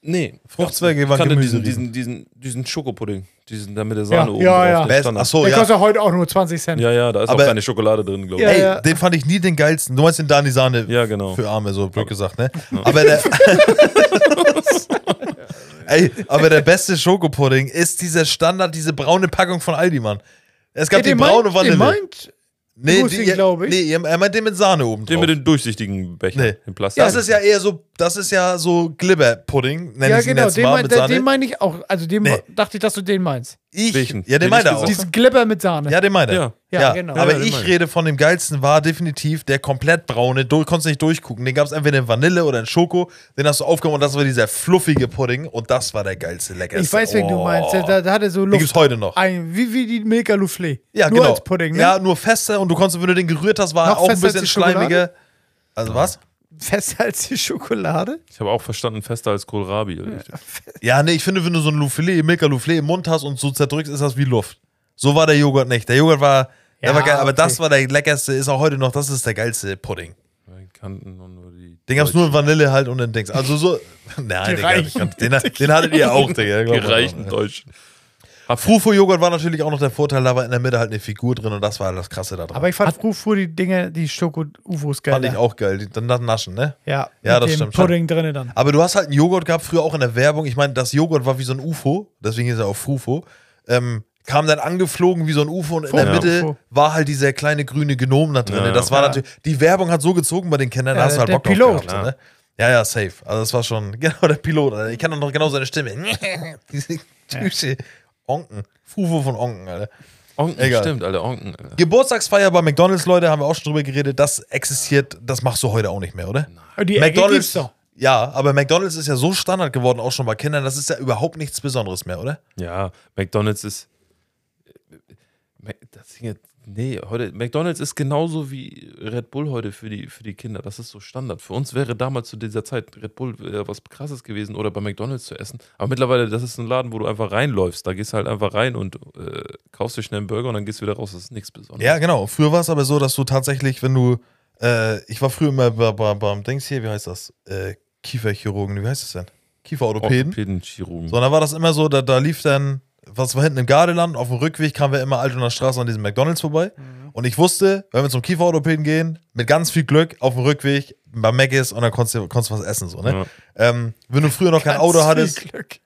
S4: Nee.
S3: Fruchtzwerge
S4: ich
S3: waren
S4: kannte
S3: Gemüse.
S4: diesen, diesen, diesen, diesen Schokopudding. Diesen, da mit der Sahne
S2: Ja,
S4: oben
S2: ja, ja.
S4: drauf. der
S3: Best-
S4: Standard.
S3: Ach so,
S2: der
S3: ja.
S2: kostet ja heute auch nur 20 Cent.
S4: Oh Ja, ja, da ist
S3: Aber-
S4: auch keine Schokolade drin, glaube ich.
S2: Ja,
S3: Ey,
S2: ja.
S3: den fand ich nie den geilsten. Du meinst den Dani Sahne
S4: Ja, genau.
S3: für Arme, so blöd gesagt, ne? Aber der. Ey, aber der beste Schokopudding ist dieser Standard, diese braune Packung von Aldi, Mann. Es gab die braune Vanille.
S2: Den meint,
S3: nee,
S2: Nussing, glaub ich.
S3: nee, er meint den mit Sahne oben
S4: Den
S3: drauf.
S4: mit den durchsichtigen Becher
S3: Nee.
S4: im Plastik.
S3: das ist ja eher so, das ist ja so Glibberpudding, nenne
S2: ja
S3: ich ihn
S2: genau,
S3: jetzt
S2: den,
S3: mal
S2: mein,
S3: mit
S2: den,
S3: Sahne.
S2: den meine ich auch. Also den
S3: Nee.
S2: dachte ich, dass du den meinst.
S3: ich,
S4: Welchen?
S3: ja, den
S4: Den
S3: meint
S4: ich
S3: er auch.
S4: gesagt
S2: Diesen Glibber mit Sahne.
S3: Ja, den meint er.
S4: Ja.
S2: Ja,
S3: Ja,
S2: genau.
S3: Aber
S4: Ja, den
S3: ich
S4: meine ich.
S3: rede von dem geilsten war definitiv der komplett braune, du konntest nicht durchgucken. Den gab es entweder in Vanille oder in Schoko, den hast du aufgenommen und das war dieser fluffige Pudding und das war der geilste leckerste.
S2: ich weiß, wen du
S3: Oh.
S2: meinst. Da, da hatte so
S3: Den
S2: Luft.
S3: gibt's heute noch.
S2: Ein, wie, wie die Milka Lufflé.
S3: Ja,
S2: Nur
S3: genau.
S2: als Pudding, ne?
S3: Ja, nur fester und du konntest, wenn du den gerührt hast, war
S2: Noch
S3: er auch ein
S2: fester als
S3: bisschen
S2: die Schokolade?
S3: schleimiger. Also was?
S2: Fester als die Schokolade.
S4: Ich habe auch verstanden, fester als Kohlrabi.
S3: Ja, nee, ich finde, wenn du so ein Louflé, Milka Louflé im Mund hast und so zerdrückst, ist das wie Luft. So war der Joghurt nicht. Der Joghurt war, der
S2: Ja,
S3: war geil, aber das
S2: okay.
S3: war der leckerste, ist auch heute noch, das ist der geilste Pudding.
S4: Die Kanten und nur die.
S3: Den gab's nur in Vanille halt und in Dings. Also so, nein, Digga, den, den, den hattet ihr auch, Digga. glaub mal
S4: Die
S3: dran.
S4: reichen Deutschen.
S3: Frufo-Joghurt war natürlich auch noch der Vorteil, da war in der Mitte halt eine Figur drin und das war das Krasse da dran.
S2: Aber ich fand früher fuhr die Dinge, die Schoko-Ufos geil.
S3: Fand ich auch geil, die, dann das Naschen, ne?
S2: Ja,
S3: Ja,
S2: mit
S3: das
S2: dem
S3: stimmt,
S2: Pudding drinne dann.
S3: Aber du hast halt einen Joghurt gehabt, früher auch in der Werbung. Ich meine, das Joghurt war wie so ein UFO, deswegen ist er auch Frufo. Ähm, kam dann angeflogen wie so ein UFO und in der
S4: Ja.
S3: Mitte
S2: UFO.
S3: war halt dieser kleine grüne Gnom da drin.
S4: Ja.
S3: Das war
S2: Ja.
S3: natürlich, die Werbung hat so gezogen bei den Kennern, da
S2: Ja,
S3: hast du halt
S2: der
S3: Bock drauf
S2: Pilot.
S3: gehabt, ne? Ja, ja, safe. Also das war schon, genau, der Pilot. Alter. Ich kann doch noch genau seine Stimme. Diese Tüte. Onken. Frufo von Onken, Alter.
S4: Onken,
S3: Egal.
S4: stimmt, Alter, Onken. Alter.
S3: Geburtstagsfeier bei McDonalds, Leute, haben wir auch schon drüber geredet. Das existiert, das machst du heute auch nicht mehr, oder?
S2: Und die Ecke gibt's
S3: McDonald's.
S2: doch.
S3: Ja, aber McDonald's ist ja so Standard geworden, auch schon bei Kindern. Das ist ja überhaupt nichts Besonderes mehr, oder?
S4: Ja, McDonalds ist. Mac- Das Ding jetzt, nee, heute, McDonalds ist genauso wie Red Bull heute für die, für die Kinder. Das ist so Standard. Für uns wäre damals zu dieser Zeit Red Bull äh, was krasses gewesen oder bei McDonalds zu essen. Aber mittlerweile, das ist ein Laden, wo du einfach reinläufst. Da gehst du halt einfach rein und äh, kaufst dir schnell einen Burger und dann gehst du wieder raus. Das ist nichts Besonderes.
S3: Ja, genau. Früher war es aber so, dass du tatsächlich, wenn du, äh, ich war früher immer bei- bei- beim, Dings hier, wie heißt das? Äh, Kieferchirurgen, wie heißt das denn? Kieferorthopäden.
S4: Orthopäden, Chirurgen.
S3: So, und dann war das immer so, da, da lief dann, was war hinten im Gardeland, auf dem Rückweg kamen wir immer Altonaer Straße an diesem McDonalds vorbei. Und ich wusste, wenn wir zum Kieferorthopäden gehen, mit ganz viel Glück auf dem Rückweg bei Mac ist und dann konntest du, konntest du was essen. So, ne? ähm, wenn du früher noch kein Auto hattest,
S2: Glück.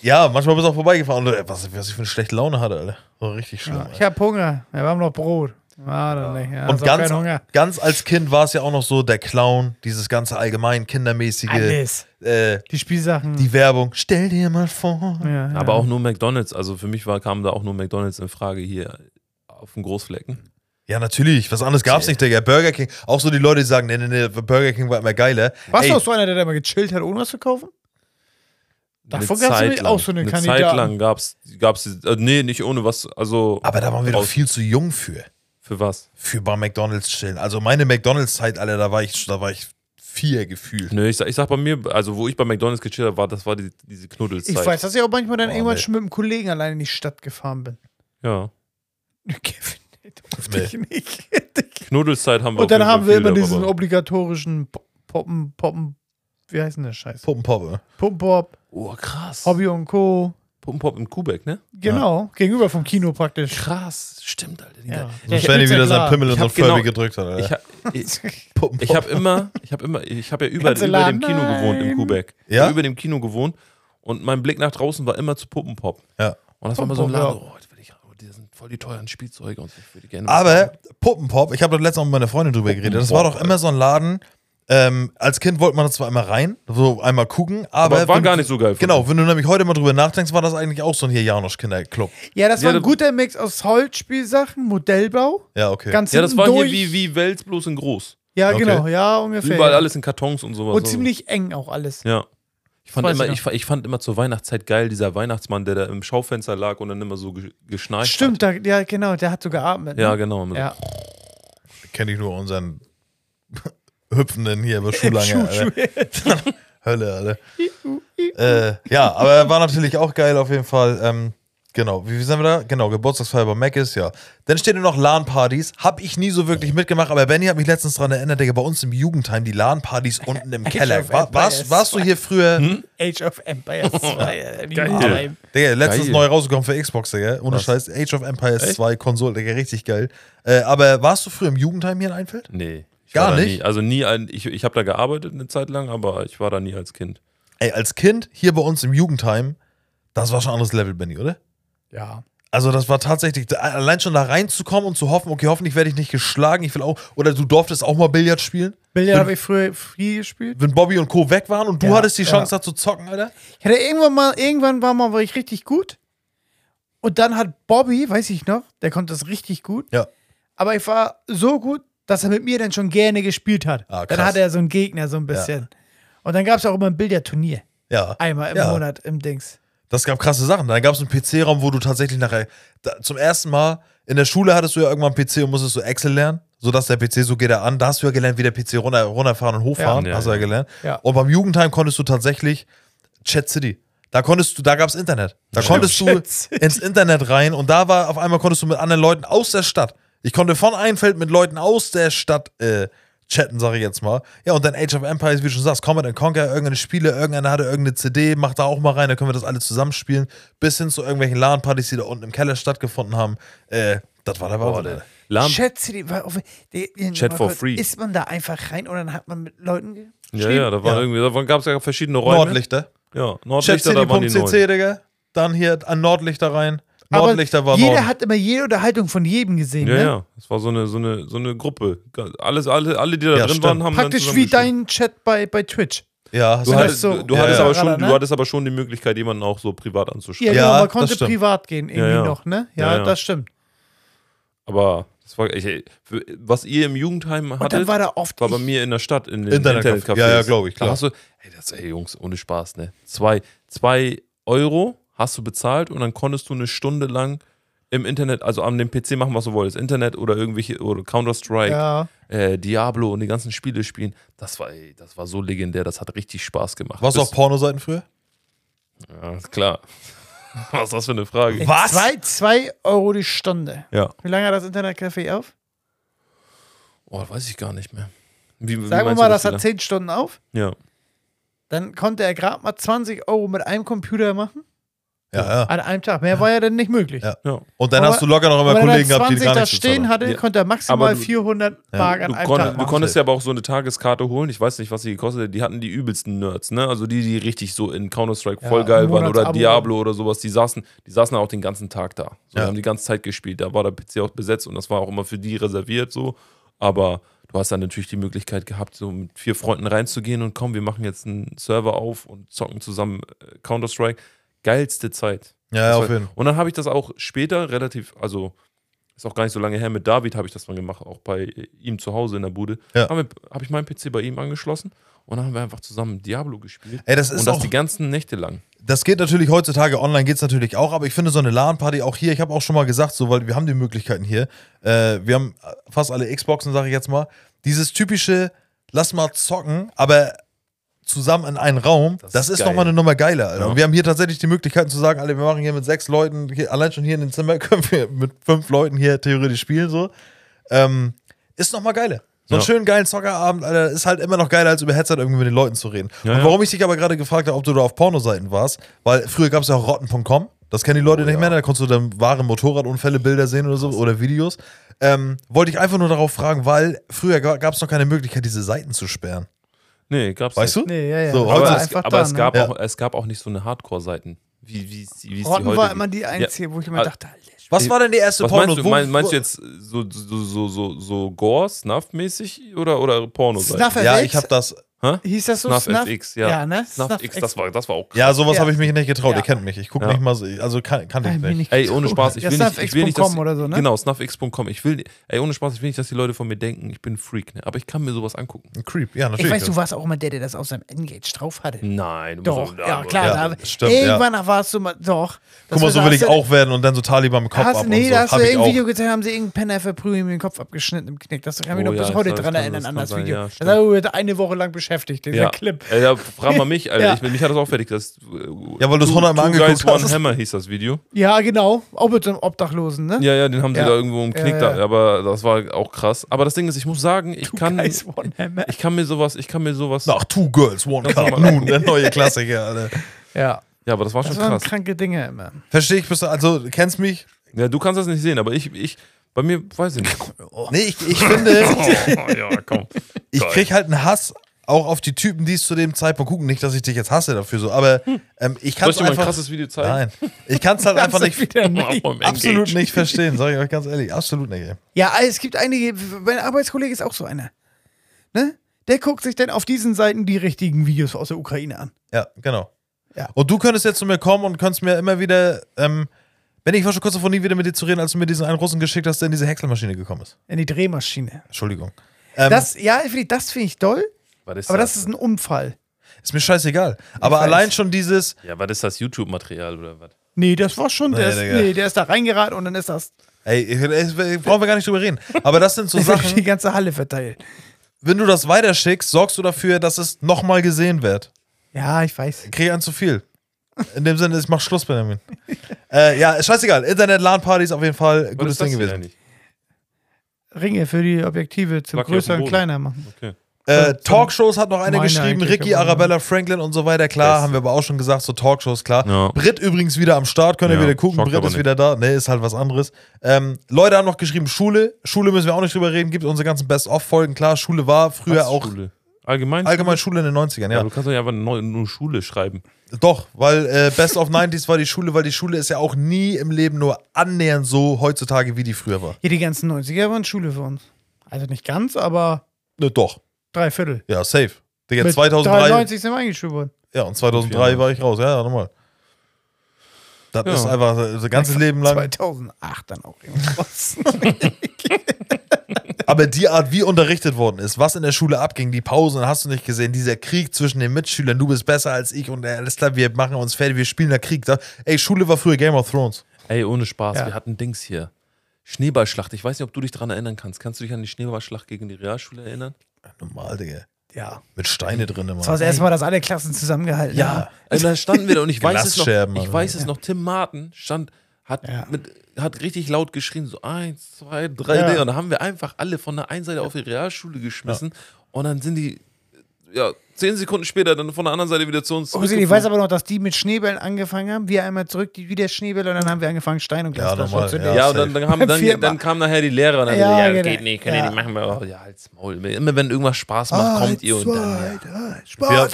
S3: ja, manchmal bist du auch vorbeigefahren und du, ey, was, was ich für eine schlechte Laune hatte, Alter. War richtig schlimm. Alter.
S2: Ich hab Hunger. Wir haben noch Brot. Ah, dann nicht. Ja,
S3: Und
S2: ist auch kein
S3: ganz,
S2: Hunger.
S3: ganz als Kind war es ja auch noch so, der Clown, dieses ganze allgemein kindermäßige,
S2: Alles.
S3: äh,
S2: Die Spielsachen.
S3: die Werbung. Stell dir mal vor.
S2: ja,
S4: Aber auch nur McDonalds. Also für mich war, kam da auch nur McDonalds in Frage hier auf dem Großflecken.
S3: Ja, natürlich. Was anderes gab's nicht, Digga. Burger King. Auch so die Leute, die sagen, nee, nee, nee, Burger King war immer geiler.
S2: Warst
S3: Ey,
S2: du auch so einer, der da mal gechillt hat, ohne was zu kaufen? Davon
S4: Eine
S2: gab's nämlich
S4: Zeit lang.
S2: auch so eine
S4: Eine
S2: Kandidaten.
S4: Zeit lang gab's, gab's, äh, nee, nicht ohne was, also.
S3: Aber da waren wir doch
S4: Aus-
S3: viel zu jung für.
S4: Für was?
S3: Für bei McDonalds chillen. Also meine McDonalds-Zeit, Alter, da war ich, da war ich vier gefühlt.
S4: Nö, ich sag, ich sag bei mir, also wo ich bei McDonalds gechillt habe, war, das war die, diese Knuddelzeit.
S2: Ich weiß, dass ich auch manchmal dann
S3: Oh,
S2: irgendwann
S3: nee.
S2: schon mit einem Kollegen alleine in die Stadt gefahren bin.
S4: Ja.
S2: Kevin, nee, durfte
S3: Nee.
S2: ich nicht.
S4: Knuddelzeit haben wir auf
S2: Und dann
S4: jeden Fall
S2: haben wir
S4: viel,
S2: immer
S4: aber-
S2: diesen obligatorischen Po- Poppen, Poppen, wie heißt denn der Scheiß?
S3: Puppenpoppe.
S2: Pump-Pop,
S4: Oh, krass.
S2: Hobby und Co.
S4: Pump-Pop im Kubeck, ne?
S2: Genau, gegenüber vom Kino praktisch.
S4: Krass, stimmt, Alter. die-
S2: Ja.
S3: Und Svenny wieder sein Pimmel in
S4: Ich
S3: so ein
S4: hab genau-
S3: Furby gedrückt hat, Alter.
S4: Ich, ha- ich,
S3: Puppenpoppe.
S4: ich habe immer, ich habe immer, ich habe ja über,
S2: Ganze
S4: über
S2: Laden,
S4: dem Kino gewohnt im
S2: nein.
S4: Kubeck.
S3: Ja?
S4: Über dem Kino gewohnt und mein Blick nach draußen war immer zu Puppenpop.
S3: Ja.
S4: Und das war immer so ein
S2: Puppenpop,
S4: Laden, oh, jetzt will ich, oh, die sind voll die teuren Spielzeuge und so, ich würde gerne was
S3: Aber
S4: haben.
S3: Puppenpop, ich habe doch letztens auch mit meiner Freundin drüber geredet. Das war
S4: Puppenpop,
S3: doch immer so ein Laden. Ähm, als Kind wollte man das zwar immer rein, so einmal gucken, aber.
S4: Aber war
S3: wenn-
S4: gar nicht so geil für
S3: Genau, wenn du nämlich heute mal drüber nachdenkst, war das eigentlich auch so ein hier Janosch-Kinderclub.
S2: Ja, das
S4: Ja,
S2: war ein
S4: das-
S2: guter Mix aus Holzspielsachen, Modellbau.
S3: Ja, okay.
S2: Ganz
S4: Ja, das war
S2: hintendurch.
S4: hier wie, wie Wels bloß in groß.
S2: Ja,
S3: Okay.
S2: genau, ja, ungefähr.
S4: Überall
S2: ja.
S4: alles in Kartons und sowas.
S2: Und ziemlich eng auch alles.
S4: Ja. Ich fand,
S2: Weiß ich
S4: immer,
S2: noch.
S4: ich, fa- ich fand immer zur Weihnachtszeit geil, dieser Weihnachtsmann, der da im Schaufenster lag und dann immer so ge- geschnarcht
S2: Stimmt, da, ja, genau, der hat so geatmet.
S4: Hat.
S2: ne?
S4: Ja, genau.
S2: ja.
S3: Kenne ich nur unseren Hüpfenden hier über Schulange. Alter. Hölle, Alter. äh, ja, aber war natürlich auch geil auf jeden Fall. Ähm, genau, wie, wie sind wir da? Genau, Geburtstagsfeier bei Mac ist, ja. Dann stehen noch LAN-Partys. Hab ich nie so wirklich mitgemacht, aber Benny hat mich letztens dran erinnert, Digga, bei uns im Jugendheim die LAN-Partys unten im Keller.
S2: of
S3: War, warst,
S2: Empires. Hm?
S3: warst du hier früher?
S2: Age of Empires äh, 2.
S4: Geil.
S2: geil.
S3: Digga, letztens
S4: Geil.
S3: neu rausgekommen für Xbox, Digga. Ohne Scheiß. Age of Empires 2 Konsole, Digga, richtig geil. Äh, aber warst du früher im Jugendheim hier in Einfeld?
S4: Nee. Ich
S3: Gar
S4: war da
S3: nicht?
S4: Nie, also nie ein, ich, ich habe da gearbeitet eine Zeit lang, aber ich war da nie als Kind.
S3: Ey, als Kind hier bei uns im Jugendheim, das war schon ein anderes Level, Benny, oder?
S2: Ja.
S3: Also das war tatsächlich, da- allein schon da reinzukommen und zu hoffen, okay, hoffentlich werde ich nicht geschlagen, ich will auch, oder du durftest auch mal Billard spielen,
S2: Billard habe ich früher free gespielt.
S3: wenn Bobby und Co. weg waren und du
S2: Ja,
S3: hattest die
S2: ja.
S3: Chance da zu zocken, Alter.
S2: Ich hatte irgendwann mal, irgendwann war mal war ich richtig gut. Und dann hat Bobby, weiß ich noch, der konnte das richtig gut.
S3: Ja.
S2: Aber ich war so gut, dass er mit mir dann schon gerne gespielt hat.
S3: Ah,
S2: dann
S3: krass.
S2: hatte er so einen Gegner so ein bisschen. Und dann gab es auch immer ein Billardturnier.
S3: Ja.
S2: Einmal im
S3: ja.
S2: Monat im Dings.
S3: Das gab krasse Sachen. Dann gab es einen PC-Raum, wo du tatsächlich nachher da, zum ersten Mal in der Schule hattest du ja irgendwann einen PC und musstest so Excel lernen, sodass der PC so geht er an. Da hast du ja gelernt, wie der PC runter, runterfahren und hochfahren.
S4: Ja.
S3: hast du ja,
S4: Ja,
S3: gelernt.
S2: Ja.
S3: Und beim Jugendheim konntest du tatsächlich Chat City. Da konntest du, da gab es Internet. Da
S4: Stimmt.
S3: konntest du ins Internet rein und da war auf einmal konntest du mit anderen Leuten aus der Stadt. Ich konnte von Einfeld mit Leuten aus der Stadt äh, chatten, sage ich jetzt mal. Ja, und dann Age of Empires, wie du schon sagst, Command and Conquer, irgendeine Spiele, irgendeiner hatte irgendeine CD, mach da auch mal rein, da können wir das alle zusammenspielen, bis hin zu irgendwelchen LAN-Partys, die da unten im Keller stattgefunden haben. Äh, das war der Wahnsinn.
S4: Lahm,
S2: Schätze, die, war auf- die, die,
S4: Chat for
S2: mal kurz,
S4: free.
S2: Ist man da einfach rein und dann hat man mit Leuten ge-
S4: ja, ja, da waren
S3: Ja.
S4: irgendwie, da gab es ja verschiedene Räume.
S3: Nordlichter.
S4: Ja, ne? Nordlichter, da waren die
S3: Chatcity.cc,
S4: neuen.
S3: Digga. Dann hier an Nordlichter rein.
S2: Aber
S3: Nordlichter war
S2: Jeder
S3: Norden.
S2: hat immer jede Unterhaltung von jedem gesehen.
S4: Ja, Um
S2: ne?
S4: ja, es war so eine, so eine, so eine Gruppe. Alles, alle, alle, die da
S3: Ja,
S4: drin
S3: stimmt.
S4: waren, haben
S2: Praktisch
S4: dann
S2: wie
S4: zusammengeschrieben.
S2: dein Chat bei, bei Twitch.
S3: ja, hast
S4: Du
S3: du
S4: hattest,
S2: so-
S4: du,
S3: Ja,
S4: hattest
S3: ja.
S4: aber schon,
S2: ne?
S4: du hattest aber schon die Möglichkeit, jemanden auch so privat
S2: Ja,
S4: anzuschreiben.
S3: Ja,
S2: genau, man
S3: das
S2: konnte
S3: stimmt.
S2: privat gehen irgendwie
S4: Ja, ja.
S2: noch, ne? Ja,
S4: Ja, ja.
S2: das stimmt.
S4: Aber das war, ich, für, was ihr im
S2: Und
S4: Jugendheim
S2: dann
S4: hattet,
S2: war
S4: war,
S2: da oft.
S4: bei mir in der Stadt, in den
S3: Internetcafé.
S4: Internetcafés.
S3: Ja, ja, glaub ich,
S4: Da
S3: klar.
S4: hast du, ey, das, ey, Jungs, ohne Spaß, ne? Zwei, zwei Euro hast du bezahlt und dann konntest du eine Stunde lang im Internet, also am dem PC machen, was du wolltest. Internet oder irgendwelche, oder Counter-Strike,
S2: ja.
S4: äh, Diablo und die ganzen Spiele spielen. Das war, ey, das war so legendär, das hat richtig Spaß gemacht.
S3: Warst du
S4: Bis-
S3: auf Pornoseiten früher?
S4: Ja, ist klar. Was ist das für eine Frage?
S3: Was?
S2: Zwei, zwei Euro die Stunde.
S4: Ja.
S2: Wie lange hat das Internetcafé auf?
S4: Oh, das weiß ich gar nicht mehr. Wie, wie
S2: Sagen wir
S4: meinst
S2: mal,
S4: du
S2: das
S4: wie
S2: hat zehn Stunden auf.
S4: lang? Ja.
S2: Dann konnte er gerade mal 20 Euro mit einem Computer machen.
S3: Ja, ja.
S2: An einem Tag. Mehr war ja dann nicht möglich.
S3: Ja.
S4: ja.
S3: Und dann
S2: Aber-
S3: hast du locker noch
S2: Aber
S3: immer
S2: wenn er
S3: Kollegen gehabt, die
S2: 20
S3: gar
S2: da
S3: nichts gezahlt
S2: stehen
S3: haben.
S2: hatte,
S4: Ja.
S2: konnte er maximal
S4: Aber du-
S2: 400 Mark an einem
S4: Du,
S2: Tag
S4: konnt, du
S2: machen.
S4: konntest ja aber auch so eine Tageskarte holen. Ich weiß nicht, was die gekostet hat. Die hatten die übelsten Nerds, ne? Also die, die richtig so in Counter-Strike voll geil waren oder
S2: Monatsabo.
S4: Diablo oder sowas. Die saßen, die saßen auch den ganzen Tag da. So,
S3: Ja.
S4: Die haben die ganze Zeit gespielt. Da war der PC auch besetzt und das war auch immer für die reserviert so. Aber du hast dann natürlich die Möglichkeit gehabt, so mit vier Freunden reinzugehen und komm, wir machen jetzt einen Server auf und zocken zusammen äh, Counter-Strike. Geilste Zeit.
S3: Ja, ja,
S4: Das
S3: auf
S4: war-
S3: jeden Fall.
S4: Und dann habe ich das auch später relativ, also ist auch gar nicht so lange her, mit David habe ich das mal gemacht, auch bei äh, ihm zu Hause in der Bude.
S3: Ja.
S4: Habe hab ich meinen PC bei ihm angeschlossen und dann haben wir einfach zusammen Diablo gespielt.
S3: Ey, das ist
S4: und das
S3: auch-
S4: die ganzen Nächte lang.
S3: Das geht natürlich heutzutage online, geht es natürlich auch, aber ich finde so eine LAN-Party auch hier, ich habe auch schon mal gesagt, so, weil wir haben die Möglichkeiten hier. Äh, wir haben fast alle Xboxen, sage ich jetzt mal. Dieses typische, lass mal zocken, aber zusammen in einen Raum, das,
S4: Das
S3: ist
S4: ist geil.
S3: nochmal eine Nummer geiler. Alter.
S4: Ja.
S3: Und wir haben hier tatsächlich die Möglichkeiten zu sagen, alle, wir machen hier mit sechs Leuten, hier, allein schon hier in dem Zimmer können wir mit fünf Leuten hier theoretisch spielen, so. Ähm, ist nochmal geiler. So einen
S4: Ja.
S3: schönen geilen Zockerabend, Alter, ist halt immer noch geiler, als über Headset irgendwie mit den Leuten zu reden.
S4: Ja,
S3: und
S4: ja.
S3: warum ich dich aber gerade gefragt habe, ob du da auf Pornoseiten warst, weil früher gab es ja auch rotten.com, das kennen die
S4: Oh,
S3: Leute nicht mehr, ne? da konntest du dann wahre Motorradunfälle, Bilder sehen oder so oder Videos. Ähm, wollte ich einfach nur darauf fragen, weil früher gab es noch keine Möglichkeit, diese Seiten zu sperren.
S4: Nee, gab's
S3: Weißt du?
S4: nicht.
S2: Nee, ja, ja.
S3: So, also,
S2: Das
S3: aber
S2: war
S4: Aber,
S3: es-
S4: es, aber es,
S2: ne?
S4: gab
S3: Ja.
S4: auch, es gab auch nicht so eine Hardcore-Seiten, wie, wie, wie, wie es die
S2: Rotten
S4: heute
S2: war
S4: gibt.
S2: immer die einzige, wo ich immer
S4: Ah.
S2: dachte, Alter.
S3: Was war denn die erste
S4: Was
S3: Porno?
S4: meinst du?
S3: Wo-
S4: Mein, meinst
S3: wo-
S4: du jetzt so, so, so, so, so Gore, Snuff-mäßig oder, oder Porno-Seiten?
S2: Snuff
S3: Ja,
S2: FX?
S3: ich habe das.
S2: Hieß das so?
S4: Snuff FX, ja.
S2: Ja, ne?
S4: Snuff X, das war, das war auch
S3: Ja, sowas
S2: Ja.
S3: habe ich mich nicht getraut.
S2: Ja.
S3: Ihr kennt mich. Ich gucke
S4: Ja.
S3: nicht mal so. Also kann, kannte ich
S2: Nein, bin
S3: nicht.
S2: ich
S4: Ey, ohne Spaß, ich
S2: Ja,
S4: will nicht, ich will nicht, dass,
S2: snuffx.com oder so, ne?
S4: Genau, snuffx.com. Ich will, ey, ohne Spaß, ich will nicht, dass die Leute von mir denken, ich bin ein Freak, ne? Aber ich kann mir sowas angucken.
S3: Ein Creep, ja, natürlich.
S2: Ich weiß, du warst auch immer der, der das auf seinem Engage drauf hatte.
S4: Hm. Nein, du
S2: Doch,
S4: musst auch-
S2: ja klar.
S3: Ja,
S2: da,
S3: stimmt, ja.
S2: irgendwann warst du mal, doch.
S3: Guck mal, so will ich auch werden und dann so Taliban im Kopf
S2: Hast,
S3: ab
S2: nee,
S3: und so.
S2: da hast
S3: Hab
S2: du
S3: ich auch.
S2: irgendein Video gezeigt, haben sie irgendeinen Penner verprügelt, ihm den Kopf abgeschnitten im Knick. Das kann ich mich
S4: Oh
S2: noch
S4: ja,
S2: bis
S4: das
S2: heute
S4: kann- das
S2: dran
S4: kann-
S2: erinnern
S4: das
S2: an
S4: kann
S2: das
S4: sein,
S2: Video.
S4: ja,
S2: das haben wir eine Woche lang beschäftigt, dieser
S4: Ja.
S2: Clip.
S4: Ey, ja, frag mal mich, Alter.
S2: Ja.
S4: Ich, mich hat das auch fertig. Das, äh,
S3: Ja, weil du es
S4: Two-
S3: 100 Mal
S4: Two
S3: angeguckt
S4: Guys,
S3: hast.
S4: One Hammer hieß das Video.
S2: Ja, genau. Auch mit so einem Obdachlosen, ne?
S4: Ja, ja, den haben sie
S2: Ja.
S4: da irgendwo umknickt,
S2: Ja, ja.
S4: aber das war auch krass. Aber das Ding ist, ich muss sagen, ich kann,
S2: Guys, One Hammer.
S4: ich kann mir sowas, ich kann mir sowas.
S3: Nach Two Girls, One
S4: kann
S3: Cup.
S4: man
S3: Nun, der neue Klassiker, Alter.
S2: Ja.
S4: Ja, aber das war schon
S2: Das waren
S4: krass.
S2: kranke Dinge immer.
S3: Verstehe ich, bist du, also kennst mich?
S4: Ja, du kannst das nicht sehen, aber ich, ich, bei
S3: Oh,
S4: mir weiß ich nicht.
S3: Nee, ich, ich finde,
S4: ja, komm.
S3: ich krieg halt einen Hass auch auf die Typen, die es zu dem Zeitpunkt gucken. Nicht, dass ich dich jetzt hasse dafür so, aber
S2: Hm.
S3: ähm, ich kann
S4: Soll
S3: es
S4: ich dir mal ein
S3: einfach.
S4: krasses Video zeigen?
S3: Nein, ich kann es halt einfach nicht.
S2: Wieder
S4: Mal
S2: nicht.
S4: vom
S3: Absolut
S4: Engage.
S3: nicht verstehen, sage ich euch ganz ehrlich. Absolut nicht. Ey.
S2: Ja, also es gibt einige, mein Arbeitskollege ist auch so einer. Ne? Der guckt sich dann auf diesen Seiten die richtigen Videos aus der Ukraine an.
S3: Ja, genau.
S2: Ja.
S3: Und du könntest jetzt zu mir kommen und könntest mir immer wieder, ähm, wenn ich war schon kurz davor, nie wieder mit dir zu reden, als du mir diesen einen Russen geschickt hast, der in diese Häckselmaschine gekommen ist.
S2: In die Drehmaschine.
S3: Entschuldigung. Ähm,
S2: Das, ja, finde ich- das finde ich toll,
S4: Was ist
S2: aber
S4: das?
S2: das ist ein Unfall.
S3: ist mir scheißegal. Aber
S2: weiß.
S3: allein schon dieses,
S4: ja, was ist das YouTube-Material oder was?
S2: Nee, das war schon, der,
S3: Nee,
S2: ist,
S3: Digga.
S2: nee, der ist da reingeraten und dann ist das
S3: ey, ich- ich- brauchen wir gar nicht drüber reden. Aber das sind so
S2: durch die
S3: Sachen,
S2: ganze Halle verteilt.
S3: wenn du das weiterschickst, sorgst du dafür, dass es nochmal gesehen wird.
S2: Ja, ich weiß.
S3: Krieg ein zu viel. In dem Sinne, ich mach Schluss, Benjamin. äh, ja, scheißegal. Internet, LAN-Partys auf jeden Fall
S4: Was
S3: gutes
S4: ist das
S3: Ding
S4: denn
S3: gewesen.
S4: eigentlich?
S2: Ringe für die Objektive zum
S4: Lag hier
S2: größer
S4: auf
S2: und
S4: dem Boden.
S2: kleiner machen.
S4: Okay.
S3: Äh, Talkshows hat noch eine
S2: Meine
S3: geschrieben,
S2: eigentlich,
S3: Ricky,
S2: aber-
S3: Arabella, Franklin und so weiter, klar,
S4: Yes.
S3: haben wir aber auch schon gesagt, so Talkshows, klar.
S4: Ja.
S3: Britt übrigens wieder am Start, könnt ihr
S4: Ja,
S3: wieder gucken,
S4: schockt
S3: Britt
S4: aber
S3: ist
S4: nicht.
S3: wieder da, ne, ist halt was anderes. Ähm, Leute haben noch geschrieben, Schule, Schule müssen wir auch nicht drüber reden, gibt unsere ganzen Best-of-Folgen, klar, Schule war früher auch
S4: Schule. Allgemein?
S3: allgemein Schule in den 90ern,
S4: ja.
S3: ja.
S4: Du kannst doch nicht einfach neu, nur Schule schreiben.
S3: Doch, weil äh, Best-of-90s war die Schule, weil die Schule ist ja auch nie im Leben nur annähernd so heutzutage, wie die früher war.
S2: Hier die ganzen 90er waren Schule für uns. Also nicht ganz, aber
S3: Ne, doch,
S2: drei Viertel.
S3: ja, safe. Digga,
S2: Mit
S3: 2003,
S2: 93 sind wir eingeschult worden.
S3: Ja, und 2003 war ich raus, ja, ja, nochmal. Das
S4: Ja.
S3: ist einfach äh, das ganze Leben lang.
S2: 2008 dann auch. irgendwann.
S3: Aber die Art, wie unterrichtet worden ist, was in der Schule abging, die Pausen, hast du nicht gesehen, dieser Krieg zwischen den Mitschülern, du bist besser als ich und äh, alles klar, wir machen uns fertig, wir spielen da Krieg. Da, ey, Schule war früher Game of Thrones.
S4: Ey, ohne Spaß,
S2: Ja.
S4: wir hatten Dings hier. Schneeballschlacht. Ich weiß nicht, ob du dich daran erinnern kannst. Kannst du dich an die Schneeballschlacht gegen die Realschule erinnern?
S3: Normal, Digga.
S2: ja.
S3: Mit Steine drin
S2: Das war
S3: immer.
S2: das erste Mal, dass alle Klassen zusammengehalten haben.
S4: Also da standen wir da und ich weiß es noch,
S3: Glasscherben,
S4: ich
S3: Alter.
S4: weiß es noch, Tim Martin stand, hat,
S2: Ja.
S4: mit, hat richtig laut geschrien, so eins, zwei, drei,
S2: Ja.
S4: Digga. und da haben wir einfach alle von der einen Seite auf die Realschule geschmissen und dann sind die, ja, zehn Sekunden später dann von der anderen Seite wieder zu uns
S2: Oh, ich weiß
S4: zurückgeflogen.
S2: aber noch, dass die mit Schneebällen angefangen haben. Wir einmal zurück, die wieder Schneebälle und dann haben wir angefangen, Stein und Glas
S3: normal,
S2: zu
S3: ja.
S2: nehmen.
S4: ja, und dann, dann, haben, dann, dann kam nachher die Lehrer und dann
S2: Ja,
S4: Also, ja, ja
S2: genau.
S4: geht nicht, können
S2: Ja. Ah,
S4: die machen wir auch. Ja, halt's Maul. Immer wenn irgendwas Spaß macht, kommt ihr und dann. Ja.
S3: Wir,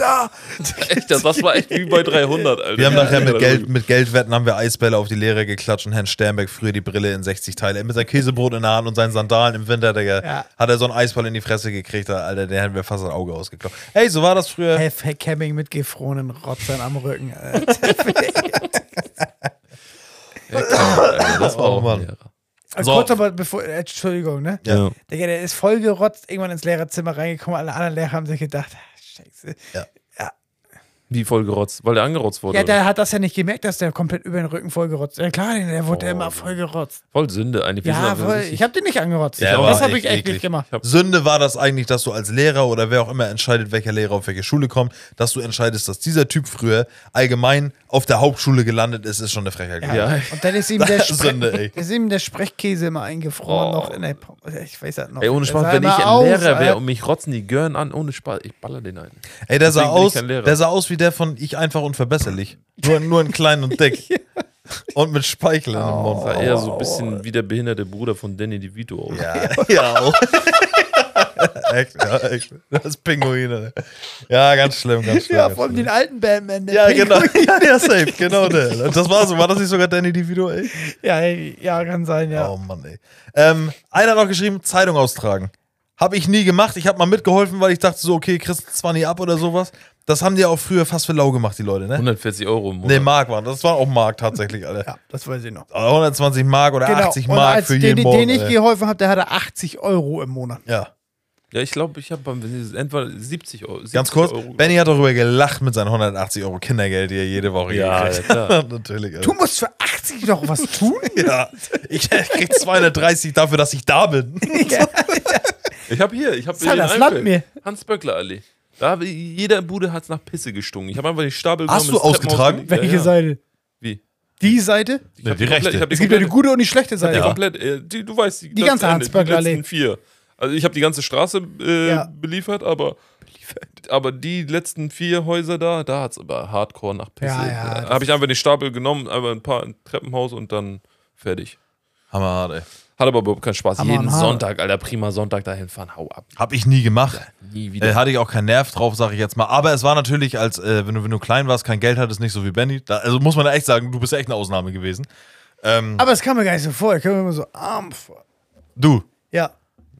S4: Echt, das, das war echt wie bei 300, Alter.
S3: wir haben nachher
S4: Ja,
S3: mit, Geld, mit Geldwetten haben wir Eisbälle auf die Lehrer geklatscht und Herrn Sternberg früher die Brille in 60 Teile. Mit seinem Käsebrot in der Hand und seinen Sandalen im Winter, Digga,
S2: Ja.
S3: hat er so einen Eisball in die Fresse gekriegt, Alter, der hätten wir fast ein Auge ausgeklappt. Ey, so war das früher.
S2: Halfhack Camping mit gefrorenen Rotzern am Rücken. äh. Alter.
S4: Ja, klar, Alter, das war
S3: Oh,
S4: auch ein
S3: Mann.
S4: Lehrer.
S2: Also
S3: So.
S2: kurz aber bevor, äh, Entschuldigung, ne?
S3: Ja.
S4: Ja.
S2: Digga, der ist voll gerotzt, irgendwann ins Lehrerzimmer reingekommen, alle anderen Lehrer haben sich gedacht, ah, scheiße.
S4: Wie voll gerotzt, weil der angerotzt wurde.
S2: Ja,
S4: oder?
S2: der hat das ja nicht gemerkt, dass der komplett über den Rücken voll gerotzt ist. Ja klar, der wurde immer voll gerotzt.
S4: voll Sünde eigentlich. Wir
S2: Ja,
S4: sind aber
S2: voll.
S4: richtig-
S2: Ich habe den nicht angerotzt.
S3: Der war
S2: das habe
S3: echt
S2: ich echt
S3: eklig.
S2: nicht gemacht.
S3: Sünde war das eigentlich, dass du als Lehrer oder wer auch immer entscheidet, welcher Lehrer auf welche Schule kommt, dass du entscheidest, dass dieser Typ früher allgemein auf der Hauptschule gelandet ist, ist schon eine Frechheit. gewesen.
S4: Ja.
S2: Und dann ist ihm der, Spre
S3: Sünde, ey.
S2: ist ihm der Sprechkäse immer eingefroren.
S4: Oh.
S2: Noch in der Pa- ich weiß das noch.
S4: Ey, ohne
S2: Der
S4: Spaß,
S2: sah
S4: wenn ich
S2: immer
S4: ein
S2: aus, äh,
S4: Lehrer um wäre
S2: Alter.
S4: und mich rotzen die Gören an, ohne Spaß, ich baller den ein.
S3: Ey, der sah,
S4: Deswegen bin ich
S3: aus,
S4: kein Lehrer.
S3: der sah aus wie der von Ich einfach unverbesserlich. Nur, nur in klein und dick. Und mit Speichel in dem Mund.
S2: Oh,
S4: War eher so ein bisschen wie der behinderte Bruder von Danny DeVito aus.
S3: Ja, ja. auch. echt, ja, echt. Das Pinguine. Ja, ganz schlimm, ganz schlimm.
S2: Ja,
S3: ganz
S2: vor allem
S3: schlimm.
S2: den alten Batman. der
S3: ja
S2: Pink-
S3: genau. Ja, ja, safe, genau der. Das war so. War das nicht sogar Danny DeVito, ey?
S2: Ja, ey, ja, kann sein, ja.
S3: Oh Mann, ey. Ähm, einer hat noch geschrieben, Zeitung austragen. Habe ich nie gemacht. Ich habe mal mitgeholfen, weil ich dachte so, okay, kriegst du zwar nie ab oder sowas. Das haben die auch früher fast für lau gemacht, die Leute, ne?
S4: 140 Euro im
S3: Ne,
S4: Monat.
S3: Mark waren. Das war auch Mark tatsächlich, Alter.
S2: Ja, das weiß ich noch. Genau.
S3: 120 Mark oder 80
S2: Und
S3: Mark
S2: als
S3: für
S2: den,
S3: jeden
S2: den
S3: Morgen.
S2: ich
S3: ey.
S2: geholfen habe, der hatte 80 Euro im Monat.
S3: Ja,
S4: ja, ich glaube, ich habe entweder 70 Euro. 70
S3: ganz kurz.
S4: Euro
S3: Benny hat darüber gelacht mit seinen 180 Euro Kindergeld, die er jede Woche
S4: ja, ja,
S3: gekriegt
S4: klar.
S3: hat. Natürlich,
S2: Du
S3: Alter.
S2: musst für 80 noch was tun?
S3: Ja, ich krieg 230 dafür, dass ich da bin.
S4: Ich habe hier, ich habe
S2: hat das Land
S4: Hans Böckler Allee. Da hab ich- jeder Bude hat es nach Pisse gestungen. Ich habe einfach den Stapel
S3: Hast
S4: genommen,
S3: du
S4: das Treppenhaus
S3: ausgetragen?
S4: gelegt.
S2: Welche
S4: ja, ja.
S2: Seite?
S4: Wie?
S2: Die Seite?
S4: Ich hab
S5: die
S4: komplett-
S5: rechte.
S4: Ich hab die
S2: Es gibt ja die
S4: komplette-
S2: gute und die schlechte
S4: Die
S2: Seite.
S4: komplett, äh, die, du weißt, die,
S2: Die
S4: das
S2: ganze
S4: Ende,
S2: Hans-Böckler-Allee.
S4: Die letzten vier. Also ich habe die ganze Straße äh,
S2: Ja.
S4: beliefert, aber aber die letzten vier Häuser da, da hat es aber hardcore nach Pisse.
S2: Ja, ja,
S4: da habe ich einfach den Stapel genommen, einfach ein paar ein Treppenhaus und dann fertig.
S3: Hammerhart, ey.
S4: Hat aber überhaupt keinen Spaß.
S2: Hammer
S4: Jeden
S2: und Hammer.
S4: Sonntag, Alter, prima Sonntag dahin fahren, hau ab.
S3: Hab ich nie gemacht.
S4: Nie wieder.
S3: Äh, hatte ich auch keinen Nerv drauf, sage ich jetzt mal. Aber es war natürlich, als äh, wenn, du, wenn du klein warst, kein Geld hattest, nicht so wie Benny. Da, also muss man echt sagen, du bist echt eine Ausnahme gewesen.
S2: Aber es kam mir gar nicht so vor. Ich kam mir immer so arm vor.
S3: Du.
S2: Ja.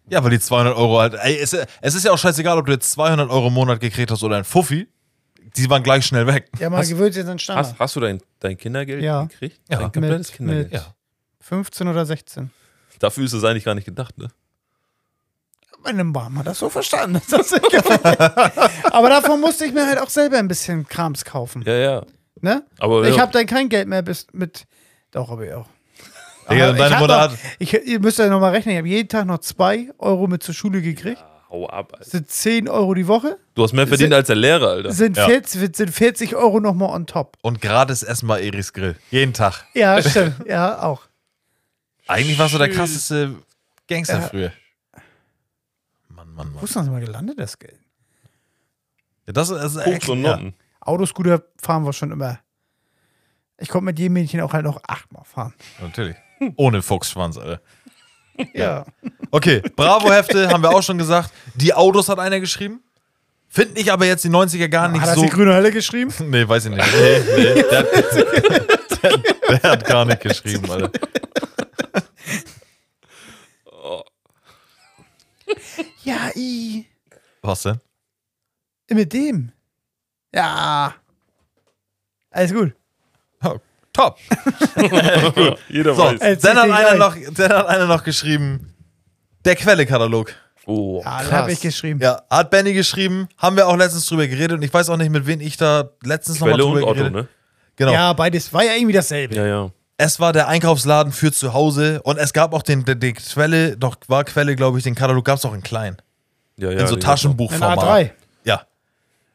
S3: Ja, weil die 200 Euro halt. Ey, es, es ist ja auch scheißegal, ob du jetzt 200 Euro im Monat gekriegt hast oder ein Fuffi. Die waren gleich schnell weg.
S2: Ja, man gewöhnt sich an den
S4: hast,
S2: Standard.
S4: hast du dein, dein Kindergeld
S2: Ja.
S4: gekriegt?
S3: Ja.
S4: Dein komplettes
S2: Mit-
S4: Kindergeld.
S2: mit- 15 oder 16.
S4: Dafür ist es eigentlich gar nicht gedacht, ne?
S2: Meine Mom hat das so verstanden. dass Das Aber davon musste ich mir halt auch selber ein bisschen Krams kaufen.
S4: Ja, ja.
S2: Ne?
S4: Aber
S2: Ich
S4: ja.
S2: habe dann kein Geld mehr bis mit. Doch, habe ich auch.
S3: Digga,
S2: Aber
S3: deine
S2: ich hab
S3: Mutter
S2: noch,
S3: hat.
S2: ich, Ihr müsst ja nochmal rechnen. Ich habe jeden Tag noch 2 Euro mit zur Schule gekriegt.
S4: Ah, Hau ab, Alter.
S2: Das sind 10 Euro die Woche.
S4: Du hast mehr verdient als der Lehrer, Alter.
S2: Sind,
S3: Ja.
S2: 40, sind 40 Euro nochmal on top.
S3: Und gratis essen bei Eris Grill. Jeden Tag.
S2: Ja, stimmt. ja, auch.
S3: Eigentlich warst du der krasseste Gangster
S2: Ja.
S3: früher. Mann, Mann,
S2: Wo
S3: Mann.
S2: ist das mal gelandet, das Geld?
S3: Ja, Das ist, das ist
S4: Punkt und
S3: ja.
S4: Noten.
S2: Autoscooter fahren wir schon immer. Ich konnte mit jedem Mädchen auch halt noch achtmal fahren.
S3: Natürlich. Ohne Fuchsschwanz, Alter.
S2: Ja.
S3: Okay, Bravo-Hefte haben wir auch schon gesagt. Die Autos hat einer geschrieben. Finde ich aber jetzt die 90er gar nicht
S2: Hat Ah, das
S3: so.
S2: die grüne Hölle geschrieben?
S3: Nee, weiß ich nicht. Nee, nee. Der, der, der hat gar nicht geschrieben, Alter.
S2: Ja, i.
S3: Was denn?
S2: Mit dem. Ja. Alles gut.
S3: Oh, top.
S4: Jeder
S3: So,
S4: weiß.
S2: Erzähl
S3: dann hat,
S2: dir
S3: einer
S2: gleich.
S3: noch, dann hat einer noch geschrieben, der Quelle-Katalog.
S4: Oh,
S2: Ja,
S4: krass.
S2: da habe ich geschrieben.
S3: Ja, hat Benny geschrieben, haben wir auch letztens drüber geredet und ich weiß auch nicht, mit wem ich da letztens nochmal
S4: Quelle
S3: drüber
S4: und Otto,
S3: geredet
S4: ne?
S3: Genau.
S2: Ja, beides war ja irgendwie dasselbe.
S4: Ja, ja.
S3: Es war der Einkaufsladen für zu Hause und es gab auch den, den, den Quelle, doch war Quelle, glaube ich, den Katalog gab es auch in klein.
S4: ja, ja
S3: in so
S4: ja,
S2: Ein
S3: Taschenbuchformat.
S2: A3.
S3: Ja.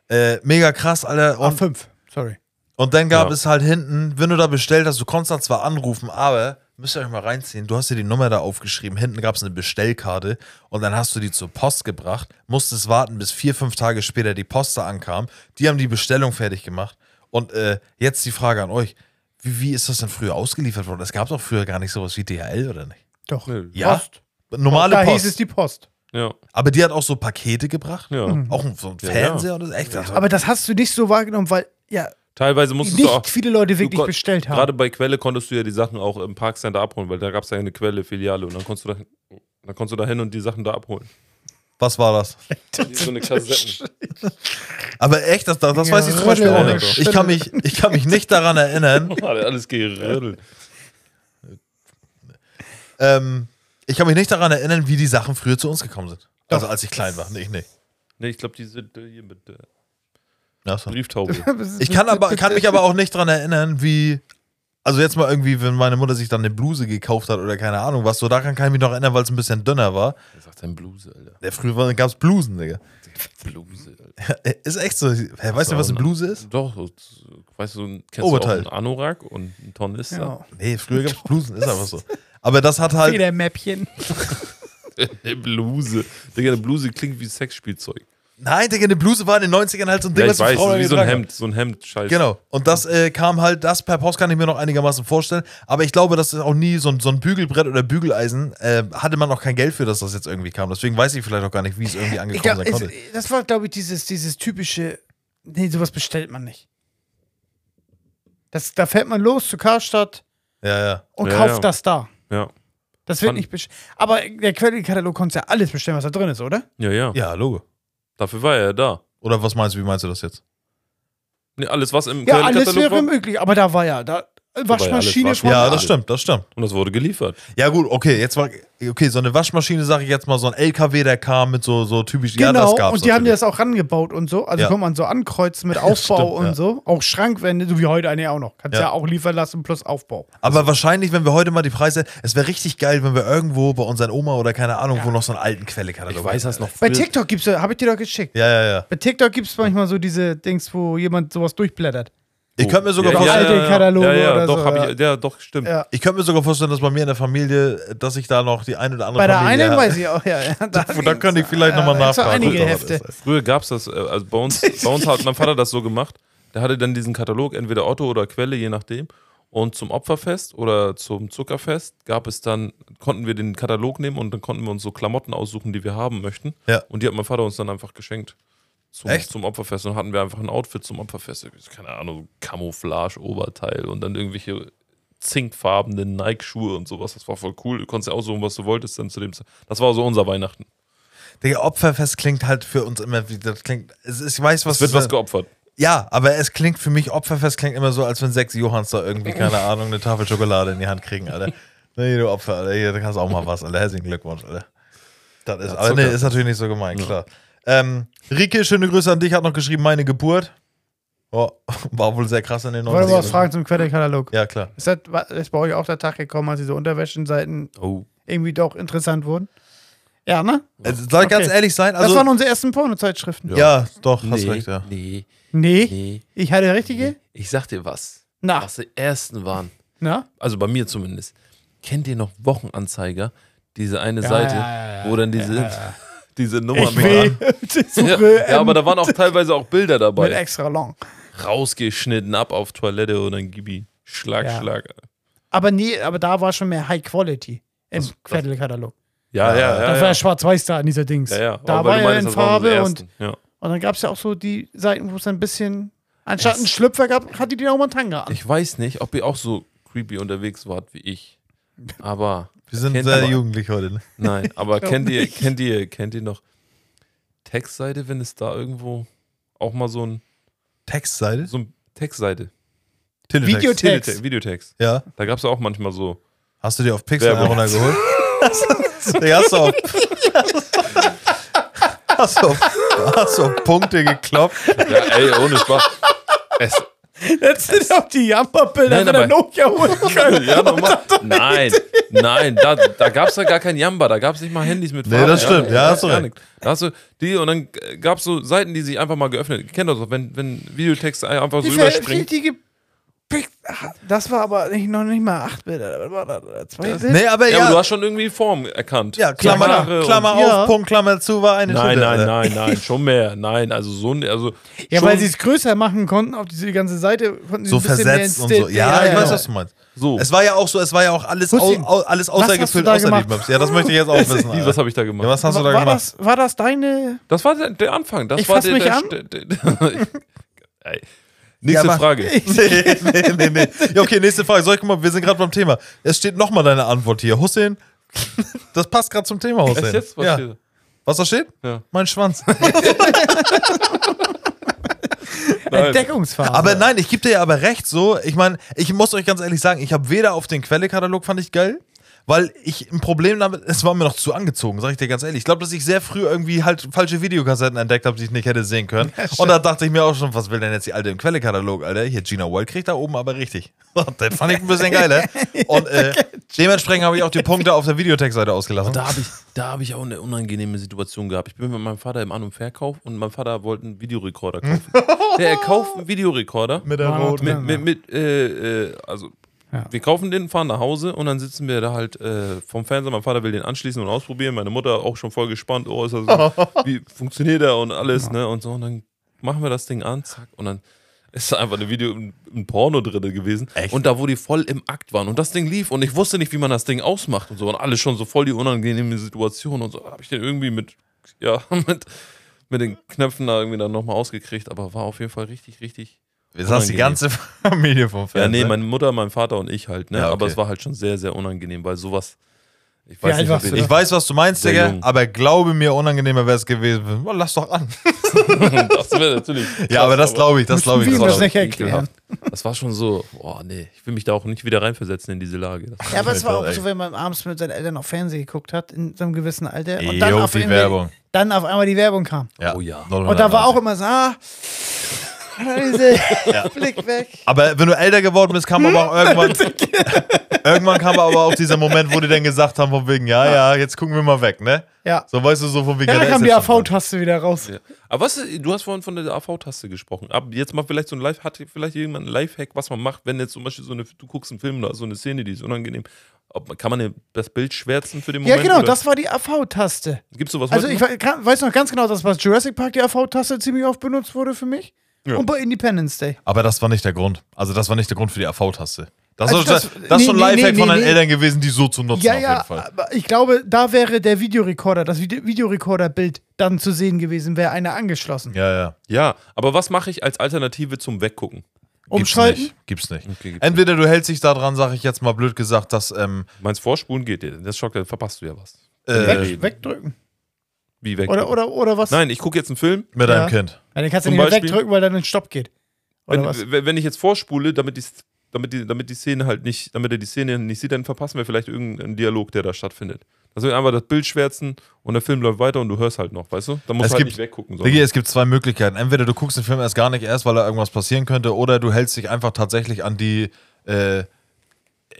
S3: Äh, mega krass, Alter. Und,
S2: A5. Sorry.
S3: und dann gab
S4: Ja.
S3: es halt hinten, wenn du da bestellt hast, du konntest da zwar anrufen, aber müsst ihr euch mal reinziehen, du hast dir die Nummer da aufgeschrieben, hinten gab es eine Bestellkarte und dann hast du die zur Post gebracht, musstest warten, bis vier, fünf Tage später die Post da ankam. Die haben die Bestellung fertig gemacht. Und äh, jetzt die Frage an euch. Wie, wie ist das denn früher ausgeliefert worden? Es gab doch früher gar nicht sowas wie DHL, oder nicht?
S2: Doch.
S4: Nö.
S3: Ja.
S2: Post.
S3: Normale
S2: da
S3: Post.
S2: hieß es die Post.
S4: Ja.
S3: Aber die hat auch so Pakete gebracht.
S4: Ja.
S3: Auch so ein
S4: Ja,
S3: Fernseher und das echt.
S2: Aber das hast du nicht so wahrgenommen, weil ja
S4: Teilweise musstest
S2: nicht
S4: du auch.
S2: viele Leute
S4: du
S2: wirklich
S4: kon-
S2: bestellt haben.
S4: Gerade bei Quelle konntest du ja die Sachen auch im Parkcenter abholen, weil da gab es ja eine Quelle, Filiale und dann konntest du da, dann konntest du da hin und die Sachen da abholen.
S3: Was war das?
S4: So eine Kassette.
S3: Aber echt, das, das, das weiß ich zum Beispiel auch
S2: Rüttel,
S3: nicht. Ich kann, mich, ich kann mich nicht daran erinnern.
S4: Alles gerödelt.
S3: Ähm, ich kann mich nicht daran erinnern, wie die Sachen früher zu uns gekommen sind. Also als ich klein war. Nee, ich nicht.
S4: Nee, ich glaube, die sind äh, hier mit äh,
S3: Ja, so.
S4: Brieftaube.
S3: Ich kann, aber, kann mich aber auch nicht daran erinnern, wie. Also jetzt mal irgendwie, wenn meine Mutter sich dann eine Bluse gekauft hat oder keine Ahnung was, so daran kann ich mich noch erinnern, weil es ein bisschen dünner war.
S4: Er sagt ein Bluse, Alter.
S3: Ja, früher gab es Blusen, Digga. Äh,
S4: Bluse, Alter.
S3: Ist echt so. Hä, weißt du, was eine Bluse ist?
S4: Doch, so- so- weißt du, kennst du auch
S3: Oberteil.
S4: einen Anorak und einen Tornister?
S2: Ja.
S3: Nee, früher gab es Blusen, ist einfach so. Aber das hat halt.
S2: Jeder Mäppchen.
S4: Eine Bluse. Digga, eine Bluse klingt wie Sexspielzeug.
S3: Nein, Digga, eine Bluse war in den 90ern halt so ein Ding,
S4: ja, ich
S3: die
S4: weiß,
S3: Frauen
S4: wie so ein
S3: getragen haben.
S4: Hemd, so ein Hemd, scheiße.
S3: Genau. Und das äh, kam halt, das per Post kann ich mir noch einigermaßen vorstellen. Aber ich glaube, das ist auch nie so ein, so ein Bügelbrett oder Bügeleisen. Äh, hatte man auch kein Geld für, dass das jetzt irgendwie kam. Deswegen weiß ich vielleicht auch gar nicht, wie es irgendwie
S2: Ich
S3: angekommen
S2: glaub,
S3: sein konnte.
S2: es, das war, glaube ich, dieses, dieses typische. Nee, sowas bestellt man nicht. Das, da fährt man los zu Karstadt
S3: Ja, ja.
S2: und
S4: Ja,
S2: kauft
S4: ja.
S2: das da.
S4: Ja,
S2: Das wird
S4: Von-
S2: nicht bestellt. Aber der Quellenkatalog konntest ja alles bestellen, was da drin ist, oder?
S4: ja, ja.
S3: Ja, Logo.
S4: Dafür war er ja da.
S3: Oder was meinst du, wie meinst du das jetzt?
S4: Nee, alles, was im
S2: Ja, alles
S4: Quelle-Katalog
S2: wäre
S4: war.
S2: möglich, aber da war ja da Waschmaschine
S4: alles
S2: von
S3: Ja,
S4: Waschmaschine.
S3: das stimmt, das stimmt.
S4: Und das wurde geliefert.
S3: Ja, gut, okay, jetzt war. Okay, so eine Waschmaschine, sage ich jetzt mal, so ein LKW, der kam mit so, so typisch. ja,
S2: Genau,
S3: das gab's.
S2: und die haben dir
S3: natürlich.
S2: das auch rangebaut und so. Also
S3: Ja.
S2: kann man so ankreuzen mit Aufbau
S3: Stimmt,
S2: und
S3: ja.
S2: so. Auch Schrankwände, so wie heute eine ja auch noch. Kannst ja,
S3: Ja.
S2: auch liefern lassen plus Aufbau.
S3: Aber wahrscheinlich, wenn wir heute mal die Preise. Es wäre richtig geil, wenn wir irgendwo bei unseren Oma oder keine Ahnung, wo noch so einen alten Quellekatalog
S4: Ich weiß das noch
S2: Bei
S4: früher.
S2: TikTok gibt's, habe ich dir doch geschickt.
S3: Ja, ja, ja.
S2: Bei TikTok gibt es manchmal so diese Dings, wo jemand sowas durchblättert.
S3: Ich könnte mir sogar
S4: Oh. ja,
S3: vorstellen.
S4: ja,
S2: alte
S4: ja, ja.
S2: Kataloge
S4: ja, ja,
S2: oder
S4: doch,
S2: so,
S4: hab
S2: ja.
S4: Ich, ja, doch, stimmt.
S2: Ja.
S3: Ich könnte mir sogar vorstellen, dass bei mir in der Familie, äh, dass ich da noch die eine oder andere
S2: Bei der
S3: Familie
S2: einen weiß ich auch, ja. ja da
S3: Da könnte ich vielleicht
S2: Ja,
S3: nochmal
S2: da gibt's auch
S3: nachfragen.
S2: einige
S3: ob das
S2: Hefte.
S3: ist.
S4: Früher gab es das, äh, also bei uns, bei uns hat mein Vater das so gemacht. Der hatte dann diesen Katalog, entweder Otto oder Quelle, je nachdem. Und zum Opferfest oder zum Zuckerfest gab es dann, konnten wir den Katalog nehmen und dann konnten wir uns so Klamotten aussuchen, die wir haben möchten.
S3: Ja.
S4: Und die hat mein Vater uns dann einfach geschenkt. Zum,
S3: Echt?
S4: zum Opferfest. Und dann hatten wir einfach ein Outfit zum Opferfest. Keine Ahnung, Camouflage, Oberteil und dann irgendwelche zinkfarbenen Nike-Schuhe und sowas. Das war voll cool. Du konntest ja aussuchen, was du wolltest dann zu dem Ze- Das war so unser Weihnachten.
S3: Digga, Opferfest klingt halt für uns immer wie, das klingt, es ist, ich weiß, was
S4: Es wird
S3: du-
S4: was geopfert.
S3: Ja, aber es klingt für mich, Opferfest klingt immer so, als wenn sechs Johanns da irgendwie, keine Ahnung, eine Tafel Schokolade in die Hand kriegen, Alter. Nee, du Opfer, Alter, hier, da kannst du auch mal was, Alter. Herzlichen Glückwunsch, Alter. Das ist, aber nee,
S4: Zucker.
S3: ist natürlich nicht so gemein, klar. Ähm, Rike, schöne Grüße an dich, hat noch geschrieben, meine Geburt. Oh, war wohl sehr krass in den
S2: Wollen wir was
S3: 90ern.
S2: fragen zum Quelle-Katalog?
S3: Ja, klar.
S2: Ist, das, wa- ist bei euch auch der Tag gekommen, als diese Unterwäschenseiten
S4: Oh.
S2: irgendwie doch interessant wurden? Ja, ne?
S3: Also, soll ich ganz
S2: Okay.
S3: ehrlich sein,
S2: das
S3: also.
S2: waren unsere ersten Pornozeitschriften.
S3: ja, doch, hast recht, ja.
S4: nee,
S2: Nee,
S4: nee.
S2: ich hatte richtige?
S4: Ich sag dir was.
S2: Na,
S4: Was die ersten waren.
S2: na?
S4: also bei mir zumindest, kennt ihr noch Wochenanzeiger? Diese eine
S2: Ja,
S4: Seite,
S2: ja, ja, ja,
S4: wo dann diese, diese Nummer
S2: Ich will
S4: ja,
S2: suche
S4: ja, aber da waren auch teilweise auch Bilder
S2: mit
S4: dabei.
S2: extra long.
S4: Rausgeschnitten, ab auf Toilette und dann Gibi. Schlag,
S2: Ja.
S4: Schlag.
S2: Aber nee, aber da war schon mehr High Quality im
S4: Das- das-
S2: Quelle-Katalog.
S4: Ja, ja, ja.
S2: Das
S4: ja,
S2: war
S4: ja.
S2: ja schwarz-weiß da an dieser Dings.
S4: ja, ja.
S2: Da
S4: Aber
S2: war
S4: weil du
S2: ja
S4: meinst,
S2: in
S4: das waren unsere
S2: Farbe und,
S4: ersten. ja.
S2: und dann gab es ja auch so die Seiten, wo es dann ein bisschen, anstatt einen Schlüpfer gab, hatte die auch mal einen Tanga an.
S4: Ich weiß nicht, ob ihr auch so creepy unterwegs wart wie ich. Aber
S3: Wir sind
S4: Kennt
S3: sehr
S4: aber-
S3: jugendlich heute, ne?
S4: nein, aber
S2: glaub
S4: kennt ihr, kennt ihr, kennt ihr noch Textseite, wenn es da irgendwo auch mal so ein,
S3: Textseite?
S4: so ein Textseite,
S3: Teletext.
S2: Videotext.
S4: Teletext, Videotext.
S3: Ja.
S4: Da gab es auch manchmal so.
S3: Hast du dir auf Pixel einen
S4: Werbung.
S3: runtergeholt? Die hast du auf. Hast du auf, hast du auf Punkte gekloppt?
S4: Ja, ey, ohne Spaß. Es,
S2: Jetzt sind auch die Jammerbilder
S4: Nein,
S2: von der
S4: aber-
S2: Nokia holen können.
S4: ja, nochmal. Nein, nein, da, da gab es ja gar kein Jamba, da gab es nicht mal Handys mit
S3: Nee,
S4: Farbe,
S3: das stimmt, ja, hast du
S4: gar
S3: recht.
S4: nichts. Da hast du die und dann gab es so Seiten, die sich einfach mal geöffnet. Ihr kennt das doch, wenn, wenn Videotext einfach so
S2: Die
S4: überspringt.
S2: richtige Pick- Ach, Das war aber nicht, noch nicht mal acht Bilder. Das war da- Zwei Bilder.
S3: Nee, aber
S4: Ja,
S3: ja.
S4: aber du hast schon irgendwie Form erkannt.
S3: ja,
S4: Klammer
S3: Klammer, Klammer auf,
S2: Ja.
S3: Punkt, Klammer zu war eine Äh,
S4: Nein,
S3: Tüte,
S4: nein,
S3: Alter.
S4: nein, nein, schon mehr. Nein, also so ein- also
S2: ja,
S4: schon
S2: weil sie es größer machen konnten, auf diese ganze Seite. Konnten sie
S3: So
S2: ein bisschen mehr
S3: versetzt
S2: ins
S3: und so.
S2: Bild-
S3: Ja, ich weiß,
S2: genau.
S3: was du meinst.
S4: so.
S3: Es war ja auch so, es war ja auch alles, au,
S2: Hussein,
S3: au, alles
S2: hast
S3: außergefüllt,
S2: du da
S3: außer die
S2: gemacht?
S3: Maps. Ja, das möchte ich jetzt auch wissen.
S4: Wie, was
S3: Alter.
S4: habe ich da gemacht?
S3: Ja, was hast du da
S2: war,
S3: gemacht?
S2: das, war das deine.
S4: Das war der, der Anfang. Das
S2: Ich
S4: war
S2: fass
S4: der,
S2: mich
S4: der,
S2: an.
S4: der, der Ey. Nächste
S3: aber-
S4: Frage.
S3: nee, nee, nee, nee. Ja, okay, nächste Frage. Soll ich mal, wir sind gerade beim Thema. Es steht nochmal deine Antwort hier. Hussein, das passt gerade zum Thema, Hussein.
S4: Was jetzt? Was
S3: ja.
S4: hier?
S3: was da steht?
S4: Ja.
S3: Mein Schwanz.
S2: Entdeckungsphase.
S3: Aber nein, ich gebe dir ja aber recht so. Ich meine, ich muss euch ganz ehrlich sagen, ich habe weder auf den Quelle-Katalog fand ich geil, weil ich ein Problem damit, es war mir noch zu angezogen, sage ich dir ganz ehrlich. Ich glaube, dass ich sehr früh irgendwie halt falsche Videokassetten entdeckt habe, die ich nicht hätte sehen können. Und da dachte ich mir auch schon, was will denn jetzt die alte im Quelle-Katalog, Alter? Hier, Gina Wild kriegt da oben aber richtig. das fand ich ein bisschen geil, ne? Und äh, dementsprechend habe ich auch die Punkte auf der Videotext-Seite ausgelassen.
S4: Da habe ich, da hab ich auch eine unangenehme Situation gehabt. Ich bin mit meinem Vater im An- und Verkauf und mein Vater wollte einen Videorekorder kaufen. Der er kauft einen Videorekorder
S3: mit der ne?
S2: War noch
S3: roten.
S2: drin.
S4: mit, mit, mit äh, äh, also
S2: Ja.
S4: wir kaufen den, fahren nach Hause und dann sitzen wir da halt äh, vom Fernseher. Mein Vater will den anschließen und ausprobieren. Meine Mutter auch schon voll gespannt. Oh, ist das so, wie funktioniert er und alles, ne? Und so. Und dann machen wir das Ding an, zack. Und dann ist da einfach ein Video, ein, ein Porno drin gewesen.
S3: Echt?
S4: Und da, wo die voll im Akt waren. Und das Ding lief und ich wusste nicht, wie man das Ding ausmacht und so. Und alles schon so voll die unangenehme Situation und so. Da habe ich den irgendwie mit, ja, mit, mit den Knöpfen da irgendwie dann nochmal ausgekriegt. Aber war auf jeden Fall richtig, richtig
S3: Jetzt hast du die ganze Familie vom
S4: ja,
S3: Fernseher.
S4: nee, meine Mutter, mein Vater und ich halt, ne?
S3: ne? Ja, okay.
S4: Aber es war halt schon sehr, sehr unangenehm, weil sowas. Ich
S2: alt
S4: weiß nicht,
S2: warst
S4: ob
S2: du
S4: ich,
S3: Ich weiß, was du meinst,
S4: Sehr
S3: Digga,
S4: jung.
S3: aber glaube mir, unangenehmer wäre es gewesen. Oh, lass doch an.
S4: das wäre natürlich.
S3: Ja, aber das glaube ich, das glaube ich.
S2: wir ihm
S3: Das
S2: das
S3: glaub ich.
S2: nicht erklären.
S4: ekelhaft. Das war schon so, boah, nee, ich will mich da auch nicht wieder reinversetzen in diese Lage. Das
S2: Ja, aber es war auch
S3: Ey.
S2: so, wenn man abends mit seinen Eltern auf Fernsehen geguckt hat, in so einem gewissen Alter. Und dann,
S3: Jo,
S2: auf
S3: die
S2: einmal-
S3: Werbung.
S2: dann auf einmal die Werbung kam.
S4: Oh ja.
S2: Und da war auch immer so, ah, Analyse, Blick weg.
S3: Aber wenn du älter geworden bist, kam aber auch
S2: Hm?
S3: irgendwann. irgendwann kam aber auch dieser Moment, wo die dann gesagt haben, von wegen, ja, ja, jetzt gucken wir mal weg, ne?
S2: Ja.
S3: So weißt du, so von wegen.
S2: Ja,
S3: der
S2: da
S3: ist
S2: kam die
S3: jetzt schon dran.
S2: AV-Taste wieder raus.
S4: Ja. Aber was, du hast vorhin von der AV-Taste gesprochen. Ab jetzt mal vielleicht so ein Live, hat vielleicht jemand einen Lifehack, was man macht, wenn jetzt zum Beispiel so eine, du guckst einen Film oder so eine Szene, die ist unangenehm. Ob, kann man das Bild schwärzen für den
S2: Ja,
S4: Moment?
S2: genau,
S4: oder?
S2: das war die AV-Taste.
S4: Gibt's sowas
S2: Also
S4: heute
S2: ich
S4: noch?
S2: we- kann- weiß noch ganz genau, dass bei Jurassic Park die AV-Taste ziemlich oft benutzt wurde für mich. und bei Independence Day.
S3: Aber das war nicht der Grund. Also das war nicht der Grund für die AV-Taste. Das,
S2: Also
S3: ist das,
S2: das-
S3: das, ist schon
S2: nee,
S3: ein
S2: nee,
S3: Lifehack
S2: nee,
S3: von deinen
S2: nee.
S3: Eltern gewesen, die so zu nutzen
S2: Ja,
S3: auf
S2: ja,
S3: jeden Fall.
S2: aber ich glaube, da wäre der Videorekorder, das Vide Videorekorderbild dann zu sehen gewesen, wäre einer angeschlossen.
S3: Ja, ja.
S4: Ja, aber was mache ich als Alternative zum Weggucken?
S2: Umschalten?
S3: Gibt's nicht. Gibt's nicht.
S4: Okay, gibt's
S3: Entweder du hältst dich da dran, sag ich jetzt mal blöd gesagt, dass ähm,
S4: Meinst Vorspulen geht dir? Das schockt, dann verpasst du ja was.
S3: äh,
S2: Weg, wegdrücken.
S4: Wie weg?
S2: Oder, oder, oder was?
S4: Nein, ich gucke jetzt einen Film.
S3: mit deinem
S2: Ja.
S3: Kind.
S2: Ja, den kannst du
S4: Zum
S2: nicht mehr
S4: Beispiel-
S2: wegdrücken, weil dann ein Stopp geht. Oder
S4: Wenn,
S2: was?
S4: w- wenn ich jetzt vorspule, damit die, damit, die, damit die Szene halt nicht, damit er die Szene nicht sieht, dann verpassen wir vielleicht irgendeinen Dialog, der da stattfindet. Also einfach das Bild schwärzen und der Film läuft weiter und du hörst halt noch, weißt du? Dann musst
S3: Es
S4: du halt
S3: gibt-
S4: nicht weggucken.
S3: Digga,
S4: sondern-
S3: es gibt zwei Möglichkeiten. Entweder du guckst den Film erst gar nicht erst, weil da irgendwas passieren könnte, oder du hältst dich einfach tatsächlich an die äh,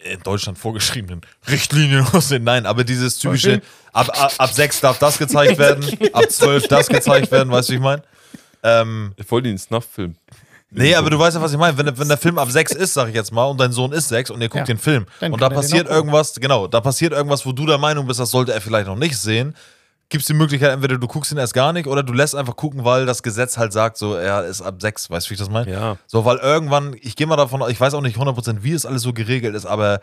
S3: in Deutschland vorgeschriebenen Richtlinien aus den Nein, aber dieses typische ab, ab, ab 6 darf das gezeigt werden, ab 12 das gezeigt werden, weißt du, wie ich meine? Ähm,
S4: Voll den Snuff-Film.
S3: Nee, aber du weißt ja, was ich meine. Wenn, wenn der Film ab sechs ist, sag ich jetzt mal, und dein Sohn ist sechs und ihr guckt
S2: Ja.
S3: den Film
S2: Dann
S3: und da
S2: kann er den
S3: passiert
S2: auch gucken.
S3: irgendwas, genau, da passiert irgendwas, wo du der Meinung bist, das sollte er vielleicht noch nicht sehen, gibt's die Möglichkeit, entweder du guckst ihn erst gar nicht oder du lässt einfach gucken, weil das Gesetz halt sagt, so, er ist ab sechs, weißt du, wie ich das meine?
S4: Ja.
S3: So, weil irgendwann, ich gehe mal davon, aus, ich weiß auch nicht 100%, wie es alles so geregelt ist, aber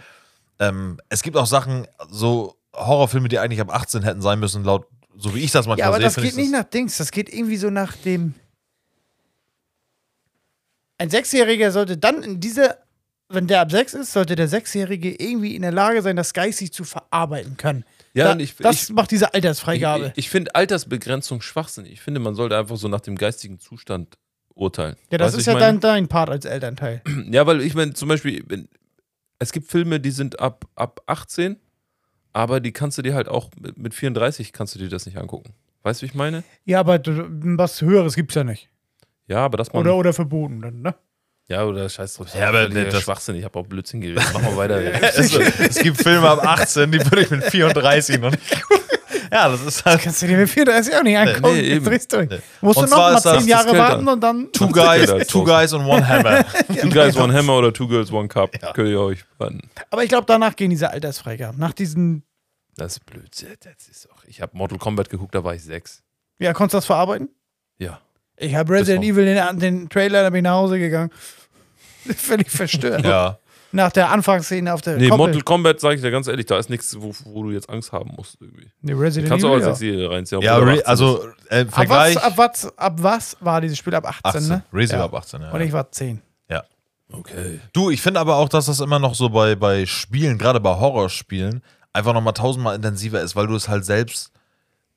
S3: ähm, es gibt auch Sachen, so Horrorfilme, die eigentlich ab 18 hätten sein müssen, laut, so wie ich das manchmal
S4: Also
S2: Ja, aber
S3: sehe.
S2: das
S3: find ich
S2: geht nicht nach Dings, das geht irgendwie so nach dem. Ein Sechsjähriger sollte dann in diese, wenn der ab sechs ist, sollte der Sechsjährige irgendwie in der Lage sein, das geistig zu verarbeiten können.
S4: Ja,
S2: da,
S4: und ich-
S2: das
S4: ich-
S2: macht diese
S4: Ich,
S2: Altersfreigabe.
S4: ich finde Altersbegrenzung Schwachsinn. Ich finde, man sollte einfach so nach dem geistigen Zustand urteilen.
S2: ja, das
S4: Weißt du,
S2: ist
S4: ich
S2: ja
S4: meine?
S2: dein, dein Part als Elternteil.
S4: Ja, weil ich meine, zum Beispiel, wenn, es gibt Filme, die sind ab, ab 18, aber die kannst du dir halt auch mit, mit 34 kannst du dir das nicht angucken. Weißt du, wie ich meine?
S2: Ja, aber du- was Höheres gibt's ja nicht.
S4: Ja, aber das man.
S2: Oder, oder verboten dann, ne?
S4: ja, ne, oder scheiß drauf.
S3: Ja, aber
S4: Völliger
S3: das-
S4: Schwachsinn, ich habe auch Blödsinn geredet. Mach mal weiter.
S3: Also, es gibt Filme ab 18, die würde ich mit 34 noch nicht gucken. Ja, das ist halt.
S2: Kannst du dir mit 34 auch nicht angucken.
S4: Nee,
S2: jetzt
S4: eben.
S2: drehst du durch. Musst
S3: Und
S2: du noch
S3: zwar
S2: mal
S3: ist das-
S2: 10 Jahre
S4: das gilt
S2: warten
S4: dann.
S2: und dann.
S3: Two Guys,
S4: Alter,
S3: two guys and One Hammer.
S4: Two guys, one hammer oder two girls, one cup. Könnt ihr euch warten.
S2: Aber ich glaube, danach gehen diese Altersfreigaben. Nach diesen.
S4: Das ist Blödsinn. Das ist auch. Ich habe Mortal Kombat geguckt, da war ich sechs.
S2: Ja, konntest du das verarbeiten?
S4: Ja.
S2: Ich habe Resident
S4: Das
S2: Evil den, den Trailer, da bin ich nach Hause gegangen. Völlig verstört.
S3: Ja.
S2: Nach der Anfangsszene auf der
S4: Nee,
S2: Koppel.
S4: Mortal Kombat, sage ich dir ganz ehrlich, da ist nichts, wo, wo du jetzt Angst haben musst. Irgendwie.
S2: nee, Resident
S4: Kannst du auch
S2: Evil.
S4: als
S2: Ja.
S4: Sechsjährige reinziehen.
S3: Ja,
S4: obwohl du
S3: re-
S4: 18 bist.
S3: also äh, im
S2: Ab, was,
S3: Vergleich.
S2: ab, was, ab was war dieses Spiel? Ab 18,
S3: 18.
S2: ne?
S3: Razor
S2: ja.
S3: ab 18,
S2: Und
S3: ja.
S2: ich war 10.
S3: ja.
S4: Okay.
S3: Du, ich finde aber auch, dass das immer noch so bei, bei Spielen, gerade bei Horrorspielen, einfach nochmal tausendmal intensiver ist, weil du es halt selbst.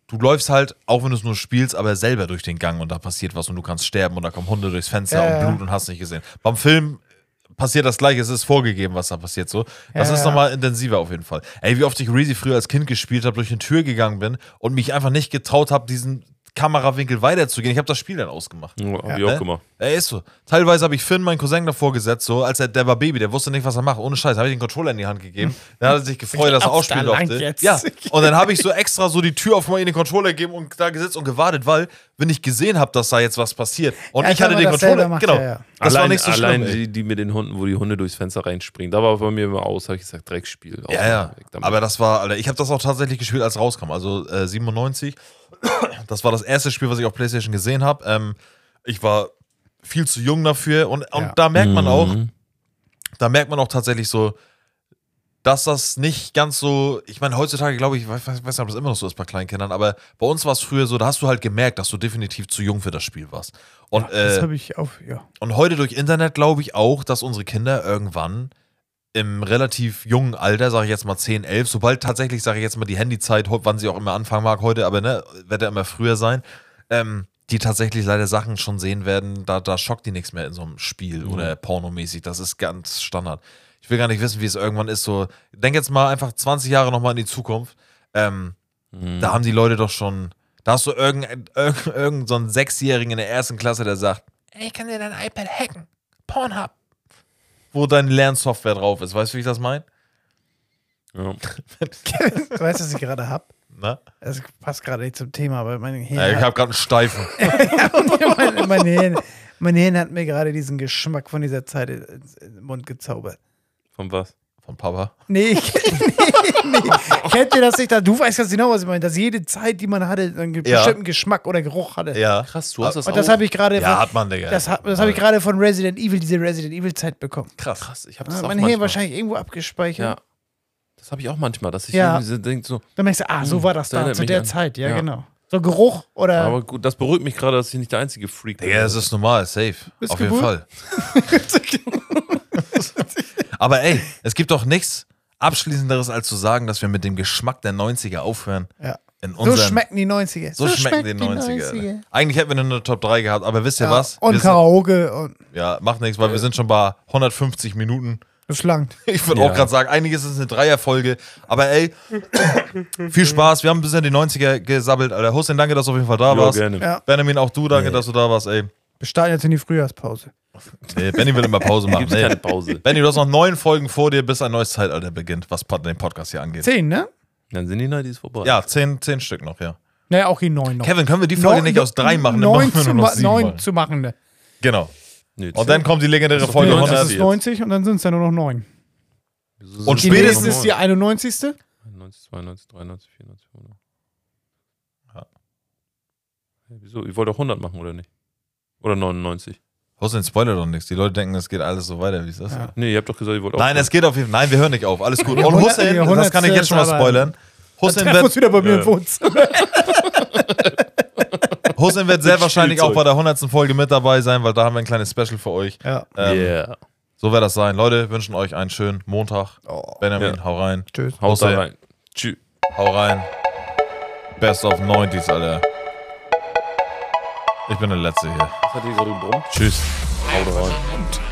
S3: Du läufst halt, auch wenn du es nur spielst, aber selber durch den Gang und da passiert was und du kannst sterben und da kommen Hunde durchs Fenster
S2: Ja, ja.
S3: und Blut und hast nicht gesehen. Beim Film passiert das gleiche, es ist vorgegeben, was da passiert so. Das
S2: Ja,
S3: ist
S2: ja.
S3: nochmal intensiver auf jeden Fall. Ey, wie oft ich Reezy früher als Kind gespielt habe, durch eine Tür gegangen bin und mich einfach nicht getraut habe, diesen Kamerawinkel weiterzugehen. Ich habe das Spiel dann ausgemacht.
S4: Ja, hab ich
S3: Ne?
S4: auch gemacht.
S3: Er ist so. Teilweise habe ich Finn, meinen Cousin, davor gesetzt, so, als er, der war Baby, der wusste nicht, was er macht. Ohne Scheiß, habe ich den Controller in die Hand gegeben. Dann hat er sich gefreut, dass er
S2: Auf
S3: ausspielen
S2: da lang
S3: durfte.
S2: jetzt.
S3: Ja. Und dann habe ich so extra so die Tür auf mal in den Controller gegeben und da gesetzt und gewartet, weil, wenn ich gesehen habe, dass da jetzt was passiert und
S2: Ja,
S3: ich hatte
S2: wenn man
S3: den
S2: das
S3: Controller.
S2: selber macht,
S3: genau.
S2: ja, ja.
S3: Das
S4: allein
S3: war nicht so
S4: allein
S3: schlimm. ey.
S4: die, die mit den Hunden, wo die Hunde durchs Fenster reinspringen. Da war bei mir immer aus, habe ich gesagt, Dreckspiel. Aus,
S3: Ja, ja.
S4: weg damit.
S3: Aber das war, Alter, ich habe das auch tatsächlich gespielt, als rauskam. Also äh, 97. Das war das erste Spiel, was ich auf PlayStation gesehen habe. Ähm, ich war viel zu jung dafür und, und
S2: Ja.
S3: da merkt man auch,
S4: Mhm.
S3: da merkt man auch tatsächlich so, dass das nicht ganz so, ich meine, heutzutage glaube ich, ich weiß weiß nicht, ob das immer noch so ist bei Kleinkindern, aber bei uns war es früher so, da hast du halt gemerkt, dass du definitiv zu jung für das Spiel warst. Und,
S2: Das
S3: äh,
S2: habe ich auf. Ja.
S3: und heute durch Internet glaube ich auch, dass unsere Kinder irgendwann im relativ jungen Alter, sage ich jetzt mal 10, 11, sobald tatsächlich, sage ich jetzt mal, die Handyzeit, ho- wann sie auch immer anfangen mag heute, aber ne, wird ja immer früher sein, ähm, die tatsächlich leider Sachen schon sehen werden, da, da schockt die nichts mehr in so einem Spiel oder pornomäßig. Das ist ganz Standard. Ich will gar nicht wissen, wie es irgendwann ist. So, denk jetzt mal einfach 20 Jahre nochmal in die Zukunft. Ähm, Da haben die Leute doch schon. Da hast du irgendeinen irgend, irgend so einen Sechsjährigen in der ersten Klasse, der sagt, ich kann dir dein iPad hacken. Pornhub. Wo deine Lernsoftware drauf ist. Weißt du, wie ich das meine?
S4: Ja.
S2: Du weißt, was ich gerade habe?
S3: Na?
S2: Das passt gerade nicht zum Thema, aber mein Hirn,
S3: Ja, Ne? Äh, ich habe gerade einen Steifen.
S2: hat, mein, mein, Hirn, mein Hirn hat mir gerade diesen Geschmack von dieser Zeit in- in den Mund gezaubert.
S4: Von was?
S3: Von Papa.
S2: Nee, nee, nee. Kennt ihr das nicht? Da- Du weißt ganz genau, was ich meine. Dass jede Zeit, die man hatte, einen ge-
S3: Ja.
S2: bestimmten Geschmack oder Geruch hatte.
S3: Ja. Äh,
S4: Krass, du hast das
S2: Und das
S4: auch.
S2: habe ich gerade
S3: Ja,
S2: von,
S3: hat man, Digga.
S2: das, hab- das hab ich gerade von Resident Evil, diese Resident Evil-Zeit bekommen.
S4: krass. krass. Ich habe das
S2: Das
S3: Ah,
S4: auch
S2: mein
S4: manchmal.
S2: Hirn wahrscheinlich irgendwo abgespeichert.
S4: Ja. Das habe ich auch manchmal, dass ich
S2: Ja.
S4: irgendwie so denke so,
S2: Dann merkst du, ah, so
S4: Hm,
S2: war das
S4: das
S2: da,
S4: erinnert
S2: zu
S4: mich
S2: der
S4: an-
S2: Zeit. Ja,
S4: ja.
S2: genau. So Geruch oder.
S4: aber gut, das beruhigt mich gerade, dass ich nicht der einzige Freak bin.
S3: Digga, das ist normal, safe.
S2: Bist
S3: Auf jeden
S2: geburt?
S3: Fall. Aber ey, es gibt doch nichts Abschließenderes, als zu sagen, dass wir mit dem Geschmack der 90er aufhören.
S2: Ja.
S3: In
S2: so
S3: unseren,
S2: schmecken die 90er.
S3: so schmecken die 90er. Eigentlich hätten wir nur eine Top 3 gehabt, aber wisst ihr
S2: Ja.
S3: was?
S2: Und
S3: wir
S2: Karaoke und
S3: sind, ja, macht nichts, weil wir sind schon bei 150 Minuten.
S2: das langt.
S3: Ich würde
S4: Ja.
S3: auch gerade sagen, einiges ist eine Dreierfolge. Aber ey, viel Spaß. Wir haben ein bisschen die 90er gesabbelt, Alter. Hussein, danke, dass du auf jeden Fall da
S4: ja,
S3: warst.
S4: gerne.
S2: Ja.
S3: Benjamin, auch du, danke, dass du da warst, ey.
S2: Wir starten jetzt in die Frühjahrspause.
S3: Nee, Benny will immer Pause machen.
S4: Gibt's keine
S3: Nee.
S4: Pause.
S3: Benny, du hast noch neun Folgen vor dir, bis ein neues Zeitalter beginnt, was Pod- den Podcast hier angeht.
S2: Zehn, ne?
S4: Dann sind die Leute, die ist vorbei.
S3: Ja, zehn, zehn Stück noch, ja.
S2: Naja, auch die neun noch.
S3: Kevin, können wir die Folge
S2: Neun-
S3: nicht aus drei machen? Dann
S2: Neun,
S3: machen wir
S2: zu,
S3: nur noch
S2: ma
S3: sieben.
S2: neun
S3: Mal.
S2: zu machende.
S3: Genau.
S4: Nee,
S3: Und dann kommt die legendäre
S4: doch
S3: Folge
S4: die
S2: Ja,
S4: neunzig.
S3: 100.
S2: das ist 90 und dann sind es ja nur noch neun.
S3: Und
S2: Die
S3: Spätestens
S2: nächste ist die 91.
S4: 91, 92, 93, 94, 95. Ja. Wieso? Ihr wollt doch 100 machen, oder nicht? Oder 99?
S3: Hussein, spoiler doch nichts. Die Leute denken, es geht alles so weiter, wie es ist.
S2: Ja.
S4: Nee, ihr habt doch gesagt, ihr wollt auch.
S3: Nein, es geht auf jeden Fall. Nein, wir hören nicht auf. Alles gut.
S2: Die
S3: Und
S2: hundert-
S3: Hussein,
S2: die
S3: das kann ich
S2: hundertste
S3: jetzt schon mal
S2: ist aber-
S3: spoilern. Hussein
S2: Treffen wir uns
S3: wird,
S2: wieder bei mir
S4: Ja.
S2: im Wohnzimmer.
S3: Hussein wird sehr wahrscheinlich auch
S4: Spielzeug.
S3: bei der 100. Folge mit dabei sein, weil da haben wir ein kleines Special für euch.
S2: Ja.
S3: Ähm,
S4: yeah.
S3: So wird das sein. Leute, wünschen euch einen schönen Montag.
S2: Oh,
S3: Benjamin,
S4: Ja.
S3: hau rein.
S2: Tschüss.
S4: Haut da
S3: Hussein.
S4: rein. Tschüss.
S3: Hau rein. Best of 90s, Alter. Ich bin der Letzte hier.
S4: Was hat ihr gerade gebrummt?
S3: Tschüss.
S4: Haut rein.
S5: Und